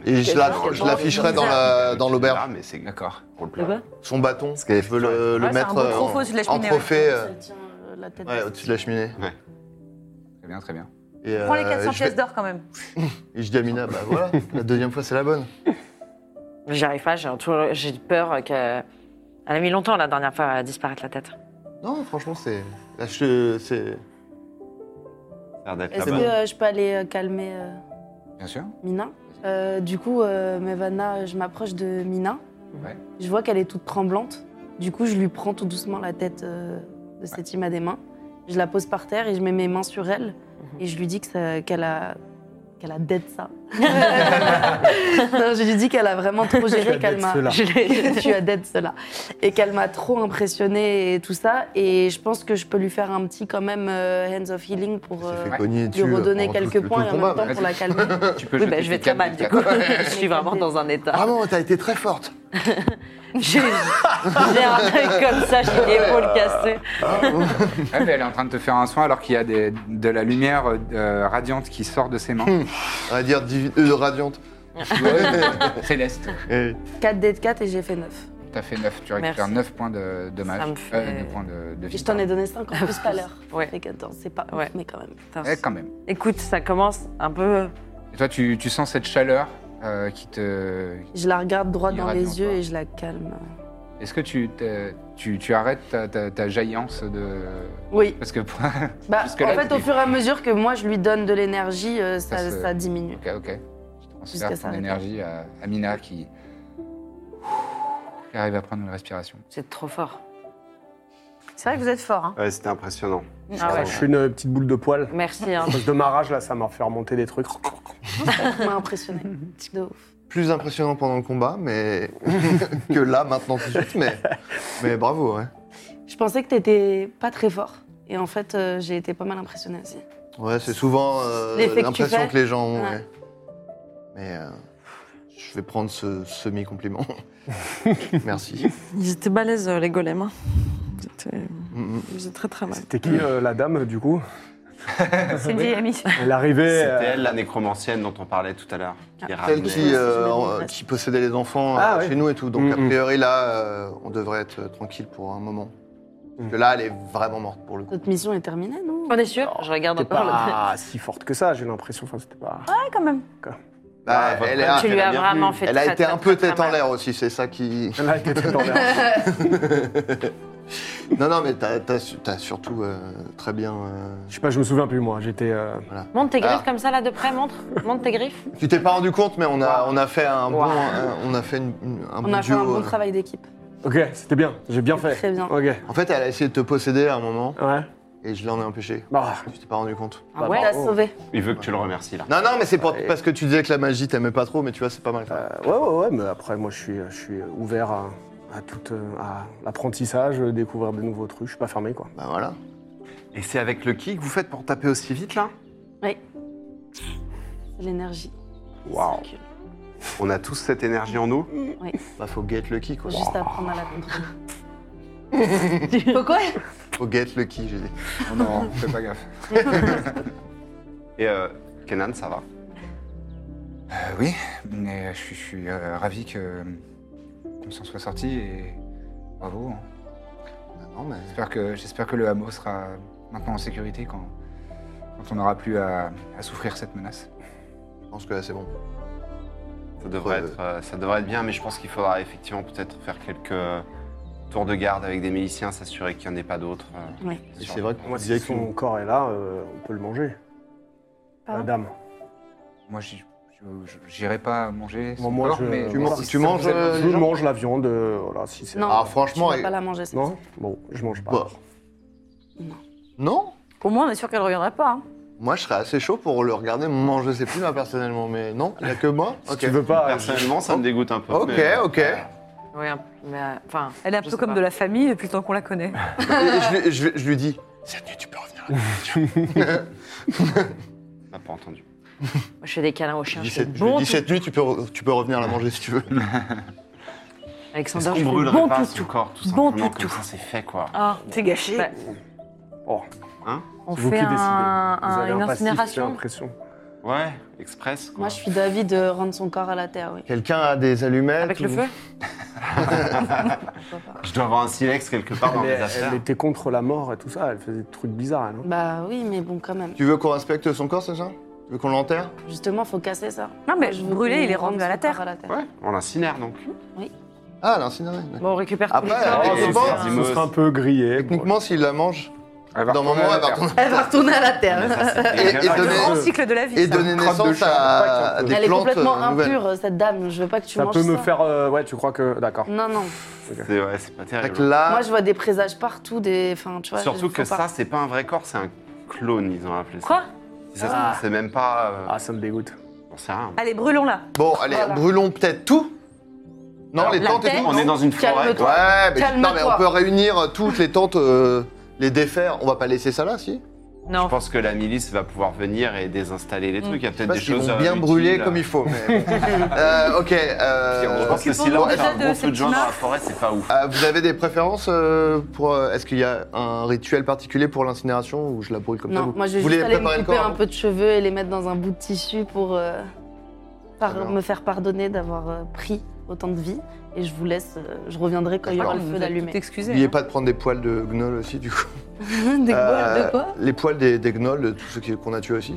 Speaker 2: Et je la- je l'afficherai dans la- Euh, dans l'auberge.
Speaker 6: Ah, mais c'est
Speaker 1: D'accord.
Speaker 7: Le quoi
Speaker 2: Son bâton, parce qu'elle veut le, le
Speaker 4: Ouais, c'est un
Speaker 2: mettre
Speaker 4: beau
Speaker 2: euh,
Speaker 4: trophée au-dessus de la
Speaker 2: en
Speaker 4: cheminée,
Speaker 2: trophée
Speaker 3: Ça
Speaker 2: euh,
Speaker 3: tient, euh, la tête.
Speaker 2: ouais, au-dessus de la cheminée.
Speaker 1: Très bien, très bien.
Speaker 2: Et,
Speaker 4: Prends les
Speaker 2: euh,
Speaker 4: 400
Speaker 2: je
Speaker 4: pièces
Speaker 2: fais-
Speaker 4: d'or quand même.
Speaker 2: Et je dis à Mina, bah voilà, la deuxième fois c'est la bonne.
Speaker 7: J'y arrive pas. J'ai un tour- j'ai peur qu'elle a mis longtemps la dernière fois à disparaître la tête.
Speaker 2: Non,
Speaker 7: *laughs*
Speaker 2: franchement, c'est. là, je- C'est.
Speaker 6: l'air d'être
Speaker 3: Est-ce
Speaker 6: la
Speaker 3: que
Speaker 6: bonne.
Speaker 3: euh, je peux aller euh, calmer euh,
Speaker 1: Ah bah. Bien sûr.
Speaker 3: Mina Euh, Du coup, euh, Mevana, je m'approche de Mina.
Speaker 1: Ouais.
Speaker 3: Je vois qu'elle est toute tremblante. Du coup, je lui prends tout doucement la tête euh, de Septima des mains. Je la pose par terre et je mets mes mains sur elle.
Speaker 2: Mhm.
Speaker 3: Et je lui dis que ça- qu'elle a qu'elle a dead
Speaker 2: *laughs*
Speaker 3: ça. non, je lui dis qu'elle a vraiment trop
Speaker 5: Tu as
Speaker 3: géré, qu'elle
Speaker 5: dead
Speaker 3: m'a.
Speaker 5: cela.
Speaker 3: Je l'ai- *laughs* tu as dead cela. Et qu'elle m'a trop impressionnée et tout ça. Et je pense que je peux lui faire un petit, quand même, euh, hands of healing pour euh,
Speaker 2: fait cogner dessus,
Speaker 3: lui redonner
Speaker 2: pendant tout-
Speaker 3: quelques
Speaker 2: tout le
Speaker 3: points et en
Speaker 2: combat,
Speaker 3: même temps
Speaker 2: mais-
Speaker 3: pour la calmer.
Speaker 1: *laughs* Tu peux
Speaker 7: Oui,
Speaker 1: jeter
Speaker 7: bah, je vais
Speaker 1: tes
Speaker 7: très
Speaker 1: quatre
Speaker 7: mal
Speaker 1: des
Speaker 7: du
Speaker 1: quatre. *laughs*
Speaker 7: coup. je suis vraiment dans un état.
Speaker 2: Vraiment, t'as été très forte.
Speaker 7: J'ai j'ai un truc comme ça, j'ai
Speaker 2: *laughs*
Speaker 7: l'épaule cassée.
Speaker 1: Ah, Ouais, mais elle est en train de te faire un soin alors qu'il y a des- de la lumière euh, radiante qui sort de ses mains.
Speaker 2: On va dire divi- euh, *laughs* radiante.
Speaker 1: *laughs*
Speaker 2: *laughs*
Speaker 1: Céleste.
Speaker 2: Et-
Speaker 3: 4 dés de 4 et j'ai fait 9.
Speaker 1: T'as fait 9, tu récupères
Speaker 7: Merci.
Speaker 1: 9 points de dommage. Euh,
Speaker 7: Ça me fait-
Speaker 1: points de, de
Speaker 3: Et
Speaker 1: vie.
Speaker 3: je t'en ai donné 5 en plus tout à *laughs* l'heure.
Speaker 7: Ouais.
Speaker 3: Fait 14, c'est pas ouf,
Speaker 7: Ouais.
Speaker 3: mais quand même.
Speaker 7: Putain,
Speaker 1: Eh, quand même.
Speaker 7: Écoute, ça commence un
Speaker 3: euh,
Speaker 7: peu.
Speaker 1: Et toi, tu, tu sens cette chaleur euh, qui te.
Speaker 3: Je la regarde droit
Speaker 1: Il
Speaker 3: dans
Speaker 1: rate dans
Speaker 3: les yeux
Speaker 1: toi.
Speaker 3: et je la calme.
Speaker 1: Est-ce que tu, t'es- tu, tu arrêtes ta, ta, ta jaillance de.
Speaker 3: Oui.
Speaker 1: Parce que. pour- *laughs*
Speaker 3: Bah, en
Speaker 1: Jusque-là,
Speaker 3: fait,
Speaker 1: tu-
Speaker 3: au fur et à mesure que moi je lui donne de l'énergie, euh, ça,
Speaker 1: Ça se-
Speaker 3: ça diminue.
Speaker 1: ok, ok. Je
Speaker 3: Jusqu'à
Speaker 1: transfère ton
Speaker 3: s'arrêter.
Speaker 1: énergie à Amina qui. qui arrive à prendre une respiration.
Speaker 7: C'est trop fort.
Speaker 4: C'est vrai que vous êtes fort. Hein.
Speaker 6: Ouais, c'était impressionnant.
Speaker 7: Ah ouais.
Speaker 5: Je suis une petite boule de poil.
Speaker 7: Merci. Hein. Oh,
Speaker 5: À cause de ma rage, là, ça m'a fait remonter des trucs.
Speaker 3: *laughs* Ça m'a *laughs* impressionné. De ouf.
Speaker 2: Plus impressionnant pendant le combat, mais. *laughs* que là, maintenant, tout de suite, mais. Mais bravo, ouais.
Speaker 3: Je pensais que t'étais pas très fort. Et en fait, euh, j'ai été pas mal impressionnée aussi.
Speaker 2: Ouais, c'est souvent euh,
Speaker 3: L'effet que tu
Speaker 2: l'impression
Speaker 3: fais.
Speaker 2: que, les gens ont,
Speaker 3: Ouais.
Speaker 2: ouais. Mais. euh, je vais prendre
Speaker 5: *laughs*
Speaker 2: ce semi-compliment. Merci.
Speaker 4: Ils étaient balèzes, euh, les golems. Hein. Ils étaient-
Speaker 2: Mm, mm.
Speaker 4: Ils faisaient très très mal.
Speaker 5: C'était qui, euh, la dame, du coup
Speaker 4: *laughs* C'est une vieille
Speaker 7: *laughs*
Speaker 4: amie.
Speaker 5: Elle arrivait.
Speaker 6: C'était
Speaker 5: euh,
Speaker 6: elle, la nécromancienne dont on parlait tout à l'heure. qui les
Speaker 2: Celle
Speaker 6: ramenait.
Speaker 2: qui, euh,
Speaker 3: Je me
Speaker 2: en-
Speaker 3: demande.
Speaker 2: qui possédait les enfants
Speaker 5: Ah,
Speaker 2: euh,
Speaker 5: ouais.
Speaker 2: chez nous et tout. Donc,
Speaker 5: Mm,
Speaker 2: a
Speaker 5: mm.
Speaker 2: priori, là, euh, on devrait être euh, tranquille pour un moment. Parce
Speaker 5: Mm.
Speaker 2: que là, elle est vraiment morte pour le coup.
Speaker 3: Notre mission est terminée, non
Speaker 7: On est sûr Je regarde
Speaker 5: C'était
Speaker 7: encore le.
Speaker 5: pas si forte que ça, j'ai l'impression. Enfin, c'était pas.
Speaker 4: *laughs* Ouais, quand même.
Speaker 2: Bah,
Speaker 6: Ah,
Speaker 2: elle, est-
Speaker 6: vraiment,
Speaker 7: Tu lui
Speaker 6: Elle a
Speaker 7: as
Speaker 6: bien
Speaker 7: vraiment
Speaker 6: vu.
Speaker 7: fait
Speaker 2: elle a
Speaker 7: très,
Speaker 2: été
Speaker 7: très,
Speaker 2: un peu
Speaker 7: très,
Speaker 2: tête en
Speaker 7: très mal.
Speaker 2: l'air aussi, c'est ça qui.
Speaker 5: *laughs* Elle a été tête en l'air.
Speaker 2: *laughs* Non, non, mais t'as t'as su- t'as surtout euh, très bien. euh,
Speaker 5: Je sais pas, je me souviens plus, moi. J'étais. euh,
Speaker 7: Monte tes griffes
Speaker 2: Ah.
Speaker 7: comme ça là de près, montre. Monte tes griffes.
Speaker 2: Tu t'es pas rendu compte, mais on a, on a fait un bon,
Speaker 7: Wow.
Speaker 2: un- on a fait une- une- un
Speaker 3: On
Speaker 2: bon
Speaker 3: a fait
Speaker 2: duo.
Speaker 3: un bon
Speaker 2: euh.
Speaker 3: travail d'équipe.
Speaker 5: Ok, c'était bien. J'ai bien fait.
Speaker 3: Très bien.
Speaker 5: Ok.
Speaker 2: En fait, elle a essayé de te posséder à un moment,
Speaker 5: Ouais. Bah.
Speaker 2: Et je l'en ai empêché. Tu t'es pas rendu compte.
Speaker 1: Bah,
Speaker 3: Ah ouais, t'as sauvé. *laughs*
Speaker 6: Il veut que tu le remercies là.
Speaker 2: Non, non, mais c'est pour- parce que tu disais que la magie t'aimait pas trop, mais tu vois, c'est pas mal.
Speaker 5: Euh, Ouais, ouais, ouais, mais après, moi, je suis, je suis ouvert à, à tout euh, à l'apprentissage, euh, découvrir de nouveaux trucs. Je suis pas fermé, quoi.
Speaker 2: Bah voilà.
Speaker 6: Et c'est avec le ki que vous faites pour taper aussi vite là
Speaker 3: Oui. C'est l'énergie.
Speaker 6: Waouh. On a tous cette énergie en nous
Speaker 3: Oui.
Speaker 2: Bah faut get lucky
Speaker 3: Faut
Speaker 2: quoi.
Speaker 3: juste apprendre à la contrôler.
Speaker 5: *laughs*
Speaker 4: Faut quoi
Speaker 2: Faut get lucky, j'ai dit.
Speaker 1: Oh non, fais pas gaffe.
Speaker 6: *laughs* Et euh, Kenan, ça va
Speaker 1: Euh, oui, mais je suis, je suis, euh, ravi que qu'on s'en soit sorti et bravo. hein. J'espère que j'espère que le hameau sera maintenant en sécurité quand quand on n'aura plus à, à souffrir cette menace.
Speaker 2: Je pense que là c'est bon.
Speaker 6: Ça devrait, être, euh, ça devrait être bien, mais je pense qu'il faudra effectivement peut-être faire quelques euh, tours de garde avec des miliciens, s'assurer qu'il n'y en ait pas d'autres. euh,
Speaker 3: Ouais.
Speaker 6: sur-
Speaker 2: C'est vrai
Speaker 5: Moi, si son corps est là, euh, on peut le manger. La dame.
Speaker 1: Moi, j'y- je- je- j'irai pas manger. son
Speaker 5: Bon, moi,
Speaker 1: corps,
Speaker 5: je,
Speaker 1: mais
Speaker 5: voilà,
Speaker 1: si
Speaker 5: si
Speaker 1: ça
Speaker 5: ça
Speaker 1: vous
Speaker 5: vous aide-
Speaker 1: aide-
Speaker 5: euh, je mange la viande. euh, voilà, si c'est-
Speaker 3: Non,
Speaker 2: Ah, franchement,
Speaker 3: tu vas
Speaker 2: et-
Speaker 3: pas la manger, cette
Speaker 5: Non Bon, je mange pas.
Speaker 2: Bah. Non
Speaker 4: Au moins, on est sûr qu'elle ne regarderait pas. hein.
Speaker 2: Moi je serais assez chaud pour le regarder manger ses plumes hein, personnellement, mais non, il y a que moi.
Speaker 5: Si
Speaker 2: Ok.
Speaker 5: tu veux pas. Oh.
Speaker 6: Personnellement, ça me dégoûte un peu.
Speaker 2: Ok,
Speaker 6: mais- euh,
Speaker 2: ok. Et
Speaker 4: Oui, un- mais euh, enfin. Elle est un
Speaker 7: je
Speaker 4: peu
Speaker 7: sais
Speaker 4: comme
Speaker 7: pas.
Speaker 4: de la famille depuis le temps qu'on la connaît.
Speaker 2: je, lui- je lui- je lui dis, cette nuit tu peux revenir. à la maison.
Speaker 7: *laughs*
Speaker 6: On n'a pas entendu.
Speaker 7: Moi, je fais des câlins aux
Speaker 2: Je
Speaker 7: chiens.
Speaker 2: lui dis,
Speaker 7: Je fais
Speaker 2: cette,
Speaker 7: des
Speaker 2: je lui
Speaker 7: bons
Speaker 2: dis, cette nuit tu peux, re- tu peux revenir la manger si tu veux.
Speaker 7: toutous.
Speaker 6: Est-ce
Speaker 7: Alexander,
Speaker 6: qu'on
Speaker 7: je fais des
Speaker 6: brûlerait
Speaker 7: bons
Speaker 6: pas
Speaker 7: toutous.
Speaker 6: son corps tout
Speaker 7: Bon
Speaker 6: simplement
Speaker 7: toutou.
Speaker 6: comme ça, c'est fait quoi
Speaker 4: Ah, c'est gâché.
Speaker 7: Bah,
Speaker 5: Oh,
Speaker 6: Hein
Speaker 7: on
Speaker 5: c'est vous
Speaker 7: fait
Speaker 5: qui
Speaker 7: un,
Speaker 5: décidez. Vous
Speaker 7: un-
Speaker 5: avez
Speaker 7: une
Speaker 5: un passif, J'ai
Speaker 7: incinération.
Speaker 5: l'impression.
Speaker 6: Ouais, express
Speaker 3: *laughs*
Speaker 6: quoi.
Speaker 3: Moi, je suis d'avis de rendre son corps à la terre, oui.
Speaker 2: Quelqu'un a des allumettes
Speaker 7: Avec le
Speaker 2: ou-
Speaker 7: feu
Speaker 6: Je dois avoir un silex quelque part dans
Speaker 5: Elle,
Speaker 6: mes
Speaker 5: est- elle
Speaker 6: affaires.
Speaker 5: était contre la mort et tout ça. Elle faisait des trucs bizarres, elle, hein.
Speaker 3: Bah oui, mais bon, quand même.
Speaker 2: Tu veux qu'on respecte son corps, c'est ça Tu veux qu'on l'enterre
Speaker 3: Justement, faut casser ça.
Speaker 4: Non, mais
Speaker 3: Moi, veux
Speaker 4: brûler, il est
Speaker 3: qu'on rende
Speaker 4: rendu à la
Speaker 3: son corps
Speaker 4: terre.
Speaker 6: Ouais, on l'incinère donc.
Speaker 2: Ah, l'incinérer. d'accord.
Speaker 4: Bon, on récupère tous
Speaker 2: Après,
Speaker 4: les corps.
Speaker 2: elle
Speaker 6: Oh,
Speaker 2: est
Speaker 6: c'est
Speaker 2: morte.
Speaker 6: bien.
Speaker 5: Ce sera un peu grillé.
Speaker 2: Techniquement, s'il la mange,
Speaker 1: Elle va
Speaker 2: dans un moment,
Speaker 1: retourner à
Speaker 2: elle
Speaker 1: la
Speaker 2: va
Speaker 1: terre.
Speaker 2: retourner-
Speaker 3: Elle va retourner à la
Speaker 6: Mais
Speaker 3: terre.
Speaker 6: ça, c'est
Speaker 3: *laughs*
Speaker 2: Et- et
Speaker 6: dégueulasse.
Speaker 2: donner-
Speaker 4: Le grand cycle de la vie.
Speaker 2: et
Speaker 4: ça.
Speaker 2: donner
Speaker 5: crotte de
Speaker 2: naissance
Speaker 5: chat,
Speaker 2: à
Speaker 5: pas
Speaker 2: des
Speaker 3: Elle est
Speaker 2: plantes
Speaker 3: complètement
Speaker 2: euh, nouvelles.
Speaker 3: impure, cette dame. Je veux pas que tu
Speaker 5: Ça
Speaker 3: manges
Speaker 5: peut me
Speaker 3: ça.
Speaker 5: faire. euh, ouais, tu crois que. D'accord.
Speaker 3: Non, non.
Speaker 6: C'est ouais, c'est pas
Speaker 2: Fait que
Speaker 6: terrible.
Speaker 2: là,
Speaker 3: Moi, je vois des présages partout, des. Enfin, tu vois.
Speaker 6: Surtout
Speaker 3: faut
Speaker 6: que
Speaker 3: pas.
Speaker 6: ça, c'est pas un vrai corps, c'est un clone, ils ont appelé ça.
Speaker 4: Quoi
Speaker 6: Si ça se trouve, C'est même pas. euh,
Speaker 5: Ah, ça me dégoûte.
Speaker 6: J'en sais rien.
Speaker 4: Allez, brûlons-la.
Speaker 2: bon, allez, brûlons peut-être tout. Non, les
Speaker 6: la
Speaker 2: tentes et
Speaker 3: tête,
Speaker 2: tout.
Speaker 6: On est dans une forêt.
Speaker 3: Calme-toi.
Speaker 6: quoi.
Speaker 2: Ouais, mais,
Speaker 3: Calme-toi.
Speaker 2: non, mais on peut réunir toutes les tentes, euh, les défaire. On va pas laisser ça là, si
Speaker 6: Je
Speaker 4: Non.
Speaker 6: pense que la milice va pouvoir venir et désinstaller les trucs. Il y a
Speaker 2: Je sais
Speaker 6: peut-être
Speaker 2: pas
Speaker 6: des
Speaker 2: s'ils
Speaker 6: choses.
Speaker 2: vont bien
Speaker 6: euh,
Speaker 2: brûler
Speaker 6: utiles.
Speaker 2: comme il faut. mais
Speaker 6: *laughs*
Speaker 2: bon. Euh, ok.
Speaker 6: Je
Speaker 2: euh,
Speaker 6: pense que si là
Speaker 4: Occupons-nous
Speaker 6: on fait un
Speaker 4: déjà
Speaker 6: gros
Speaker 4: de
Speaker 6: feu de
Speaker 4: cette
Speaker 6: joint dans la
Speaker 4: image.
Speaker 6: forêt, c'est pas ouf.
Speaker 2: euh, vous avez des préférences euh, pour euh, Est-ce qu'il y a un rituel particulier pour l'incinération ou je la brûle comme ça
Speaker 3: Non,
Speaker 2: vous-
Speaker 3: moi, je vais
Speaker 2: vous
Speaker 3: juste
Speaker 2: voulez
Speaker 3: aller me
Speaker 2: préparer le
Speaker 3: couper
Speaker 2: corps hein
Speaker 3: un peu de cheveux et les mettre dans un bout de tissu pour euh, par-
Speaker 2: Très bien.
Speaker 3: me faire pardonner d'avoir euh, pris autant de vie. Et je vous laisse. euh, je reviendrai quand il y
Speaker 2: D'accord.
Speaker 3: aura le feu d'allumer.
Speaker 4: T'excuser.
Speaker 2: N'oubliez
Speaker 7: hein.
Speaker 3: *laughs*
Speaker 2: pas de prendre des poils de gnoll aussi, du coup.
Speaker 3: Des
Speaker 2: Euh,
Speaker 3: boîtes de quoi
Speaker 2: Les poils des, des gnolls, de tous ceux qui- qu'on a tués aussi.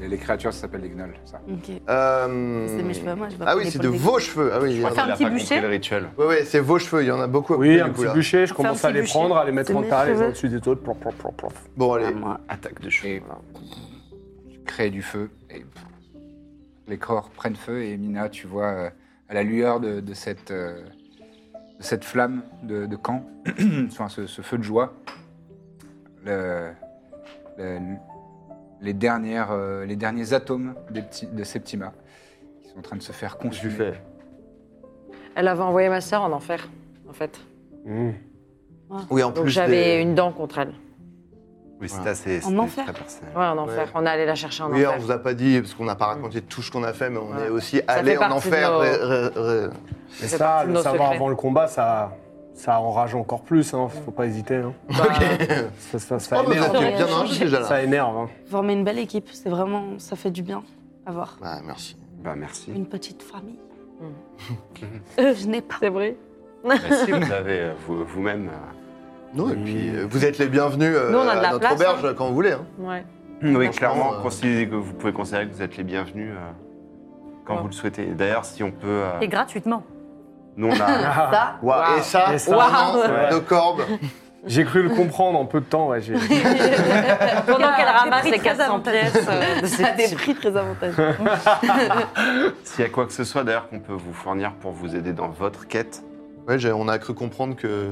Speaker 1: Les, les créatures, ça s'appelle les gnolls, ça.
Speaker 3: Ok.
Speaker 2: Euh,
Speaker 3: C'est mes cheveux à moi, je vais pas
Speaker 2: Ah oui,
Speaker 3: prendre
Speaker 2: c'est
Speaker 3: les
Speaker 2: de
Speaker 3: poils des
Speaker 2: vos cheveux. Ah oui, il y
Speaker 6: Je
Speaker 2: en
Speaker 6: crois
Speaker 2: a-
Speaker 4: faire
Speaker 6: qu'il
Speaker 4: un
Speaker 6: a
Speaker 4: petit
Speaker 6: pas compris
Speaker 4: bûcher.
Speaker 6: le rituel.
Speaker 2: Ouais, ouais, c'est vos cheveux, il y en a beaucoup à
Speaker 5: Oui,
Speaker 2: couper,
Speaker 5: un
Speaker 2: du coup,
Speaker 5: petit
Speaker 2: là.
Speaker 5: bûcher, je
Speaker 4: Faire un
Speaker 5: commence à
Speaker 4: petit
Speaker 5: les
Speaker 4: bûcher.
Speaker 5: prendre, à les mettre
Speaker 3: C'est
Speaker 5: en
Speaker 3: mes
Speaker 5: tas les uns
Speaker 3: cheveux.
Speaker 5: au-dessus des autres. plof, plof, plof, plof.
Speaker 2: Bon, allez.
Speaker 6: Attaque de cheveux.
Speaker 1: Et créer du feu. Et pff, les corps prennent feu. Et Mina, tu vois, euh, à la lueur de, de cette, euh, de cette flamme de, de camp, *clears throat* enfin, ce, ce feu de joie, le- le- les, dernières, euh, les derniers atomes des petits- de Septima qui sont en train de se faire consumer.
Speaker 7: Elle avait envoyé ma sœur en enfer, en fait.
Speaker 5: Mmh.
Speaker 2: Oui, en
Speaker 7: Donc
Speaker 2: plus.
Speaker 7: j'avais
Speaker 2: des-
Speaker 7: une dent contre elle.
Speaker 6: Oui, c'est assez.
Speaker 3: En
Speaker 6: c'est
Speaker 3: enfer.
Speaker 6: très personnel.
Speaker 7: Ouais, en enfer. On est allé la chercher en
Speaker 2: Oui, on
Speaker 7: enfer.
Speaker 2: vous a pas dit, parce qu'on n'a pas raconté tout ce qu'on a fait, mais on
Speaker 7: Voilà.
Speaker 2: est aussi
Speaker 7: fait
Speaker 2: allé en
Speaker 7: partie de
Speaker 2: enfer.
Speaker 7: nos-
Speaker 2: ré- ré- ré-
Speaker 5: Et
Speaker 7: fait
Speaker 5: ça,
Speaker 7: partie de
Speaker 5: le
Speaker 7: nos
Speaker 5: savoir
Speaker 7: secrets.
Speaker 5: avant le combat, ça, ça enrage encore plus. Hein. Faut pas hésiter. hein.
Speaker 2: Bah,
Speaker 5: Ça, ça- ça
Speaker 2: Oh, bah,
Speaker 5: énerve.
Speaker 2: vous
Speaker 3: rien
Speaker 2: êtes bien arrangé déjà là.
Speaker 5: Ça énerve. hein.
Speaker 3: Former une belle équipe, c'est vraiment. Ça fait du bien à voir.
Speaker 2: Bah, merci.
Speaker 6: Bah merci.
Speaker 3: Une petite famille.
Speaker 7: Mm.
Speaker 3: Euh, je n'ai pas.
Speaker 4: C'est vrai.
Speaker 3: *laughs*
Speaker 6: Bah, si vous avez euh, vous- vous-même. euh,
Speaker 2: Non, et puis euh, vous êtes les bienvenus euh,
Speaker 7: Nous, on a de
Speaker 2: à
Speaker 7: la
Speaker 2: notre
Speaker 7: place,
Speaker 2: auberge quand vous voulez. hein.
Speaker 4: Ouais.
Speaker 6: Oui,
Speaker 2: Franchement,
Speaker 6: clairement,
Speaker 2: euh,
Speaker 6: considérez que vous pouvez considérer que vous êtes les bienvenus euh, quand
Speaker 4: Ouais.
Speaker 6: vous le souhaitez. D'ailleurs, si on peut. euh,
Speaker 4: Et gratuitement.
Speaker 6: nous, on a.
Speaker 3: Ça,
Speaker 2: Waouh, Et ça,
Speaker 5: Et ça,
Speaker 2: un an
Speaker 5: ouais.
Speaker 2: de corbe.
Speaker 5: J'ai cru le comprendre en peu de temps. ouais, j'ai-
Speaker 7: *laughs* Pendant qu'elle ramasse
Speaker 4: prix
Speaker 7: les
Speaker 4: très
Speaker 7: 400
Speaker 4: avantageux.
Speaker 3: *laughs*
Speaker 7: pièces euh, de
Speaker 3: à
Speaker 7: ses
Speaker 3: des
Speaker 7: petits
Speaker 3: prix très avantageux.
Speaker 6: S'il y a quoi que ce soit d'ailleurs qu'on peut vous fournir pour vous aider dans votre quête,
Speaker 2: Ouais, j'ai- on a cru comprendre que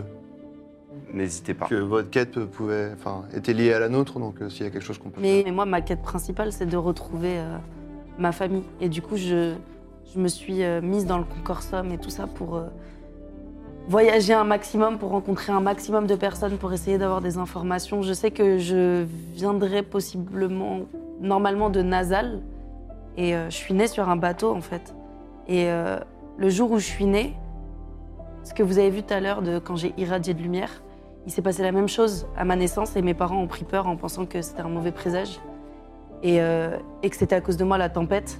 Speaker 6: N'hésitez pas.
Speaker 2: Que votre quête pouvait, enfin, était liée à la nôtre, donc euh, s'il y a quelque chose qu'on peut.
Speaker 3: Mais, mais moi, ma quête principale, c'est de retrouver euh, ma famille. Et du coup, je, je me suis euh, mise dans le concorsum et tout ça pour euh, voyager un maximum, pour rencontrer un maximum de personnes, pour essayer d'avoir des informations. Je sais que je viendrai possiblement, normalement, de Nasal. Et euh, je suis née sur un bateau, en fait. Et euh, le jour où je suis née, ce que vous avez vu tout à l'heure de quand j'ai irradié de lumière, il s'est passé la même chose à ma naissance et mes parents ont pris peur en pensant que c'était un mauvais présage et, euh, et que c'était à cause de moi la tempête.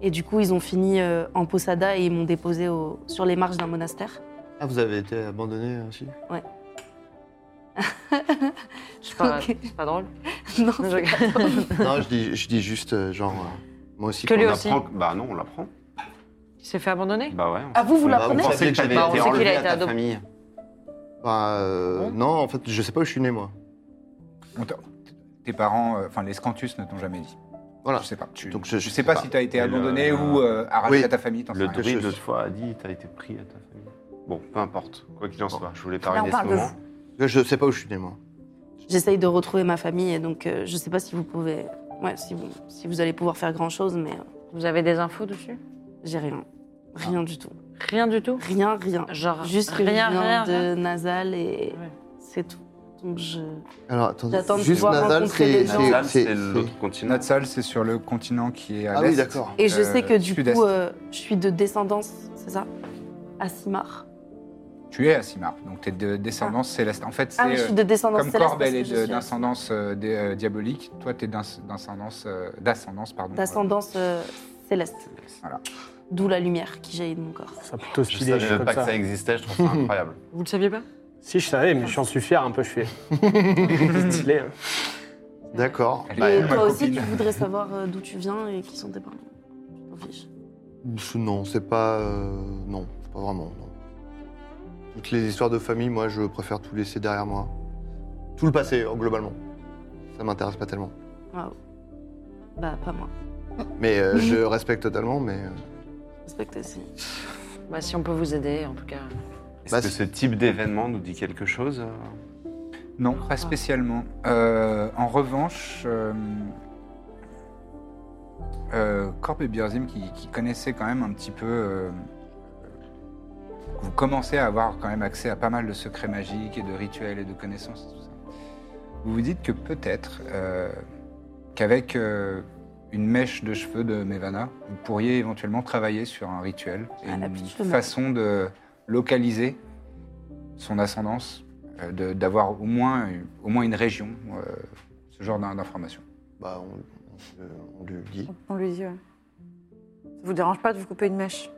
Speaker 3: Et du coup, ils ont fini euh, en Posada et ils m'ont déposé au- sur les marches d'un monastère.
Speaker 2: Ah, vous avez été abandonné aussi
Speaker 3: Ouais.
Speaker 7: C'est pas,
Speaker 3: Ok.
Speaker 7: c'est pas drôle.
Speaker 3: Non, c'est pas drôle.
Speaker 2: Non, je dis, je dis juste, euh, genre, euh, moi aussi.
Speaker 7: Que
Speaker 2: qu'on
Speaker 7: lui
Speaker 2: apprend
Speaker 7: aussi.
Speaker 2: que-
Speaker 6: Bah non, on l'apprend.
Speaker 7: Il s'est fait abandonner
Speaker 6: Bah ouais. on
Speaker 7: Ah, vous, vous
Speaker 6: s'en fout.
Speaker 7: l'apprenez
Speaker 6: On pensait que
Speaker 2: On
Speaker 6: t'avais
Speaker 2: sait
Speaker 6: été
Speaker 2: qu'il a
Speaker 6: enlevé
Speaker 7: été
Speaker 6: à ta
Speaker 7: adopté.
Speaker 6: famille.
Speaker 2: Bah, euh, non, en fait, je sais pas où je suis né, moi.
Speaker 1: On t'a- Tes parents, euh, enfin les Scantus ne t'ont jamais dit.
Speaker 2: Voilà.
Speaker 1: Je sais pas. Tu,
Speaker 2: Donc, je,
Speaker 1: je sais pas si t'as été
Speaker 6: Et le-
Speaker 1: abandonné ou euh, arraché
Speaker 2: Oui.
Speaker 1: à ta famille. t'en sais
Speaker 6: Le
Speaker 1: rien.
Speaker 6: druide, l'autre fois, a dit t'as été pris à ta famille. Bon, peu importe. Quoi qu'il en soit, je voulais
Speaker 4: on
Speaker 6: parler de ce
Speaker 4: parle de
Speaker 6: moment.
Speaker 2: Je, je sais pas où je suis né, moi.
Speaker 3: J'essaye de retrouver ma famille et donc euh, je sais pas si vous pouvez, ouais, si vous, si vous allez pouvoir faire grand chose, mais euh,
Speaker 7: Vous avez des infos dessus Ah.
Speaker 3: j'ai rien, rien du tout,
Speaker 7: Rien du tout
Speaker 3: rien, rien.
Speaker 7: Genre,
Speaker 3: Juste que
Speaker 7: rien,
Speaker 3: je viens
Speaker 7: rien. rien.
Speaker 3: de Nasal et c'est tout. Donc je.
Speaker 2: Alors, attendez.
Speaker 3: J'attends de
Speaker 2: juste
Speaker 3: pouvoir
Speaker 2: Nasal,
Speaker 3: rencontrer
Speaker 2: c'est.
Speaker 3: des gens.
Speaker 2: c'est-
Speaker 6: Natal,
Speaker 2: c'est-
Speaker 6: c'est
Speaker 2: c'est-
Speaker 6: l'autre continent.
Speaker 1: Natsal, c'est sur le continent qui est à
Speaker 2: Ah
Speaker 1: l'est.
Speaker 2: oui, d'accord.
Speaker 3: Et je
Speaker 1: euh,
Speaker 3: sais que du
Speaker 1: sud-est.
Speaker 3: coup, euh, je suis de descendance, c'est ça À Simar.
Speaker 1: Tu es à Simar, donc t'es de descendance céleste. En fait, c'est
Speaker 3: Ah oui, je
Speaker 1: euh,
Speaker 3: suis de descendance
Speaker 1: comme
Speaker 3: céleste.
Speaker 1: Corbe,
Speaker 3: parce
Speaker 1: elle est
Speaker 3: que je
Speaker 1: de-
Speaker 3: suis
Speaker 1: d'ascendance euh, dé- euh, diabolique. Toi, t'es d'ins- d'ascendance, euh, d'ascendance, pardon.
Speaker 3: D'ascendance euh, céleste.
Speaker 1: Voilà.
Speaker 3: D'où la lumière qui jaillit de mon corps.
Speaker 5: Ça plutôt
Speaker 6: Je
Speaker 5: stylé,
Speaker 6: savais
Speaker 5: je
Speaker 6: même
Speaker 5: suis
Speaker 6: pas
Speaker 5: comme
Speaker 6: que
Speaker 5: ça.
Speaker 6: ça existait, je trouve ça incroyable.
Speaker 7: Vous le saviez pas
Speaker 5: Si, je savais, mais j'en suis fier un peu, je fais. C'est stylé. hein.
Speaker 2: D'accord.
Speaker 1: Elle est
Speaker 2: Bah,
Speaker 3: Et
Speaker 1: où, ma
Speaker 3: toi aussi,
Speaker 1: copine
Speaker 3: tu voudrais savoir euh, d'où tu viens et qui sont tes parents. Je m'en fiche.
Speaker 2: Pff, Non, c'est pas. euh, non, pas vraiment. non. Toutes les histoires de famille, moi, je préfère tout laisser derrière moi. Tout le passé, euh, globalement. Ça m'intéresse pas tellement.
Speaker 3: Waouh. Bah, pas moi.
Speaker 2: Mais euh, je respecte totalement, mais. euh,
Speaker 3: Respecte aussi.
Speaker 7: Bah, si on peut vous aider, en tout cas.
Speaker 6: Est-ce
Speaker 2: Bah,
Speaker 6: que ce
Speaker 2: c'est-
Speaker 6: type d'événement nous dit quelque chose euh
Speaker 1: Non, pas spécialement. Euh, en revanche, euh, euh, Corp et Birzim, qui, qui connaissaient quand même un petit peu... euh, vous commencez à avoir quand même accès à pas mal de secrets magiques et de rituels et de connaissances. et tout ça. Vous vous dites que peut-être euh, qu'avec euh, une mèche de cheveux de Mevana, vous pourriez éventuellement travailler sur un rituel et
Speaker 3: Ah, la
Speaker 1: une
Speaker 3: petite cheveux.
Speaker 1: façon de localiser son ascendance, euh, de- d'avoir au moins, au moins une région, euh, ce genre d'in- d'informations.
Speaker 2: bah, on, on le dit.
Speaker 4: On lui dit, ouais. Ça vous dérange pas de vous couper une mèche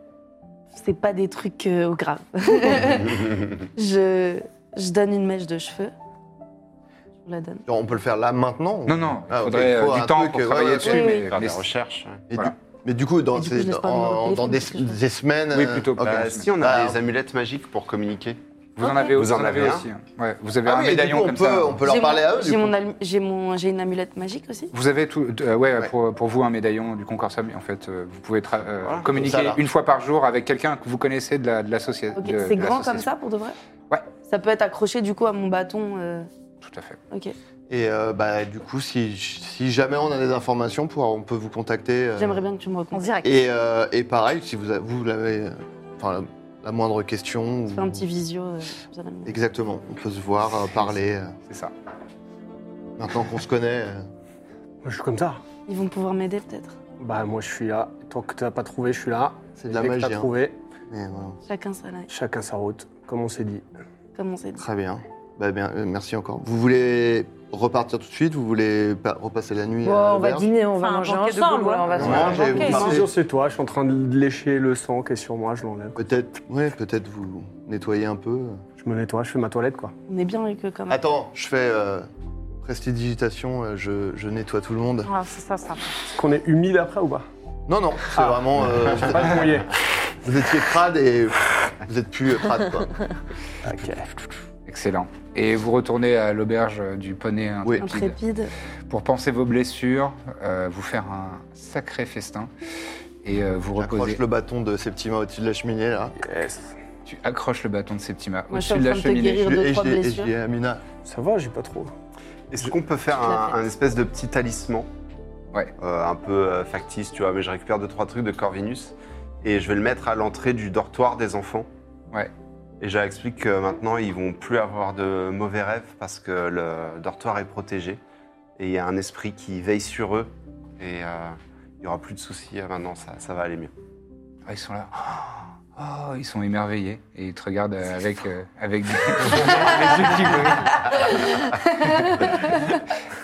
Speaker 3: C'est pas des trucs euh, au grave. je, je donne une mèche de cheveux. Je vous la donne.
Speaker 2: Genre, on peut le faire là maintenant
Speaker 1: Non, non, il
Speaker 2: Ah, ok,
Speaker 1: faudrait
Speaker 2: il
Speaker 1: euh,
Speaker 2: faut
Speaker 1: du
Speaker 2: un
Speaker 1: temps
Speaker 2: truc,
Speaker 1: pour
Speaker 2: ouais,
Speaker 1: travailler
Speaker 2: ouais,
Speaker 1: dessus,
Speaker 2: ouais.
Speaker 1: mais,
Speaker 6: Faire
Speaker 1: mais
Speaker 6: des recherches. hein.
Speaker 2: Et
Speaker 1: Voilà.
Speaker 2: du- Mais du coup, dans,
Speaker 3: Et du coup,
Speaker 2: ces-
Speaker 3: je laisse pas
Speaker 2: en-
Speaker 3: mon téléphone,
Speaker 2: dans des,
Speaker 3: parce que je-
Speaker 2: des semaines.
Speaker 1: Oui,
Speaker 2: euh,
Speaker 1: plutôt.
Speaker 2: ok.
Speaker 6: Bah, si on a
Speaker 2: Bah,
Speaker 6: des amulettes magiques pour communiquer.
Speaker 1: vous en avez,
Speaker 6: Vous
Speaker 1: vous
Speaker 6: en
Speaker 1: en avez
Speaker 6: avez un
Speaker 1: aussi. hein. Ouais, vous avez
Speaker 2: Ah
Speaker 1: un
Speaker 2: oui, et du
Speaker 1: médaillon
Speaker 2: coup, on
Speaker 1: comme
Speaker 2: peut-
Speaker 1: ça.
Speaker 2: on peut leur
Speaker 3: J'ai
Speaker 2: parler
Speaker 3: mon-
Speaker 2: à eux, du
Speaker 3: J'ai
Speaker 2: coup.
Speaker 3: mon al- j'ai mon- j'ai une amulette magique aussi.
Speaker 1: Vous avez tout, euh, ouais,
Speaker 2: Ouais.
Speaker 1: Pour, pour vous un médaillon du concorsum. En fait, euh, vous pouvez tra- euh,
Speaker 6: Voilà,
Speaker 1: communiquer
Speaker 2: ça, là.
Speaker 1: une fois par jour avec quelqu'un que vous connaissez de la de l'association.
Speaker 3: Ok, c'est grand comme ça pour de vrai
Speaker 1: Ouais.
Speaker 3: Ça peut être accroché du coup à mon bâton. euh,
Speaker 1: Tout à fait.
Speaker 3: Ok.
Speaker 2: Et euh, bah, du coup, si, si jamais on a des informations, pour- on peut vous contacter. euh,
Speaker 3: J'aimerais bien que tu me
Speaker 4: En
Speaker 3: racontes.
Speaker 4: direct.
Speaker 2: Et, euh, et pareil, si vous, a- vous l'avez. euh, Enfin, la, la moindre question. ou-
Speaker 3: Je fais un petit visio. euh, vous avez le-
Speaker 2: Exactement, on peut se voir, euh, parler. euh,
Speaker 1: C'est ça.
Speaker 2: maintenant qu'on se connaît. euh.
Speaker 5: Moi, je suis comme ça.
Speaker 3: Ils vont pouvoir m'aider peut-être.
Speaker 5: Bah, moi, je suis là. Tant que t'as pas trouvé, je suis là.
Speaker 2: C'est de la
Speaker 5: Dès que
Speaker 2: magie,
Speaker 5: t'as
Speaker 2: hein.
Speaker 5: trouvé,
Speaker 2: Mais voilà,
Speaker 3: Chacun sa life,
Speaker 5: chacun sa route, comme on s'est dit.
Speaker 3: comme on s'est dit.
Speaker 2: très bien. Bah, bien euh, merci encore. Vous voulez repartir tout de suite Vous voulez pa- repasser la nuit
Speaker 7: Bon,
Speaker 2: à
Speaker 7: on va
Speaker 2: l'auberge
Speaker 7: dîner, on
Speaker 4: Enfin,
Speaker 7: va
Speaker 4: un
Speaker 7: manger
Speaker 4: banquet de
Speaker 7: ensemble.
Speaker 4: Gaulois.
Speaker 7: ouais, on va se
Speaker 2: On
Speaker 7: faire un
Speaker 2: mange et vous
Speaker 7: banquet.
Speaker 5: Bien
Speaker 2: parlez.
Speaker 5: sûr, c'est toi. Je suis en train de lécher le sang qui est sur moi. Je l'enlève.
Speaker 2: Peut-être, ouais, peut-être vous nettoyer un peu.
Speaker 5: Je me nettoie, je fais ma toilette, quoi.
Speaker 3: On est bien avec eux quand même.
Speaker 2: Attends, je fais euh, prestidigitation, euh, je, je nettoie tout le monde.
Speaker 7: Ah, c'est ça, ça.
Speaker 5: Est-ce qu'on est humide après ou pas Ah.
Speaker 2: Non, non, c'est vraiment. euh,
Speaker 5: Pas de mouillé.
Speaker 2: vous étiez crade et vous êtes plus euh, crade,
Speaker 3: *laughs*
Speaker 1: *laughs*
Speaker 2: quoi.
Speaker 5: Ok.
Speaker 1: Excellent. Et vous retournez à l'auberge euh, du poney
Speaker 2: Oui.
Speaker 1: intrépide.
Speaker 3: Intrépide.
Speaker 1: pour penser vos blessures, euh, vous faire un sacré festin et euh, vous reposer.
Speaker 2: J'accroche le bâton de Septima au-dessus de la cheminée, là.
Speaker 5: Yes.
Speaker 1: Tu accroches le bâton de Septima
Speaker 3: Moi, je suis
Speaker 1: au-dessus
Speaker 3: en
Speaker 1: de la
Speaker 3: train de te
Speaker 1: cheminée.
Speaker 3: guérir de trois blessures.
Speaker 2: Amina.
Speaker 5: Ça va, j'ai pas trop.
Speaker 6: Est-ce qu'on peut faire un, un espèce de petit talisman
Speaker 1: Ouais.
Speaker 6: un peu euh, factice, tu vois, mais je récupère deux, trois trucs de Corvinus et je vais le mettre à l'entrée du dortoir des enfants.
Speaker 1: Ouais.
Speaker 6: Et je leur explique que maintenant, ils vont plus avoir de mauvais rêves parce que le dortoir est protégé et il y a un esprit qui veille sur eux et euh, il n'y aura plus de soucis euh, maintenant, ça, ça va aller mieux.
Speaker 1: Ah, ils sont là. Oh, ils sont émerveillés et ils te regardent euh, avec, euh, avec des *laughs* des yeux qui brillent.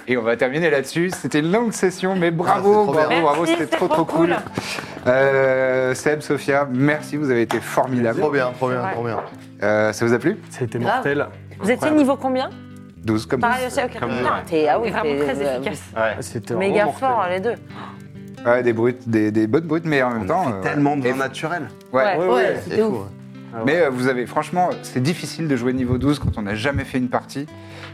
Speaker 1: Et on va terminer là-dessus. C'était une longue session, mais bravo,
Speaker 2: Ah, trop bien.
Speaker 1: bravo, bravo,
Speaker 2: Merci,
Speaker 1: c'était
Speaker 2: c'était
Speaker 1: trop, trop
Speaker 2: trop
Speaker 1: cool. Euh, Seb, Sophia, merci, vous avez été formidables.
Speaker 2: Trop bien, trop bien, trop bien.
Speaker 1: Euh, ça vous a plu
Speaker 5: C'était
Speaker 4: Grave. mortel. Vous étiez niveau combien
Speaker 1: 12 comme
Speaker 4: Pareil aussi,
Speaker 1: 12.
Speaker 4: ok. Putain, t'es ah oui,
Speaker 7: Vraiment
Speaker 4: t'es-
Speaker 7: très
Speaker 4: euh,
Speaker 7: efficace.
Speaker 1: C'était
Speaker 4: Méga fort, les deux.
Speaker 1: Ouais, des brutes, des, des bonnes brutes, mais en même temps.
Speaker 6: tellement
Speaker 1: de
Speaker 6: naturel.
Speaker 1: Ouais,
Speaker 4: Ouais, ouais, ouais, c'était C'est ouf. fou,
Speaker 1: Mais euh, vous avez, franchement, c'est difficile de jouer niveau 12 quand on n'a jamais fait une partie.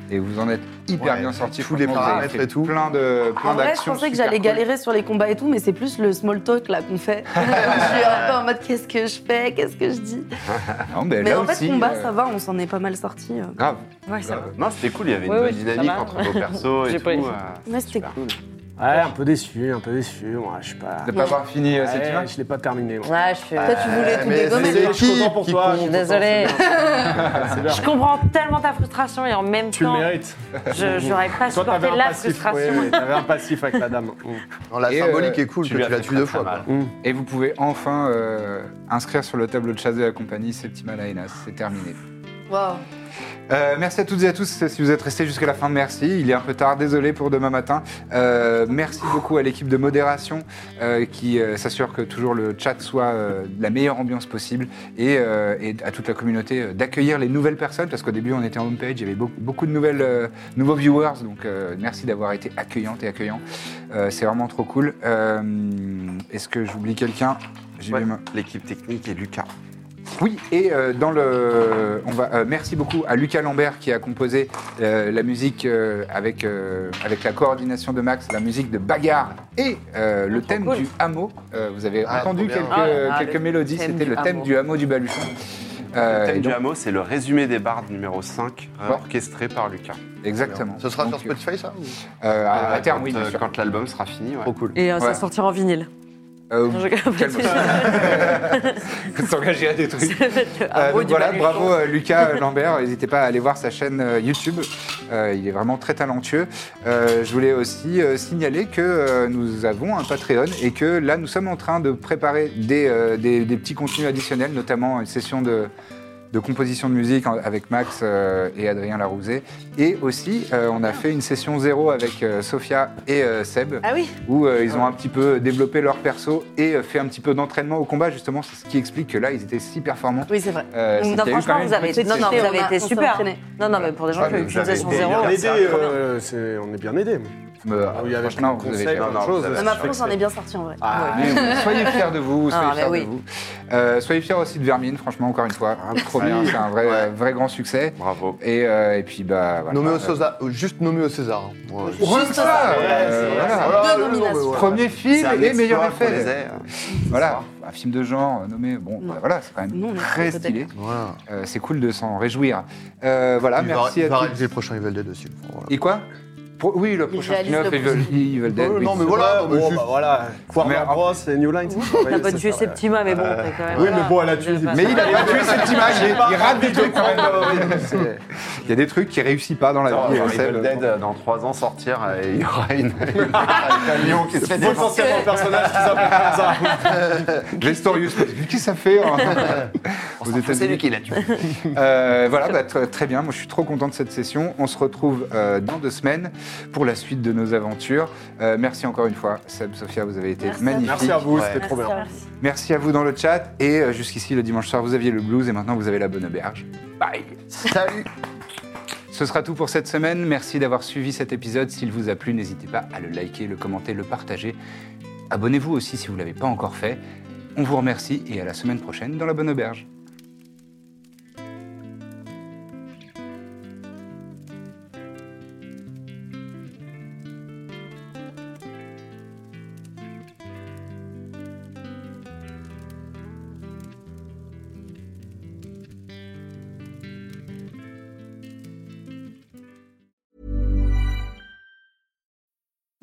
Speaker 1: Et vous en êtes hyper bien sorti. Tous les
Speaker 2: paramètres et
Speaker 1: tout. Plein de,
Speaker 3: En
Speaker 1: plein
Speaker 3: vrai, je
Speaker 1: d'actions.
Speaker 3: pensais que
Speaker 1: super
Speaker 3: j'allais
Speaker 1: cool.
Speaker 3: galérer sur les combats et tout, mais c'est plus le small talk là
Speaker 1: *laughs*
Speaker 3: qu'on fait. je suis un peu en mode qu'est-ce que je fais, qu'est-ce que je dis.
Speaker 1: *laughs* Non, mais,
Speaker 3: mais
Speaker 1: là
Speaker 3: en fait,
Speaker 1: aussi,
Speaker 3: combat,
Speaker 1: euh,
Speaker 3: ça va, on s'en est pas mal sorti. euh.
Speaker 1: Grave.
Speaker 3: Ouais, ça va.
Speaker 6: Non, c'était cool, il y avait une
Speaker 3: Ouais,
Speaker 6: bonne
Speaker 3: ouais, ça
Speaker 6: dynamique
Speaker 3: va.
Speaker 6: entre
Speaker 3: *laughs*
Speaker 5: *laughs*
Speaker 6: vos persos et
Speaker 3: J'ai
Speaker 6: tout.
Speaker 3: pas
Speaker 6: euh,
Speaker 3: eu- Ouais, c'était cool.
Speaker 5: Ouais, un peu déçu, un peu déçu. Moi, je suis pas.
Speaker 1: De pas avoir fini, euh,
Speaker 5: Ouais,
Speaker 1: Septima
Speaker 5: Je l'ai pas terminé. Moi.
Speaker 4: Ouais, je suis.
Speaker 5: Toi, tu voulais tout Mais dégommer. c'est
Speaker 4: Je suis
Speaker 5: l'équipe
Speaker 4: content pour
Speaker 5: qui
Speaker 4: toi. Je suis
Speaker 5: compte.
Speaker 4: désolée.
Speaker 5: *laughs* C'est bien.
Speaker 4: *laughs* Je comprends tellement ta frustration et en même
Speaker 5: Tu le
Speaker 4: temps.
Speaker 5: mérites.
Speaker 4: Je- j'aurais pas
Speaker 5: Toi,
Speaker 4: supporté
Speaker 5: t'avais un
Speaker 4: la
Speaker 5: passif,
Speaker 4: frustration.
Speaker 5: ouais, ouais, T'avais un passif avec la dame.
Speaker 2: Non, la
Speaker 1: Mm. Et,
Speaker 2: symbolique
Speaker 1: euh,
Speaker 2: est cool,
Speaker 1: tu
Speaker 2: que
Speaker 1: lui as
Speaker 2: tu l'as
Speaker 1: fait
Speaker 2: tué
Speaker 1: très,
Speaker 2: deux
Speaker 1: très
Speaker 2: fois.
Speaker 1: mal.
Speaker 2: quoi.
Speaker 1: Et vous pouvez enfin euh, inscrire sur le tableau de chasse de la compagnie Septima Laenas. C'est terminé.
Speaker 3: Waouh.
Speaker 1: Euh, merci à toutes et à tous si vous êtes restés jusqu'à la fin. Merci. Il est un peu tard, désolé pour demain matin. Euh, merci beaucoup à l'équipe de modération euh, qui euh, s'assure que toujours le chat soit euh, de la meilleure ambiance possible et, euh, et à toute la communauté euh, d'accueillir les nouvelles personnes parce qu'au début on était en homepage, il y avait beaucoup, beaucoup de nouvelles, euh, nouveaux viewers. Donc euh, merci d'avoir été accueillante et accueillant. Euh, C'est vraiment trop cool. Euh, Est-ce que j'oublie quelqu'un J'ai
Speaker 6: Ouais,
Speaker 1: mis ma-
Speaker 6: L'équipe technique et Lucas.
Speaker 1: oui, et euh, dans le, on va, euh, merci beaucoup à Lucas Lambert qui a composé euh, la musique euh, avec, euh, avec la coordination de Max, la musique de Bagarre et euh, le thème du hameau. Euh, vous avez
Speaker 6: Ah,
Speaker 1: entendu
Speaker 6: trop bien.
Speaker 1: quelques,
Speaker 6: Ah là là,
Speaker 1: quelques
Speaker 6: le
Speaker 1: mélodies,
Speaker 6: thème
Speaker 1: c'était
Speaker 6: du
Speaker 1: le thème
Speaker 6: hameau.
Speaker 1: du hameau du Baluchon. Euh,
Speaker 6: Le thème
Speaker 1: et
Speaker 6: du
Speaker 1: donc-
Speaker 6: hameau, c'est le résumé des bardes numéro 5, orchestré par Lucas.
Speaker 1: Exactement.
Speaker 2: Ce sera
Speaker 1: Donc,
Speaker 2: sur Spotify, ça ou-
Speaker 1: euh, à, à
Speaker 6: Ouais,
Speaker 1: terme,
Speaker 6: quand,
Speaker 1: oui, bien
Speaker 6: euh,
Speaker 1: sûr.
Speaker 6: Quand l'album sera fini, ouais.
Speaker 2: Trop cool.
Speaker 4: Et euh,
Speaker 1: Ouais.
Speaker 4: ça sortira en vinyle.
Speaker 1: Euh,
Speaker 4: Je regarde pas
Speaker 1: *laughs* vous s'engagez à des
Speaker 4: *laughs*
Speaker 1: trucs.
Speaker 4: le
Speaker 1: Euh,
Speaker 4: hameau
Speaker 1: donc
Speaker 4: du
Speaker 1: voilà,
Speaker 4: Baluchon.
Speaker 1: bravo euh,
Speaker 6: *laughs*
Speaker 1: Lucas euh, Lambert. N'hésitez pas à aller voir sa chaîne euh, YouTube. Euh, il est vraiment très talentueux. Euh, je voulais aussi euh, signaler que euh, nous avons un Patreon et que là, nous sommes en train de préparer des, euh, des- des petits contenus additionnels, notamment une session de, de composition de musique en- avec Max euh, et Adrien Larousé. Et aussi, euh, on a fait une session zéro avec euh, Sophia et euh, Seb,
Speaker 4: Ah oui
Speaker 1: où euh, ils ont un petit peu développé leur perso et euh, fait un petit peu d'entraînement au combat, justement, c'est ce qui explique que là, ils étaient si performants.
Speaker 3: Oui, c'est vrai.
Speaker 1: Euh, c'est
Speaker 4: Non,
Speaker 1: qu'il y a eu quand
Speaker 4: franchement,
Speaker 1: même
Speaker 4: vous avez,
Speaker 1: une petite
Speaker 4: non, non, vous
Speaker 1: session.
Speaker 4: avez été
Speaker 3: on s'est
Speaker 4: super.
Speaker 3: entraîné.
Speaker 4: Non, non, mais pour des gens
Speaker 1: Ah,
Speaker 4: qui
Speaker 1: mais
Speaker 4: ont une
Speaker 1: vous avez
Speaker 4: utilisation
Speaker 1: été
Speaker 4: zéro,
Speaker 5: On est
Speaker 4: c'est
Speaker 5: aidé,
Speaker 4: incroyable.
Speaker 5: euh, c'est- on est bien aidé.
Speaker 1: Mais, euh,
Speaker 5: Il y avait
Speaker 1: franchement,
Speaker 5: plein de
Speaker 1: vous avez
Speaker 5: conseils,
Speaker 1: fait
Speaker 5: plein de
Speaker 1: un
Speaker 5: choses.
Speaker 1: truc.
Speaker 3: Mais après, on s'en est bien sorti en vrai.
Speaker 1: Ah,
Speaker 3: Ouais. bah
Speaker 1: mais oui,
Speaker 3: *laughs*
Speaker 1: soyez fiers de vous, soyez
Speaker 4: Ah, mais
Speaker 1: fiers
Speaker 4: oui.
Speaker 1: de vous. Euh, soyez fiers aussi de Vermine, franchement, encore une fois.
Speaker 2: Ah, bah,
Speaker 1: Trop bien, c'est un vrai, vrai grand succès.
Speaker 6: Bravo.
Speaker 1: Et, euh, et puis, bah voilà.
Speaker 2: Nommé au César, euh, juste nommé au César. hein. Ouais.
Speaker 1: Juste ça euh,
Speaker 6: c'est vrai,
Speaker 1: voilà.
Speaker 6: c'est vrai.
Speaker 2: Voilà,
Speaker 3: Deux
Speaker 2: le nom,
Speaker 3: nominations.
Speaker 2: mais ouais.
Speaker 1: Premier film
Speaker 6: C'est un
Speaker 1: et
Speaker 6: exploit
Speaker 1: meilleur
Speaker 6: qu'on les
Speaker 1: effet.
Speaker 6: ait,
Speaker 2: hein.
Speaker 6: euh.
Speaker 1: Voilà, un film de genre euh, nommé. Bon, bah, voilà, c'est quand même
Speaker 3: Nous, on est
Speaker 1: très
Speaker 3: peut-être.
Speaker 1: stylé.
Speaker 2: Voilà.
Speaker 1: Euh, c'est cool de s'en réjouir. Euh, voilà,
Speaker 2: Il va-
Speaker 1: merci
Speaker 2: il va
Speaker 1: à tous.
Speaker 2: réaliser le prochain Evil Dead aussi. voilà.
Speaker 1: Et quoi Pro- Oui, le prochain
Speaker 3: réalise
Speaker 1: spin-off,
Speaker 3: le
Speaker 1: ils veulent,
Speaker 3: prochain.
Speaker 1: ils veulent d'être,
Speaker 2: Oh,
Speaker 1: oui,
Speaker 2: non, mais
Speaker 1: c'est-
Speaker 2: voilà,
Speaker 5: Ouais,
Speaker 2: mais
Speaker 5: bon,
Speaker 2: juste-
Speaker 5: bah voilà. Warner
Speaker 1: Mais-
Speaker 5: Bros et New Line.
Speaker 4: T'as pas tué Septima, mais bon. t'as quand même-
Speaker 5: Oui,
Speaker 4: voilà.
Speaker 5: mais bon, elle a tué.
Speaker 4: Je vais pas-
Speaker 1: Mais il a pas tué cette image, il, il rate des trucs
Speaker 5: *laughs*
Speaker 1: quand même. C'est- Il y a des trucs qui réussissent pas dans la
Speaker 6: Dans
Speaker 1: vie. on
Speaker 6: Evil
Speaker 1: le sait, le-
Speaker 6: Dead, euh, dans 3 ans, sortir, euh, et il y
Speaker 1: *laughs*
Speaker 6: aura une, une- un lion qui se fait défoncer.
Speaker 5: Potentiellement un personnage qui s'appelle comme ça.
Speaker 6: *laughs*
Speaker 1: Gestorius, qu'est-ce que ça fait hein aux
Speaker 6: C'est lui
Speaker 1: États-Unis
Speaker 6: qui l'a tué.
Speaker 1: Euh, voilà, bah, tr- très bien. Moi, je suis trop content de cette session. On se retrouve euh, dans deux semaines pour la suite de nos aventures. Euh, merci encore une fois, Seb, Sophia, vous avez été
Speaker 3: Merci à vous.
Speaker 1: magnifiques.
Speaker 5: Merci à vous, c'était
Speaker 4: Merci,
Speaker 5: trop bien.
Speaker 4: merci.
Speaker 1: Merci à vous dans le chat. Et euh, jusqu'ici, le dimanche soir, vous aviez le blues et maintenant vous avez la bonne auberge. Bye Salut Ce sera tout pour cette semaine. Merci d'avoir suivi cet épisode. S'il vous a plu, n'hésitez pas à le liker, le commenter, le partager. Abonnez-vous aussi si vous ne l'avez pas encore fait. On vous remercie et à la semaine prochaine dans la bonne auberge.